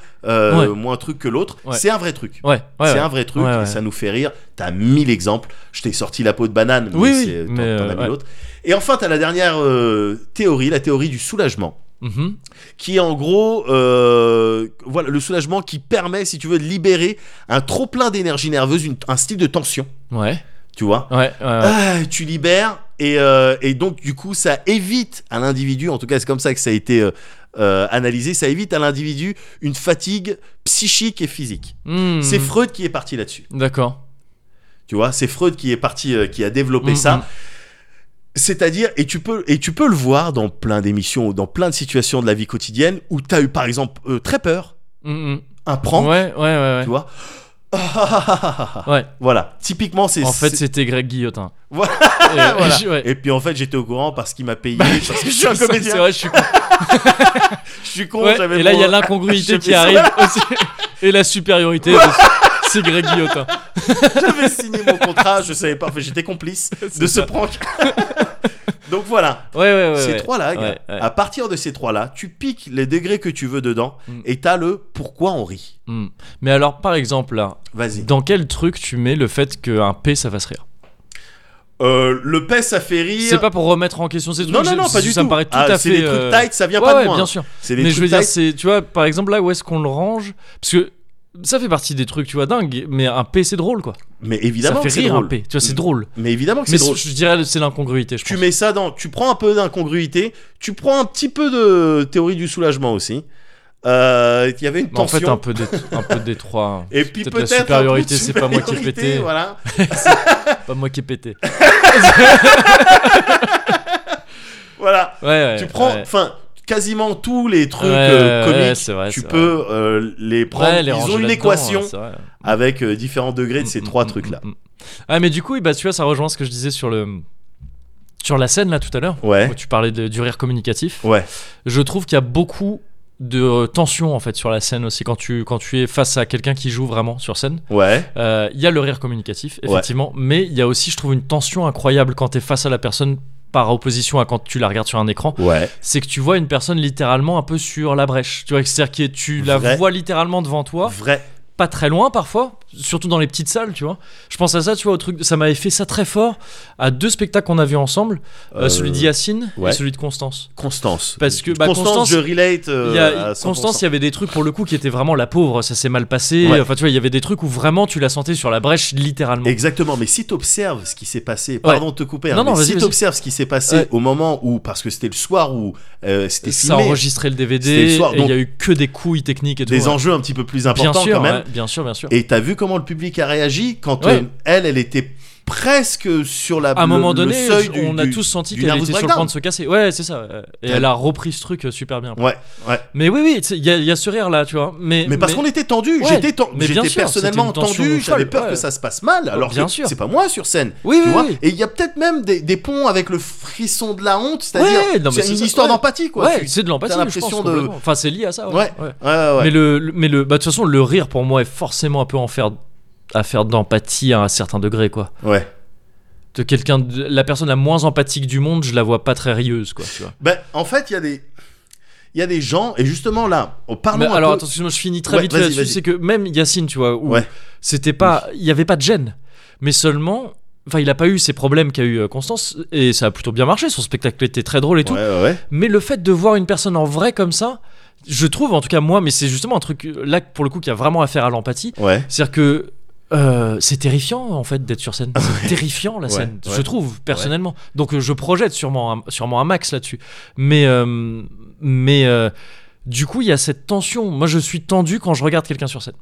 Speaker 1: Ouais.
Speaker 2: euh, moins truc que l'autre.
Speaker 1: Ouais.
Speaker 2: C'est un vrai truc.
Speaker 1: Ouais, ouais,
Speaker 2: c'est
Speaker 1: ouais.
Speaker 2: un vrai truc
Speaker 1: Ouais,
Speaker 2: et
Speaker 1: ouais.
Speaker 2: ça nous fait rire. T'as mille exemples. Je t'ai sorti la peau de banane, mais
Speaker 1: Oui, oui,
Speaker 2: c'est- t'en-
Speaker 1: mais,
Speaker 2: t'en as
Speaker 1: euh,
Speaker 2: mis
Speaker 1: ouais.
Speaker 2: l'autre. Et enfin, t'as la dernière euh, théorie, la théorie du soulagement,
Speaker 1: Mhm.
Speaker 2: qui est en gros, euh, voilà, le soulagement qui permet, si tu veux, de libérer un trop plein d'énergie nerveuse, une- un style de tension,
Speaker 1: Ouais,
Speaker 2: tu vois.
Speaker 1: ouais, ouais, ouais.
Speaker 2: Ah, tu libères et, euh, et donc du coup ça évite à l'individu, en tout cas c'est comme ça que ça a été euh, euh, analysé, ça évite à l'individu une fatigue psychique et physique.
Speaker 1: Hmm.
Speaker 2: C'est Freud qui est parti là-dessus.
Speaker 1: D'accord.
Speaker 2: Tu vois, c'est Freud qui est parti, euh, qui a développé
Speaker 1: Mm, mm.
Speaker 2: ça. C'est-à-dire, et tu peux, et tu peux le voir dans plein d'émissions ou dans plein de situations de la vie quotidienne où t'as eu par exemple euh, très peur,
Speaker 1: Mm, mm.
Speaker 2: un prank,
Speaker 1: Ouais, ouais, ouais, ouais.
Speaker 2: tu vois. Ah, ah, ah, ah, ah.
Speaker 1: Ouais.
Speaker 2: Voilà, typiquement c'est.
Speaker 1: En fait,
Speaker 2: c'est-
Speaker 1: c'était Greg Guillotin.
Speaker 2: Voilà.
Speaker 1: Et,
Speaker 2: Voilà.
Speaker 1: je- ouais.
Speaker 2: Et puis en fait j'étais au courant parce qu'il m'a payé, parce que je suis un
Speaker 1: Bah, C'est vrai,
Speaker 2: comédien.
Speaker 1: C'est vrai, je suis con.
Speaker 2: Je suis con,
Speaker 1: Ouais,
Speaker 2: j'avais
Speaker 1: Et là,
Speaker 2: mon-
Speaker 1: il y a l'incongruité
Speaker 2: je
Speaker 1: qui
Speaker 2: fais ça.
Speaker 1: arrive aussi. Et la supériorité. parce que C'est Greg Guillotin.
Speaker 2: J'avais signé mon contrat, je savais pas, enfin, j'étais complice de ce prank. Donc voilà,
Speaker 1: Ouais, ouais, ouais.
Speaker 2: ces
Speaker 1: ouais.
Speaker 2: trois là, gars,
Speaker 1: Ouais, ouais.
Speaker 2: à partir de ces trois là, tu piques les degrés que tu veux dedans
Speaker 1: Mm.
Speaker 2: et t'as le pourquoi on rit.
Speaker 1: Hmm. Mais alors, par exemple, là,
Speaker 2: Vas-y.
Speaker 1: dans quel truc tu mets le fait qu'un P, ça fasse rire
Speaker 2: Euh, le paix, ça fait rire.
Speaker 1: C'est pas pour remettre en question ces trucs.
Speaker 2: non, non,
Speaker 1: j'ai-
Speaker 2: non, pas du tout.
Speaker 1: Ça me paraît tout
Speaker 2: Ah,
Speaker 1: à fait.
Speaker 2: C'est des
Speaker 1: euh,
Speaker 2: trucs tight, ça vient
Speaker 1: ouais,
Speaker 2: pas
Speaker 1: ouais,
Speaker 2: de moi.
Speaker 1: bien
Speaker 2: hein.
Speaker 1: sûr.
Speaker 2: C'est des
Speaker 1: Mais
Speaker 2: trucs
Speaker 1: je veux dire,
Speaker 2: tight.
Speaker 1: c'est, tu vois, par exemple, là où est-ce qu'on le range Parce que ça fait partie des trucs, tu vois, dingues. Mais un P, c'est drôle, quoi.
Speaker 2: Mais évidemment
Speaker 1: ça
Speaker 2: que
Speaker 1: fait
Speaker 2: c'est
Speaker 1: rire
Speaker 2: drôle.
Speaker 1: un P. Tu vois, c'est
Speaker 2: Mm.
Speaker 1: drôle.
Speaker 2: Mais évidemment que
Speaker 1: Mais
Speaker 2: c'est drôle.
Speaker 1: je dirais, c'est l'incongruité, je
Speaker 2: Tu
Speaker 1: pense.
Speaker 2: mets ça dans, tu prends un peu d'incongruité, tu prends un petit peu de théorie du soulagement aussi. Euh, Il y avait une
Speaker 1: Mais en
Speaker 2: tension.
Speaker 1: fait, un peu des, un peu des trois. hein.
Speaker 2: Et puis
Speaker 1: Peut-être la
Speaker 2: peut-être un peu de
Speaker 1: supériorité, c'est pas moi qui ai
Speaker 2: supériorité,
Speaker 1: pété.
Speaker 2: Voilà.
Speaker 1: Pas moi qui ai pété.
Speaker 2: Voilà.
Speaker 1: Ouais, ouais.
Speaker 2: tu prends,
Speaker 1: ouais.
Speaker 2: enfin, quasiment tous les trucs
Speaker 1: Ouais,
Speaker 2: euh,
Speaker 1: ouais,
Speaker 2: comiques.
Speaker 1: ouais, c'est vrai,
Speaker 2: tu
Speaker 1: c'est
Speaker 2: peux euh, les prendre.
Speaker 1: Ouais, les
Speaker 2: Ils
Speaker 1: ranger
Speaker 2: ont une
Speaker 1: là-dedans,
Speaker 2: équation
Speaker 1: ouais, c'est vrai.
Speaker 2: avec euh, différents degrés de ces
Speaker 1: Mm,
Speaker 2: trois
Speaker 1: mm,
Speaker 2: trucs là.
Speaker 1: mm, mm. Ah, mais du coup, bah, tu vois, ça rejoint ce que je disais sur le. Sur la scène là tout à l'heure,
Speaker 2: Ouais.
Speaker 1: où tu parlais de- du rire communicatif,
Speaker 2: Eh Ouais.
Speaker 1: je trouve qu'il y a beaucoup de euh, tension en fait sur la scène aussi quand tu quand tu es face à quelqu'un qui joue vraiment sur scène.
Speaker 2: Ouais.
Speaker 1: Euh, Il y a le rire communicatif
Speaker 2: Ouais.
Speaker 1: effectivement, mais il y a aussi je trouve une tension incroyable quand tu es face à la personne par opposition à quand tu la regardes sur un écran
Speaker 2: Ouais.
Speaker 1: c'est que tu vois une personne littéralement un peu sur la brèche. Tu vois, c'est-à-dire que tu la
Speaker 2: Vrai.
Speaker 1: vois littéralement devant toi,
Speaker 2: Vrai.
Speaker 1: pas très loin parfois, surtout dans les petites salles, tu vois. Je pense à ça, tu vois, au truc, ça m'avait fait ça très fort à deux spectacles qu'on a vus ensemble, euh,
Speaker 2: Euh,
Speaker 1: celui d'Yacine
Speaker 2: ouais.
Speaker 1: et celui de Constance.
Speaker 2: Constance.
Speaker 1: Parce que, bah,
Speaker 2: Constance,
Speaker 1: Constance,
Speaker 2: je relate. euh,
Speaker 1: Il y a-
Speaker 2: à 100%.
Speaker 1: Constance, il y avait des trucs pour le coup qui étaient vraiment la pauvre, ça s'est mal passé.
Speaker 2: Ouais.
Speaker 1: Enfin, tu vois, il y avait des trucs où vraiment tu la sentais sur la brèche littéralement.
Speaker 2: Exactement, mais si t'observes ce qui s'est passé, pardon de te couper, hein,
Speaker 1: Non, non,
Speaker 2: mais
Speaker 1: vas-y,
Speaker 2: si
Speaker 1: vas-y.
Speaker 2: t'observes ce qui s'est passé
Speaker 1: Ouais.
Speaker 2: au moment où, parce que c'était le soir où euh, c'était
Speaker 1: Ça
Speaker 2: filmé,
Speaker 1: enregistrait le DVD,
Speaker 2: C'était le soir,
Speaker 1: et il y a
Speaker 2: donc-
Speaker 1: eu que des couilles techniques et tout.
Speaker 2: des
Speaker 1: ouais.
Speaker 2: enjeux un petit peu plus
Speaker 1: bien
Speaker 2: importants
Speaker 1: sûr,
Speaker 2: quand même,
Speaker 1: ouais, bien sûr, bien sûr.
Speaker 2: et t'as vu comment le public a réagi quand
Speaker 1: Ouais.
Speaker 2: euh, elle, elle était presque sur la
Speaker 1: à un
Speaker 2: le-
Speaker 1: moment
Speaker 2: le
Speaker 1: donné,
Speaker 2: seuil
Speaker 1: je-
Speaker 2: du-
Speaker 1: on a
Speaker 2: du-
Speaker 1: tous senti
Speaker 2: du
Speaker 1: qu'elle
Speaker 2: nervous
Speaker 1: était sur le
Speaker 2: breakdown.
Speaker 1: point de se casser. Ouais, c'est ça. euh, Et
Speaker 2: Ouais.
Speaker 1: elle a repris ce truc euh, super bien.
Speaker 2: Ouais, ouais.
Speaker 1: Mais oui, oui, tu sais, il y, a- il y a ce rire là, tu vois. Mais,
Speaker 2: Mais parce qu'on était tendu,
Speaker 1: Ouais.
Speaker 2: j'étais ten-
Speaker 1: Mais bien
Speaker 2: j'étais
Speaker 1: sûr,
Speaker 2: personnellement
Speaker 1: c'était une tension
Speaker 2: tendu, j'avais
Speaker 1: folle,
Speaker 2: peur
Speaker 1: ouais.
Speaker 2: que ça se passe mal, alors
Speaker 1: bien
Speaker 2: que
Speaker 1: sûr.
Speaker 2: c'est pas moi sur scène.
Speaker 1: Oui,
Speaker 2: tu
Speaker 1: oui,
Speaker 2: vois
Speaker 1: oui.
Speaker 2: Et il y a peut-être même des, des ponts avec le frisson de la honte, c'est-à-dire
Speaker 1: Ouais, non, mais
Speaker 2: c'est
Speaker 1: c'est
Speaker 2: une
Speaker 1: ça,
Speaker 2: histoire
Speaker 1: ouais.
Speaker 2: d'empathie quoi.
Speaker 1: Ouais,
Speaker 2: Tu-
Speaker 1: c'est de l'empathie,
Speaker 2: t'as
Speaker 1: je pense.
Speaker 2: l'impression de-
Speaker 1: complètement. Enfin, c'est lié à ça.
Speaker 2: Ouais.
Speaker 1: ouais.
Speaker 2: Ouais, ouais, ouais.
Speaker 1: Mais le, le- mais le, bah, de toute façon, le rire pour moi est forcément un peu en faire, à faire d'empathie à un certain degré, quoi.
Speaker 2: Ouais.
Speaker 1: De quelqu'un, de- la personne la moins empathique du monde, je la vois pas très rieuse, quoi. Tu vois.
Speaker 2: Ben, en fait, il y a des il y a des gens et justement là, on parle
Speaker 1: Mais
Speaker 2: un
Speaker 1: alors,
Speaker 2: peu-
Speaker 1: attends, excuse-moi, je finis très
Speaker 2: Ouais,
Speaker 1: vite
Speaker 2: vas-y,
Speaker 1: là-dessus.
Speaker 2: vas-y.
Speaker 1: C'est que même Yacine, tu vois, où
Speaker 2: Ouais.
Speaker 1: c'était pas, il y avait pas de gêne, mais seulement, enfin, il a pas eu ces problèmes qu'a eu euh, Constance et ça a plutôt bien marché. Son spectacle était très drôle et tout.
Speaker 2: Ouais, ouais, ouais.
Speaker 1: Mais le fait de voir une personne en vrai comme ça, je trouve, en tout cas moi, mais c'est justement un truc euh, là pour le coup qui a vraiment affaire à l'empathie.
Speaker 2: Ouais.
Speaker 1: C'est-à-dire que euh, c'est terrifiant en fait d'être sur scène. C'est terrifiant la
Speaker 2: Ah Ouais,
Speaker 1: scène,
Speaker 2: ouais.
Speaker 1: je trouve personnellement. Donc euh, je projette sûrement un, sûrement un max là-dessus. Mais euh, mais euh, du coup il y a cette tension. Moi je suis tendu quand je regarde quelqu'un sur scène.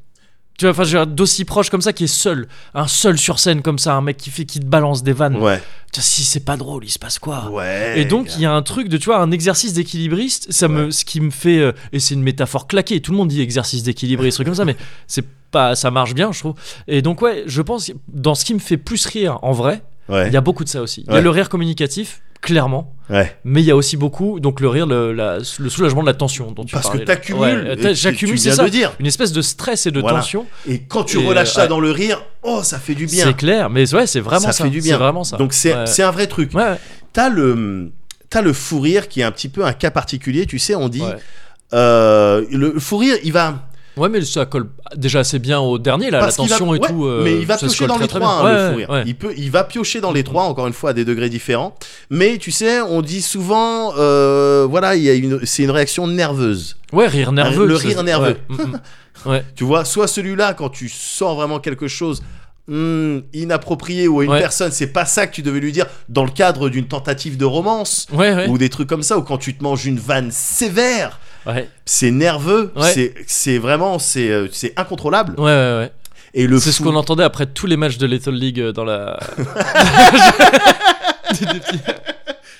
Speaker 1: Tu vois, enfin, je veux dire, d'aussi proche comme ça qui est seul, un seul sur scène comme ça, un mec qui fait qui te balance des vannes.
Speaker 2: Ouais.
Speaker 1: Putain, Si c'est pas drôle, il se passe quoi
Speaker 2: Ouais.
Speaker 1: Hmm. Ah. et donc il y a un truc de tu vois un exercice d'équilibriste ça me ce qui me fait euh, et c'est une métaphore claquée tout le monde dit exercice d'équilibriste truc comme ça mais c'est pas ça marche bien je trouve et donc ouais je pense que dans ce qui me fait plus rire en vrai il
Speaker 2: Ouais.
Speaker 1: y a beaucoup de ça aussi il y a
Speaker 2: Ouais.
Speaker 1: le rire communicatif clairement
Speaker 2: Ouais.
Speaker 1: mais il y a aussi beaucoup donc le rire le, la- le soulagement de la tension dont tu
Speaker 2: Parce que
Speaker 1: parlais là.
Speaker 2: t'accumules.
Speaker 1: Ouais,
Speaker 2: et tu-
Speaker 1: j'accumule
Speaker 2: tu viens
Speaker 1: c'est ça
Speaker 2: de dire.
Speaker 1: une espèce de stress et de
Speaker 2: Voilà.
Speaker 1: tension
Speaker 2: Et quand tu
Speaker 1: Et,
Speaker 2: relâches
Speaker 1: euh,
Speaker 2: ça
Speaker 1: ouais.
Speaker 2: dans le rire, oh, ça fait du bien.
Speaker 1: c'est clair mais ouais c'est vraiment ça,
Speaker 2: ça, fait du bien.
Speaker 1: c'est vraiment ça
Speaker 2: Donc c'est
Speaker 1: Ouais.
Speaker 2: c'est un vrai truc.
Speaker 1: ouais,
Speaker 2: T'as le t'as le fou rire qui est un petit peu un cas particulier. Tu sais, on dit
Speaker 1: ouais.
Speaker 2: euh, le fou rire, il va
Speaker 1: Ouais, mais ça colle déjà assez bien au dernier, là, la
Speaker 2: parce qu'il va-
Speaker 1: tension et
Speaker 2: ouais,
Speaker 1: tout. euh,
Speaker 2: mais il va
Speaker 1: ça se
Speaker 2: piocher
Speaker 1: colle
Speaker 2: dans
Speaker 1: très,
Speaker 2: les
Speaker 1: très
Speaker 2: trois.
Speaker 1: bien.
Speaker 2: hein, le
Speaker 1: Ouais,
Speaker 2: fou rire.
Speaker 1: ouais.
Speaker 2: Il peut, il va piocher dans les trois. Encore une fois, à des degrés différents. Mais tu sais, on dit souvent, euh, voilà, il y a une, c'est une réaction nerveuse.
Speaker 1: Ouais, rire nerveux.
Speaker 2: Le
Speaker 1: ça-
Speaker 2: rire nerveux.
Speaker 1: Ouais, mm, mm.
Speaker 2: Tu vois, soit celui-là, quand tu sens vraiment quelque chose hmm, inapproprié ou à une
Speaker 1: Ouais.
Speaker 2: personne, c'est pas ça que tu devais lui dire dans le cadre d'une tentative de romance
Speaker 1: ouais, ouais.
Speaker 2: ou des trucs comme ça, ou quand tu te manges une vanne sévère,
Speaker 1: Ouais,
Speaker 2: c'est nerveux,
Speaker 1: Ouais.
Speaker 2: c'est- c'est vraiment, c'est euh, c'est incontrôlable.
Speaker 1: ouais, ouais, ouais.
Speaker 2: Et le
Speaker 1: C'est ce
Speaker 2: fou-
Speaker 1: qu'on entendait après tous les matchs de Lethal League euh, dans la.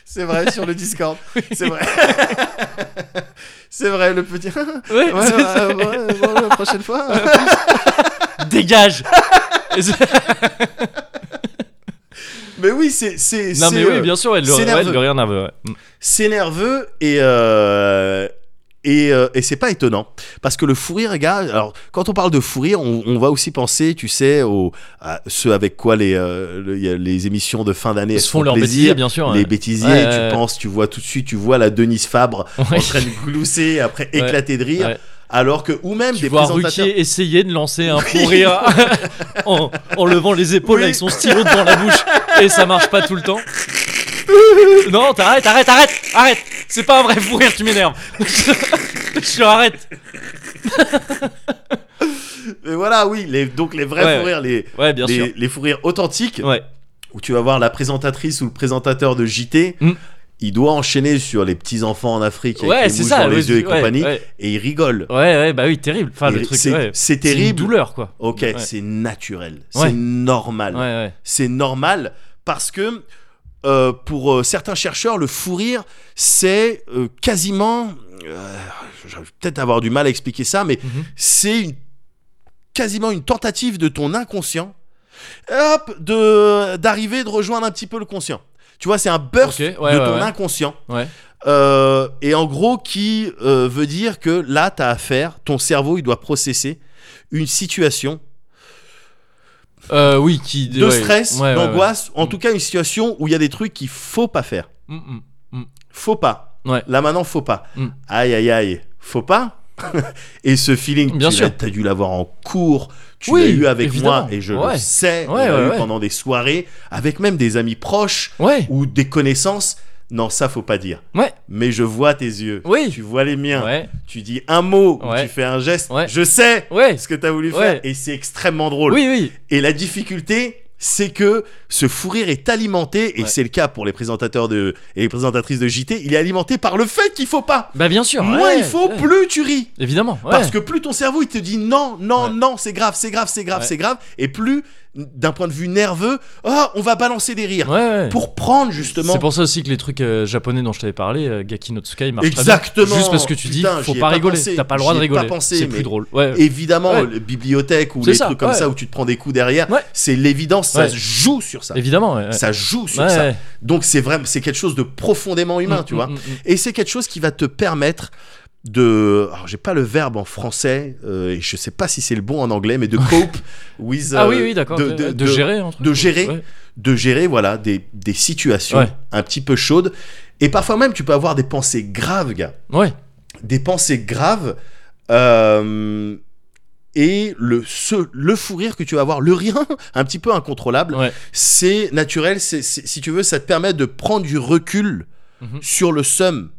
Speaker 2: C'est vrai, sur le Discord. C'est vrai. c'est vrai, le petit. Ouais,
Speaker 1: Ouais,
Speaker 2: ouais,
Speaker 1: c'est-
Speaker 2: ouais, ouais, ouais, la prochaine fois.
Speaker 1: Dégage Et c'est-
Speaker 2: mais oui, c'est. c'est-
Speaker 1: Non,
Speaker 2: c'est,
Speaker 1: mais
Speaker 2: euh,
Speaker 1: oui, bien sûr, ouais, le,
Speaker 2: c'est
Speaker 1: ouais,
Speaker 2: nerveux.
Speaker 1: le rire nerveux. ouais. Mm.
Speaker 2: c'est nerveux et euh, Et, euh, et c'est pas étonnant parce que le fou rire, gars. Alors quand on parle de fou rire, on, on va aussi penser, tu sais, au, à ceux avec quoi les euh, le- il y a les émissions de fin d'année
Speaker 1: Ils
Speaker 2: elles
Speaker 1: se font leur bêtise,
Speaker 2: plaisir.
Speaker 1: bien sûr.
Speaker 2: Les
Speaker 1: ouais.
Speaker 2: bêtisiers,
Speaker 1: Ouais,
Speaker 2: tu
Speaker 1: ouais, ouais.
Speaker 2: penses, tu vois tout de suite, tu vois la Denise Fabre
Speaker 1: Ouais.
Speaker 2: en train de glousser après
Speaker 1: Ouais.
Speaker 2: éclater de rire,
Speaker 1: Ouais.
Speaker 2: alors que ou même
Speaker 1: Tu
Speaker 2: des
Speaker 1: vois
Speaker 2: présentateurs.
Speaker 1: Ruquier essayer de lancer un fou rire en, en levant les épaules
Speaker 2: Oui.
Speaker 1: avec son stylo devant la bouche et ça marche pas tout le temps. Non, t'arrêtes, arrête, arrête, arrête. C'est pas un vrai fou rire, tu m'énerves. Je je arrête.
Speaker 2: Mais Euh, voilà, oui, les, donc les vrais
Speaker 1: Ouais,
Speaker 2: fous rires, les
Speaker 1: Ouais, bien
Speaker 2: les,
Speaker 1: sûr.
Speaker 2: les fous rires authentiques
Speaker 1: Ouais.
Speaker 2: où tu vas voir la présentatrice ou le présentateur de JT.
Speaker 1: Mm.
Speaker 2: Il doit enchaîner sur les petits enfants en Afrique avec
Speaker 1: Ouais,
Speaker 2: les
Speaker 1: c'est
Speaker 2: mouches
Speaker 1: ça.
Speaker 2: dans
Speaker 1: ouais,
Speaker 2: les yeux et
Speaker 1: ouais,
Speaker 2: compagnie
Speaker 1: Ouais,
Speaker 2: et il rigole.
Speaker 1: ouais, ouais, bah oui, terrible. Enfin, le
Speaker 2: Il-
Speaker 1: truc,
Speaker 2: c'est
Speaker 1: ouais.
Speaker 2: c'est
Speaker 1: C'est
Speaker 2: terrible.
Speaker 1: une douleur, quoi.
Speaker 2: Ok,
Speaker 1: Ouais.
Speaker 2: c'est naturel,
Speaker 1: Ouais.
Speaker 2: c'est normal,
Speaker 1: Ouais, ouais.
Speaker 2: c'est normal parce que euh, pour euh, certains chercheurs, le fou rire, c'est euh, quasiment, euh, je vais peut-être avoir du mal à expliquer ça, mais
Speaker 1: Mhm.
Speaker 2: c'est une- quasiment une tentative de ton inconscient, hop, de d'arriver de rejoindre un petit peu le conscient. Tu vois, c'est un burst
Speaker 1: Mhm. Ok, ouais,
Speaker 2: de
Speaker 1: ouais,
Speaker 2: ton
Speaker 1: ouais.
Speaker 2: inconscient.
Speaker 1: Ouais.
Speaker 2: Euh, et en gros, qui euh, veut dire que là, t'as affaire, ton cerveau, il doit processer une situation
Speaker 1: Euh, oui, qui.
Speaker 2: de
Speaker 1: ouais.
Speaker 2: stress,
Speaker 1: Ouais, ouais, ouais.
Speaker 2: d'angoisse, en
Speaker 1: Mm.
Speaker 2: tout cas une situation où il y a des trucs qu'il faut pas faire.
Speaker 1: Mm, mm.
Speaker 2: Faut pas.
Speaker 1: Ouais.
Speaker 2: Là maintenant, faut pas.
Speaker 1: Mm.
Speaker 2: Aïe aïe aïe, faut pas. et ce feeling,
Speaker 1: Bien
Speaker 2: tu
Speaker 1: sûr.
Speaker 2: l'as- t'as dû l'avoir en cours, tu
Speaker 1: Oui,
Speaker 2: l'as eu avec
Speaker 1: évidemment.
Speaker 2: moi et je
Speaker 1: Ouais.
Speaker 2: le sais, on
Speaker 1: Ouais,
Speaker 2: l'a
Speaker 1: ouais,
Speaker 2: eu
Speaker 1: ouais.
Speaker 2: pendant des soirées avec même des amis proches
Speaker 1: Ouais.
Speaker 2: ou des connaissances. Non, ça faut pas dire.
Speaker 1: Ouais.
Speaker 2: Mais je vois tes yeux.
Speaker 1: Oui.
Speaker 2: Tu vois les miens.
Speaker 1: Ouais.
Speaker 2: Tu dis un mot, ou
Speaker 1: Ouais.
Speaker 2: tu fais un geste.
Speaker 1: Ouais.
Speaker 2: Je sais
Speaker 1: Ouais.
Speaker 2: ce que t'as voulu
Speaker 1: Ouais.
Speaker 2: faire et c'est extrêmement drôle.
Speaker 1: Oui, oui.
Speaker 2: Et la difficulté, c'est que ce fou rire est alimenté, et
Speaker 1: Ouais.
Speaker 2: c'est le cas pour les présentateurs de, et les présentatrices de JT, il est alimenté par le fait qu'il faut pas.
Speaker 1: Bah bien sûr.
Speaker 2: Moins
Speaker 1: ouais,
Speaker 2: il faut,
Speaker 1: ouais.
Speaker 2: plus tu ris.
Speaker 1: Évidemment. Ouais.
Speaker 2: Parce que plus ton cerveau il te dit non, non,
Speaker 1: Ouais.
Speaker 2: non, c'est grave, c'est grave, c'est grave,
Speaker 1: Ouais.
Speaker 2: c'est grave, et plus d'un point de vue nerveux, oh, on va balancer des rires.
Speaker 1: Ouais, ouais.
Speaker 2: Pour prendre justement.
Speaker 1: C'est pour ça aussi que les trucs euh, japonais dont je t'avais parlé, euh, Gaki no Tsukai, marchent très bien.
Speaker 2: Exactement.
Speaker 1: Juste parce que tu dis,
Speaker 2: Putain,
Speaker 1: faut
Speaker 2: j'y ai
Speaker 1: pas
Speaker 2: pas
Speaker 1: rigoler.
Speaker 2: pensé.
Speaker 1: T'as pas le droit de
Speaker 2: J'y ai pas
Speaker 1: rigoler.
Speaker 2: pensé,
Speaker 1: C'est
Speaker 2: mais-
Speaker 1: plus drôle. Ouais.
Speaker 2: Évidemment,
Speaker 1: Ouais.
Speaker 2: les bibliothèques ou
Speaker 1: C'est
Speaker 2: les
Speaker 1: ça,
Speaker 2: trucs comme
Speaker 1: ouais.
Speaker 2: ça où tu te prends des coups derrière,
Speaker 1: Ouais.
Speaker 2: c'est l'évidence, ça
Speaker 1: Ouais.
Speaker 2: se joue sur ça.
Speaker 1: Évidemment. Ouais. ouais.
Speaker 2: Ça joue sur
Speaker 1: Ouais,
Speaker 2: ça.
Speaker 1: ouais.
Speaker 2: Donc c'est vraiment c'est quelque chose de profondément humain,
Speaker 1: Mm,
Speaker 2: tu
Speaker 1: mm,
Speaker 2: vois.
Speaker 1: mm, mm.
Speaker 2: Et c'est quelque chose qui va te permettre de alors j'ai pas le verbe en français euh, et je sais pas si c'est le bon en anglais mais de cope with
Speaker 1: Ah
Speaker 2: euh,
Speaker 1: oui, oui, d'accord.
Speaker 2: de,
Speaker 1: ok.
Speaker 2: de-
Speaker 1: De,
Speaker 2: de-
Speaker 1: gérer, un truc,
Speaker 2: de
Speaker 1: ouais.
Speaker 2: gérer.
Speaker 1: Ouais.
Speaker 2: de gérer voilà des, des situations
Speaker 1: Ouais.
Speaker 2: un petit peu chaudes et parfois même tu peux avoir des pensées graves gars
Speaker 1: Ouais.
Speaker 2: des pensées graves euh, et le ce, le fou rire que tu vas avoir le rire un petit peu incontrôlable
Speaker 1: Ouais.
Speaker 2: c'est naturel c'est c'est- si tu veux ça te permet de prendre du recul
Speaker 1: Mhm.
Speaker 2: sur le sum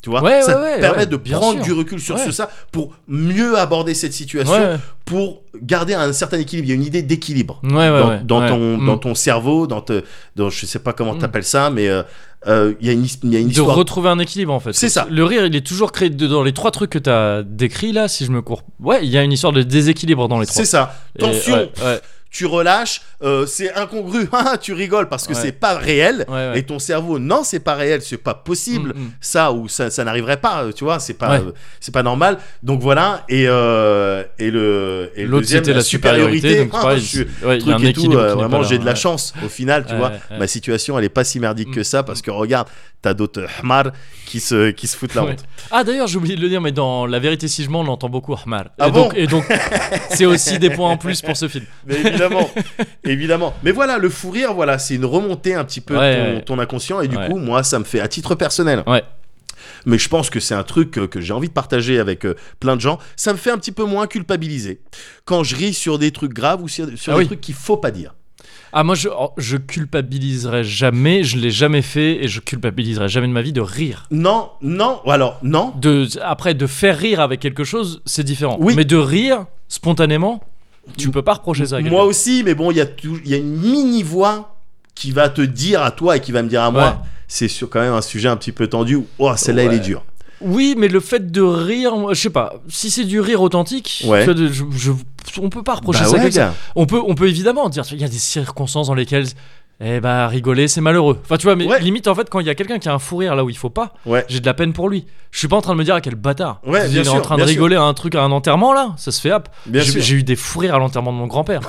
Speaker 2: tu vois
Speaker 1: Ouais,
Speaker 2: ça
Speaker 1: ouais, ouais,
Speaker 2: te permet
Speaker 1: ouais,
Speaker 2: de
Speaker 1: bien
Speaker 2: prendre
Speaker 1: sûr.
Speaker 2: du recul sur
Speaker 1: Ouais.
Speaker 2: ce ça pour mieux aborder cette situation
Speaker 1: Ouais.
Speaker 2: pour garder un certain équilibre il y a une idée d'équilibre
Speaker 1: Ouais, ouais,
Speaker 2: dans,
Speaker 1: ouais.
Speaker 2: dans
Speaker 1: Ouais.
Speaker 2: ton
Speaker 1: Mm.
Speaker 2: dans ton cerveau dans te dans je sais pas comment
Speaker 1: Mm.
Speaker 2: t'appelles ça mais euh, euh, il y a une his- il y a une
Speaker 1: de
Speaker 2: histoire
Speaker 1: retrouver un équilibre en fait.
Speaker 2: C'est ça.
Speaker 1: Le rire, il est toujours créé de- dans les trois trucs que t'as décrits là, si je me cours. Ouais, il y a une histoire de déséquilibre dans les trois.
Speaker 2: c'est ça
Speaker 1: Et-
Speaker 2: tension
Speaker 1: ouais, ouais,
Speaker 2: tu relâches, euh, c'est incongru, Ah, tu rigoles parce que
Speaker 1: Ouais.
Speaker 2: c'est pas réel.
Speaker 1: ouais, ouais.
Speaker 2: Et ton cerveau, non, c'est pas réel, c'est pas possible.
Speaker 1: Mm, mm.
Speaker 2: Ça ou ça, ça n'arriverait pas, euh, tu vois, c'est pas,
Speaker 1: Ouais.
Speaker 2: euh, c'est pas normal. Donc voilà, et euh, et le et le
Speaker 1: L'autre
Speaker 2: deuxième,
Speaker 1: c'était la supériorité, donc
Speaker 2: Ah,
Speaker 1: pareil,
Speaker 2: je suis-
Speaker 1: ouais, il y a un
Speaker 2: truc et tout,
Speaker 1: équilibre.
Speaker 2: euh,
Speaker 1: qui n'est
Speaker 2: vraiment
Speaker 1: pas là,
Speaker 2: j'ai de la
Speaker 1: ouais.
Speaker 2: chance au final, tu
Speaker 1: Ouais,
Speaker 2: vois.
Speaker 1: ouais. Mm.
Speaker 2: Ma situation, elle est pas si merdique que ça parce que regarde, t'as d'autres hmar qui se qui se foutent la
Speaker 1: Ouais.
Speaker 2: honte.
Speaker 1: Ah d'ailleurs, j'ai oublié de le dire, mais dans La vérité si je mens, on entend beaucoup Ahmar.
Speaker 2: Ah
Speaker 1: et,
Speaker 2: bon
Speaker 1: donc, et donc, c'est aussi des points en plus pour ce film.
Speaker 2: Mais évidemment, évidemment. Mais voilà, le fou rire, voilà, c'est une remontée un petit peu de
Speaker 1: Ouais,
Speaker 2: ton,
Speaker 1: ouais.
Speaker 2: ton inconscient. Et du
Speaker 1: Ouais.
Speaker 2: coup, moi, ça me fait à titre personnel.
Speaker 1: Ouais.
Speaker 2: Mais je pense que c'est un truc euh, que j'ai envie de partager avec euh, plein de gens. Ça me fait un petit peu moins culpabiliser quand je ris sur des trucs graves ou sur, sur
Speaker 1: Ah
Speaker 2: des
Speaker 1: oui.
Speaker 2: trucs qu'il faut pas dire.
Speaker 1: Ah moi, je, oh, je culpabiliserai jamais, je l'ai jamais fait, et je culpabiliserai jamais de ma vie de rire.
Speaker 2: Non, non, ou alors non.
Speaker 1: De, après, de faire rire avec quelque chose, c'est différent.
Speaker 2: Oui.
Speaker 1: Mais de rire spontanément, tu
Speaker 2: M-
Speaker 1: peux pas reprocher ça à quelqu'un.
Speaker 2: Moi aussi, mais bon, il y, a tou- il y a une mini voix qui va te dire à toi et qui va me dire à
Speaker 1: Ouais.
Speaker 2: moi. C'est sur quand même un sujet un petit peu tendu. où, Oh, celle-là, elle est
Speaker 1: Ouais.
Speaker 2: dure.
Speaker 1: Oui, mais le fait de rire, moi, je sais pas, si c'est du rire authentique,
Speaker 2: Ouais.
Speaker 1: tu vois, de- je, je- on peut pas reprocher
Speaker 2: Bah
Speaker 1: ça à
Speaker 2: ouais,
Speaker 1: quelqu'un.
Speaker 2: gars.
Speaker 1: On peut, on peut évidemment dire, il y a des circonstances dans lesquelles, eh bah, rigoler, c'est malheureux. Enfin, tu vois, mais
Speaker 2: Ouais.
Speaker 1: limite, en fait, quand il y a quelqu'un qui a un fou rire là où il faut pas,
Speaker 2: Ouais.
Speaker 1: j'ai de la peine pour lui. Je suis pas en train de me dire à quel bâtard.
Speaker 2: Ouais,
Speaker 1: il
Speaker 2: bien
Speaker 1: est en
Speaker 2: sûr,
Speaker 1: train de
Speaker 2: bien sûr.
Speaker 1: rigoler à un truc, à un enterrement là, ça se fait hop.
Speaker 2: Bien
Speaker 1: J'ai
Speaker 2: sûr.
Speaker 1: j'ai eu des fous rires à l'enterrement de mon grand-père.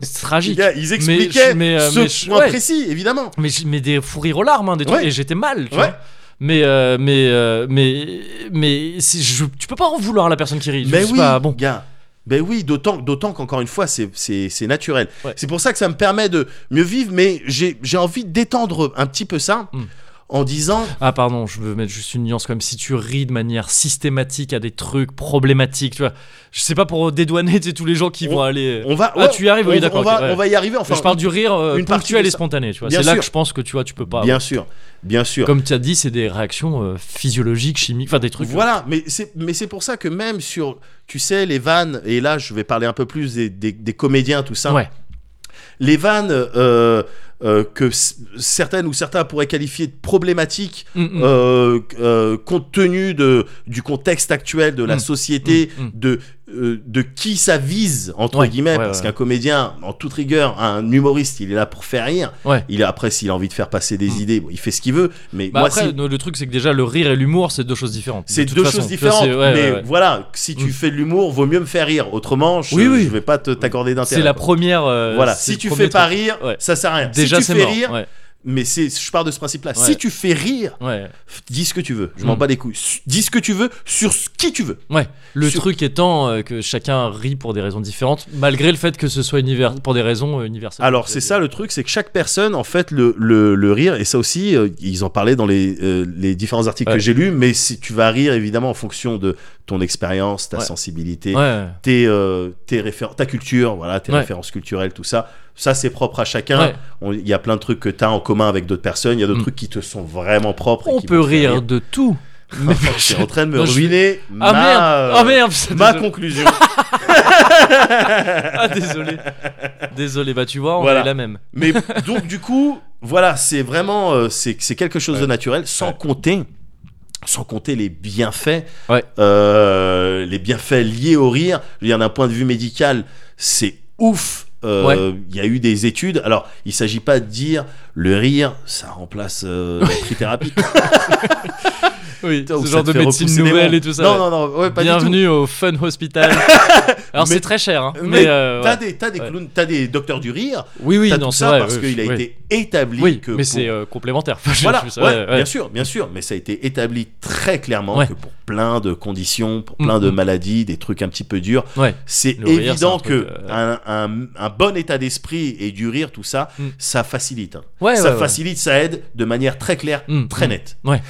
Speaker 1: c'est tragique.
Speaker 2: Les gars, ils expliquaient
Speaker 1: mais, euh,
Speaker 2: ce
Speaker 1: mais je-
Speaker 2: point
Speaker 1: ouais.
Speaker 2: précis, évidemment.
Speaker 1: Mais, j'ai- mais des fous rires aux larmes, hein, des trucs,
Speaker 2: Ouais.
Speaker 1: et j'étais mal, tu
Speaker 2: Ouais.
Speaker 1: vois. Mais, euh, mais, euh, mais, mais, c'est- je- tu peux pas en vouloir à la personne qui rit.
Speaker 2: Mais
Speaker 1: C'est
Speaker 2: oui,
Speaker 1: pas bon.
Speaker 2: gars. Ben oui, d'autant, d'autant qu'encore une fois, c'est, c'est, c'est naturel.
Speaker 1: Ouais.
Speaker 2: C'est pour ça que ça me permet de mieux vivre, mais j'ai, j'ai envie d'étendre un petit peu ça
Speaker 1: Mm.
Speaker 2: en disant
Speaker 1: Ah pardon, je veux mettre juste une nuance quand même. Si tu ris de manière systématique à des trucs problématiques, tu vois, je sais pas pour dédouaner tu sais, tous les gens qui
Speaker 2: On-
Speaker 1: vont aller.
Speaker 2: on va.
Speaker 1: Ah, tu y arrives,
Speaker 2: on,
Speaker 1: oui, d'accord,
Speaker 2: On va,
Speaker 1: ok, ouais.
Speaker 2: on va y arriver. Enfin,
Speaker 1: je parle du rire euh,
Speaker 2: une partie
Speaker 1: ponctuel
Speaker 2: de
Speaker 1: et
Speaker 2: ça.
Speaker 1: spontané, tu vois.
Speaker 2: Bien
Speaker 1: C'est là
Speaker 2: sûr.
Speaker 1: que je pense que tu vois, tu peux pas.
Speaker 2: bien sûr, bien sûr.
Speaker 1: Comme tu as dit, c'est des réactions euh, physiologiques, chimiques, enfin des trucs.
Speaker 2: Voilà, mais c'est, mais c'est pour ça que même sur, tu sais, les vannes, et là je vais parler un peu plus des, des- des comédiens, tout ça,
Speaker 1: Ouais.
Speaker 2: les vannes euh, euh, que c- certaines ou certains pourraient qualifier de problématiques,
Speaker 1: Mm, mm.
Speaker 2: euh, euh, compte tenu de, du contexte actuel de la
Speaker 1: Mm.
Speaker 2: société,
Speaker 1: Mm. Mm.
Speaker 2: de, euh, de qui ça vise, entre
Speaker 1: Ouais.
Speaker 2: guillemets,
Speaker 1: Ouais,
Speaker 2: parce
Speaker 1: ouais.
Speaker 2: qu'un comédien, en toute rigueur, un humoriste, il est là pour faire rire.
Speaker 1: Ouais.
Speaker 2: Il est, après, s'il a envie de faire passer des
Speaker 1: Mm.
Speaker 2: idées, bon, il fait ce qu'il veut, mais
Speaker 1: Bah
Speaker 2: moi,
Speaker 1: après,
Speaker 2: si-
Speaker 1: le, le truc, c'est que déjà, le rire et l'humour, c'est deux choses différentes.
Speaker 2: c'est
Speaker 1: De toute
Speaker 2: deux
Speaker 1: façon,
Speaker 2: choses
Speaker 1: tu vois,
Speaker 2: différentes,
Speaker 1: c'est- ouais,
Speaker 2: mais
Speaker 1: ouais, ouais.
Speaker 2: voilà, si tu
Speaker 1: Mm.
Speaker 2: fais de l'humour, vaut mieux me faire rire. Autrement, je,
Speaker 1: Oui, oui.
Speaker 2: je vais pas te- t'accorder d'intérêt.
Speaker 1: C'est la
Speaker 2: quoi.
Speaker 1: première. euh,
Speaker 2: Voilà,
Speaker 1: c'est
Speaker 2: si
Speaker 1: le
Speaker 2: tu
Speaker 1: premier
Speaker 2: fais pas
Speaker 1: truc.
Speaker 2: rire,
Speaker 1: Ouais.
Speaker 2: ça sert à rien.
Speaker 1: Déjà,
Speaker 2: si
Speaker 1: c'est
Speaker 2: tu fais
Speaker 1: mort.
Speaker 2: rire,
Speaker 1: Ouais,
Speaker 2: mais c'est, je pars de ce principe-là.
Speaker 1: Ouais.
Speaker 2: Si tu fais rire,
Speaker 1: ouais.
Speaker 2: dis ce que tu veux. Je m'en
Speaker 1: Mm.
Speaker 2: bats les couilles. Su- Dis ce que tu veux sur ce qui tu veux.
Speaker 1: Ouais, le
Speaker 2: Sur-
Speaker 1: truc étant euh, que chacun rit pour des raisons différentes, malgré le fait que ce soit univers... pour des raisons euh, universelles.
Speaker 2: Alors c'est ça le truc, c'est que chaque personne, en fait, le, le, le rire, et ça aussi, euh, ils en parlaient dans les, euh, les différents articles
Speaker 1: Ouais.
Speaker 2: que j'ai lus, mais si tu vas rire évidemment en fonction de ton expérience, ta
Speaker 1: Ouais.
Speaker 2: sensibilité,
Speaker 1: Ouais,
Speaker 2: tes, euh, tes réfé- ta culture, voilà, tes
Speaker 1: Ouais.
Speaker 2: références culturelles, tout ça. Ça, c'est propre à chacun.
Speaker 1: ouais.
Speaker 2: On- Il y a plein de trucs que tu as en commun avec d'autres personnes. Il y a d'autres
Speaker 1: Mm.
Speaker 2: trucs qui te sont vraiment propres. et
Speaker 1: On
Speaker 2: qui
Speaker 1: peut
Speaker 2: vont te faire
Speaker 1: rire, de tout. Mais-
Speaker 2: Enfin, je suis en train de me
Speaker 1: Non, je-
Speaker 2: ruiner
Speaker 1: Ah
Speaker 2: ma, euh,
Speaker 1: merde Ah merde putain,
Speaker 2: ma
Speaker 1: désolé.
Speaker 2: conclusion.
Speaker 1: Ah désolé Désolé, bah tu vois, on
Speaker 2: Voilà.
Speaker 1: est la même.
Speaker 2: Mais donc, du coup, voilà, c'est vraiment euh, c'est c'est quelque chose de naturel, sans
Speaker 1: Ouais.
Speaker 2: compter. Sans compter les bienfaits,
Speaker 1: Ouais.
Speaker 2: euh, les bienfaits liés au rire. Je veux dire, d'un point de vue médical, c'est ouf. Euh, Il y a eu des études. Alors, il s'agit pas de dire le rire, ça remplace euh, la trithérapie.
Speaker 1: Oui,
Speaker 2: Ou
Speaker 1: ce
Speaker 2: ça
Speaker 1: genre
Speaker 2: te
Speaker 1: de
Speaker 2: fait
Speaker 1: médecine
Speaker 2: repousser les
Speaker 1: nouvelle
Speaker 2: membres.
Speaker 1: et tout ça. ouais.
Speaker 2: Non, non, non, ouais, pas du tout.
Speaker 1: Bienvenue au Fun Hospital. Alors
Speaker 2: Mais-
Speaker 1: c'est très cher, hein,
Speaker 2: Mais
Speaker 1: mais, euh,
Speaker 2: T'as
Speaker 1: ouais.
Speaker 2: des, t'as des
Speaker 1: Ouais.
Speaker 2: clowns, t'as des docteurs du rire,
Speaker 1: oui, oui,
Speaker 2: t'as
Speaker 1: non,
Speaker 2: tout
Speaker 1: c'est
Speaker 2: ça
Speaker 1: vrai.
Speaker 2: parce
Speaker 1: oui,
Speaker 2: qu'il a
Speaker 1: oui.
Speaker 2: été établi
Speaker 1: Oui,
Speaker 2: que
Speaker 1: mais
Speaker 2: pour-
Speaker 1: c'est euh, complémentaire. Enfin, je-
Speaker 2: voilà,
Speaker 1: je-
Speaker 2: ouais,
Speaker 1: ouais, ouais.
Speaker 2: bien sûr, bien sûr, mais ça a été établi très clairement
Speaker 1: Ouais.
Speaker 2: que pour plein de conditions, pour
Speaker 1: Mm,
Speaker 2: plein de
Speaker 1: mm.
Speaker 2: maladies, des trucs un petit peu durs,
Speaker 1: Ouais.
Speaker 2: c'est
Speaker 1: Le rire, c'est
Speaker 2: évident
Speaker 1: un truc,
Speaker 2: que
Speaker 1: euh,
Speaker 2: un, un- un bon état d'esprit et du rire, tout ça,
Speaker 1: Mm.
Speaker 2: ça facilite. hein.
Speaker 1: Ouais,
Speaker 2: ça
Speaker 1: ouais, ouais.
Speaker 2: facilite, ça aide de manière très claire,
Speaker 1: Mm,
Speaker 2: très
Speaker 1: mm.
Speaker 2: nette.
Speaker 1: Ouais.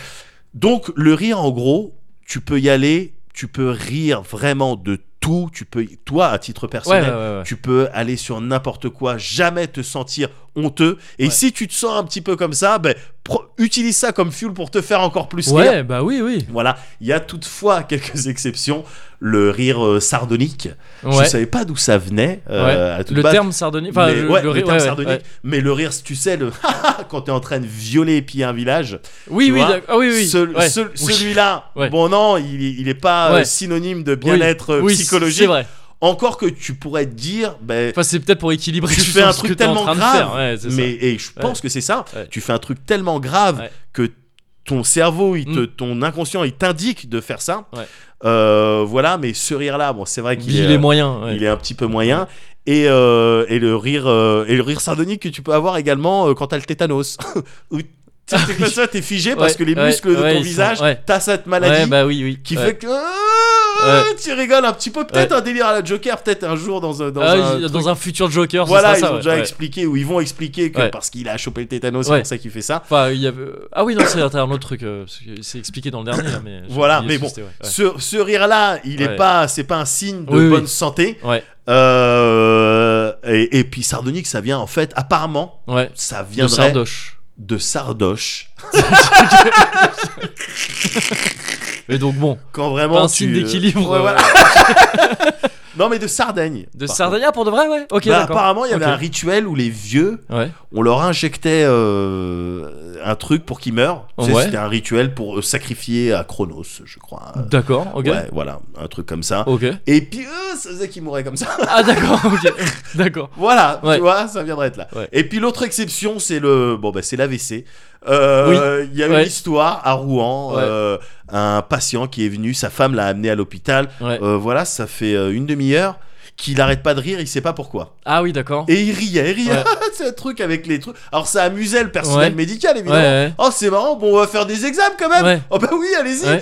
Speaker 2: Donc le rire, en gros, tu peux y aller, tu peux rire vraiment de tout, tu peux, y- toi, à titre
Speaker 1: Ouais,
Speaker 2: personnel,
Speaker 1: ouais, ouais, ouais.
Speaker 2: tu peux aller sur n'importe quoi, jamais te sentir honteux. Et
Speaker 1: Ouais.
Speaker 2: si tu te sens un petit peu comme ça, ben, pro- utilise ça comme fuel pour te faire encore plus rire.
Speaker 1: Ouais, bah oui, oui.
Speaker 2: Voilà, il y a toutefois quelques exceptions. Le rire euh, sardonique, je ne
Speaker 1: Ouais.
Speaker 2: savais pas d'où ça venait euh, à toute
Speaker 1: Le
Speaker 2: base,
Speaker 1: terme sardonique. Enfin,
Speaker 2: mais,
Speaker 1: le,
Speaker 2: ouais,
Speaker 1: le
Speaker 2: le
Speaker 1: ré-
Speaker 2: terme
Speaker 1: ouais, ouais,
Speaker 2: sardonique,
Speaker 1: ouais.
Speaker 2: mais le rire, tu sais, le quand t'es en train de violer et piller un village,
Speaker 1: Oui,
Speaker 2: tu
Speaker 1: oui,
Speaker 2: vois,
Speaker 1: d'accord. Ah, oui, oui.
Speaker 2: ce-
Speaker 1: ouais.
Speaker 2: ce-
Speaker 1: Oui.
Speaker 2: celui-là,
Speaker 1: Ouais.
Speaker 2: bon non, il, il est pas euh,
Speaker 1: Ouais.
Speaker 2: synonyme de bien-être euh,
Speaker 1: Oui, c'est- C'est
Speaker 2: psychologique.
Speaker 1: vrai.
Speaker 2: Encore que tu pourrais te dire, ben,
Speaker 1: Enfin, c'est peut-être pour équilibrer.
Speaker 2: Tu
Speaker 1: tout
Speaker 2: fais un
Speaker 1: ce
Speaker 2: truc
Speaker 1: que t'es en
Speaker 2: tellement
Speaker 1: train de
Speaker 2: grave,
Speaker 1: faire, ouais, c'est ça.
Speaker 2: mais et je pense que c'est ça.
Speaker 1: Ouais.
Speaker 2: Tu fais un truc tellement grave
Speaker 1: Ouais.
Speaker 2: que ton cerveau, il te,
Speaker 1: Mm.
Speaker 2: ton inconscient, il t'indique de faire ça.
Speaker 1: Ouais.
Speaker 2: Euh, voilà, mais ce rire-là, bon, c'est vrai qu'il
Speaker 1: Il est moyen. ouais.
Speaker 2: euh, il est un petit peu moyen. Et, euh, et le rire euh, et le rire sardonique que tu peux avoir également euh, quand t'as le tétanos. Ou tu sais, t'es comme ça, t'es figé parce
Speaker 1: Ouais,
Speaker 2: que les
Speaker 1: ouais,
Speaker 2: muscles de
Speaker 1: ouais,
Speaker 2: ton
Speaker 1: ils sont-
Speaker 2: visage,
Speaker 1: ouais.
Speaker 2: t'as cette maladie
Speaker 1: Ouais, bah oui, oui.
Speaker 2: qui
Speaker 1: ouais.
Speaker 2: fait que Ah, tu rigoles un petit peu. Peut-être un délire à la Joker, peut-être un jour dans un dans
Speaker 1: Ah,
Speaker 2: un
Speaker 1: il-
Speaker 2: truc
Speaker 1: dans un futur Joker, ce
Speaker 2: voilà,
Speaker 1: sera
Speaker 2: ils
Speaker 1: ça,
Speaker 2: ont
Speaker 1: ouais,
Speaker 2: déjà
Speaker 1: ouais.
Speaker 2: expliqué ou ils vont expliquer que
Speaker 1: Ouais.
Speaker 2: parce qu'il a chopé le tétanos, c'est
Speaker 1: Ouais.
Speaker 2: pour ça qu'il fait ça.
Speaker 1: Enfin, il y avait. Ah oui, non, c'est t'as un autre truc. euh, parce que c'est expliqué dans le dernier. là, mais j'ai
Speaker 2: Voilà,
Speaker 1: oublié
Speaker 2: mais bon.
Speaker 1: ce que c'était, ouais,
Speaker 2: Ce, ce rire-là, il est
Speaker 1: Ouais.
Speaker 2: pas, c'est pas un signe de
Speaker 1: Oui, oui.
Speaker 2: bonne santé.
Speaker 1: Ouais.
Speaker 2: Euh, et, et puis sardonique, ça vient en fait, apparemment,
Speaker 1: Ouais. Ouais.
Speaker 2: ça
Speaker 1: De
Speaker 2: viendrait
Speaker 1: Sardoche.
Speaker 2: de sardoche.
Speaker 1: Mais donc bon,
Speaker 2: Quand
Speaker 1: Pas
Speaker 2: vraiment
Speaker 1: un
Speaker 2: tu-
Speaker 1: signe d'équilibre,
Speaker 2: Ouais,
Speaker 1: euh,
Speaker 2: voilà. non, mais de Sardaigne.
Speaker 1: de
Speaker 2: par contre.
Speaker 1: Sardaigne ah, pour de vrai, ouais. Ok,
Speaker 2: Bah,
Speaker 1: d'accord.
Speaker 2: apparemment, il y avait
Speaker 1: Ok.
Speaker 2: un rituel où les vieux,
Speaker 1: Ouais.
Speaker 2: on leur injectait euh, un truc pour qu'ils meurent. Tu sais,
Speaker 1: Ouais.
Speaker 2: C'était un rituel pour euh, sacrifier à Chronos, je crois. Euh,
Speaker 1: D'accord. Ok.
Speaker 2: Ouais, voilà, un truc comme ça.
Speaker 1: Ok.
Speaker 2: Et puis, eux, ça faisait qu'ils mouraient comme ça.
Speaker 1: Ah d'accord. Ok. D'accord.
Speaker 2: voilà,
Speaker 1: Ouais.
Speaker 2: tu vois, ça viendrait être là.
Speaker 1: Ouais.
Speaker 2: Et puis, l'autre exception, c'est le. Bon, bah, c'est l'AVC. Euh, Il y a eu
Speaker 1: Ouais.
Speaker 2: une histoire à Rouen.
Speaker 1: Ouais.
Speaker 2: euh, un patient qui est venu, sa femme l'a amené à l'hôpital.
Speaker 1: Ouais.
Speaker 2: Euh, voilà, ça fait euh, une demi-heure. qu'il arrête pas de rire, il sait pas pourquoi.
Speaker 1: Ah oui, d'accord.
Speaker 2: Et il riait, il riait.
Speaker 1: Ouais.
Speaker 2: c'est un truc avec les trucs. Alors ça amusait le personnel
Speaker 1: Ouais.
Speaker 2: médical
Speaker 1: Ouais,
Speaker 2: évidemment.
Speaker 1: ouais.
Speaker 2: Oh, c'est marrant, bon, on va faire des examens quand même.
Speaker 1: Ouais.
Speaker 2: Oh, bah oui, allez-y.
Speaker 1: Ouais.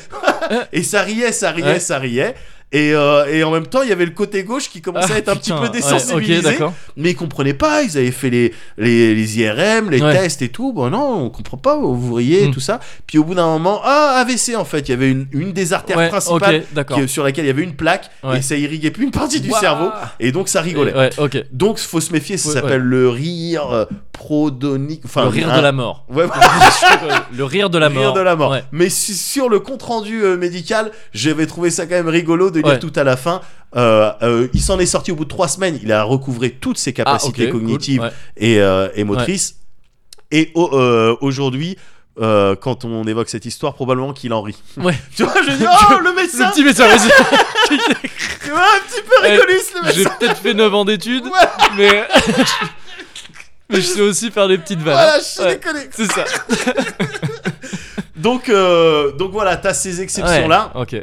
Speaker 2: et ça riait, ça riait,
Speaker 1: Ouais.
Speaker 2: ça riait. Et, euh, et en même temps, il y avait le côté gauche qui commençait à être un
Speaker 1: Ah, Putain,
Speaker 2: petit peu
Speaker 1: ouais,
Speaker 2: désensibilisé.
Speaker 1: ok, d'accord.
Speaker 2: mais ils comprenaient pas, ils avaient fait les, les, les IRM, les
Speaker 1: Ouais.
Speaker 2: tests et tout. Bon, non, on comprend pas, vous riez,
Speaker 1: Mm.
Speaker 2: tout ça. Puis au bout d'un moment, ah, AVC en fait, il y avait une, une des artères
Speaker 1: Ouais,
Speaker 2: principales
Speaker 1: ok, d'accord.
Speaker 2: qui- sur laquelle il y avait une plaque
Speaker 1: Ouais.
Speaker 2: et ça irriguait plus une partie du
Speaker 1: Ouah.
Speaker 2: cerveau. Et donc ça rigolait.
Speaker 1: Ouais, ok.
Speaker 2: Donc faut se méfier, ça
Speaker 1: Ouais,
Speaker 2: s'appelle le rire euh, prodonique. Enfin,
Speaker 1: le rire
Speaker 2: un-
Speaker 1: de la mort.
Speaker 2: Ouais, voilà.
Speaker 1: le rire de la mort.
Speaker 2: rire de la mort.
Speaker 1: Ouais.
Speaker 2: Mais si- sur le compte rendu euh, médical, j'avais trouvé ça quand même rigolo de lire
Speaker 1: Ouais.
Speaker 2: tout à la fin. Euh, euh, il s'en est sorti au bout de trois semaines. Il a recouvré toutes ses
Speaker 1: Ah,
Speaker 2: capacités
Speaker 1: ok, cool,
Speaker 2: cognitives
Speaker 1: ouais.
Speaker 2: et, euh, et motrices. Et au- euh, aujourd'hui. euh, quand on évoque cette histoire, probablement qu'il en rit.
Speaker 1: Ouais.
Speaker 2: tu vois, je dis, oh, le médecin,
Speaker 1: Le petit médecin, vas-y.
Speaker 2: tu vois, un petit peu
Speaker 1: Ouais.
Speaker 2: rigoliste, le médecin.
Speaker 1: J'ai peut-être fait 9 ans d'études,
Speaker 2: Ouais.
Speaker 1: mais. mais je sais aussi faire des petites vannes.
Speaker 2: Voilà, Ah, je suis
Speaker 1: Ouais.
Speaker 2: déconné.
Speaker 1: C'est ça.
Speaker 2: Donc, euh, donc voilà, t'as ces exceptions-là,
Speaker 1: Ouais, Ok.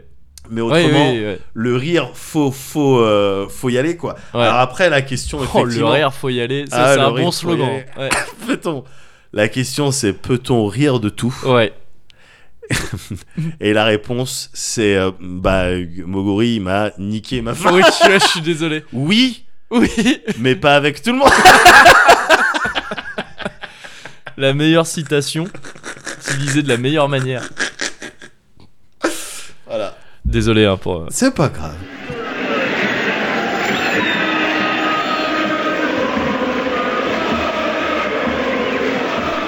Speaker 1: Oui,
Speaker 2: mais autrement,
Speaker 1: oui, ouais.
Speaker 2: le rire, faut, faut, euh, faut y aller, quoi.
Speaker 1: Ouais.
Speaker 2: Alors après, la question,
Speaker 1: Oh, le
Speaker 2: effectivement,
Speaker 1: rire, faut y aller. Ça,
Speaker 2: Ah,
Speaker 1: c'est
Speaker 2: le
Speaker 1: un
Speaker 2: rire,
Speaker 1: bon
Speaker 2: faut y
Speaker 1: slogan.
Speaker 2: aller.
Speaker 1: Ouais.
Speaker 2: peut-on La question, c'est peut-on rire de tout
Speaker 1: ouais.
Speaker 2: Et la réponse, c'est euh, bah Mogori il m'a niqué ma fin.
Speaker 1: Oui, je, je suis désolé.
Speaker 2: Oui,
Speaker 1: Oui.
Speaker 2: mais pas avec tout le monde.
Speaker 1: La meilleure citation utilisée de la meilleure manière.
Speaker 2: Voilà,
Speaker 1: Désolé hein, pour. euh,
Speaker 2: c'est pas grave.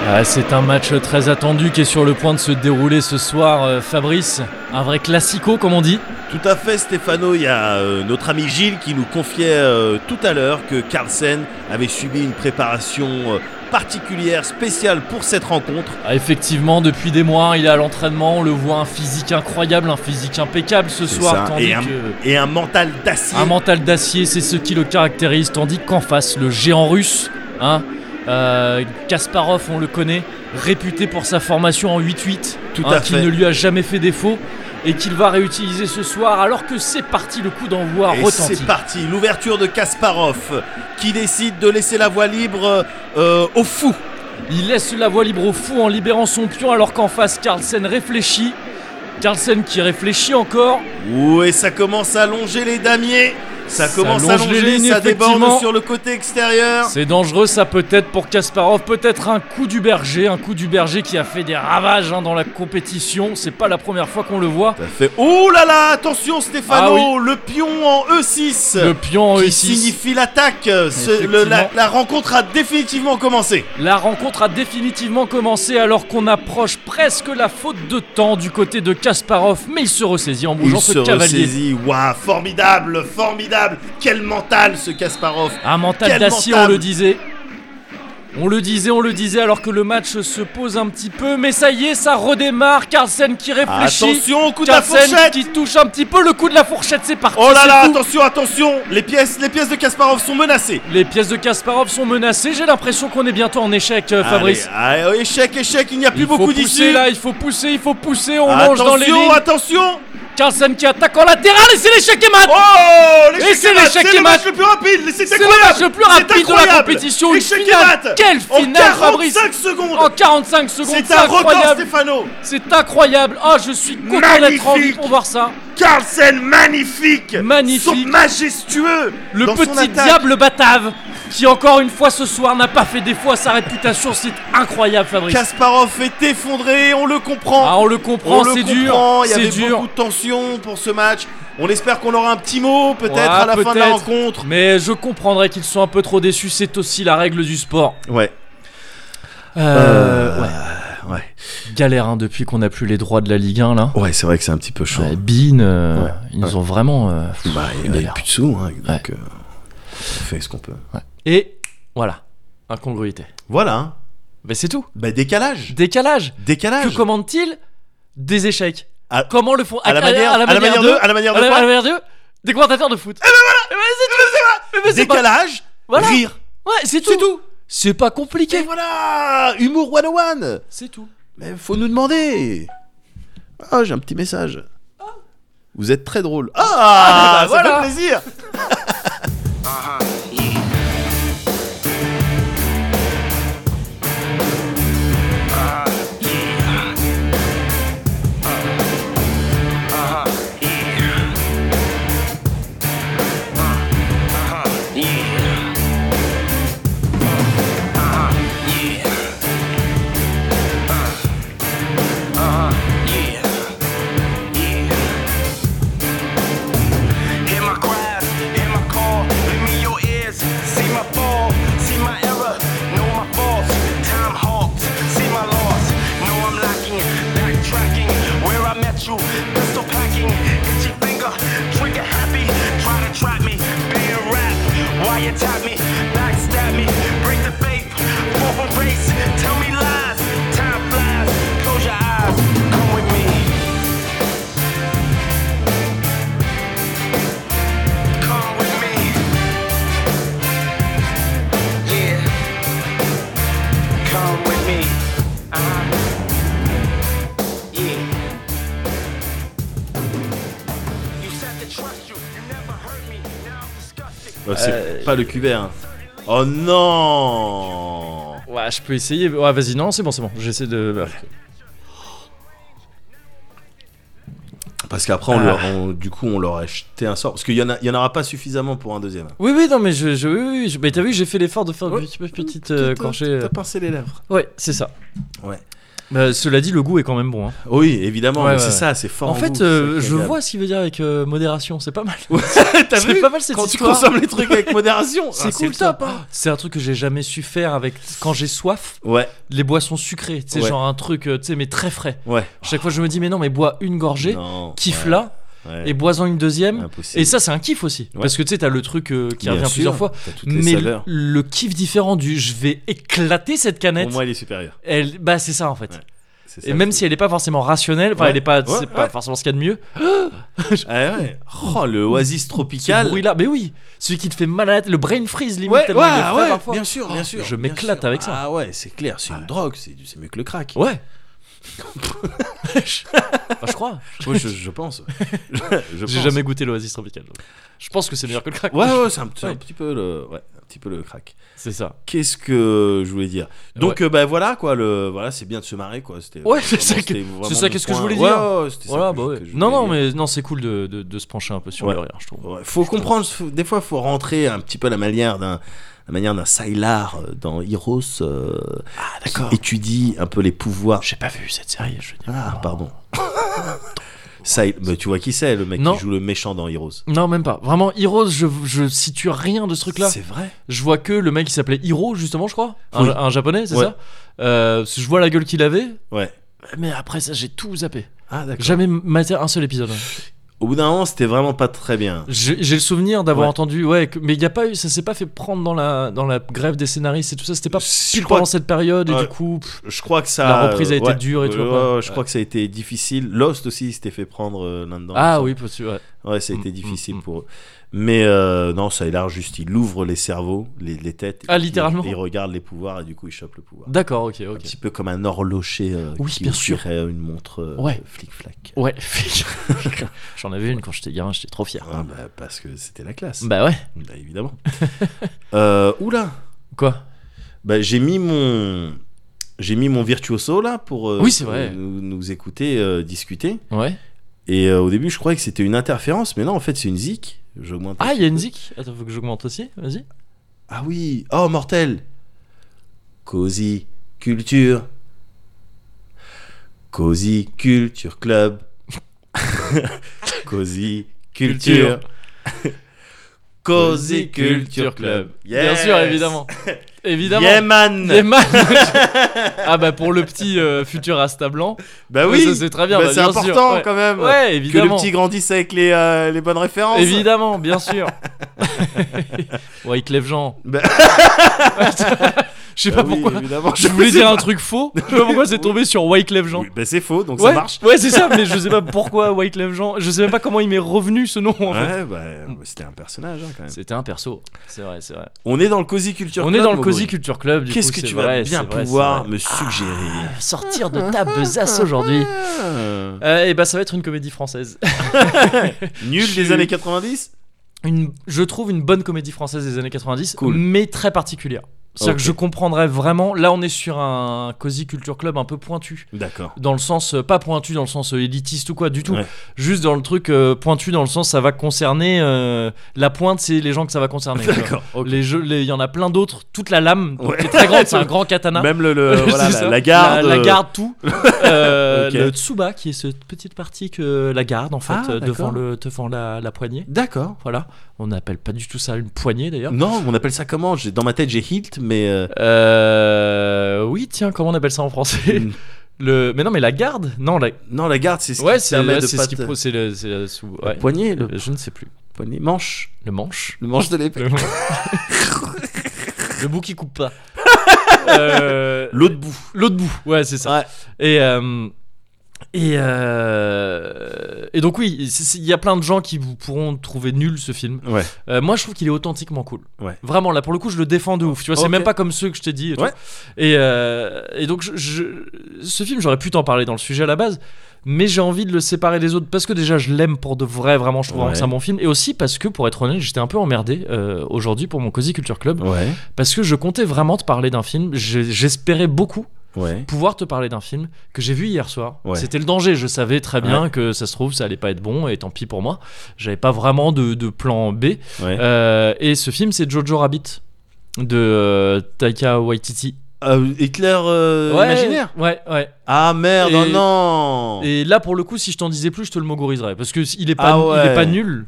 Speaker 1: Ah, c'est un match très attendu qui est sur le point de se dérouler ce soir, euh, Fabrice. Un vrai classico, comme on dit.
Speaker 2: Tout à fait, Stéphano. Il y a euh, notre ami Gilles qui nous confiait euh, tout à l'heure que Carlsen avait subi une préparation euh, particulière, spéciale pour cette rencontre.
Speaker 1: Ah, effectivement, depuis des mois, il est à l'entraînement. On le voit un physique incroyable, un physique impeccable ce
Speaker 2: C'est
Speaker 1: soir.
Speaker 2: ça.
Speaker 1: tandis
Speaker 2: Et un,
Speaker 1: que
Speaker 2: et un mental d'acier.
Speaker 1: un mental d'acier, c'est ce qui le caractérise. Tandis qu'en face, le géant russe, hein, euh, Kasparov, on le connaît, réputé pour sa formation en 8-8,
Speaker 2: Tout
Speaker 1: hein,
Speaker 2: à
Speaker 1: qui
Speaker 2: fait.
Speaker 1: ne lui a jamais fait défaut. Et qu'il va réutiliser ce soir, alors que c'est parti, le coup d'envoi
Speaker 2: Et
Speaker 1: retentit.
Speaker 2: c'est parti, l'ouverture de Kasparov qui décide de laisser la voie libre euh, euh, au fou.
Speaker 1: Il laisse la voie libre au fou en libérant son pion alors qu'en face Carlsen réfléchit. Carlsen qui réfléchit encore.
Speaker 2: Ouh, et ça commence à longer les damiers. Ça
Speaker 1: Ça
Speaker 2: commence à
Speaker 1: longe les
Speaker 2: longer,
Speaker 1: lignes,
Speaker 2: ça déborde
Speaker 1: effectivement.
Speaker 2: sur le côté extérieur.
Speaker 1: C'est dangereux ça peut-être pour Kasparov, peut-être un coup du berger, un coup du berger qui a fait des ravages hein, dans la compétition, c'est pas la première fois qu'on le voit.
Speaker 2: Ça fait... Oh là là, attention Stéphano, le pion en E6.
Speaker 1: Ah Le pion en
Speaker 2: qui
Speaker 1: E6.
Speaker 2: signifie l'attaque. Ce- le- La,
Speaker 1: Effectivement.
Speaker 2: la rencontre a définitivement commencé.
Speaker 1: La rencontre a définitivement commencé alors qu'on approche presque la faute de temps du côté de Kasparov, mais il se ressaisit en bougeant
Speaker 2: Il
Speaker 1: ce
Speaker 2: se
Speaker 1: cavalier.
Speaker 2: ressaisit. Waouh, formidable, formidable. Quel mental ce Kasparov.
Speaker 1: Un mental
Speaker 2: Quel
Speaker 1: d'acier,
Speaker 2: mental
Speaker 1: on le disait. On le disait, on le disait, alors que le match se pose un petit peu. Mais ça y est, ça redémarre. Carlsen qui réfléchit.
Speaker 2: Attention, coup de la
Speaker 1: Carlsen
Speaker 2: fourchette.
Speaker 1: qui touche un petit peu le coup de la fourchette. C'est parti.
Speaker 2: Oh là
Speaker 1: c'est
Speaker 2: là,
Speaker 1: tout.
Speaker 2: attention, attention Les pièces, les pièces de Kasparov sont menacées.
Speaker 1: Les pièces de Kasparov sont menacées. J'ai l'impression qu'on est bientôt en échec, euh, Fabrice.
Speaker 2: Allez, allez, échec, échec, il n'y a plus
Speaker 1: il faut
Speaker 2: beaucoup
Speaker 1: pousser
Speaker 2: d'issue.
Speaker 1: là, il faut pousser, il faut pousser. On mange
Speaker 2: Attention,
Speaker 1: dans les lignes.
Speaker 2: attention
Speaker 1: Carlsen qui attaque en latéral et c'est l'échec et mat.
Speaker 2: Oh
Speaker 1: Et
Speaker 2: L'échec
Speaker 1: c'est
Speaker 2: est mat,
Speaker 1: l'échec
Speaker 2: C'est
Speaker 1: et
Speaker 2: le
Speaker 1: mat.
Speaker 2: match le plus rapide mais C'est
Speaker 1: c'est le match le plus rapide
Speaker 2: incroyable C'est
Speaker 1: de la
Speaker 2: incroyable.
Speaker 1: compétition. Une
Speaker 2: Échec et
Speaker 1: finale.
Speaker 2: mat.
Speaker 1: Quelle
Speaker 2: En
Speaker 1: finale, Fabrice
Speaker 2: 45 secondes
Speaker 1: En 45 secondes,
Speaker 2: Oh C'est
Speaker 1: c'est
Speaker 2: un record,
Speaker 1: incroyable.
Speaker 2: Stéphano
Speaker 1: C'est incroyable. Ah, je suis content d'être en vie
Speaker 2: Magnifique.
Speaker 1: pour voir ça.
Speaker 2: Carlsen, magnifique
Speaker 1: Magnifique.
Speaker 2: Son majestueux
Speaker 1: Le
Speaker 2: dans son
Speaker 1: petit
Speaker 2: attaque.
Speaker 1: diable batave qui encore une fois ce soir n'a pas fait défaut à sa réputation, c'est incroyable Fabrice.
Speaker 2: Kasparov est effondré, on le comprend
Speaker 1: Ah, on le comprend,
Speaker 2: le
Speaker 1: c'est dur,
Speaker 2: comprend, Il y
Speaker 1: c'est
Speaker 2: avait
Speaker 1: dur.
Speaker 2: beaucoup de tension pour ce match. On espère qu'on aura un petit mot peut-être
Speaker 1: Ouais,
Speaker 2: à la fin de la
Speaker 1: peut-être.
Speaker 2: rencontre.
Speaker 1: Mais je comprendrais qu'ils soient un peu trop déçus, c'est aussi la règle du sport.
Speaker 2: Ouais.
Speaker 1: Euh,
Speaker 2: ouais.
Speaker 1: Galère hein, depuis qu'on n'a plus les droits de la Ligue 1 là.
Speaker 2: Ouais, c'est vrai que c'est un petit peu chaud.
Speaker 1: Ouais, Bean, euh,
Speaker 2: Ouais,
Speaker 1: ils
Speaker 2: ouais.
Speaker 1: ont vraiment. euh,
Speaker 2: Bah, il n'y a
Speaker 1: galère.
Speaker 2: plus de sous, hein, donc
Speaker 1: Ouais.
Speaker 2: euh, on fait ce qu'on peut.
Speaker 1: Et voilà, incongruité.
Speaker 2: Voilà. hein.
Speaker 1: Mais c'est tout.
Speaker 2: Bah, décalage.
Speaker 1: Décalage.
Speaker 2: Décalage.
Speaker 1: Que commande-t-il Des échecs.
Speaker 2: À-
Speaker 1: Comment le font
Speaker 2: à la manière, à la manière, de, à la manière de
Speaker 1: à la,
Speaker 2: quoi Eh
Speaker 1: à la manière d'eux, des commentateurs de foot. Et ben voilà Et ben c'est tout
Speaker 2: Décalage.
Speaker 1: Voilà.
Speaker 2: Rire.
Speaker 1: Ouais, c'est tout
Speaker 2: C'est tout.
Speaker 1: C'est pas
Speaker 2: Et
Speaker 1: compliqué
Speaker 2: voilà. Humour 101.
Speaker 1: C'est tout.
Speaker 2: Mais faut nous demander. Ah, j'ai un petit message. Vous êtes très drôle. Ah,
Speaker 1: bah, voilà.
Speaker 2: ça fait plaisir.
Speaker 6: you. Pistol packing, itchy finger, trigger happy. Try to trap me, being rap. Wiretap me, backstab me, break the faith. Fall from grace, tell me lies. Time flies, close your eyes, come with me. Come with me. Yeah. Come with me. Uh-huh. Yeah. You said to trust you, you never hurt me. Now I'm disgusted.
Speaker 2: Oh, c'est pas le cuvert. hein. Oh non
Speaker 1: Ouais, je peux essayer. Ouais, vas-y, non, c'est bon, c'est bon. J'essaie de.
Speaker 2: Parce qu'après,
Speaker 1: Ah.
Speaker 2: on leur- on- du coup, on leur a jeté un sort. Parce qu'il y, en a- il y en aura pas suffisamment pour un deuxième.
Speaker 1: Oui, oui, non, mais je. je- oui, oui, oui, je- mais t'as vu, j'ai fait l'effort de faire une
Speaker 2: Ouais.
Speaker 1: petite, petite, euh, corgée. euh.
Speaker 2: pincé les lèvres.
Speaker 1: Ouais, c'est ça.
Speaker 2: Ouais.
Speaker 1: Bah, cela dit, le goût est quand même bon. hein.
Speaker 2: Oui, évidemment,
Speaker 1: Ouais,
Speaker 2: mais
Speaker 1: ouais,
Speaker 2: c'est
Speaker 1: ouais.
Speaker 2: ça, c'est fort.
Speaker 1: En
Speaker 2: goût,
Speaker 1: fait,
Speaker 2: c'est
Speaker 1: euh,
Speaker 2: ça qui est
Speaker 1: je
Speaker 2: agréable.
Speaker 1: vois ce qu'il veut dire avec euh, modération, c'est pas mal.
Speaker 2: T'as
Speaker 1: C'est
Speaker 2: vu
Speaker 1: pas mal cette
Speaker 2: Quand
Speaker 1: histoire.
Speaker 2: tu consommes les trucs avec modération,
Speaker 1: C'est
Speaker 2: ah,
Speaker 1: cool,
Speaker 2: le top.
Speaker 1: top.
Speaker 2: hein.
Speaker 1: C'est un truc que j'ai jamais su faire avec. Quand j'ai soif,
Speaker 2: Ouais,
Speaker 1: les boissons sucrées. Tu sais,
Speaker 2: Ouais.
Speaker 1: genre un truc, euh, tu sais, mais très frais.
Speaker 2: ouais.
Speaker 1: Chaque fois, je me dis, mais non, mais bois une gorgée,
Speaker 2: Non,
Speaker 1: kiffe
Speaker 2: ouais,
Speaker 1: là,
Speaker 2: ouais.
Speaker 1: et bois-en une deuxième.
Speaker 2: Impossible.
Speaker 1: Et ça, c'est un kiff aussi.
Speaker 2: Ouais.
Speaker 1: Parce que tu sais, t'as le truc euh, qui
Speaker 2: Bien
Speaker 1: revient
Speaker 2: sûr,
Speaker 1: plusieurs fois.
Speaker 2: t'as toutes les
Speaker 1: Mais le,
Speaker 2: saveurs.
Speaker 1: le kiff différent du je vais éclater cette canette,
Speaker 2: Pour moi, il est supérieur.
Speaker 1: elle, bah c'est ça en fait.
Speaker 2: Ouais, C'est ça,
Speaker 1: Et même
Speaker 2: c'est-
Speaker 1: si elle est pas forcément rationnelle, enfin
Speaker 2: Ouais.
Speaker 1: elle est pas,
Speaker 2: Ouais,
Speaker 1: c'est pas
Speaker 2: ouais.
Speaker 1: forcément ce qu'il y a de mieux.
Speaker 2: Ah ouais. Oh, le oasis
Speaker 1: Ce
Speaker 2: tropical.
Speaker 1: bruit là, mais oui, celui qui te fait mal à la tête, le brain freeze limite.
Speaker 2: Ouais, ouais,
Speaker 1: tellement il est frais
Speaker 2: ouais,
Speaker 1: parfois.
Speaker 2: bien sûr, bien sûr.
Speaker 1: je
Speaker 2: bien
Speaker 1: m'éclate
Speaker 2: sûr.
Speaker 1: avec ça.
Speaker 2: Ah ouais, c'est clair, c'est une drogue, c'est c'est mieux que le crack.
Speaker 1: Ouais. Enfin, je crois.
Speaker 2: Oui, je, je pense. Je- je
Speaker 1: J'ai
Speaker 2: pense.
Speaker 1: jamais goûté l'oasis tropical. donc. Je pense que c'est meilleur que le crack.
Speaker 2: Ouais, ouais, c'est un, c'est un
Speaker 1: Ouais.
Speaker 2: petit peu le, ouais, un petit peu le crack.
Speaker 1: C'est ça.
Speaker 2: Qu'est-ce que je voulais dire Donc, euh, bah voilà quoi, le, voilà, c'est bien de se marrer quoi. C'était.
Speaker 1: Ouais, c'est ça
Speaker 2: vraiment-
Speaker 1: que-
Speaker 2: c'était vraiment
Speaker 1: c'est ça
Speaker 2: le
Speaker 1: qu'est-ce que je
Speaker 2: point.
Speaker 1: voulais
Speaker 2: Ouais,
Speaker 1: dire.
Speaker 2: ouais, ouais, c'était ça
Speaker 1: Voilà,
Speaker 2: que
Speaker 1: bah
Speaker 2: je-
Speaker 1: ouais.
Speaker 2: que je
Speaker 1: Non, non,
Speaker 2: voulais dire.
Speaker 1: mais non, c'est cool de, de, de se pencher un peu sur
Speaker 2: Ouais.
Speaker 1: le rire, je trouve.
Speaker 2: Ouais, faut comprendre. faut- Des fois, faut rentrer un petit peu à la manière d'un. La manière d'un Sylar euh, dans Heroes euh,
Speaker 1: Ah, D'accord.
Speaker 2: qui étudie un peu les pouvoirs.
Speaker 1: J'ai pas vu cette série, je veux dire.
Speaker 2: Ah, pardon. Syl- bah, tu vois qui c'est, le mec
Speaker 1: Non.
Speaker 2: qui joue le méchant dans Heroes.
Speaker 1: Non, même pas. Vraiment, Heroes, je, je situe rien de ce truc-là.
Speaker 2: C'est vrai.
Speaker 1: Je vois que le mec qui s'appelait Hiro, justement, je crois. Un,
Speaker 2: Oui.
Speaker 1: un japonais, c'est
Speaker 2: Ouais.
Speaker 1: ça Euh, parce que Je vois la gueule qu'il avait.
Speaker 2: Ouais.
Speaker 1: Mais après ça, j'ai tout zappé.
Speaker 2: Ah, d'accord.
Speaker 1: Jamais maté un seul épisode. hein.
Speaker 2: Au bout d'un moment, c'était vraiment pas très bien.
Speaker 1: J'ai j'ai le souvenir d'avoir
Speaker 2: Ouais.
Speaker 1: entendu, ouais, que- mais y a pas eu, ça s'est pas fait prendre dans la, dans la grève des scénaristes et tout ça. C'était pas
Speaker 2: Je
Speaker 1: pile
Speaker 2: crois
Speaker 1: pendant cette période et
Speaker 2: Ouais.
Speaker 1: du coup. pff,
Speaker 2: Je crois que ça.
Speaker 1: La reprise a
Speaker 2: euh,
Speaker 1: été
Speaker 2: ouais.
Speaker 1: dure et tout,
Speaker 2: Ouais,
Speaker 1: après.
Speaker 2: ouais, ouais, je crois que ça a été difficile. Lost aussi s'était fait prendre euh, là-dedans.
Speaker 1: ah
Speaker 2: il me
Speaker 1: oui, parce que- ouais.
Speaker 2: semble. Ouais, ça a été
Speaker 1: Mm,
Speaker 2: difficile
Speaker 1: mm,
Speaker 2: pour eux. Mais euh, non, ça il a juste. Il ouvre les cerveaux, les, les têtes.
Speaker 1: Ah,
Speaker 2: et-
Speaker 1: littéralement
Speaker 2: Et il regarde les pouvoirs et du coup il chope le pouvoir.
Speaker 1: D'accord, ok,
Speaker 2: Un
Speaker 1: ok.
Speaker 2: petit peu comme un horlocher euh,
Speaker 1: Oui,
Speaker 2: qui
Speaker 1: bien sûr.
Speaker 2: ouvrirait une montre euh,
Speaker 1: Ouais. Oh.
Speaker 2: flic-flac.
Speaker 1: Ouais, j'en avais une quand j'étais gamin, j'étais trop fier.
Speaker 2: Ah, bah, parce que c'était la classe.
Speaker 1: Bah ouais,
Speaker 2: Bah, évidemment. euh, oula
Speaker 1: quoi
Speaker 2: Bah, j'ai mis mon j'ai mis mon virtuoso là pour euh,
Speaker 1: Oui, c'est vrai.
Speaker 2: nous, nous écouter euh, discuter
Speaker 1: Ouais.
Speaker 2: et euh, au début je croyais que c'était une interférence mais non en fait c'est une zik j'augmente un
Speaker 1: Ah,
Speaker 2: petit
Speaker 1: il y a
Speaker 2: peu.
Speaker 1: une zik Attends, faut que j'augmente aussi, vas-y.
Speaker 2: ah oui oh mortel cozy culture cozy culture club cozy culture cozy culture club
Speaker 1: Bien
Speaker 2: Yes.
Speaker 1: sûr, évidemment. évidemment.
Speaker 2: Yeah, man.
Speaker 1: Les man- ah bah pour le petit euh, futur Asta blanc.
Speaker 2: bah
Speaker 1: Ouais,
Speaker 2: oui
Speaker 1: ça, c'est très bien,
Speaker 2: Bah,
Speaker 1: bah,
Speaker 2: c'est
Speaker 1: bien sûr,
Speaker 2: important
Speaker 1: ouais.
Speaker 2: quand même
Speaker 1: Ouais, évidemment.
Speaker 2: Que le petit grandisse avec les, euh, les bonnes références.
Speaker 1: Évidemment, bien sûr. ouais, il te lève Jean.
Speaker 2: Bah-
Speaker 1: Je sais
Speaker 2: Bah
Speaker 1: pas
Speaker 2: oui,
Speaker 1: pourquoi.
Speaker 2: évidemment.
Speaker 1: Je voulais
Speaker 2: sais
Speaker 1: dire un
Speaker 2: pas.
Speaker 1: truc faux. Je sais pas pourquoi c'est tombé sur Wyclef Jean.
Speaker 2: Oui, bah c'est faux, donc
Speaker 1: ouais,
Speaker 2: ça marche.
Speaker 1: ouais, c'est ça, mais je sais pas pourquoi Wyclef Jean. Je sais même pas comment il m'est revenu ce nom en fait.
Speaker 2: Ouais, bah, euh, c'était un personnage hein, quand même.
Speaker 1: C'était un perso. C'est vrai, c'est vrai.
Speaker 2: On est dans le Cozy Culture
Speaker 1: On
Speaker 2: Club.
Speaker 1: est dans le
Speaker 2: mon
Speaker 1: Cozy
Speaker 2: bruit.
Speaker 1: Culture Club. du
Speaker 2: Qu'est-ce
Speaker 1: coup,
Speaker 2: que
Speaker 1: c'est
Speaker 2: tu
Speaker 1: vrai,
Speaker 2: vas bien
Speaker 1: c'est vrai,
Speaker 2: pouvoir
Speaker 1: c'est
Speaker 2: me suggérer
Speaker 1: vrai. sortir de ta besace aujourd'hui
Speaker 2: Ah.
Speaker 1: Euh, Et bah, ça va être une comédie française.
Speaker 2: Nul
Speaker 1: Je-
Speaker 2: des années 90
Speaker 1: une, je trouve une bonne comédie française des années 90,
Speaker 2: Cool.
Speaker 1: mais très particulière. C'est-à-dire
Speaker 2: Ok.
Speaker 1: que je comprendrais vraiment. Là, on est sur un Cozy Culture Club un peu pointu.
Speaker 2: D'accord.
Speaker 1: Dans le sens, euh, pas pointu dans le sens euh, élitiste ou quoi, du tout.
Speaker 2: Ouais.
Speaker 1: Juste dans le truc euh, pointu, dans le sens, ça va concerner. euh, la pointe, c'est les gens que ça va concerner.
Speaker 2: D'accord. ok.
Speaker 1: Les jeux, les- il y en a plein d'autres. Toute la lame, donc,
Speaker 2: Ouais.
Speaker 1: qui est très grande, c'est un grand katana.
Speaker 2: Même le, le-
Speaker 1: C'est
Speaker 2: Euh, voilà,
Speaker 1: ça.
Speaker 2: la, la garde.
Speaker 1: La, la
Speaker 2: euh,
Speaker 1: garde, tout. Euh,
Speaker 2: Ok.
Speaker 1: Le tsuba, qui est cette petite partie que la garde, en fait,
Speaker 2: Ah,
Speaker 1: euh, devant,
Speaker 2: d'accord.
Speaker 1: le, devant la, la poignée.
Speaker 2: D'accord.
Speaker 1: Voilà. On n'appelle pas du tout ça une poignée, d'ailleurs.
Speaker 2: Non, on appelle ça comment J'ai- Dans ma tête, j'ai hilt, mais. euh,
Speaker 1: Euh... Oui, tiens, comment on appelle ça en français
Speaker 2: une
Speaker 1: Le... Mais non, mais la garde Non, la...
Speaker 2: Non, la garde, c'est Mm. ce
Speaker 1: ouais,
Speaker 2: qui
Speaker 1: c'est
Speaker 2: permet
Speaker 1: ouais,
Speaker 2: de
Speaker 1: c'est
Speaker 2: pas
Speaker 1: ce qui
Speaker 2: te-
Speaker 1: pro- c'est le, c'est la sous.
Speaker 2: Le
Speaker 1: ouais.
Speaker 2: poignet, le
Speaker 1: Je ne sais plus.
Speaker 2: poignet, manche,
Speaker 1: Le manche.
Speaker 2: le manche de l'épée.
Speaker 1: Le, le bout qui coupe pas. Euh,
Speaker 2: L'autre bout.
Speaker 1: L'autre bout, ouais, c'est ça. Et, euh, et, euh, et donc, oui, c'est- c'est- il y a plein de gens qui vous pourront trouver nul ce film.
Speaker 2: Ouais.
Speaker 1: Euh, moi, je trouve qu'il est authentiquement cool.
Speaker 2: Ouais.
Speaker 1: Vraiment, là, pour le coup, je le défends de ouf. Tu vois, c'est
Speaker 2: Ok.
Speaker 1: même pas comme ceux que je t'ai dit. Et, tout.
Speaker 2: Ouais.
Speaker 1: Et, euh, et donc, je, je- ce film, j'aurais pu t'en parler dans le sujet à la base. Mais j'ai envie de le séparer des autres parce que déjà je l'aime pour de vrai, vraiment je trouve vraiment
Speaker 2: Ouais.
Speaker 1: que c'est un bon film. Et aussi parce que pour être honnête, j'étais un peu emmerdé euh, aujourd'hui pour mon Cozy Culture Club
Speaker 2: Ouais.
Speaker 1: parce que je comptais vraiment te parler d'un film. J'ai- J'espérais beaucoup
Speaker 2: Ouais.
Speaker 1: pouvoir te parler d'un film que j'ai vu hier soir.
Speaker 2: Ouais.
Speaker 1: C'était le danger, je savais très bien que ça se trouve, ça allait pas être bon, et tant pis pour moi. J'avais pas vraiment de, de plan B.
Speaker 2: Ouais.
Speaker 1: Euh, et ce film, c'est Jojo Rabbit de euh, Taika Waititi.
Speaker 2: Euh, Hitler euh,
Speaker 1: Ouais,
Speaker 2: imaginaire.
Speaker 1: Ouais, ouais.
Speaker 2: Ah merde,
Speaker 1: Et-
Speaker 2: non.
Speaker 1: Et là, pour le coup, si je t'en disais plus, je te le mogoriserais. Parce qu'il est, pas
Speaker 2: Ah
Speaker 1: il est
Speaker 2: ouais.
Speaker 1: pas nul.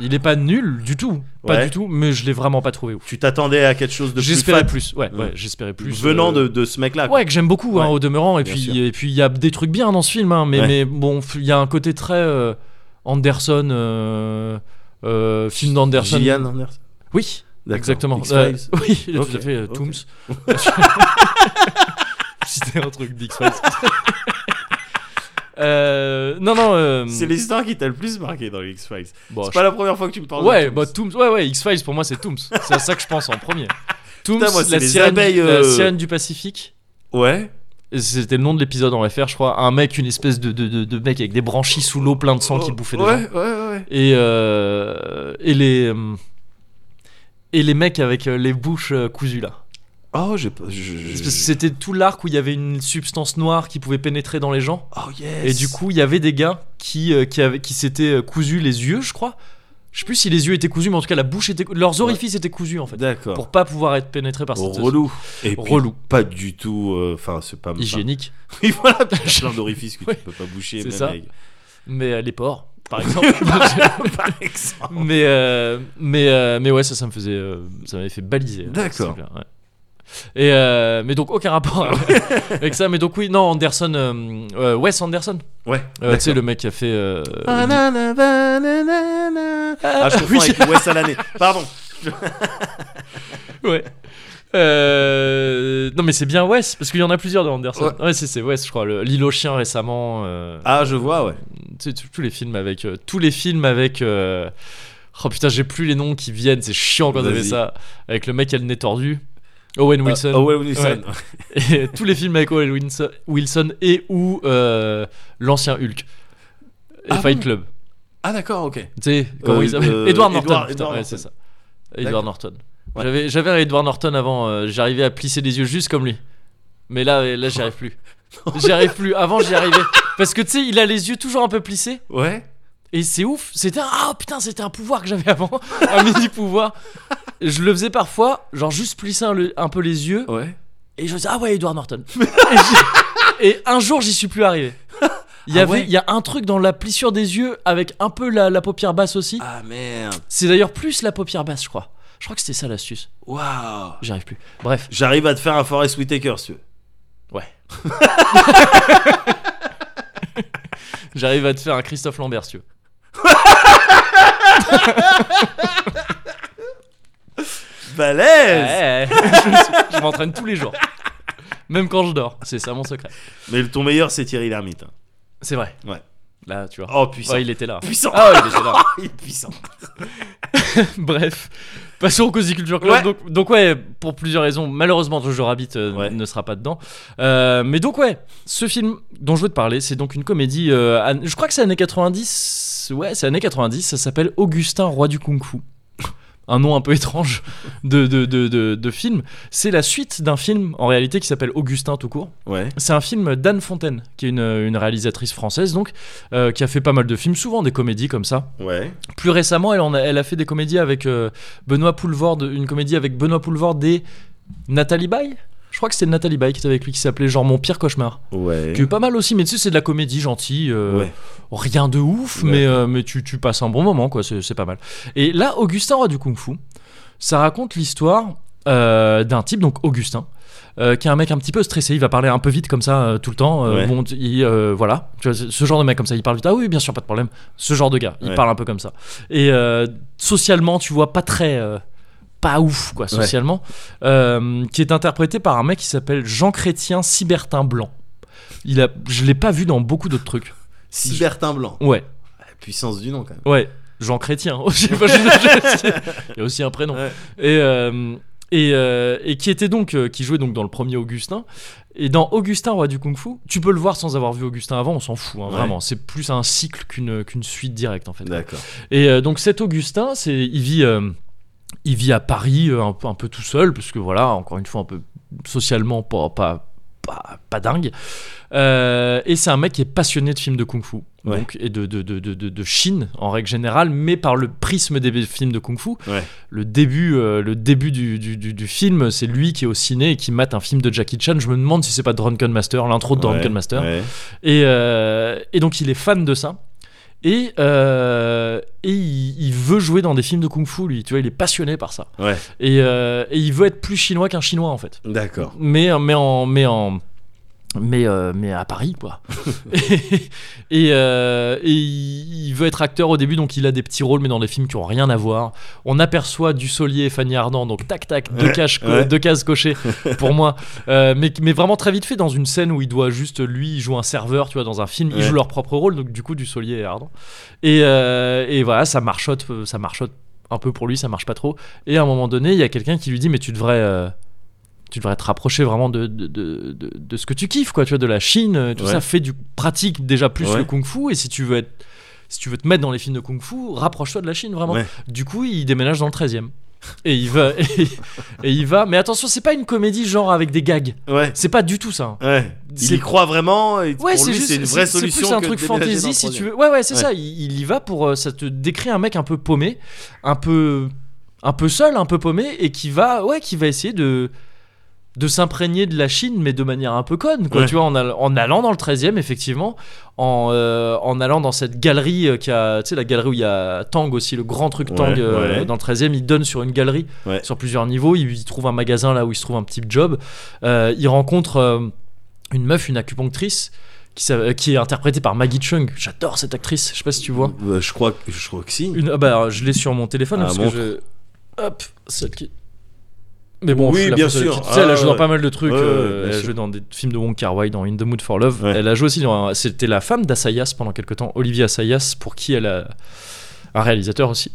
Speaker 1: Il est pas nul du tout. Pas
Speaker 2: Ouais.
Speaker 1: du tout, mais je l'ai vraiment pas trouvé ouf.
Speaker 2: Tu t'attendais à quelque chose de plus
Speaker 1: J'espérais
Speaker 2: fat,
Speaker 1: plus, ouais, ouais,
Speaker 2: Ouais.
Speaker 1: j'espérais plus.
Speaker 2: venant
Speaker 1: euh,
Speaker 2: de, de ce mec-là. quoi.
Speaker 1: Ouais, que j'aime beaucoup hein,
Speaker 2: Ah, Ouais.
Speaker 1: au demeurant. Et
Speaker 2: Bien
Speaker 1: puis,
Speaker 2: sûr.
Speaker 1: et puis il y a des trucs bien dans ce film, hein, mais,
Speaker 2: Ouais.
Speaker 1: mais bon, il y a un côté très euh, Anderson, euh, euh, film d'Anderson.
Speaker 2: Gillian Anderson.
Speaker 1: Oui,
Speaker 2: D'accord.
Speaker 1: exactement.
Speaker 2: X-Files.
Speaker 1: Euh, oui, il a
Speaker 2: Ok,
Speaker 1: tout à fait euh,
Speaker 2: ok.
Speaker 1: Tooms. C'était un truc d'X Files. non, non. euh,
Speaker 2: C'est l'histoire qui t'a le plus marqué dans les X-Files.
Speaker 1: bon, Oh,
Speaker 2: c'est
Speaker 1: je-
Speaker 2: pas la première fois que tu me parles de
Speaker 1: Ouais,
Speaker 2: Tooms.
Speaker 1: bah, Tooms. Ouais, ouais, X Files pour moi c'est Tooms. C'est à ça que je pense en premier. Tooms,
Speaker 2: Putain, moi, c'est
Speaker 1: la,
Speaker 2: les
Speaker 1: sirène,
Speaker 2: abeilles,
Speaker 1: la
Speaker 2: euh,
Speaker 1: sirène du Pacifique.
Speaker 2: Ouais.
Speaker 1: C'était le nom de l'épisode en FR, je crois. Un mec, une espèce de, de, de, de mec avec des branchies sous l'eau, plein de sang qui
Speaker 2: Oh,
Speaker 1: bouffait des gens.
Speaker 2: Ouais, ouais, ouais.
Speaker 1: Et, euh, et les. euh, Et les mecs avec euh, les bouches euh, cousues là.
Speaker 2: Oh, j'ai pas. je- je-
Speaker 1: C'est parce que C'était tout l'arc où il y avait une substance noire qui pouvait pénétrer dans les gens.
Speaker 2: Oh yes.
Speaker 1: Et du coup, il y avait des gars qui, euh, qui, avaient- qui s'étaient euh, cousus les yeux, je crois. Je sais plus si les yeux étaient cousus, mais en tout cas, la bouche était. Leurs orifices étaient cousus en fait.
Speaker 2: D'accord.
Speaker 1: Pour pas pouvoir être pénétrés par cette.
Speaker 2: relou. Et puis,
Speaker 1: Relou.
Speaker 2: Pas du tout. euh, Enfin, c'est pas.
Speaker 1: Hygiénique.
Speaker 2: enfin, Oui, voilà. Plein d'orifices que
Speaker 1: Ouais.
Speaker 2: tu peux pas boucher.
Speaker 1: C'est
Speaker 2: même
Speaker 1: ça.
Speaker 2: avec-
Speaker 1: Mais euh, les porcs, par exemple.
Speaker 2: Par exemple.
Speaker 1: mais euh, mais euh, mais ouais ça ça me faisait euh, ça m'avait fait baliser euh,
Speaker 2: D'accord.
Speaker 1: ce truc-là, ouais. et euh, mais donc aucun rapport avec ça mais donc oui non Anderson euh, euh, Wes Anderson
Speaker 2: Ouais.
Speaker 1: Euh, tu sais le mec qui a fait euh, Deep-
Speaker 2: Ah, je confonds avec Wes Alané. Pardon.
Speaker 1: ouais Euh, non mais c'est bien Wes parce qu'il y en a plusieurs de Anderson ouais, c'est c'est Wes je crois le- l'île aux chiens récemment euh,
Speaker 2: Ah, je vois, ouais.
Speaker 1: tu sais, tous tous les films avec euh, tous les films avec euh, oh putain j'ai plus les noms qui viennent c'est chiant quand on avait
Speaker 2: Vas-y.
Speaker 1: ça avec le mec qui a le nez tordu Owen Wilson
Speaker 2: Ah, Owen Wilson.
Speaker 1: Et tous les films avec Owen Wilson, Wilson et ou euh, l'ancien Hulk. Et
Speaker 2: Ah
Speaker 1: Fight
Speaker 2: bon
Speaker 1: Club.
Speaker 2: Ah, d'accord, ok.
Speaker 1: Tu sais, comment
Speaker 2: Euh,
Speaker 1: il s'appelle
Speaker 2: euh,
Speaker 1: Edward Norton.
Speaker 2: Edward-
Speaker 1: putain,
Speaker 2: Edward
Speaker 1: ouais,
Speaker 2: Norton.
Speaker 1: c'est ça.
Speaker 2: D'accord.
Speaker 1: Edward Norton.
Speaker 2: Ouais.
Speaker 1: J'avais, j'avais un Edward Norton avant, euh, j'arrivais à plisser les yeux juste comme lui. Mais là, là j'y arrive plus. j'y arrive plus. Avant, j'y arrivais. Parce que tu sais, il a les yeux toujours un peu plissés.
Speaker 2: Ouais.
Speaker 1: Et c'est ouf, c'était un... Ah putain, c'était un pouvoir que j'avais avant, un mini pouvoir. Je le faisais parfois, genre juste plisser un, le- un peu les yeux,
Speaker 2: Ouais.
Speaker 1: et je me disais, ah ouais, Edward Norton. et, j'ai- et un jour, j'y suis plus arrivé. Il y,
Speaker 2: Ah
Speaker 1: avait,
Speaker 2: ouais
Speaker 1: il y a un truc dans la plissure des yeux avec un peu la, la paupière basse aussi.
Speaker 2: Ah, merde.
Speaker 1: C'est d'ailleurs plus la paupière basse, je crois. Je crois que c'était ça l'astuce.
Speaker 2: Waouh.
Speaker 1: J'y arrive plus. Bref.
Speaker 2: J'arrive à te faire un Forest Whitaker, si tu veux.
Speaker 1: Ouais. J'arrive à te faire un Christophe Lambert, si tu veux. Ouais.
Speaker 2: Balèze
Speaker 1: je je m'entraîne tous les jours. Même quand je dors. C'est ça mon secret.
Speaker 2: Mais le ton meilleur, c'est Thierry Lhermitte. hein.
Speaker 1: C'est vrai.
Speaker 2: Ouais.
Speaker 1: Là, tu vois.
Speaker 2: Oh, puissant.
Speaker 1: Ouais, il était là.
Speaker 2: Puissant.
Speaker 1: Ah ouais, il était là.
Speaker 2: il est puissant.
Speaker 1: Bref, passons au Cozy Culture Club.
Speaker 2: Ouais.
Speaker 1: Donc, donc ouais, pour plusieurs raisons, malheureusement, Jojo Rabbit euh,
Speaker 2: Ouais.
Speaker 1: ne sera pas dedans. Euh, mais donc ouais, ce film dont je veux te parler, c'est donc une comédie. euh, an- je crois que c'est années 90. Ouais, c'est années 90. Ça s'appelle Augustin, roi du kung-fu. Un nom un peu étrange de, de, de, de, de film. C'est la suite d'un film en réalité qui s'appelle Augustin tout court.
Speaker 2: Ouais.
Speaker 1: C'est un film d'Anne Fontaine, qui est une, une réalisatrice française, donc, euh, qui a fait pas mal de films, souvent des comédies comme ça.
Speaker 2: Ouais.
Speaker 1: Plus récemment, elle, en a, elle a fait des comédies avec euh, Benoît Poulvord, une comédie avec Benoît Poulvord et Nathalie Baye Je crois que c'était Nathalie Baye qui était avec lui, qui s'appelait genre Mon pire cauchemar.
Speaker 2: Ouais.
Speaker 1: Qui est pas mal aussi, mais tu sais, c'est de la comédie gentille, euh,
Speaker 2: Ouais.
Speaker 1: rien de ouf,
Speaker 2: Ouais.
Speaker 1: mais, euh, mais tu, tu passes un bon moment, quoi, c'est c'est pas mal. Et là, Augustin Roi du Kung Fu, ça raconte l'histoire euh, d'un type, donc Augustin, euh, qui est un mec un petit peu stressé, il va parler un peu vite comme ça euh, tout le temps. euh,
Speaker 2: Ouais.
Speaker 1: bon, tu- il, euh, voilà, tu vois, ce ce genre de mec comme ça, il parle vite. Ah oui, bien sûr, pas de problème. Ce genre de gars, il
Speaker 2: Ouais.
Speaker 1: parle un peu comme ça. Et euh, socialement, tu vois, pas très. euh, pas ouf, quoi, socialement. Euh, qui est interprété par un mec qui s'appelle Jean Chrétien Cybertin Blanc. Il a, je l'ai pas vu dans beaucoup d'autres trucs.
Speaker 2: Cybertin blanc.
Speaker 1: Ouais,
Speaker 2: La puissance du nom, quand même.
Speaker 1: ouais. Jean Chrétien. Je sais pas, je- je- Il y a aussi un prénom
Speaker 2: Ouais.
Speaker 1: et, euh, et, euh, et qui était donc euh, qui jouait donc dans le premier Augustin et dans Augustin roi du kung fu tu peux le voir sans avoir vu Augustin avant on s'en fout hein,
Speaker 2: Ouais.
Speaker 1: vraiment c'est plus un cycle qu'une qu'une suite directe en fait
Speaker 2: D'accord.
Speaker 1: et euh, donc cet Augustin c'est il vit euh, il vit à Paris euh, un, peu- un peu tout seul parce que voilà encore une fois un peu socialement pas pas pas, pas dingue Euh, et c'est un mec qui est passionné de films de kung fu
Speaker 2: Ouais.
Speaker 1: donc, et de, de, de, de, de- de Chine en règle générale mais par le prisme des films de kung fu
Speaker 2: Ouais.
Speaker 1: le début, euh, le début du, du, du- du film, c'est lui qui est au ciné et qui mate un film de Jackie Chan. Je me demande si c'est pas Drunken Master, l'intro de Drunken
Speaker 2: Ouais,
Speaker 1: Master.
Speaker 2: ouais.
Speaker 1: Et, euh, et donc il est fan de ça. Et, euh, et il, il veut jouer dans des films de kung-fu, lui. Tu vois, il est passionné par ça.
Speaker 2: Ouais.
Speaker 1: Et, euh, et il veut être plus chinois qu'un chinois, en fait.
Speaker 2: D'accord.
Speaker 1: Mais, euh, mais en. Mais en mais, euh, mais à Paris, quoi. et, et, euh, et il il veut être acteur au début, donc il a des petits rôles, mais dans des films qui ont rien à voir. On aperçoit du Solier et Fanny Ardant, donc tac tac, deux,
Speaker 2: Ouais,
Speaker 1: caches co-
Speaker 2: ouais.
Speaker 1: deux cases cochées pour moi. Euh, mais, mais vraiment très vite fait, dans une scène où il doit juste, lui, il joue un serveur, tu vois, dans un film, ils
Speaker 2: Ouais.
Speaker 1: jouent leur propre rôle, donc du coup, du Solier et Ardant. Et, euh, et voilà, ça marchote, euh, ça marchote un peu pour lui, ça marche pas trop. Et à un moment donné, il y a quelqu'un qui lui dit, mais tu devrais. euh, tu devrais te rapprocher vraiment de, de, de, de- de ce que tu kiffes, quoi, tu vois, de la Chine, euh, tout
Speaker 2: Ouais.
Speaker 1: ça, fait du pratique déjà plus
Speaker 2: Ouais.
Speaker 1: le kung fu, et si tu veux être si tu veux te mettre dans les films de kung fu, rapproche-toi de la Chine vraiment.
Speaker 2: Ouais.
Speaker 1: Du coup, il déménage dans le 13e. Et il va et, et il va mais attention, c'est pas une comédie genre avec des gags.
Speaker 2: Ouais.
Speaker 1: C'est pas du tout ça. hein.
Speaker 2: Ouais. Il
Speaker 1: C'est-
Speaker 2: y croit vraiment.
Speaker 1: Ouais,
Speaker 2: Et pour
Speaker 1: c'est
Speaker 2: lui,
Speaker 1: juste
Speaker 2: c'est une vraie
Speaker 1: c'est-
Speaker 2: solution.
Speaker 1: C'est plus un
Speaker 2: que de
Speaker 1: truc
Speaker 2: déménager dans le
Speaker 1: fantasy si tu
Speaker 2: troisième.
Speaker 1: veux. Ouais ouais, c'est
Speaker 2: Ouais.
Speaker 1: ça, il, il y va pour euh, ça te décrit un mec un peu paumé, un peu un peu seul, un peu paumé et qui va ouais, qui va essayer de de s'imprégner de la Chine mais de manière un peu conne quoi
Speaker 2: Ouais.
Speaker 1: tu vois en, all- en allant dans le 13e effectivement en, euh, en allant dans cette galerie euh, qui a tu sais la galerie où il y a Tang aussi le grand truc
Speaker 2: Ouais,
Speaker 1: Tang euh,
Speaker 2: ouais.
Speaker 1: dans le 13e il donne sur une galerie
Speaker 2: Ouais.
Speaker 1: sur plusieurs niveaux il, il trouve un magasin là où il se trouve un petit job Euh, il rencontre euh, une meuf une acupunctrice qui, s'a- euh, qui est interprétée par Maggie Chung j'adore cette actrice je sais pas si tu vois
Speaker 2: Bah, je crois que je crois que si.
Speaker 1: une, ah bah, alors, je l'ai sur mon téléphone
Speaker 2: Ah,
Speaker 1: parce que
Speaker 2: montre.
Speaker 1: je hop celle qui mais bon,
Speaker 2: Oui,
Speaker 1: la
Speaker 2: bien
Speaker 1: photo de la
Speaker 2: sûr.
Speaker 1: petite- Tu sais, elle a
Speaker 2: Ah,
Speaker 1: joué dans
Speaker 2: ouais.
Speaker 1: pas mal de trucs.
Speaker 2: Ouais, ouais,
Speaker 1: euh,
Speaker 2: bien
Speaker 1: elle a
Speaker 2: sûr.
Speaker 1: joué dans des films de Wong Kar Wai, dans In the Mood for Love.
Speaker 2: Ouais.
Speaker 1: Elle a joué aussi dans. un- C'était la femme d'Assayas pendant quelque temps, Olivia Assayas, pour qui elle a un réalisateur aussi.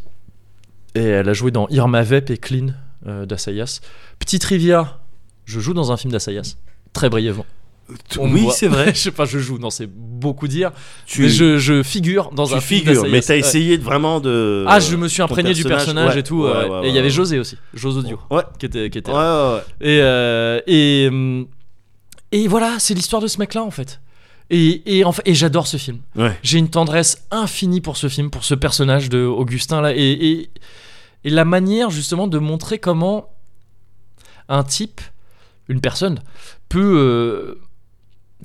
Speaker 1: Et elle a joué dans Irma Vep et Clean euh, d'Assayas. Petite Rivière, je joue dans un film d'Assayas. Très brièvement. On me
Speaker 2: oui,
Speaker 1: voit.
Speaker 2: c'est vrai.
Speaker 1: je sais pas, je joue, non, c'est beaucoup dire.
Speaker 2: Tu,
Speaker 1: mais je, je figure dans
Speaker 2: tu
Speaker 1: un film.
Speaker 2: figures, mais
Speaker 1: d'Hassayas.
Speaker 2: t'as
Speaker 1: Ouais.
Speaker 2: essayé de vraiment de.
Speaker 1: Ah, je me suis
Speaker 2: ton
Speaker 1: imprégné du personnage
Speaker 2: ouais,
Speaker 1: et tout.
Speaker 2: ouais,
Speaker 1: euh,
Speaker 2: ouais,
Speaker 1: et il y
Speaker 2: ouais,
Speaker 1: avait
Speaker 2: ouais.
Speaker 1: José aussi, José Audio,
Speaker 2: Ouais.
Speaker 1: qui était, qui était
Speaker 2: Ouais,
Speaker 1: là.
Speaker 2: ouais, ouais.
Speaker 1: Et, euh, et, hum, et voilà, c'est l'histoire de ce mec-là en fait. Et, et, en fait- et j'adore ce film.
Speaker 2: Ouais.
Speaker 1: J'ai une tendresse infinie pour ce film, pour ce personnage de Augustin là. Et, et, et la manière justement de montrer comment un type, une personne, peut. euh,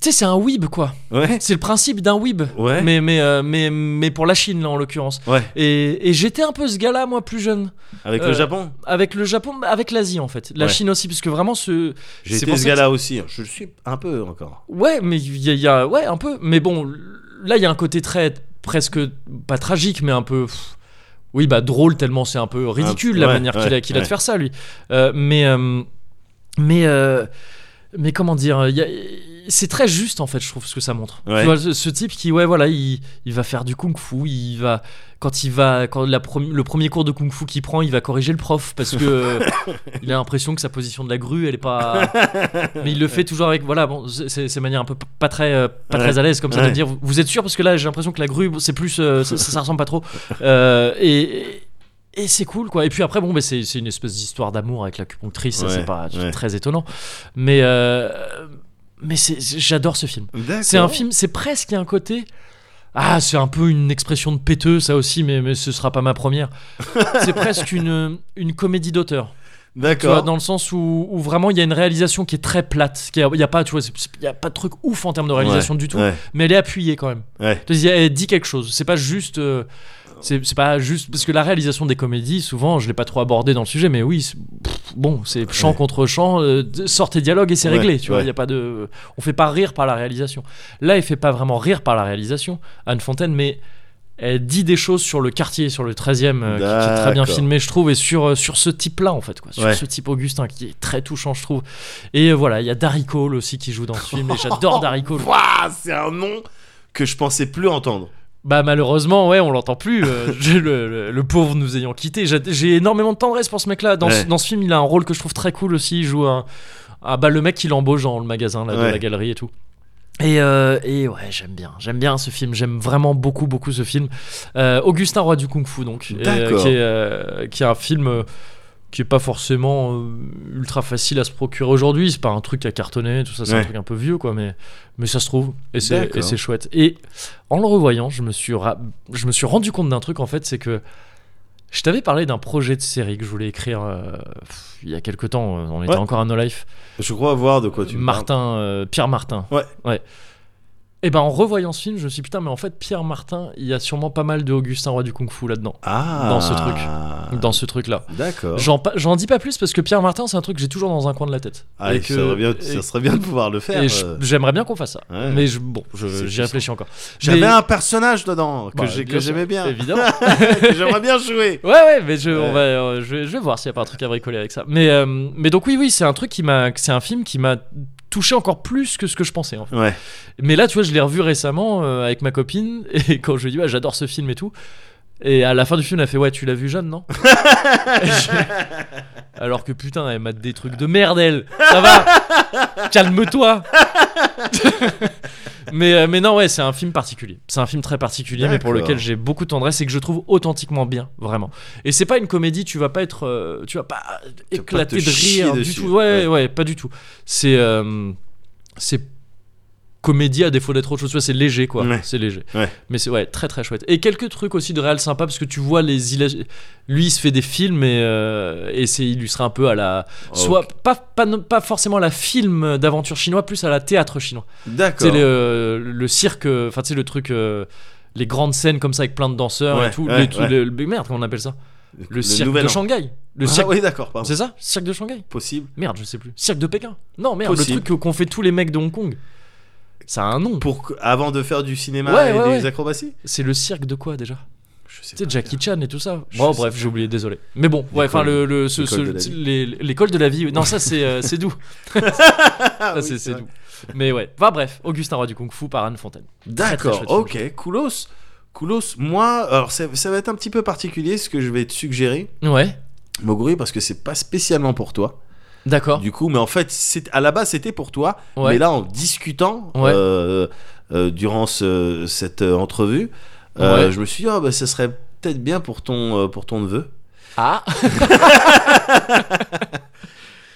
Speaker 1: Tu sais, c'est un weeb quoi.
Speaker 2: Ouais.
Speaker 1: C'est le principe d'un weeb.
Speaker 2: Ouais.
Speaker 1: Mais, mais, euh, mais, mais pour la Chine là en l'occurrence.
Speaker 2: Ouais.
Speaker 1: Et, et j'étais un peu ce gars-là, moi, plus jeune.
Speaker 2: Avec
Speaker 1: Euh,
Speaker 2: le Japon.
Speaker 1: Avec le Japon, avec l'Asie, en fait. La
Speaker 2: Ouais.
Speaker 1: Chine aussi, parce que vraiment, ce.
Speaker 2: J'ai
Speaker 1: c'est
Speaker 2: été
Speaker 1: pour
Speaker 2: ce
Speaker 1: ça que-
Speaker 2: gars-là aussi. hein. Je le suis un peu encore.
Speaker 1: Ouais, mais il y, a- il y a. Ouais, un peu. Mais bon, là, il y a un côté très. presque. pas tragique, mais un peu. pff, oui, bah drôle, tellement c'est un peu ridicule la
Speaker 2: Ah, ouais,
Speaker 1: manière qu'il a,
Speaker 2: ouais,
Speaker 1: qu'il a de
Speaker 2: ouais.
Speaker 1: faire ça, lui. Euh, mais. euh, mais. euh, mais comment dire il y a- C'est très juste, en fait, je trouve, ce que ça montre.
Speaker 2: Ouais.
Speaker 1: Tu vois, ce, ce type qui, ouais, voilà, il, il va faire du kung-fu, il va. Quand il va, quand la prom- le premier cours de kung-fu qu'il prend, il va corriger le prof parce que euh, il a l'impression que sa position de la grue, elle est pas. Mais il le fait toujours avec, voilà, bon, c'est- c'est c'est manière un peu p- pas très, euh, pas très
Speaker 2: Ouais.
Speaker 1: à l'aise comme ça de
Speaker 2: Ouais.
Speaker 1: dire. Vous, vous êtes sûr parce que là, j'ai l'impression que la grue, c'est plus, euh, ça, ça- ça ressemble pas trop. Euh, et et c'est cool quoi. Et puis après, bon, mais c'est c'est une espèce d'histoire d'amour avec l'acupunctrice, ça
Speaker 2: Ouais,
Speaker 1: c'est pas
Speaker 2: ouais.
Speaker 1: très étonnant. Mais euh, mais c'est- j'adore ce film. C'est un film, c'est presque il y a un côté. Ah, c'est un peu une expression de péteux, ça aussi, mais, mais ce sera pas ma première. c'est presque une, une comédie d'auteur. Tu vois,
Speaker 2: D'accord.
Speaker 1: dans le sens où, où vraiment il y a une réalisation qui est très plate. qui a- Il n'y a, pas, tu vois, c'est- il y a pas de truc ouf en termes de réalisation
Speaker 2: Ouais,
Speaker 1: du tout,
Speaker 2: Ouais.
Speaker 1: mais elle est appuyée quand même.
Speaker 2: Ouais.
Speaker 1: Tu vois, Elle dit quelque chose. C'est pas juste. euh, C'est c'est pas juste. Parce que la réalisation des comédies, souvent, je l'ai pas trop abordé dans le sujet, mais oui, c'est- pff, bon, c'est chant
Speaker 2: Ouais.
Speaker 1: contre chant, euh, d- sort tes dialogues et c'est
Speaker 2: Ouais,
Speaker 1: réglé, tu vois.
Speaker 2: ouais.
Speaker 1: Y a pas de... On fait pas rire par la réalisation. Là, elle fait pas vraiment rire par la réalisation, Anne Fontaine, mais elle dit des choses sur le quartier, sur le 13 e qui, qui est très bien
Speaker 2: D'accord.
Speaker 1: filmé, je trouve, et sur, euh, sur ce type-là, en fait, quoi. Sur
Speaker 2: Ouais.
Speaker 1: ce type Augustin, qui est très touchant, je trouve. Et euh, voilà, il y a Darry Cole aussi qui joue dans ce film, et j'adore Darry Cole.
Speaker 2: Ouah, c'est un nom que je pensais plus entendre.
Speaker 1: Bah malheureusement, ouais, on l'entend plus. euh, j'ai le, le- le pauvre nous ayant quitté. J'ai- J'ai énormément de tendresse pour ce mec-là. Dans, ce-
Speaker 2: Ouais.
Speaker 1: dans ce film, il a un rôle que je trouve très cool aussi. Il joue un, ah bah le mec qui l'embauche dans le magasin là, de
Speaker 2: Ouais.
Speaker 1: la galerie et tout. Et, euh, et ouais, j'aime bien, j'aime bien ce film, j'aime vraiment beaucoup, beaucoup ce film. Euh, Augustin Roi du Kung Fu, donc, et, euh,
Speaker 2: D'accord.
Speaker 1: qui, est, euh, qui est un film euh, qui est pas forcément euh, ultra facile à se procurer aujourd'hui. C'est pas un truc à cartonner, tout ça, c'est un
Speaker 2: Ouais.
Speaker 1: truc un peu vieux, quoi, mais, mais ça se trouve, et c'est
Speaker 2: D'accord.
Speaker 1: et c'est chouette. Et en le revoyant, je me suis, ra- je me suis rendu compte d'un truc, en fait, c'est que je t'avais parlé d'un projet de série que je voulais écrire euh, pff, il y a quelques temps, euh, on était
Speaker 2: Ouais.
Speaker 1: encore à No Life.
Speaker 2: Je crois voir de quoi tu me parles.
Speaker 1: Martin, euh, Pierre Martin.
Speaker 2: Ouais.
Speaker 1: Ouais. Et ben en revoyant ce film, je me suis dit, putain, mais en fait Pierre Martin, il y a sûrement pas mal de Augustin Roi du Kung Fu là-dedans,
Speaker 2: Ah.
Speaker 1: dans ce truc. dans ce truc-là.
Speaker 2: D'accord.
Speaker 1: J'en pa- j'en dis pas plus parce que Pierre Martin, c'est un truc que j'ai toujours dans un coin de la tête.
Speaker 2: Ah,
Speaker 1: Et
Speaker 2: ça,
Speaker 1: que-
Speaker 2: serait bien,
Speaker 1: et-
Speaker 2: ça serait bien de pouvoir le faire.
Speaker 1: et je-
Speaker 2: euh.
Speaker 1: j'aimerais bien qu'on fasse ça.
Speaker 2: Ouais.
Speaker 1: Mais je- bon, je-
Speaker 2: C'est
Speaker 1: j'y réfléchis encore.
Speaker 2: J'avais
Speaker 1: Mais-
Speaker 2: un personnage dedans que
Speaker 1: Bah,
Speaker 2: j'ai-
Speaker 1: bien
Speaker 2: que
Speaker 1: sûr,
Speaker 2: j'aimais bien.
Speaker 1: Évidemment.
Speaker 2: que j'aimerais bien jouer.
Speaker 1: Ouais, ouais, mais je, on
Speaker 2: Ouais.
Speaker 1: va, euh, je, vais, je vais voir s'il n'y a pas un truc à bricoler avec ça. Mais, euh, mais donc, oui, oui, c'est un truc qui m'a. C'est un film qui m'a touché encore plus que ce que je pensais. en fait.
Speaker 2: Ouais.
Speaker 1: Mais là, tu vois, je l'ai revu récemment euh, avec ma copine, et quand je lui ai dit, ouais, j'adore ce film et tout. Et à la fin du film, elle a fait, ouais, tu l'as vu jeune, non Et je- Alors que putain, elle m'a des trucs de merde, elle. Ça va Calme-toi mais, euh, mais non, ouais, c'est un film particulier. C'est un film très particulier, mais pour
Speaker 2: D'accord.
Speaker 1: lequel j'ai beaucoup de tendresse et que je trouve authentiquement bien, vraiment. Et c'est pas une comédie, tu vas pas être. euh, tu vas pas euh,
Speaker 2: Tu vas pas
Speaker 1: éclater
Speaker 2: te
Speaker 1: de
Speaker 2: chier
Speaker 1: rire du
Speaker 2: dessus.
Speaker 1: tout. Ouais, ouais,
Speaker 2: Ouais.
Speaker 1: pas du tout. C'est. euh, c'est comédie à défaut d'être autre chose, tu vois, c'est léger quoi,
Speaker 2: Ouais.
Speaker 1: c'est léger.
Speaker 2: Ouais.
Speaker 1: Mais c'est ouais, très très chouette. Et quelques trucs aussi de réel sympa parce que tu vois les illa- lui il se fait des films et, euh, et c'est illustré un peu à la
Speaker 2: Oh,
Speaker 1: soit pas, pas pas forcément à la film d'aventure chinois plus à la théâtre chinois. Tu
Speaker 2: D'accord.
Speaker 1: sais, le, euh, le cirque, euh, enfin, tu sais, le truc. euh, les grandes scènes comme ça avec plein de danseurs
Speaker 2: Ouais,
Speaker 1: et tout.
Speaker 2: ouais,
Speaker 1: les- tout-
Speaker 2: ouais.
Speaker 1: le- le- merde, comment on appelle ça Le, cirque
Speaker 2: nouvel
Speaker 1: de
Speaker 2: an.
Speaker 1: Shanghai. Le
Speaker 2: Ah
Speaker 1: cirque.
Speaker 2: oui, d'accord, pardon.
Speaker 1: C'est ça Cirque de Shanghai
Speaker 2: Possible.
Speaker 1: Merde, je sais plus. Cirque de Pékin Non, merde,
Speaker 2: Possible.
Speaker 1: le truc que- qu'on fait tous les mecs de Hong Kong. Ça a un nom.
Speaker 2: Pour que- avant de faire du cinéma
Speaker 1: Ouais,
Speaker 2: et
Speaker 1: ouais,
Speaker 2: des
Speaker 1: ouais.
Speaker 2: acrobaties.
Speaker 1: C'est le cirque de quoi déjà
Speaker 2: Je sais
Speaker 1: Tu sais,
Speaker 2: pas.
Speaker 1: Jackie Chan et tout ça.
Speaker 2: Je
Speaker 1: Bon,
Speaker 2: sais
Speaker 1: bref,
Speaker 2: pas.
Speaker 1: j'ai oublié, désolé. Mais bon, ouais, enfin, le, le- ce-
Speaker 2: l'école de la
Speaker 1: ce-
Speaker 2: vie.
Speaker 1: les- l'école de la vie. oui. Non, ça, c'est euh, c'est doux.
Speaker 2: Ah,
Speaker 1: Ça,
Speaker 2: oui,
Speaker 1: c'est- c'est
Speaker 2: vrai.
Speaker 1: doux. Mais ouais. Enfin, bref, Augustin Roi du Kung Fu par Anne Fontaine.
Speaker 2: D'accord,
Speaker 1: chouette,
Speaker 2: ok, Koulos. Koulos, moi, alors ça, ça va être un petit peu particulier ce que je vais te suggérer,
Speaker 1: Ouais,
Speaker 2: Moguri, parce que c'est pas spécialement pour toi.
Speaker 1: d'accord.
Speaker 2: Du coup, mais en fait, c'est, à la base c'était pour toi,
Speaker 1: Ouais.
Speaker 2: mais là en discutant
Speaker 1: Ouais.
Speaker 2: euh, euh, durant ce- cette euh, entrevue, euh,
Speaker 1: Ouais.
Speaker 2: je me suis dit, ah bah, ça serait peut-être bien pour ton, euh, pour ton neveu.
Speaker 1: Ah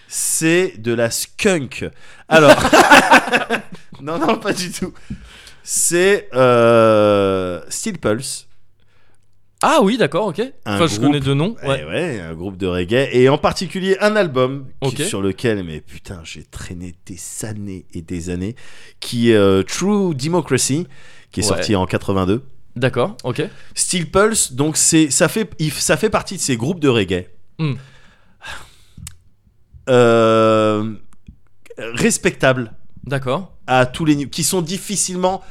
Speaker 2: C'est de la skunk. Alors. non, non, pas du tout. C'est euh, Steel Pulse.
Speaker 1: Ah oui, d'accord, ok.
Speaker 2: Un
Speaker 1: Enfin, je
Speaker 2: groupe.
Speaker 1: connais deux noms.
Speaker 2: Eh
Speaker 1: Ouais.
Speaker 2: Ouais. un groupe de reggae et en particulier un album qui-
Speaker 1: Ok.
Speaker 2: sur lequel, mais putain, j'ai traîné des années et des années, qui est euh, True Democracy, qui est
Speaker 1: Ouais.
Speaker 2: sorti en 82.
Speaker 1: D'accord, ok.
Speaker 2: Steel Pulse, donc c'est ça fait il- ça fait partie de ces groupes de reggae.
Speaker 1: Hmm.
Speaker 2: Euh, respectables
Speaker 1: D'accord.
Speaker 2: à tous les niveaux, qui sont difficilement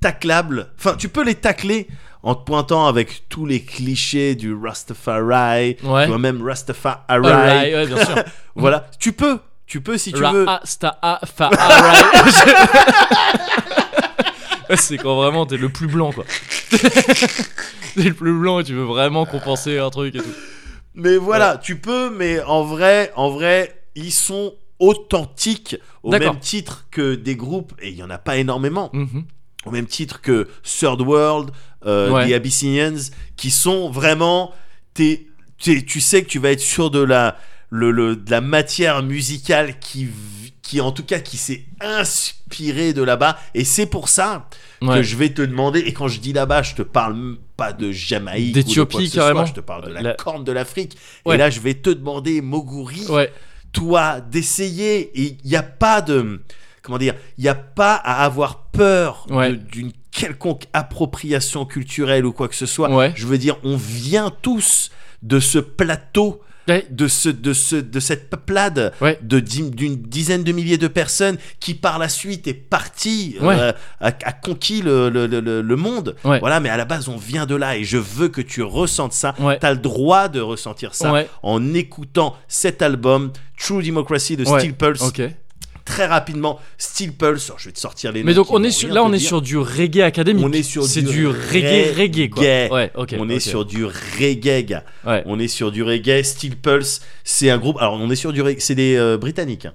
Speaker 2: taclables. Enfin, tu peux les tacler en te pointant avec tous les clichés du Rastafari,
Speaker 1: Ouais.
Speaker 2: toi même Rastafari.
Speaker 1: Alright, ouais, Ah. bien sûr.
Speaker 2: Voilà, tu peux, tu peux si tu veux.
Speaker 1: Ra-a-sta-a-fa-a-right. C'est quand vraiment t'es le plus blanc, quoi. t'es le plus blanc et tu veux vraiment compenser un truc et tout.
Speaker 2: Mais voilà, tu peux, mais en vrai, en vrai, ils sont authentiques au
Speaker 1: D'accord.
Speaker 2: même titre que des groupes et il y en a pas énormément.
Speaker 1: Mhm.
Speaker 2: Au même titre que Third World, euh,
Speaker 1: Ouais.
Speaker 2: The Abyssinians, qui sont vraiment, t'es- t'es- tu sais que tu vas être sûr de la, le, le- de la matière musicale qui, v- qui en tout cas, qui s'est inspirée de là-bas. Et c'est pour ça que
Speaker 1: Ouais.
Speaker 2: je vais te demander. Et quand je dis là-bas, je te parle même pas de Jamaïque,
Speaker 1: D'Éthiopie,
Speaker 2: ou de quoi que ce soit,
Speaker 1: carrément.
Speaker 2: je te parle de la,
Speaker 1: La-
Speaker 2: corne de l'Afrique.
Speaker 1: Ouais.
Speaker 2: Et là, je vais te demander, Moguri,
Speaker 1: Ouais.
Speaker 2: toi, d'essayer. Et il n'y a pas de. Comment dire Il n'y a pas à avoir peur de-
Speaker 1: Ouais.
Speaker 2: d'une quelconque appropriation culturelle ou quoi que ce soit.
Speaker 1: Ouais.
Speaker 2: Je veux dire, on vient tous de ce plateau
Speaker 1: Ouais.
Speaker 2: de, ce, de, ce, de cette peuplade
Speaker 1: Ouais.
Speaker 2: de dim- d'une dizaine de milliers de personnes qui par la suite est partie, euh,
Speaker 1: Ouais.
Speaker 2: a, a conquis le, le- le- le- le monde.
Speaker 1: Ouais.
Speaker 2: Voilà, mais à la base, on vient de là et je veux que tu ressentes ça.
Speaker 1: Ouais.
Speaker 2: Tu as le droit de ressentir ça
Speaker 1: Ouais.
Speaker 2: en écoutant cet album, True Democracy de
Speaker 1: Ouais.
Speaker 2: Steel Pulse.
Speaker 1: Ok.
Speaker 2: Très rapidement, Steel Pulse, Alors, je vais te sortir les noms
Speaker 1: Mais donc
Speaker 2: qui
Speaker 1: on
Speaker 2: vont
Speaker 1: est sur,
Speaker 2: rien
Speaker 1: là
Speaker 2: te
Speaker 1: on est
Speaker 2: dire.
Speaker 1: sur du reggae académique.
Speaker 2: On est sur
Speaker 1: c'est
Speaker 2: du
Speaker 1: du reggae reggae quoi.
Speaker 2: reggae.
Speaker 1: Ouais, ok.
Speaker 2: on
Speaker 1: ok.
Speaker 2: est sur du reggae, gars.
Speaker 1: Ouais.
Speaker 2: On est sur du reggae. Steel Pulse, c'est un groupe. Alors, on est sur du reggae. C'est des euh, Britanniques. hein.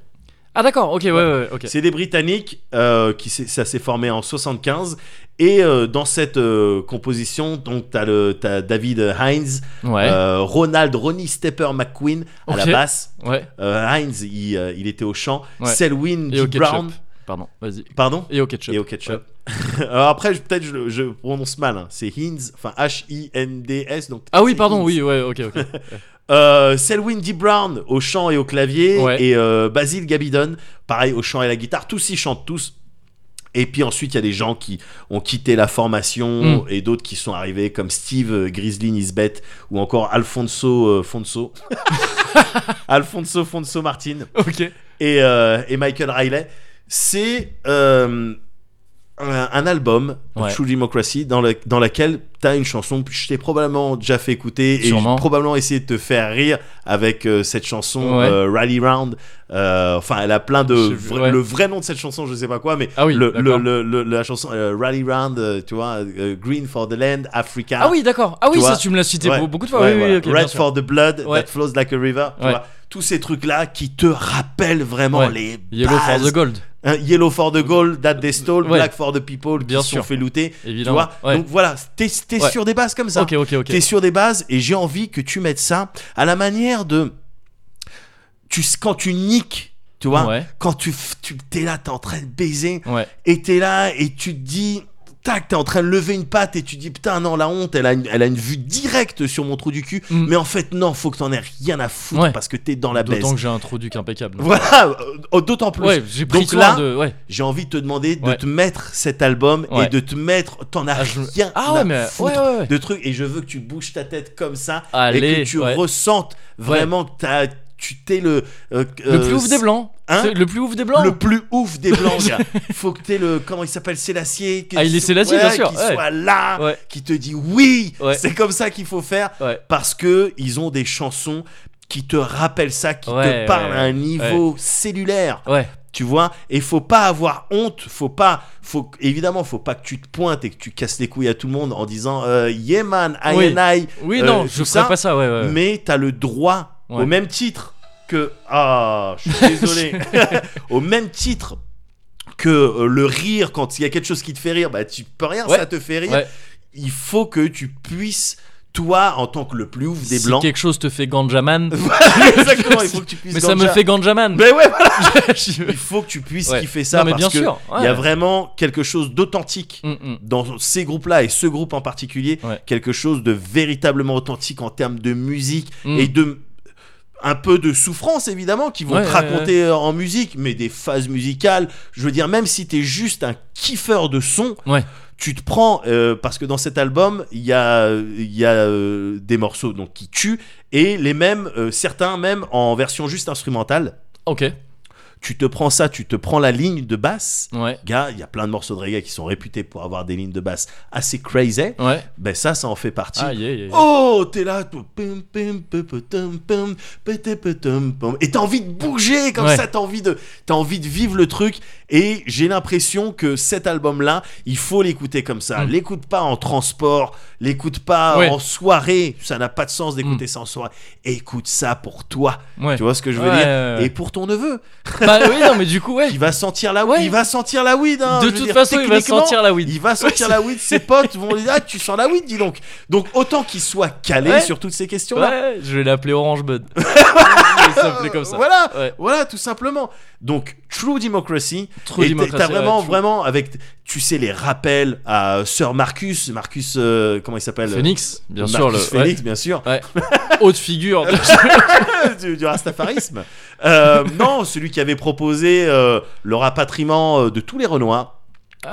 Speaker 1: Ah d'accord. Ok. Ouais, ouais. ouais, ok.
Speaker 2: C'est des Britanniques euh, qui s'est- ça s'est formé en 75 et euh, dans cette euh, composition donc t'as le t'as David Hines,
Speaker 1: Ouais.
Speaker 2: euh, Ronald Ronnie Stepper McQueen à
Speaker 1: Ok.
Speaker 2: la basse,
Speaker 1: ouais.
Speaker 2: euh, Hines il, euh, il était au chant,
Speaker 1: Ouais.
Speaker 2: Selwyn
Speaker 1: Et au
Speaker 2: D.
Speaker 1: ketchup.
Speaker 2: Brown,
Speaker 1: Pardon. Vas-y.
Speaker 2: pardon,
Speaker 1: Et au ketchup.
Speaker 2: et au ketchup. Alors après je- peut-être je, je prononce mal, hein. c'est Hines, enfin H I N D S donc
Speaker 1: Ah oui
Speaker 2: c'est
Speaker 1: pardon. Oui
Speaker 2: Hines.
Speaker 1: ouais. Ok ok.
Speaker 2: Euh, Selwyn D. Brown au chant et au clavier
Speaker 1: Ouais.
Speaker 2: et euh, Basil Gabidon pareil au chant et à la guitare tous ils chantent tous et puis ensuite il y a des gens qui ont quitté la formation
Speaker 1: Mm.
Speaker 2: et d'autres qui sont arrivés comme Steve euh, Grizzly Nisbet ou encore Alfonso euh, Fonso Alfonso Fonso Martin
Speaker 1: ok.
Speaker 2: et, euh, et Michael Riley c'est euh, un, un album
Speaker 1: Ouais.
Speaker 2: True Democracy dans, le- dans laquelle tu as une chanson que je t'ai probablement déjà fait écouter et
Speaker 1: Sûrement.
Speaker 2: j'ai probablement essayé de te faire rire avec euh, cette chanson
Speaker 1: Ouais.
Speaker 2: euh, Rally Round Euh, enfin elle a plein de
Speaker 1: J'ai vu,
Speaker 2: vra-
Speaker 1: ouais.
Speaker 2: le vrai nom de cette chanson je sais pas quoi mais
Speaker 1: Ah oui,
Speaker 2: le,
Speaker 1: d'accord.
Speaker 2: le- le- le- la chanson euh, Rally Round euh, tu vois euh, Green for the Land Africa
Speaker 1: Ah oui d'accord. Ah oui
Speaker 2: Tu vois,
Speaker 1: ça tu me l'as cité
Speaker 2: ouais,
Speaker 1: be- beaucoup de fois.
Speaker 2: ouais,
Speaker 1: oui oui.
Speaker 2: voilà.
Speaker 1: ok, bien
Speaker 2: Red
Speaker 1: sûr.
Speaker 2: for the blood
Speaker 1: Ouais.
Speaker 2: that flows like a river. tu
Speaker 1: Ouais.
Speaker 2: vois. tous ces trucs là qui te rappellent vraiment
Speaker 1: Ouais.
Speaker 2: les
Speaker 1: Yellow for
Speaker 2: bases.
Speaker 1: the gold.
Speaker 2: Hein, Yellow for the gold, that they stole,
Speaker 1: Ouais.
Speaker 2: black for the people,
Speaker 1: Bien
Speaker 2: qui se
Speaker 1: sûr.
Speaker 2: sont fait looter. Tu
Speaker 1: Évidemment.
Speaker 2: vois.
Speaker 1: Ouais.
Speaker 2: Donc voilà, t'es t'es
Speaker 1: Ouais.
Speaker 2: sur des bases comme ça.
Speaker 1: ok ok ok.
Speaker 2: T'es sur des bases et j'ai envie que tu mettes ça à la manière de. Tu, s- quand tu niques, tu vois,
Speaker 1: Ouais.
Speaker 2: quand tu, f- tu t'es là, t'es en train de baiser,
Speaker 1: Ouais.
Speaker 2: et t'es là et tu te dis tac t'es en train de lever une patte et tu te dis putain non la honte elle a une, elle a une vue directe sur mon trou du cul
Speaker 1: Mm.
Speaker 2: mais en fait non faut que t'en aies rien à foutre
Speaker 1: Ouais.
Speaker 2: parce que t'es dans la baisse
Speaker 1: D'autant que j'ai un trou du cul impeccable.
Speaker 2: voilà euh, euh, d'autant plus
Speaker 1: Ouais, j'ai pris
Speaker 2: Donc
Speaker 1: soin
Speaker 2: là,
Speaker 1: de. Ouais.
Speaker 2: j'ai envie de te demander de
Speaker 1: Ouais.
Speaker 2: te mettre cet album
Speaker 1: Ouais.
Speaker 2: et de te mettre t'en as
Speaker 1: Ah, je-
Speaker 2: rien
Speaker 1: Ah ouais,
Speaker 2: à
Speaker 1: mais.
Speaker 2: foutre
Speaker 1: Ouais, ouais, ouais.
Speaker 2: de trucs et je veux que tu bouges ta tête comme ça et
Speaker 1: Allez,
Speaker 2: que tu
Speaker 1: ouais.
Speaker 2: ressentes vraiment que t'as- tu t'es le euh,
Speaker 1: Le
Speaker 2: euh,
Speaker 1: plus ouf des blancs.
Speaker 2: hein
Speaker 1: C'est le plus ouf des blancs.
Speaker 2: le plus ouf des blancs. gars. Faut que t'aies le comment il s'appelle Sélassié. que
Speaker 1: Ah, il est
Speaker 2: tu-
Speaker 1: Sélassié,
Speaker 2: ouais,
Speaker 1: bien sûr,
Speaker 2: Qui
Speaker 1: ouais.
Speaker 2: soit là,
Speaker 1: Ouais.
Speaker 2: qui te dit oui.
Speaker 1: Ouais.
Speaker 2: C'est comme ça qu'il faut faire
Speaker 1: Ouais.
Speaker 2: parce que ils ont des chansons qui te rappellent ça, qui
Speaker 1: Ouais, ouais,
Speaker 2: te parlent à un
Speaker 1: ouais.
Speaker 2: niveau cellulaire.
Speaker 1: Ouais.
Speaker 2: Tu vois, et faut pas avoir honte, faut pas, faut évidemment, faut pas que tu te pointes et que tu casses les couilles à tout le monde en disant euh, yeah man, I
Speaker 1: Oui.
Speaker 2: and I.
Speaker 1: Oui,
Speaker 2: euh,
Speaker 1: non,
Speaker 2: tout
Speaker 1: je
Speaker 2: ça
Speaker 1: ferais pas ça, ouais, ouais.
Speaker 2: mais t'as le droit
Speaker 1: Ouais.
Speaker 2: au même titre que ah je suis désolé au même titre que euh, le rire quand il y a quelque chose qui te fait rire bah tu peux rien
Speaker 1: Ouais.
Speaker 2: ça te fait rire
Speaker 1: Ouais.
Speaker 2: il faut que tu puisses toi en tant que le plus ouf des
Speaker 1: si
Speaker 2: blancs Euh,
Speaker 1: quelque chose te fait Ganjaman.
Speaker 2: exactement il faut que tu puisses
Speaker 1: mais ça me
Speaker 2: ganja-
Speaker 1: fait Ganjaman.
Speaker 2: mais ouais voilà.
Speaker 1: Je-
Speaker 2: il faut que tu puisses
Speaker 1: Ouais.
Speaker 2: kiffer ça
Speaker 1: Non, mais
Speaker 2: parce
Speaker 1: bien
Speaker 2: que
Speaker 1: sûr,
Speaker 2: il y a
Speaker 1: ouais.
Speaker 2: vraiment quelque chose d'authentique
Speaker 1: Mm, mm.
Speaker 2: dans ces groupes-là et ce groupe en particulier,
Speaker 1: Ouais.
Speaker 2: quelque chose de véritablement authentique en termes de musique
Speaker 1: Mm.
Speaker 2: et de un peu de souffrance évidemment qu'ils vont
Speaker 1: Ouais,
Speaker 2: te
Speaker 1: ouais,
Speaker 2: raconter euh, en musique, mais des phases musicales. Je veux dire, même si t'es juste un kiffeur de son,
Speaker 1: Ouais.
Speaker 2: tu te prends euh, parce que dans cet album il y a il y a euh, des morceaux donc qui tuent et les mêmes euh, certains même en version juste instrumentale.
Speaker 1: Ok,
Speaker 2: Tu te prends ça, tu te prends la ligne de basse
Speaker 1: ouais.
Speaker 2: gars, il y a plein de morceaux de reggae qui sont réputés pour avoir des lignes de basse assez crazy.
Speaker 1: Ouais.
Speaker 2: Ben ça, ça en fait partie.
Speaker 1: Ah, yeah, yeah, yeah.
Speaker 2: Oh, t'es là, tout pum, pum, pum, pum, pum, pum, pété, pétum, pum. et t'as envie de bouger comme
Speaker 1: Ouais.
Speaker 2: ça, t'as envie de, t'as envie de vivre le truc. Et j'ai l'impression que cet album-là, il faut l'écouter comme ça.
Speaker 1: Mm.
Speaker 2: L'écoute pas en transport, l'écoute pas
Speaker 1: Ouais. Hmm.
Speaker 2: en soirée, ça n'a pas de sens d'écouter ça en soirée. Écoute ça pour toi,
Speaker 1: ouais.
Speaker 2: Oh, tu vois ce que je veux
Speaker 1: Ouais,
Speaker 2: dire,
Speaker 1: ouais, ouais.
Speaker 2: et pour ton neveu
Speaker 1: Bah oui, non, mais du coup, ouais.
Speaker 2: il va sentir la weed,
Speaker 1: Ouais.
Speaker 2: il va sentir la weed. hein,
Speaker 1: De
Speaker 2: je veux
Speaker 1: toute
Speaker 2: dire,
Speaker 1: façon, il va
Speaker 2: techniquement,
Speaker 1: sentir la weed.
Speaker 2: Il va sentir la weed. Ses potes vont lui dire, ah, tu sens la weed, dis donc. Donc autant qu'il soit calé
Speaker 1: Ouais.
Speaker 2: sur toutes ces questions-là.
Speaker 1: Ouais, je vais l'appeler Orange Bud. Il s'appelait comme ça.
Speaker 2: Voilà,
Speaker 1: Ouais.
Speaker 2: voilà, tout simplement. Donc True Democracy.
Speaker 1: True
Speaker 2: et t'as-
Speaker 1: Democracy,
Speaker 2: T'as vraiment,
Speaker 1: ouais, True.
Speaker 2: vraiment avec, tu sais, les rappels à Sir Marcus, Marcus, euh, comment il s'appelle
Speaker 1: Phoenix, bien
Speaker 2: Marcus
Speaker 1: sûr. Le...
Speaker 2: Phoenix, bien sûr.
Speaker 1: Ouais. ouais. Haute figure.
Speaker 2: du, du rastafarisme. Euh, non, celui qui avait proposé euh, le rapatriement euh, de tous les Renois.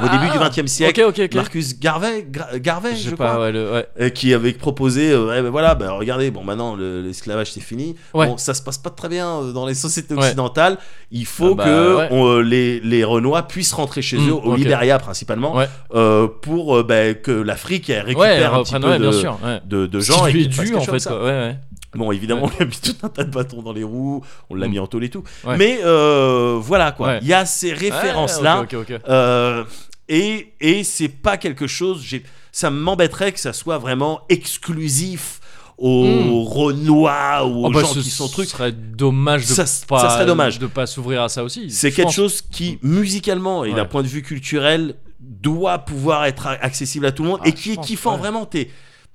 Speaker 2: au début du XXe siècle.
Speaker 1: Ah, Ok, ok, ok.
Speaker 2: Marcus Garvey, Gra- Garvey,
Speaker 1: je
Speaker 2: je,
Speaker 1: sais
Speaker 2: crois.
Speaker 1: pas, ouais, le- ouais.
Speaker 2: Et euh, qui avait proposé, euh, ouais, ben voilà, ben regardez, bon maintenant le- l'esclavage c'est fini.
Speaker 1: Ouais.
Speaker 2: Bon, ça se passe pas très bien euh, dans les sociétés
Speaker 1: Ouais.
Speaker 2: occidentales. Il faut
Speaker 1: Ah bah,
Speaker 2: que
Speaker 1: ouais.
Speaker 2: on, euh, les, les Renois puissent rentrer chez
Speaker 1: Mm,
Speaker 2: eux, au
Speaker 1: ok.
Speaker 2: Libéria principalement,
Speaker 1: Ouais.
Speaker 2: euh, pour euh, ben, que l'Afrique elle récupère
Speaker 1: Ouais,
Speaker 2: un petit
Speaker 1: reprennent,
Speaker 2: peu
Speaker 1: ouais,
Speaker 2: de,
Speaker 1: bien sûr. Ouais.
Speaker 2: de, de gens.
Speaker 1: Ce qui lui
Speaker 2: et
Speaker 1: est
Speaker 2: qu'il fasse
Speaker 1: dû,
Speaker 2: quelque
Speaker 1: en
Speaker 2: chose comme
Speaker 1: fait,
Speaker 2: ça.
Speaker 1: quoi. Ouais, ouais.
Speaker 2: Bon, évidemment, on lui a mis tout un tas de bâtons dans les roues, on l'a
Speaker 1: Mm.
Speaker 2: mis en tôle et tout.
Speaker 1: Ouais.
Speaker 2: Mais euh, voilà quoi, il
Speaker 1: Ouais.
Speaker 2: y a ces références-là.
Speaker 1: Ouais, ok, ok, ok.
Speaker 2: Euh, et et c'est pas quelque chose. j'ai- Ça m'embêterait que ça soit vraiment exclusif aux
Speaker 1: Mm.
Speaker 2: Renois ou aux
Speaker 1: Ah bah,
Speaker 2: gens
Speaker 1: ce
Speaker 2: qui sont trucs.
Speaker 1: serait dommage de
Speaker 2: Ça s-
Speaker 1: pas,
Speaker 2: ça serait dommage.
Speaker 1: de pas s'ouvrir à ça aussi.
Speaker 2: C'est
Speaker 1: je
Speaker 2: quelque
Speaker 1: pense.
Speaker 2: chose qui, musicalement et d'un
Speaker 1: Ouais.
Speaker 2: point de vue culturel, doit pouvoir être a- accessible à tout le monde
Speaker 1: Ah,
Speaker 2: et qui
Speaker 1: je
Speaker 2: est
Speaker 1: pense,
Speaker 2: kiffant
Speaker 1: ouais.
Speaker 2: vraiment. T'es-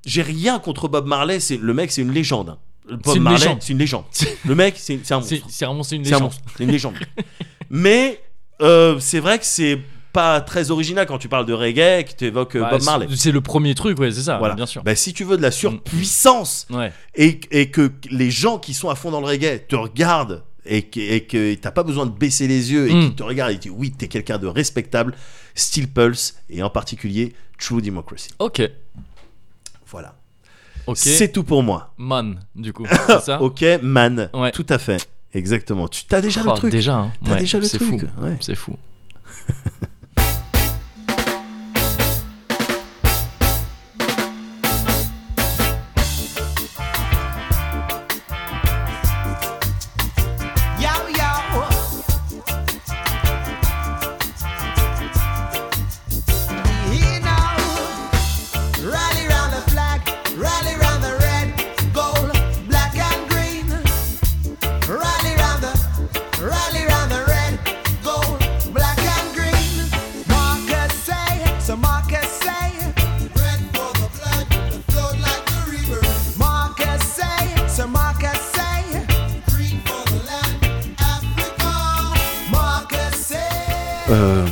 Speaker 2: J'ai rien contre Bob Marley. C'est le mec, c'est une légende. Bob
Speaker 1: une
Speaker 2: Marley,
Speaker 1: légende.
Speaker 2: c'est une légende. Le mec, c'est c'est un monstre.
Speaker 1: C'est c'est vraiment c'est une
Speaker 2: C'est un
Speaker 1: légende.
Speaker 2: monstre, c'est une légende. Mais euh, c'est vrai que c'est pas très original quand tu parles de reggae, que tu évoques
Speaker 1: Bah,
Speaker 2: Bob Marley.
Speaker 1: c'est- C'est le premier truc, ouais, c'est ça,
Speaker 2: Voilà. Ben,
Speaker 1: bien sûr. Mm.
Speaker 2: Bah, si tu veux de la surpuissance
Speaker 1: Ouais.
Speaker 2: et, et que les gens qui sont à fond dans le reggae te regardent et que et que t'as pas besoin de baisser les yeux et
Speaker 1: Mm.
Speaker 2: qu'ils te regardent et tu oui, t'es quelqu'un de respectable, Steel Pulse et en particulier True Democracy.
Speaker 1: Ok,
Speaker 2: Voilà.
Speaker 1: ok.
Speaker 2: C'est tout pour moi.
Speaker 1: Man, du coup. C'est ça
Speaker 2: Ok, man.
Speaker 1: Ouais.
Speaker 2: Tout à fait. Exactement. Tu t'as déjà
Speaker 1: Oh,
Speaker 2: le truc.
Speaker 1: Déjà, hein.
Speaker 2: T'as
Speaker 1: Ouais,
Speaker 2: déjà le
Speaker 1: c'est
Speaker 2: truc.
Speaker 1: fou.
Speaker 2: Ouais.
Speaker 1: C'est fou.
Speaker 3: Yo, yo. Here now. Rally round the flag, rally round the red, gold, black and green. Rally round the, rally round the red, gold, black and green. Marcus say, so Marcus say. Red for the blood that flowed like the river. Marcus say, so Marcus say. Green for the land, Africa. Marcus say.
Speaker 2: Euh,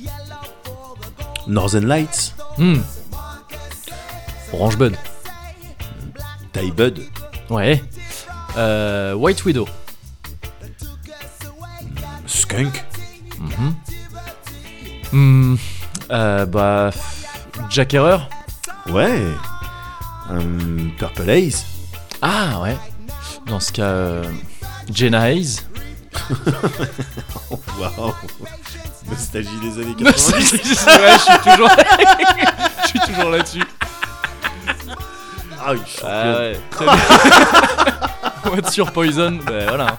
Speaker 3: Yellow for the gold.
Speaker 2: Northern Lights,
Speaker 1: Hmm. Orange Bud.
Speaker 2: Ty Bud.
Speaker 1: Ouais. Euh, White Widow.
Speaker 2: Skunk.
Speaker 1: Hmm. Euh, bah. pff, Jack Herrer.
Speaker 2: Ouais. Hum, Purple Haze.
Speaker 1: Ah ouais. Dans ce cas, euh, Jenna Hayes.
Speaker 2: Waouh. Nostalgie des années
Speaker 1: ouais, je suis toujours, je suis toujours là-dessus.
Speaker 2: Ah, il chante
Speaker 1: Ah
Speaker 2: bien.
Speaker 1: ouais. Très bien. What's your poison Ben voilà.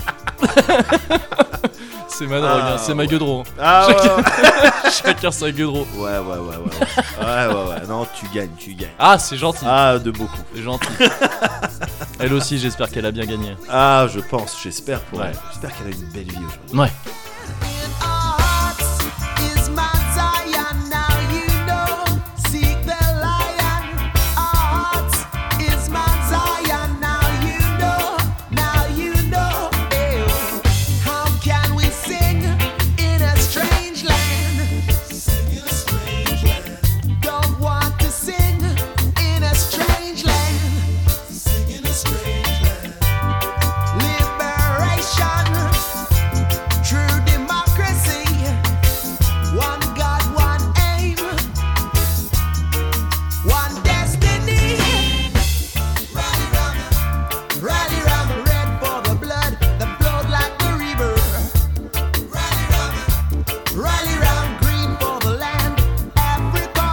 Speaker 1: c'est ma drogue,
Speaker 2: Ah,
Speaker 1: hein, c'est ma
Speaker 2: ouais.
Speaker 1: gueudron.
Speaker 2: Ah, ouais, ouais,
Speaker 1: Chacun sa gueudron.
Speaker 2: ouais, ouais, ouais, ouais, ouais, ouais, ouais, ouais, non, tu gagnes, tu gagnes.
Speaker 1: Ah, c'est gentil.
Speaker 2: Ah, de beaucoup.
Speaker 1: C'est gentil. Elle aussi, j'espère qu'elle a bien gagné.
Speaker 2: Ah, je pense, j'espère pour
Speaker 1: Ouais.
Speaker 2: elle. J'espère qu'elle a une belle vie aujourd'hui.
Speaker 1: Ouais.
Speaker 3: Liberation True democracy, one God, one aim, one destiny. Rally round the, rally round the red for the blood that flowed like the river. Rally round the, rally round green for the land, Africa.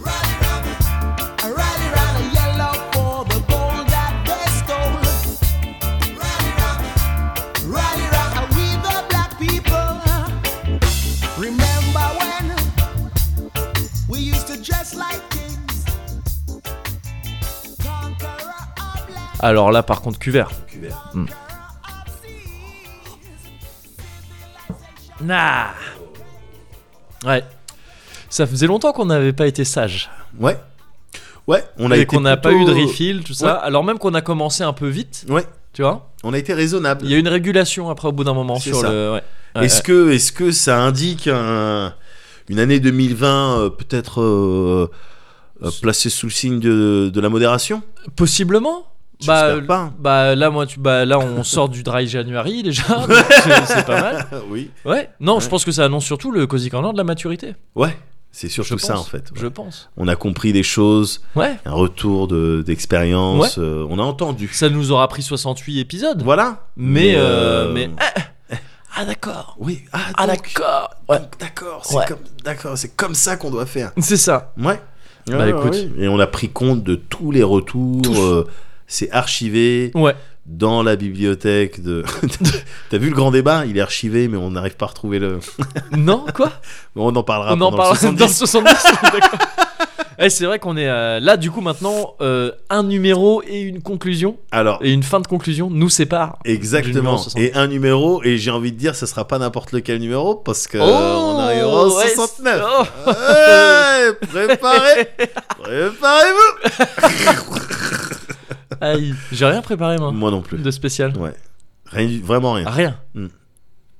Speaker 3: Rally round the, rally round the yellow for the gold that they stole. Rally round the. Rally round with the black people. Remember when we used to dress like kings? Conqueror of land,
Speaker 1: Alors là, par contre, cuvert. Hmm.
Speaker 2: Cuvert.
Speaker 3: of seas.
Speaker 1: Nah. Ouais. Ça faisait longtemps qu'on n'avait pas été sage.
Speaker 2: Ouais. Ouais, on a
Speaker 1: et
Speaker 2: été.
Speaker 1: qu'on n'a pas eu
Speaker 2: plutôt-
Speaker 1: de refill, tout ça. Alors même qu'on a commencé un peu vite,
Speaker 2: Ouais,
Speaker 1: tu vois.
Speaker 2: on a été raisonnable.
Speaker 1: Il y a une régulation après au bout d'un moment
Speaker 2: C'est
Speaker 1: sur
Speaker 2: ça.
Speaker 1: le. ouais. Ouais,
Speaker 2: Est-ce que, est-ce que ça indique un- une année 2020 euh, peut-être euh, euh, placée sous le signe de, de la modération
Speaker 1: ouais. Possiblement. Bah,
Speaker 2: J'espère pas.
Speaker 1: bah là moi tu bah là on sort du dry January déjà donc c'est c'est pas mal
Speaker 2: oui.
Speaker 1: ouais non je pense que ça annonce surtout le Cozy Corner de la maturité
Speaker 2: Ouais, c'est surtout
Speaker 1: je
Speaker 2: ça
Speaker 1: pense.
Speaker 2: en fait.
Speaker 1: je pense
Speaker 2: On a compris des choses,
Speaker 1: ouais
Speaker 2: un retour de- d'expérience, euh, on a entendu.
Speaker 1: ça nous aura pris 68 épisodes
Speaker 2: Voilà.
Speaker 1: mais euh,
Speaker 2: euh,
Speaker 1: mais ah, ah, d'accord
Speaker 2: Oui, ah,
Speaker 1: ah
Speaker 2: donc,
Speaker 1: d'accord ouais
Speaker 2: donc, d'accord, c'est
Speaker 1: Ouais.
Speaker 2: comme, d'accord, c'est comme ça qu'on doit faire.
Speaker 1: c'est ça
Speaker 2: Ouais.
Speaker 1: Bah,
Speaker 2: Ouais,
Speaker 1: écoute.
Speaker 2: ouais, ouais. Et on a pris compte de tous les retours.
Speaker 1: Tous.
Speaker 2: euh, c'est archivé
Speaker 1: ouais
Speaker 2: dans la bibliothèque de. T'as vu le grand débat Il est archivé, mais on n'arrive pas à retrouver le.
Speaker 1: non quoi
Speaker 2: On en parlera.
Speaker 1: on en
Speaker 2: Ah, pendant
Speaker 1: parle
Speaker 2: Le 70.
Speaker 1: dans 70 d'accord. Eh, c'est vrai qu'on est euh, là du coup maintenant euh, un numéro et une conclusion
Speaker 2: Alors,
Speaker 1: et une fin de conclusion nous séparent Du numéro
Speaker 2: Exactement.
Speaker 1: 70.
Speaker 2: Et un numéro, et j'ai envie de dire, ce sera pas n'importe lequel numéro, parce que
Speaker 1: Oh,
Speaker 2: Euh, on arrivera au
Speaker 1: ouais,
Speaker 2: 69.
Speaker 1: oh.
Speaker 2: Ouais, préparez, préparez-vous.
Speaker 1: Aïe, j'ai rien préparé moi
Speaker 2: Moi non plus.
Speaker 1: de spécial.
Speaker 2: Ouais, rien, du- vraiment rien.
Speaker 1: Rien.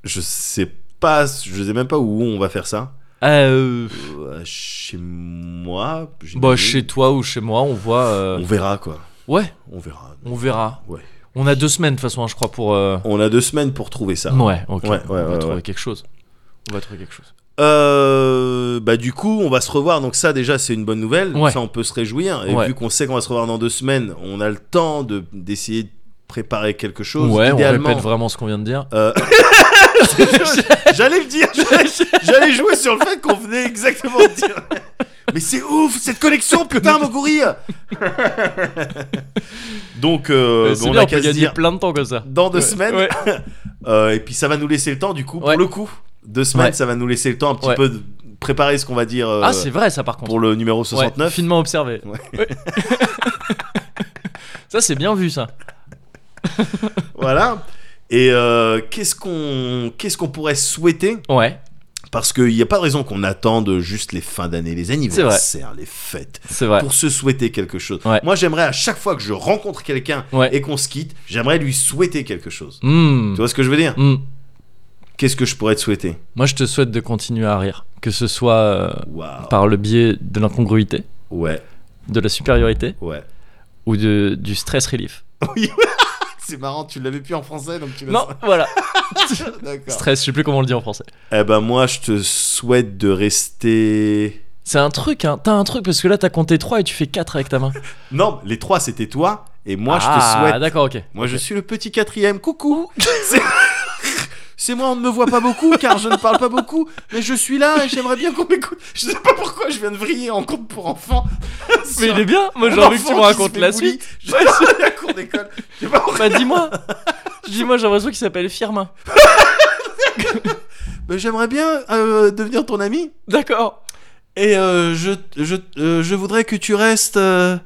Speaker 2: Je sais pas, je sais même pas où on va faire ça.
Speaker 1: Euh,
Speaker 2: Euh, chez moi. j'ai une
Speaker 1: bah
Speaker 2: idée.
Speaker 1: chez toi ou chez moi, on voit. euh,
Speaker 2: On verra quoi.
Speaker 1: Ouais,
Speaker 2: On verra.
Speaker 1: on verra.
Speaker 2: Ouais.
Speaker 1: On a deux semaines de toute façon, hein, je crois pour. euh,
Speaker 2: On a deux semaines pour trouver ça.
Speaker 1: Ouais, ok.
Speaker 2: Ouais, ouais,
Speaker 1: on va
Speaker 2: ouais,
Speaker 1: trouver
Speaker 2: ouais.
Speaker 1: quelque chose. On va trouver quelque chose.
Speaker 2: Euh, bah du coup, on va se revoir. Donc ça déjà, c'est une bonne nouvelle.
Speaker 1: Ouais.
Speaker 2: Ça, on peut se réjouir. Et
Speaker 1: Ouais.
Speaker 2: vu qu'on sait qu'on va se revoir dans deux semaines, on a le temps de d'essayer de préparer quelque chose.
Speaker 1: ouais, on
Speaker 2: idéalement.
Speaker 1: répète vraiment ce qu'on vient de dire.
Speaker 2: Euh, J'allais le dire. j'allais- J'allais jouer sur le fait qu'on venait exactement de dire. Mais c'est ouf cette connexion, putain, Moguri. donc, euh,
Speaker 1: Euh,
Speaker 2: bah,
Speaker 1: c'est
Speaker 2: on
Speaker 1: bien,
Speaker 2: a
Speaker 1: on
Speaker 2: qu'à
Speaker 1: peut
Speaker 2: se
Speaker 1: gagner
Speaker 2: dire
Speaker 1: plein de temps comme ça.
Speaker 2: dans deux
Speaker 1: Ouais,
Speaker 2: semaines.
Speaker 1: ouais.
Speaker 2: Euh, et puis ça va nous laisser le temps du coup
Speaker 1: Ouais.
Speaker 2: pour le coup. Deux semaines,
Speaker 1: Ouais.
Speaker 2: ça va nous laisser le temps un petit
Speaker 1: Ouais.
Speaker 2: peu de préparer ce qu'on va dire euh,
Speaker 1: ah, c'est vrai ça par contre.
Speaker 2: pour le numéro
Speaker 1: Ouais,
Speaker 2: 69.
Speaker 1: finement observé.
Speaker 2: Ouais.
Speaker 1: Ouais. ça c'est bien vu ça.
Speaker 2: Voilà. Et euh, qu'est-ce qu'on qu'est-ce qu'on pourrait souhaiter
Speaker 1: Ouais,
Speaker 2: Parce qu'il n'y a pas de raison qu'on attende juste les fins d'année, les anniversaires, les fêtes,
Speaker 1: c'est vrai.
Speaker 2: pour se souhaiter quelque chose.
Speaker 1: Ouais.
Speaker 2: Moi, j'aimerais à chaque fois que je rencontre quelqu'un
Speaker 1: Ouais.
Speaker 2: et qu'on se quitte, j'aimerais lui souhaiter quelque chose.
Speaker 1: Hmm,
Speaker 2: Tu vois ce que je veux dire
Speaker 1: hmm.
Speaker 2: Qu'est-ce que je pourrais te souhaiter
Speaker 1: Moi je te souhaite de continuer à rire, que ce soit euh,
Speaker 2: Waouh.
Speaker 1: par le biais de l'incongruité,
Speaker 2: Ouais,
Speaker 1: de la supériorité
Speaker 2: ouais.
Speaker 1: ou de, du stress relief.
Speaker 2: C'est marrant, tu l'avais plus en français, donc tu l'as.
Speaker 1: Non, voilà.
Speaker 2: D'accord.
Speaker 1: stress, je sais plus comment on le dit en français.
Speaker 2: Eh ben moi, je te souhaite de rester.
Speaker 1: C'est un truc, hein. T'as un truc parce que là t'as compté 3 et tu fais 4 avec ta main.
Speaker 2: Non, les trois c'était toi et moi
Speaker 1: ah,
Speaker 2: je te souhaite.
Speaker 1: d'accord, ok.
Speaker 2: Moi je suis le petit quatrième. Coucou. C'est- C'est moi, on ne me voit pas beaucoup car je ne parle pas beaucoup, mais je suis là et j'aimerais bien qu'on m'écoute. Je sais pas pourquoi je viens de vriller en compte pour enfants.
Speaker 1: Mais
Speaker 2: Sur
Speaker 1: il est bien. Moi
Speaker 2: un
Speaker 1: j'ai envie que tu me
Speaker 2: enfant qui
Speaker 1: racontes
Speaker 2: se fait
Speaker 1: la
Speaker 2: bully.
Speaker 1: suite.
Speaker 2: Je suis à cours d'école. Je sais pas pourquoi.
Speaker 1: Bah dis-moi. dis-moi, j'ai l'impression qu'il s'appelle Firmin.
Speaker 2: Mais j'aimerais bien euh, devenir ton ami.
Speaker 1: D'accord.
Speaker 2: Et euh, je, je, euh, je voudrais que tu restes. euh,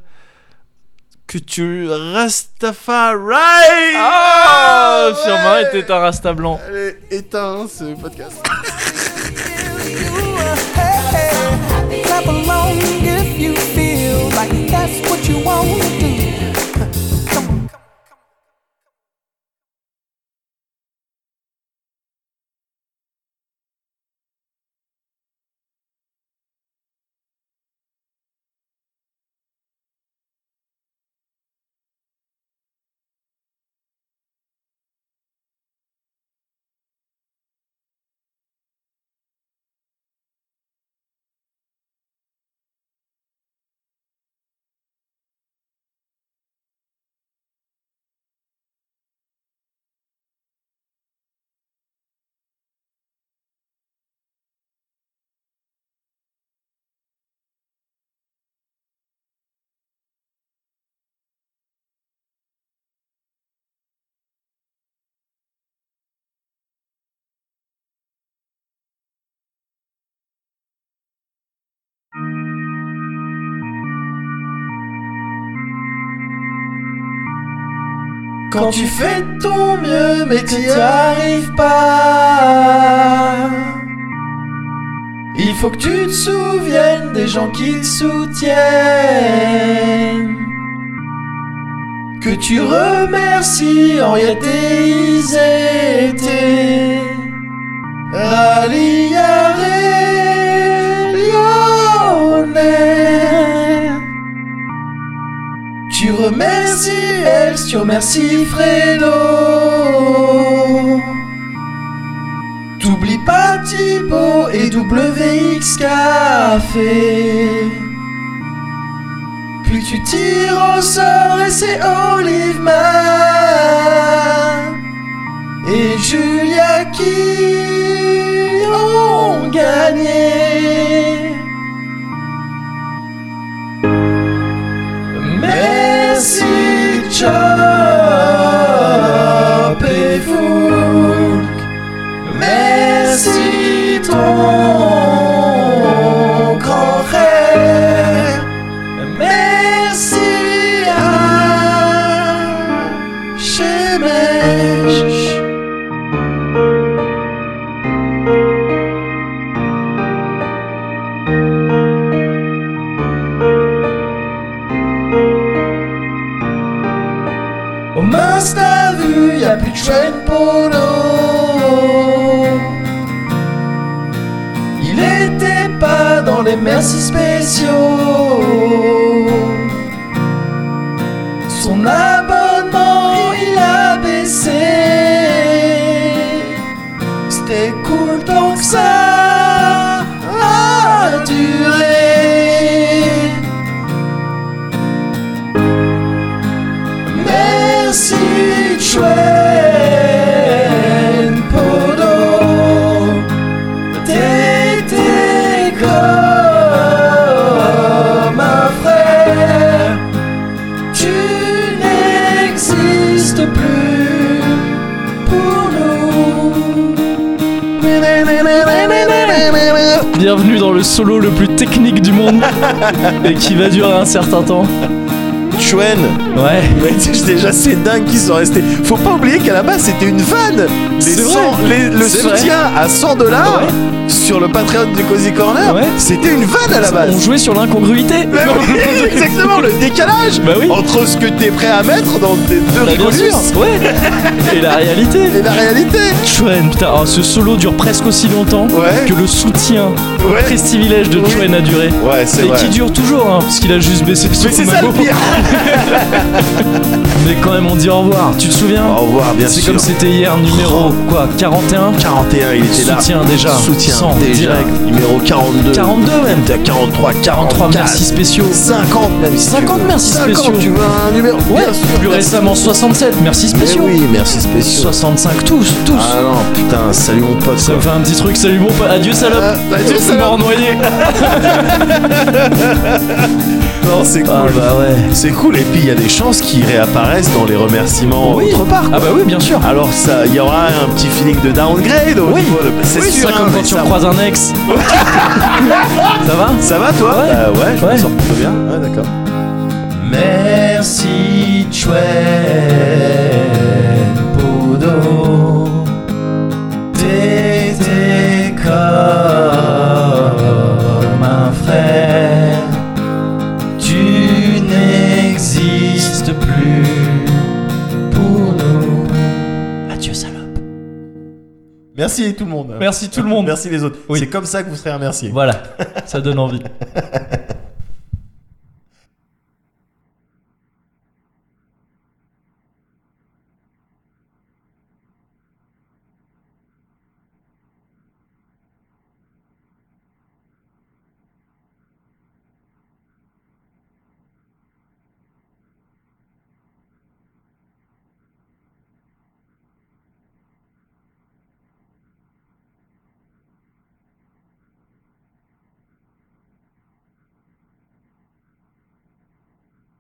Speaker 2: que tu restes à Eh
Speaker 1: Ah, Firmin était un rasta blanc.
Speaker 2: Allez, éteins ce podcast.
Speaker 3: Clap along if you feel like that's what you want to do.
Speaker 2: Quand tu fais de ton mieux, mais t'y arrives pas. Il faut que tu te souviennes des gens qui te soutiennent. Que tu remercies Henriette et Isette. Ralliare, Lyonnais. Tu
Speaker 7: remercie, elle surmercie Fredo. T'oublie pas Thibaut et WX Café. Puis tu tires au sort et c'est Olive Man et Julia qui ont gagné. Merci Chop et Fouk. Merci ton grand frère. Merci à Shemesh. Au mince t'as vu, y'a plus de train polo. Il était pas dans les merci spéciaux. Son abonnement il a baissé. C'était cool tant que ça a duré. Merci Chuen Podo T'étais comme un frère Tu n'existes plus pour nous
Speaker 1: Bienvenue dans le solo le plus technique du monde et qui va durer un certain temps.
Speaker 2: Chuen
Speaker 1: Ouais.
Speaker 2: Mais tu sais, déjà, c'est dingue qu'ils sont restés. Faut pas oublier qu'à la base, c'était une vanne. Les
Speaker 1: C'est
Speaker 2: 100
Speaker 1: vrai.
Speaker 2: les- le
Speaker 1: C'est
Speaker 2: soutien à 100 dollars
Speaker 1: Ouais.
Speaker 2: sur le Patreon du Cozy Corner,
Speaker 1: Ouais.
Speaker 2: c'était une vanne à la
Speaker 1: On
Speaker 2: base.
Speaker 1: jouait sur l'incongruité.
Speaker 2: Mais oui, exactement, le décalage
Speaker 1: Bah oui.
Speaker 2: entre ce que t'es prêt à mettre dans tes deux
Speaker 1: Bah, bien
Speaker 2: rigolures
Speaker 1: sûr. Ouais. Et la réalité.
Speaker 2: et la réalité.
Speaker 1: Chuen, putain, alors, ce solo dure presque aussi longtemps
Speaker 2: Ouais.
Speaker 1: que le soutien
Speaker 2: Ouais.
Speaker 1: prestivilège de
Speaker 2: Oui.
Speaker 1: Chuen a duré.
Speaker 2: Ouais, c'est
Speaker 1: Et
Speaker 2: vrai.
Speaker 1: qui dure toujours, hein, parce qu'il a juste baissé son
Speaker 2: Mais c'est ça le
Speaker 1: magot.
Speaker 2: pire.
Speaker 1: Mais quand même, on dit au revoir. Tu te souviens
Speaker 2: Au revoir, Oh, bien
Speaker 1: C'est
Speaker 2: sûr.
Speaker 1: comme c'était hier, numéro quoi 41
Speaker 2: 41, il était là.
Speaker 1: Soutien déjà.
Speaker 2: Soutien
Speaker 1: 100,
Speaker 2: déjà.
Speaker 1: direct.
Speaker 2: Numéro 42.
Speaker 1: 42 même.
Speaker 2: T'as 43,
Speaker 1: 43
Speaker 2: 43,
Speaker 1: merci spéciaux.
Speaker 2: 50 même si tu
Speaker 1: 50
Speaker 2: veux.
Speaker 1: merci
Speaker 2: 50,
Speaker 1: spéciaux.
Speaker 2: tu veux un numéro
Speaker 1: Ouais,
Speaker 2: Bien sûr,
Speaker 1: plus
Speaker 2: merci.
Speaker 1: récemment 67, merci
Speaker 2: Mais
Speaker 1: spéciaux.
Speaker 2: Eh oui, merci spéciaux.
Speaker 1: 65 tous, tous.
Speaker 2: Ah non, putain, salut mon pote.
Speaker 1: Ça me fait un petit truc, salut bon, pa- adieu salope.
Speaker 2: Ah, adieu, salope.
Speaker 1: Mort noyé.
Speaker 2: Non, c'est cool.
Speaker 1: Ah bah ouais.
Speaker 2: C'est cool, et puis il y a des chances qui réapparaissent dans les remerciements
Speaker 1: Oui.
Speaker 2: autre part. quoi.
Speaker 1: Ah bah oui, bien sûr.
Speaker 2: Alors ça, il y aura un petit feeling de downgrade au
Speaker 1: Oui.
Speaker 2: niveau de- c'est
Speaker 1: Oui,
Speaker 2: sûr.
Speaker 1: ça,
Speaker 2: hein,
Speaker 1: comme
Speaker 2: mais
Speaker 1: quand tu
Speaker 2: ça-
Speaker 1: croises un ex. ça va
Speaker 2: Ça va toi
Speaker 1: Ouais.
Speaker 2: Bah ouais, je
Speaker 1: Ouais.
Speaker 2: me sens plutôt bien. Ouais, d'accord.
Speaker 7: Merci Chuen Podo T'étais comme un frère Tu n'existes plus pour nous Adieu salope
Speaker 2: Merci tout le monde.
Speaker 1: Merci tout le monde.
Speaker 2: Merci les autres.
Speaker 1: Oui.
Speaker 2: C'est comme ça que vous serez remerciés.
Speaker 1: Voilà, ça donne envie.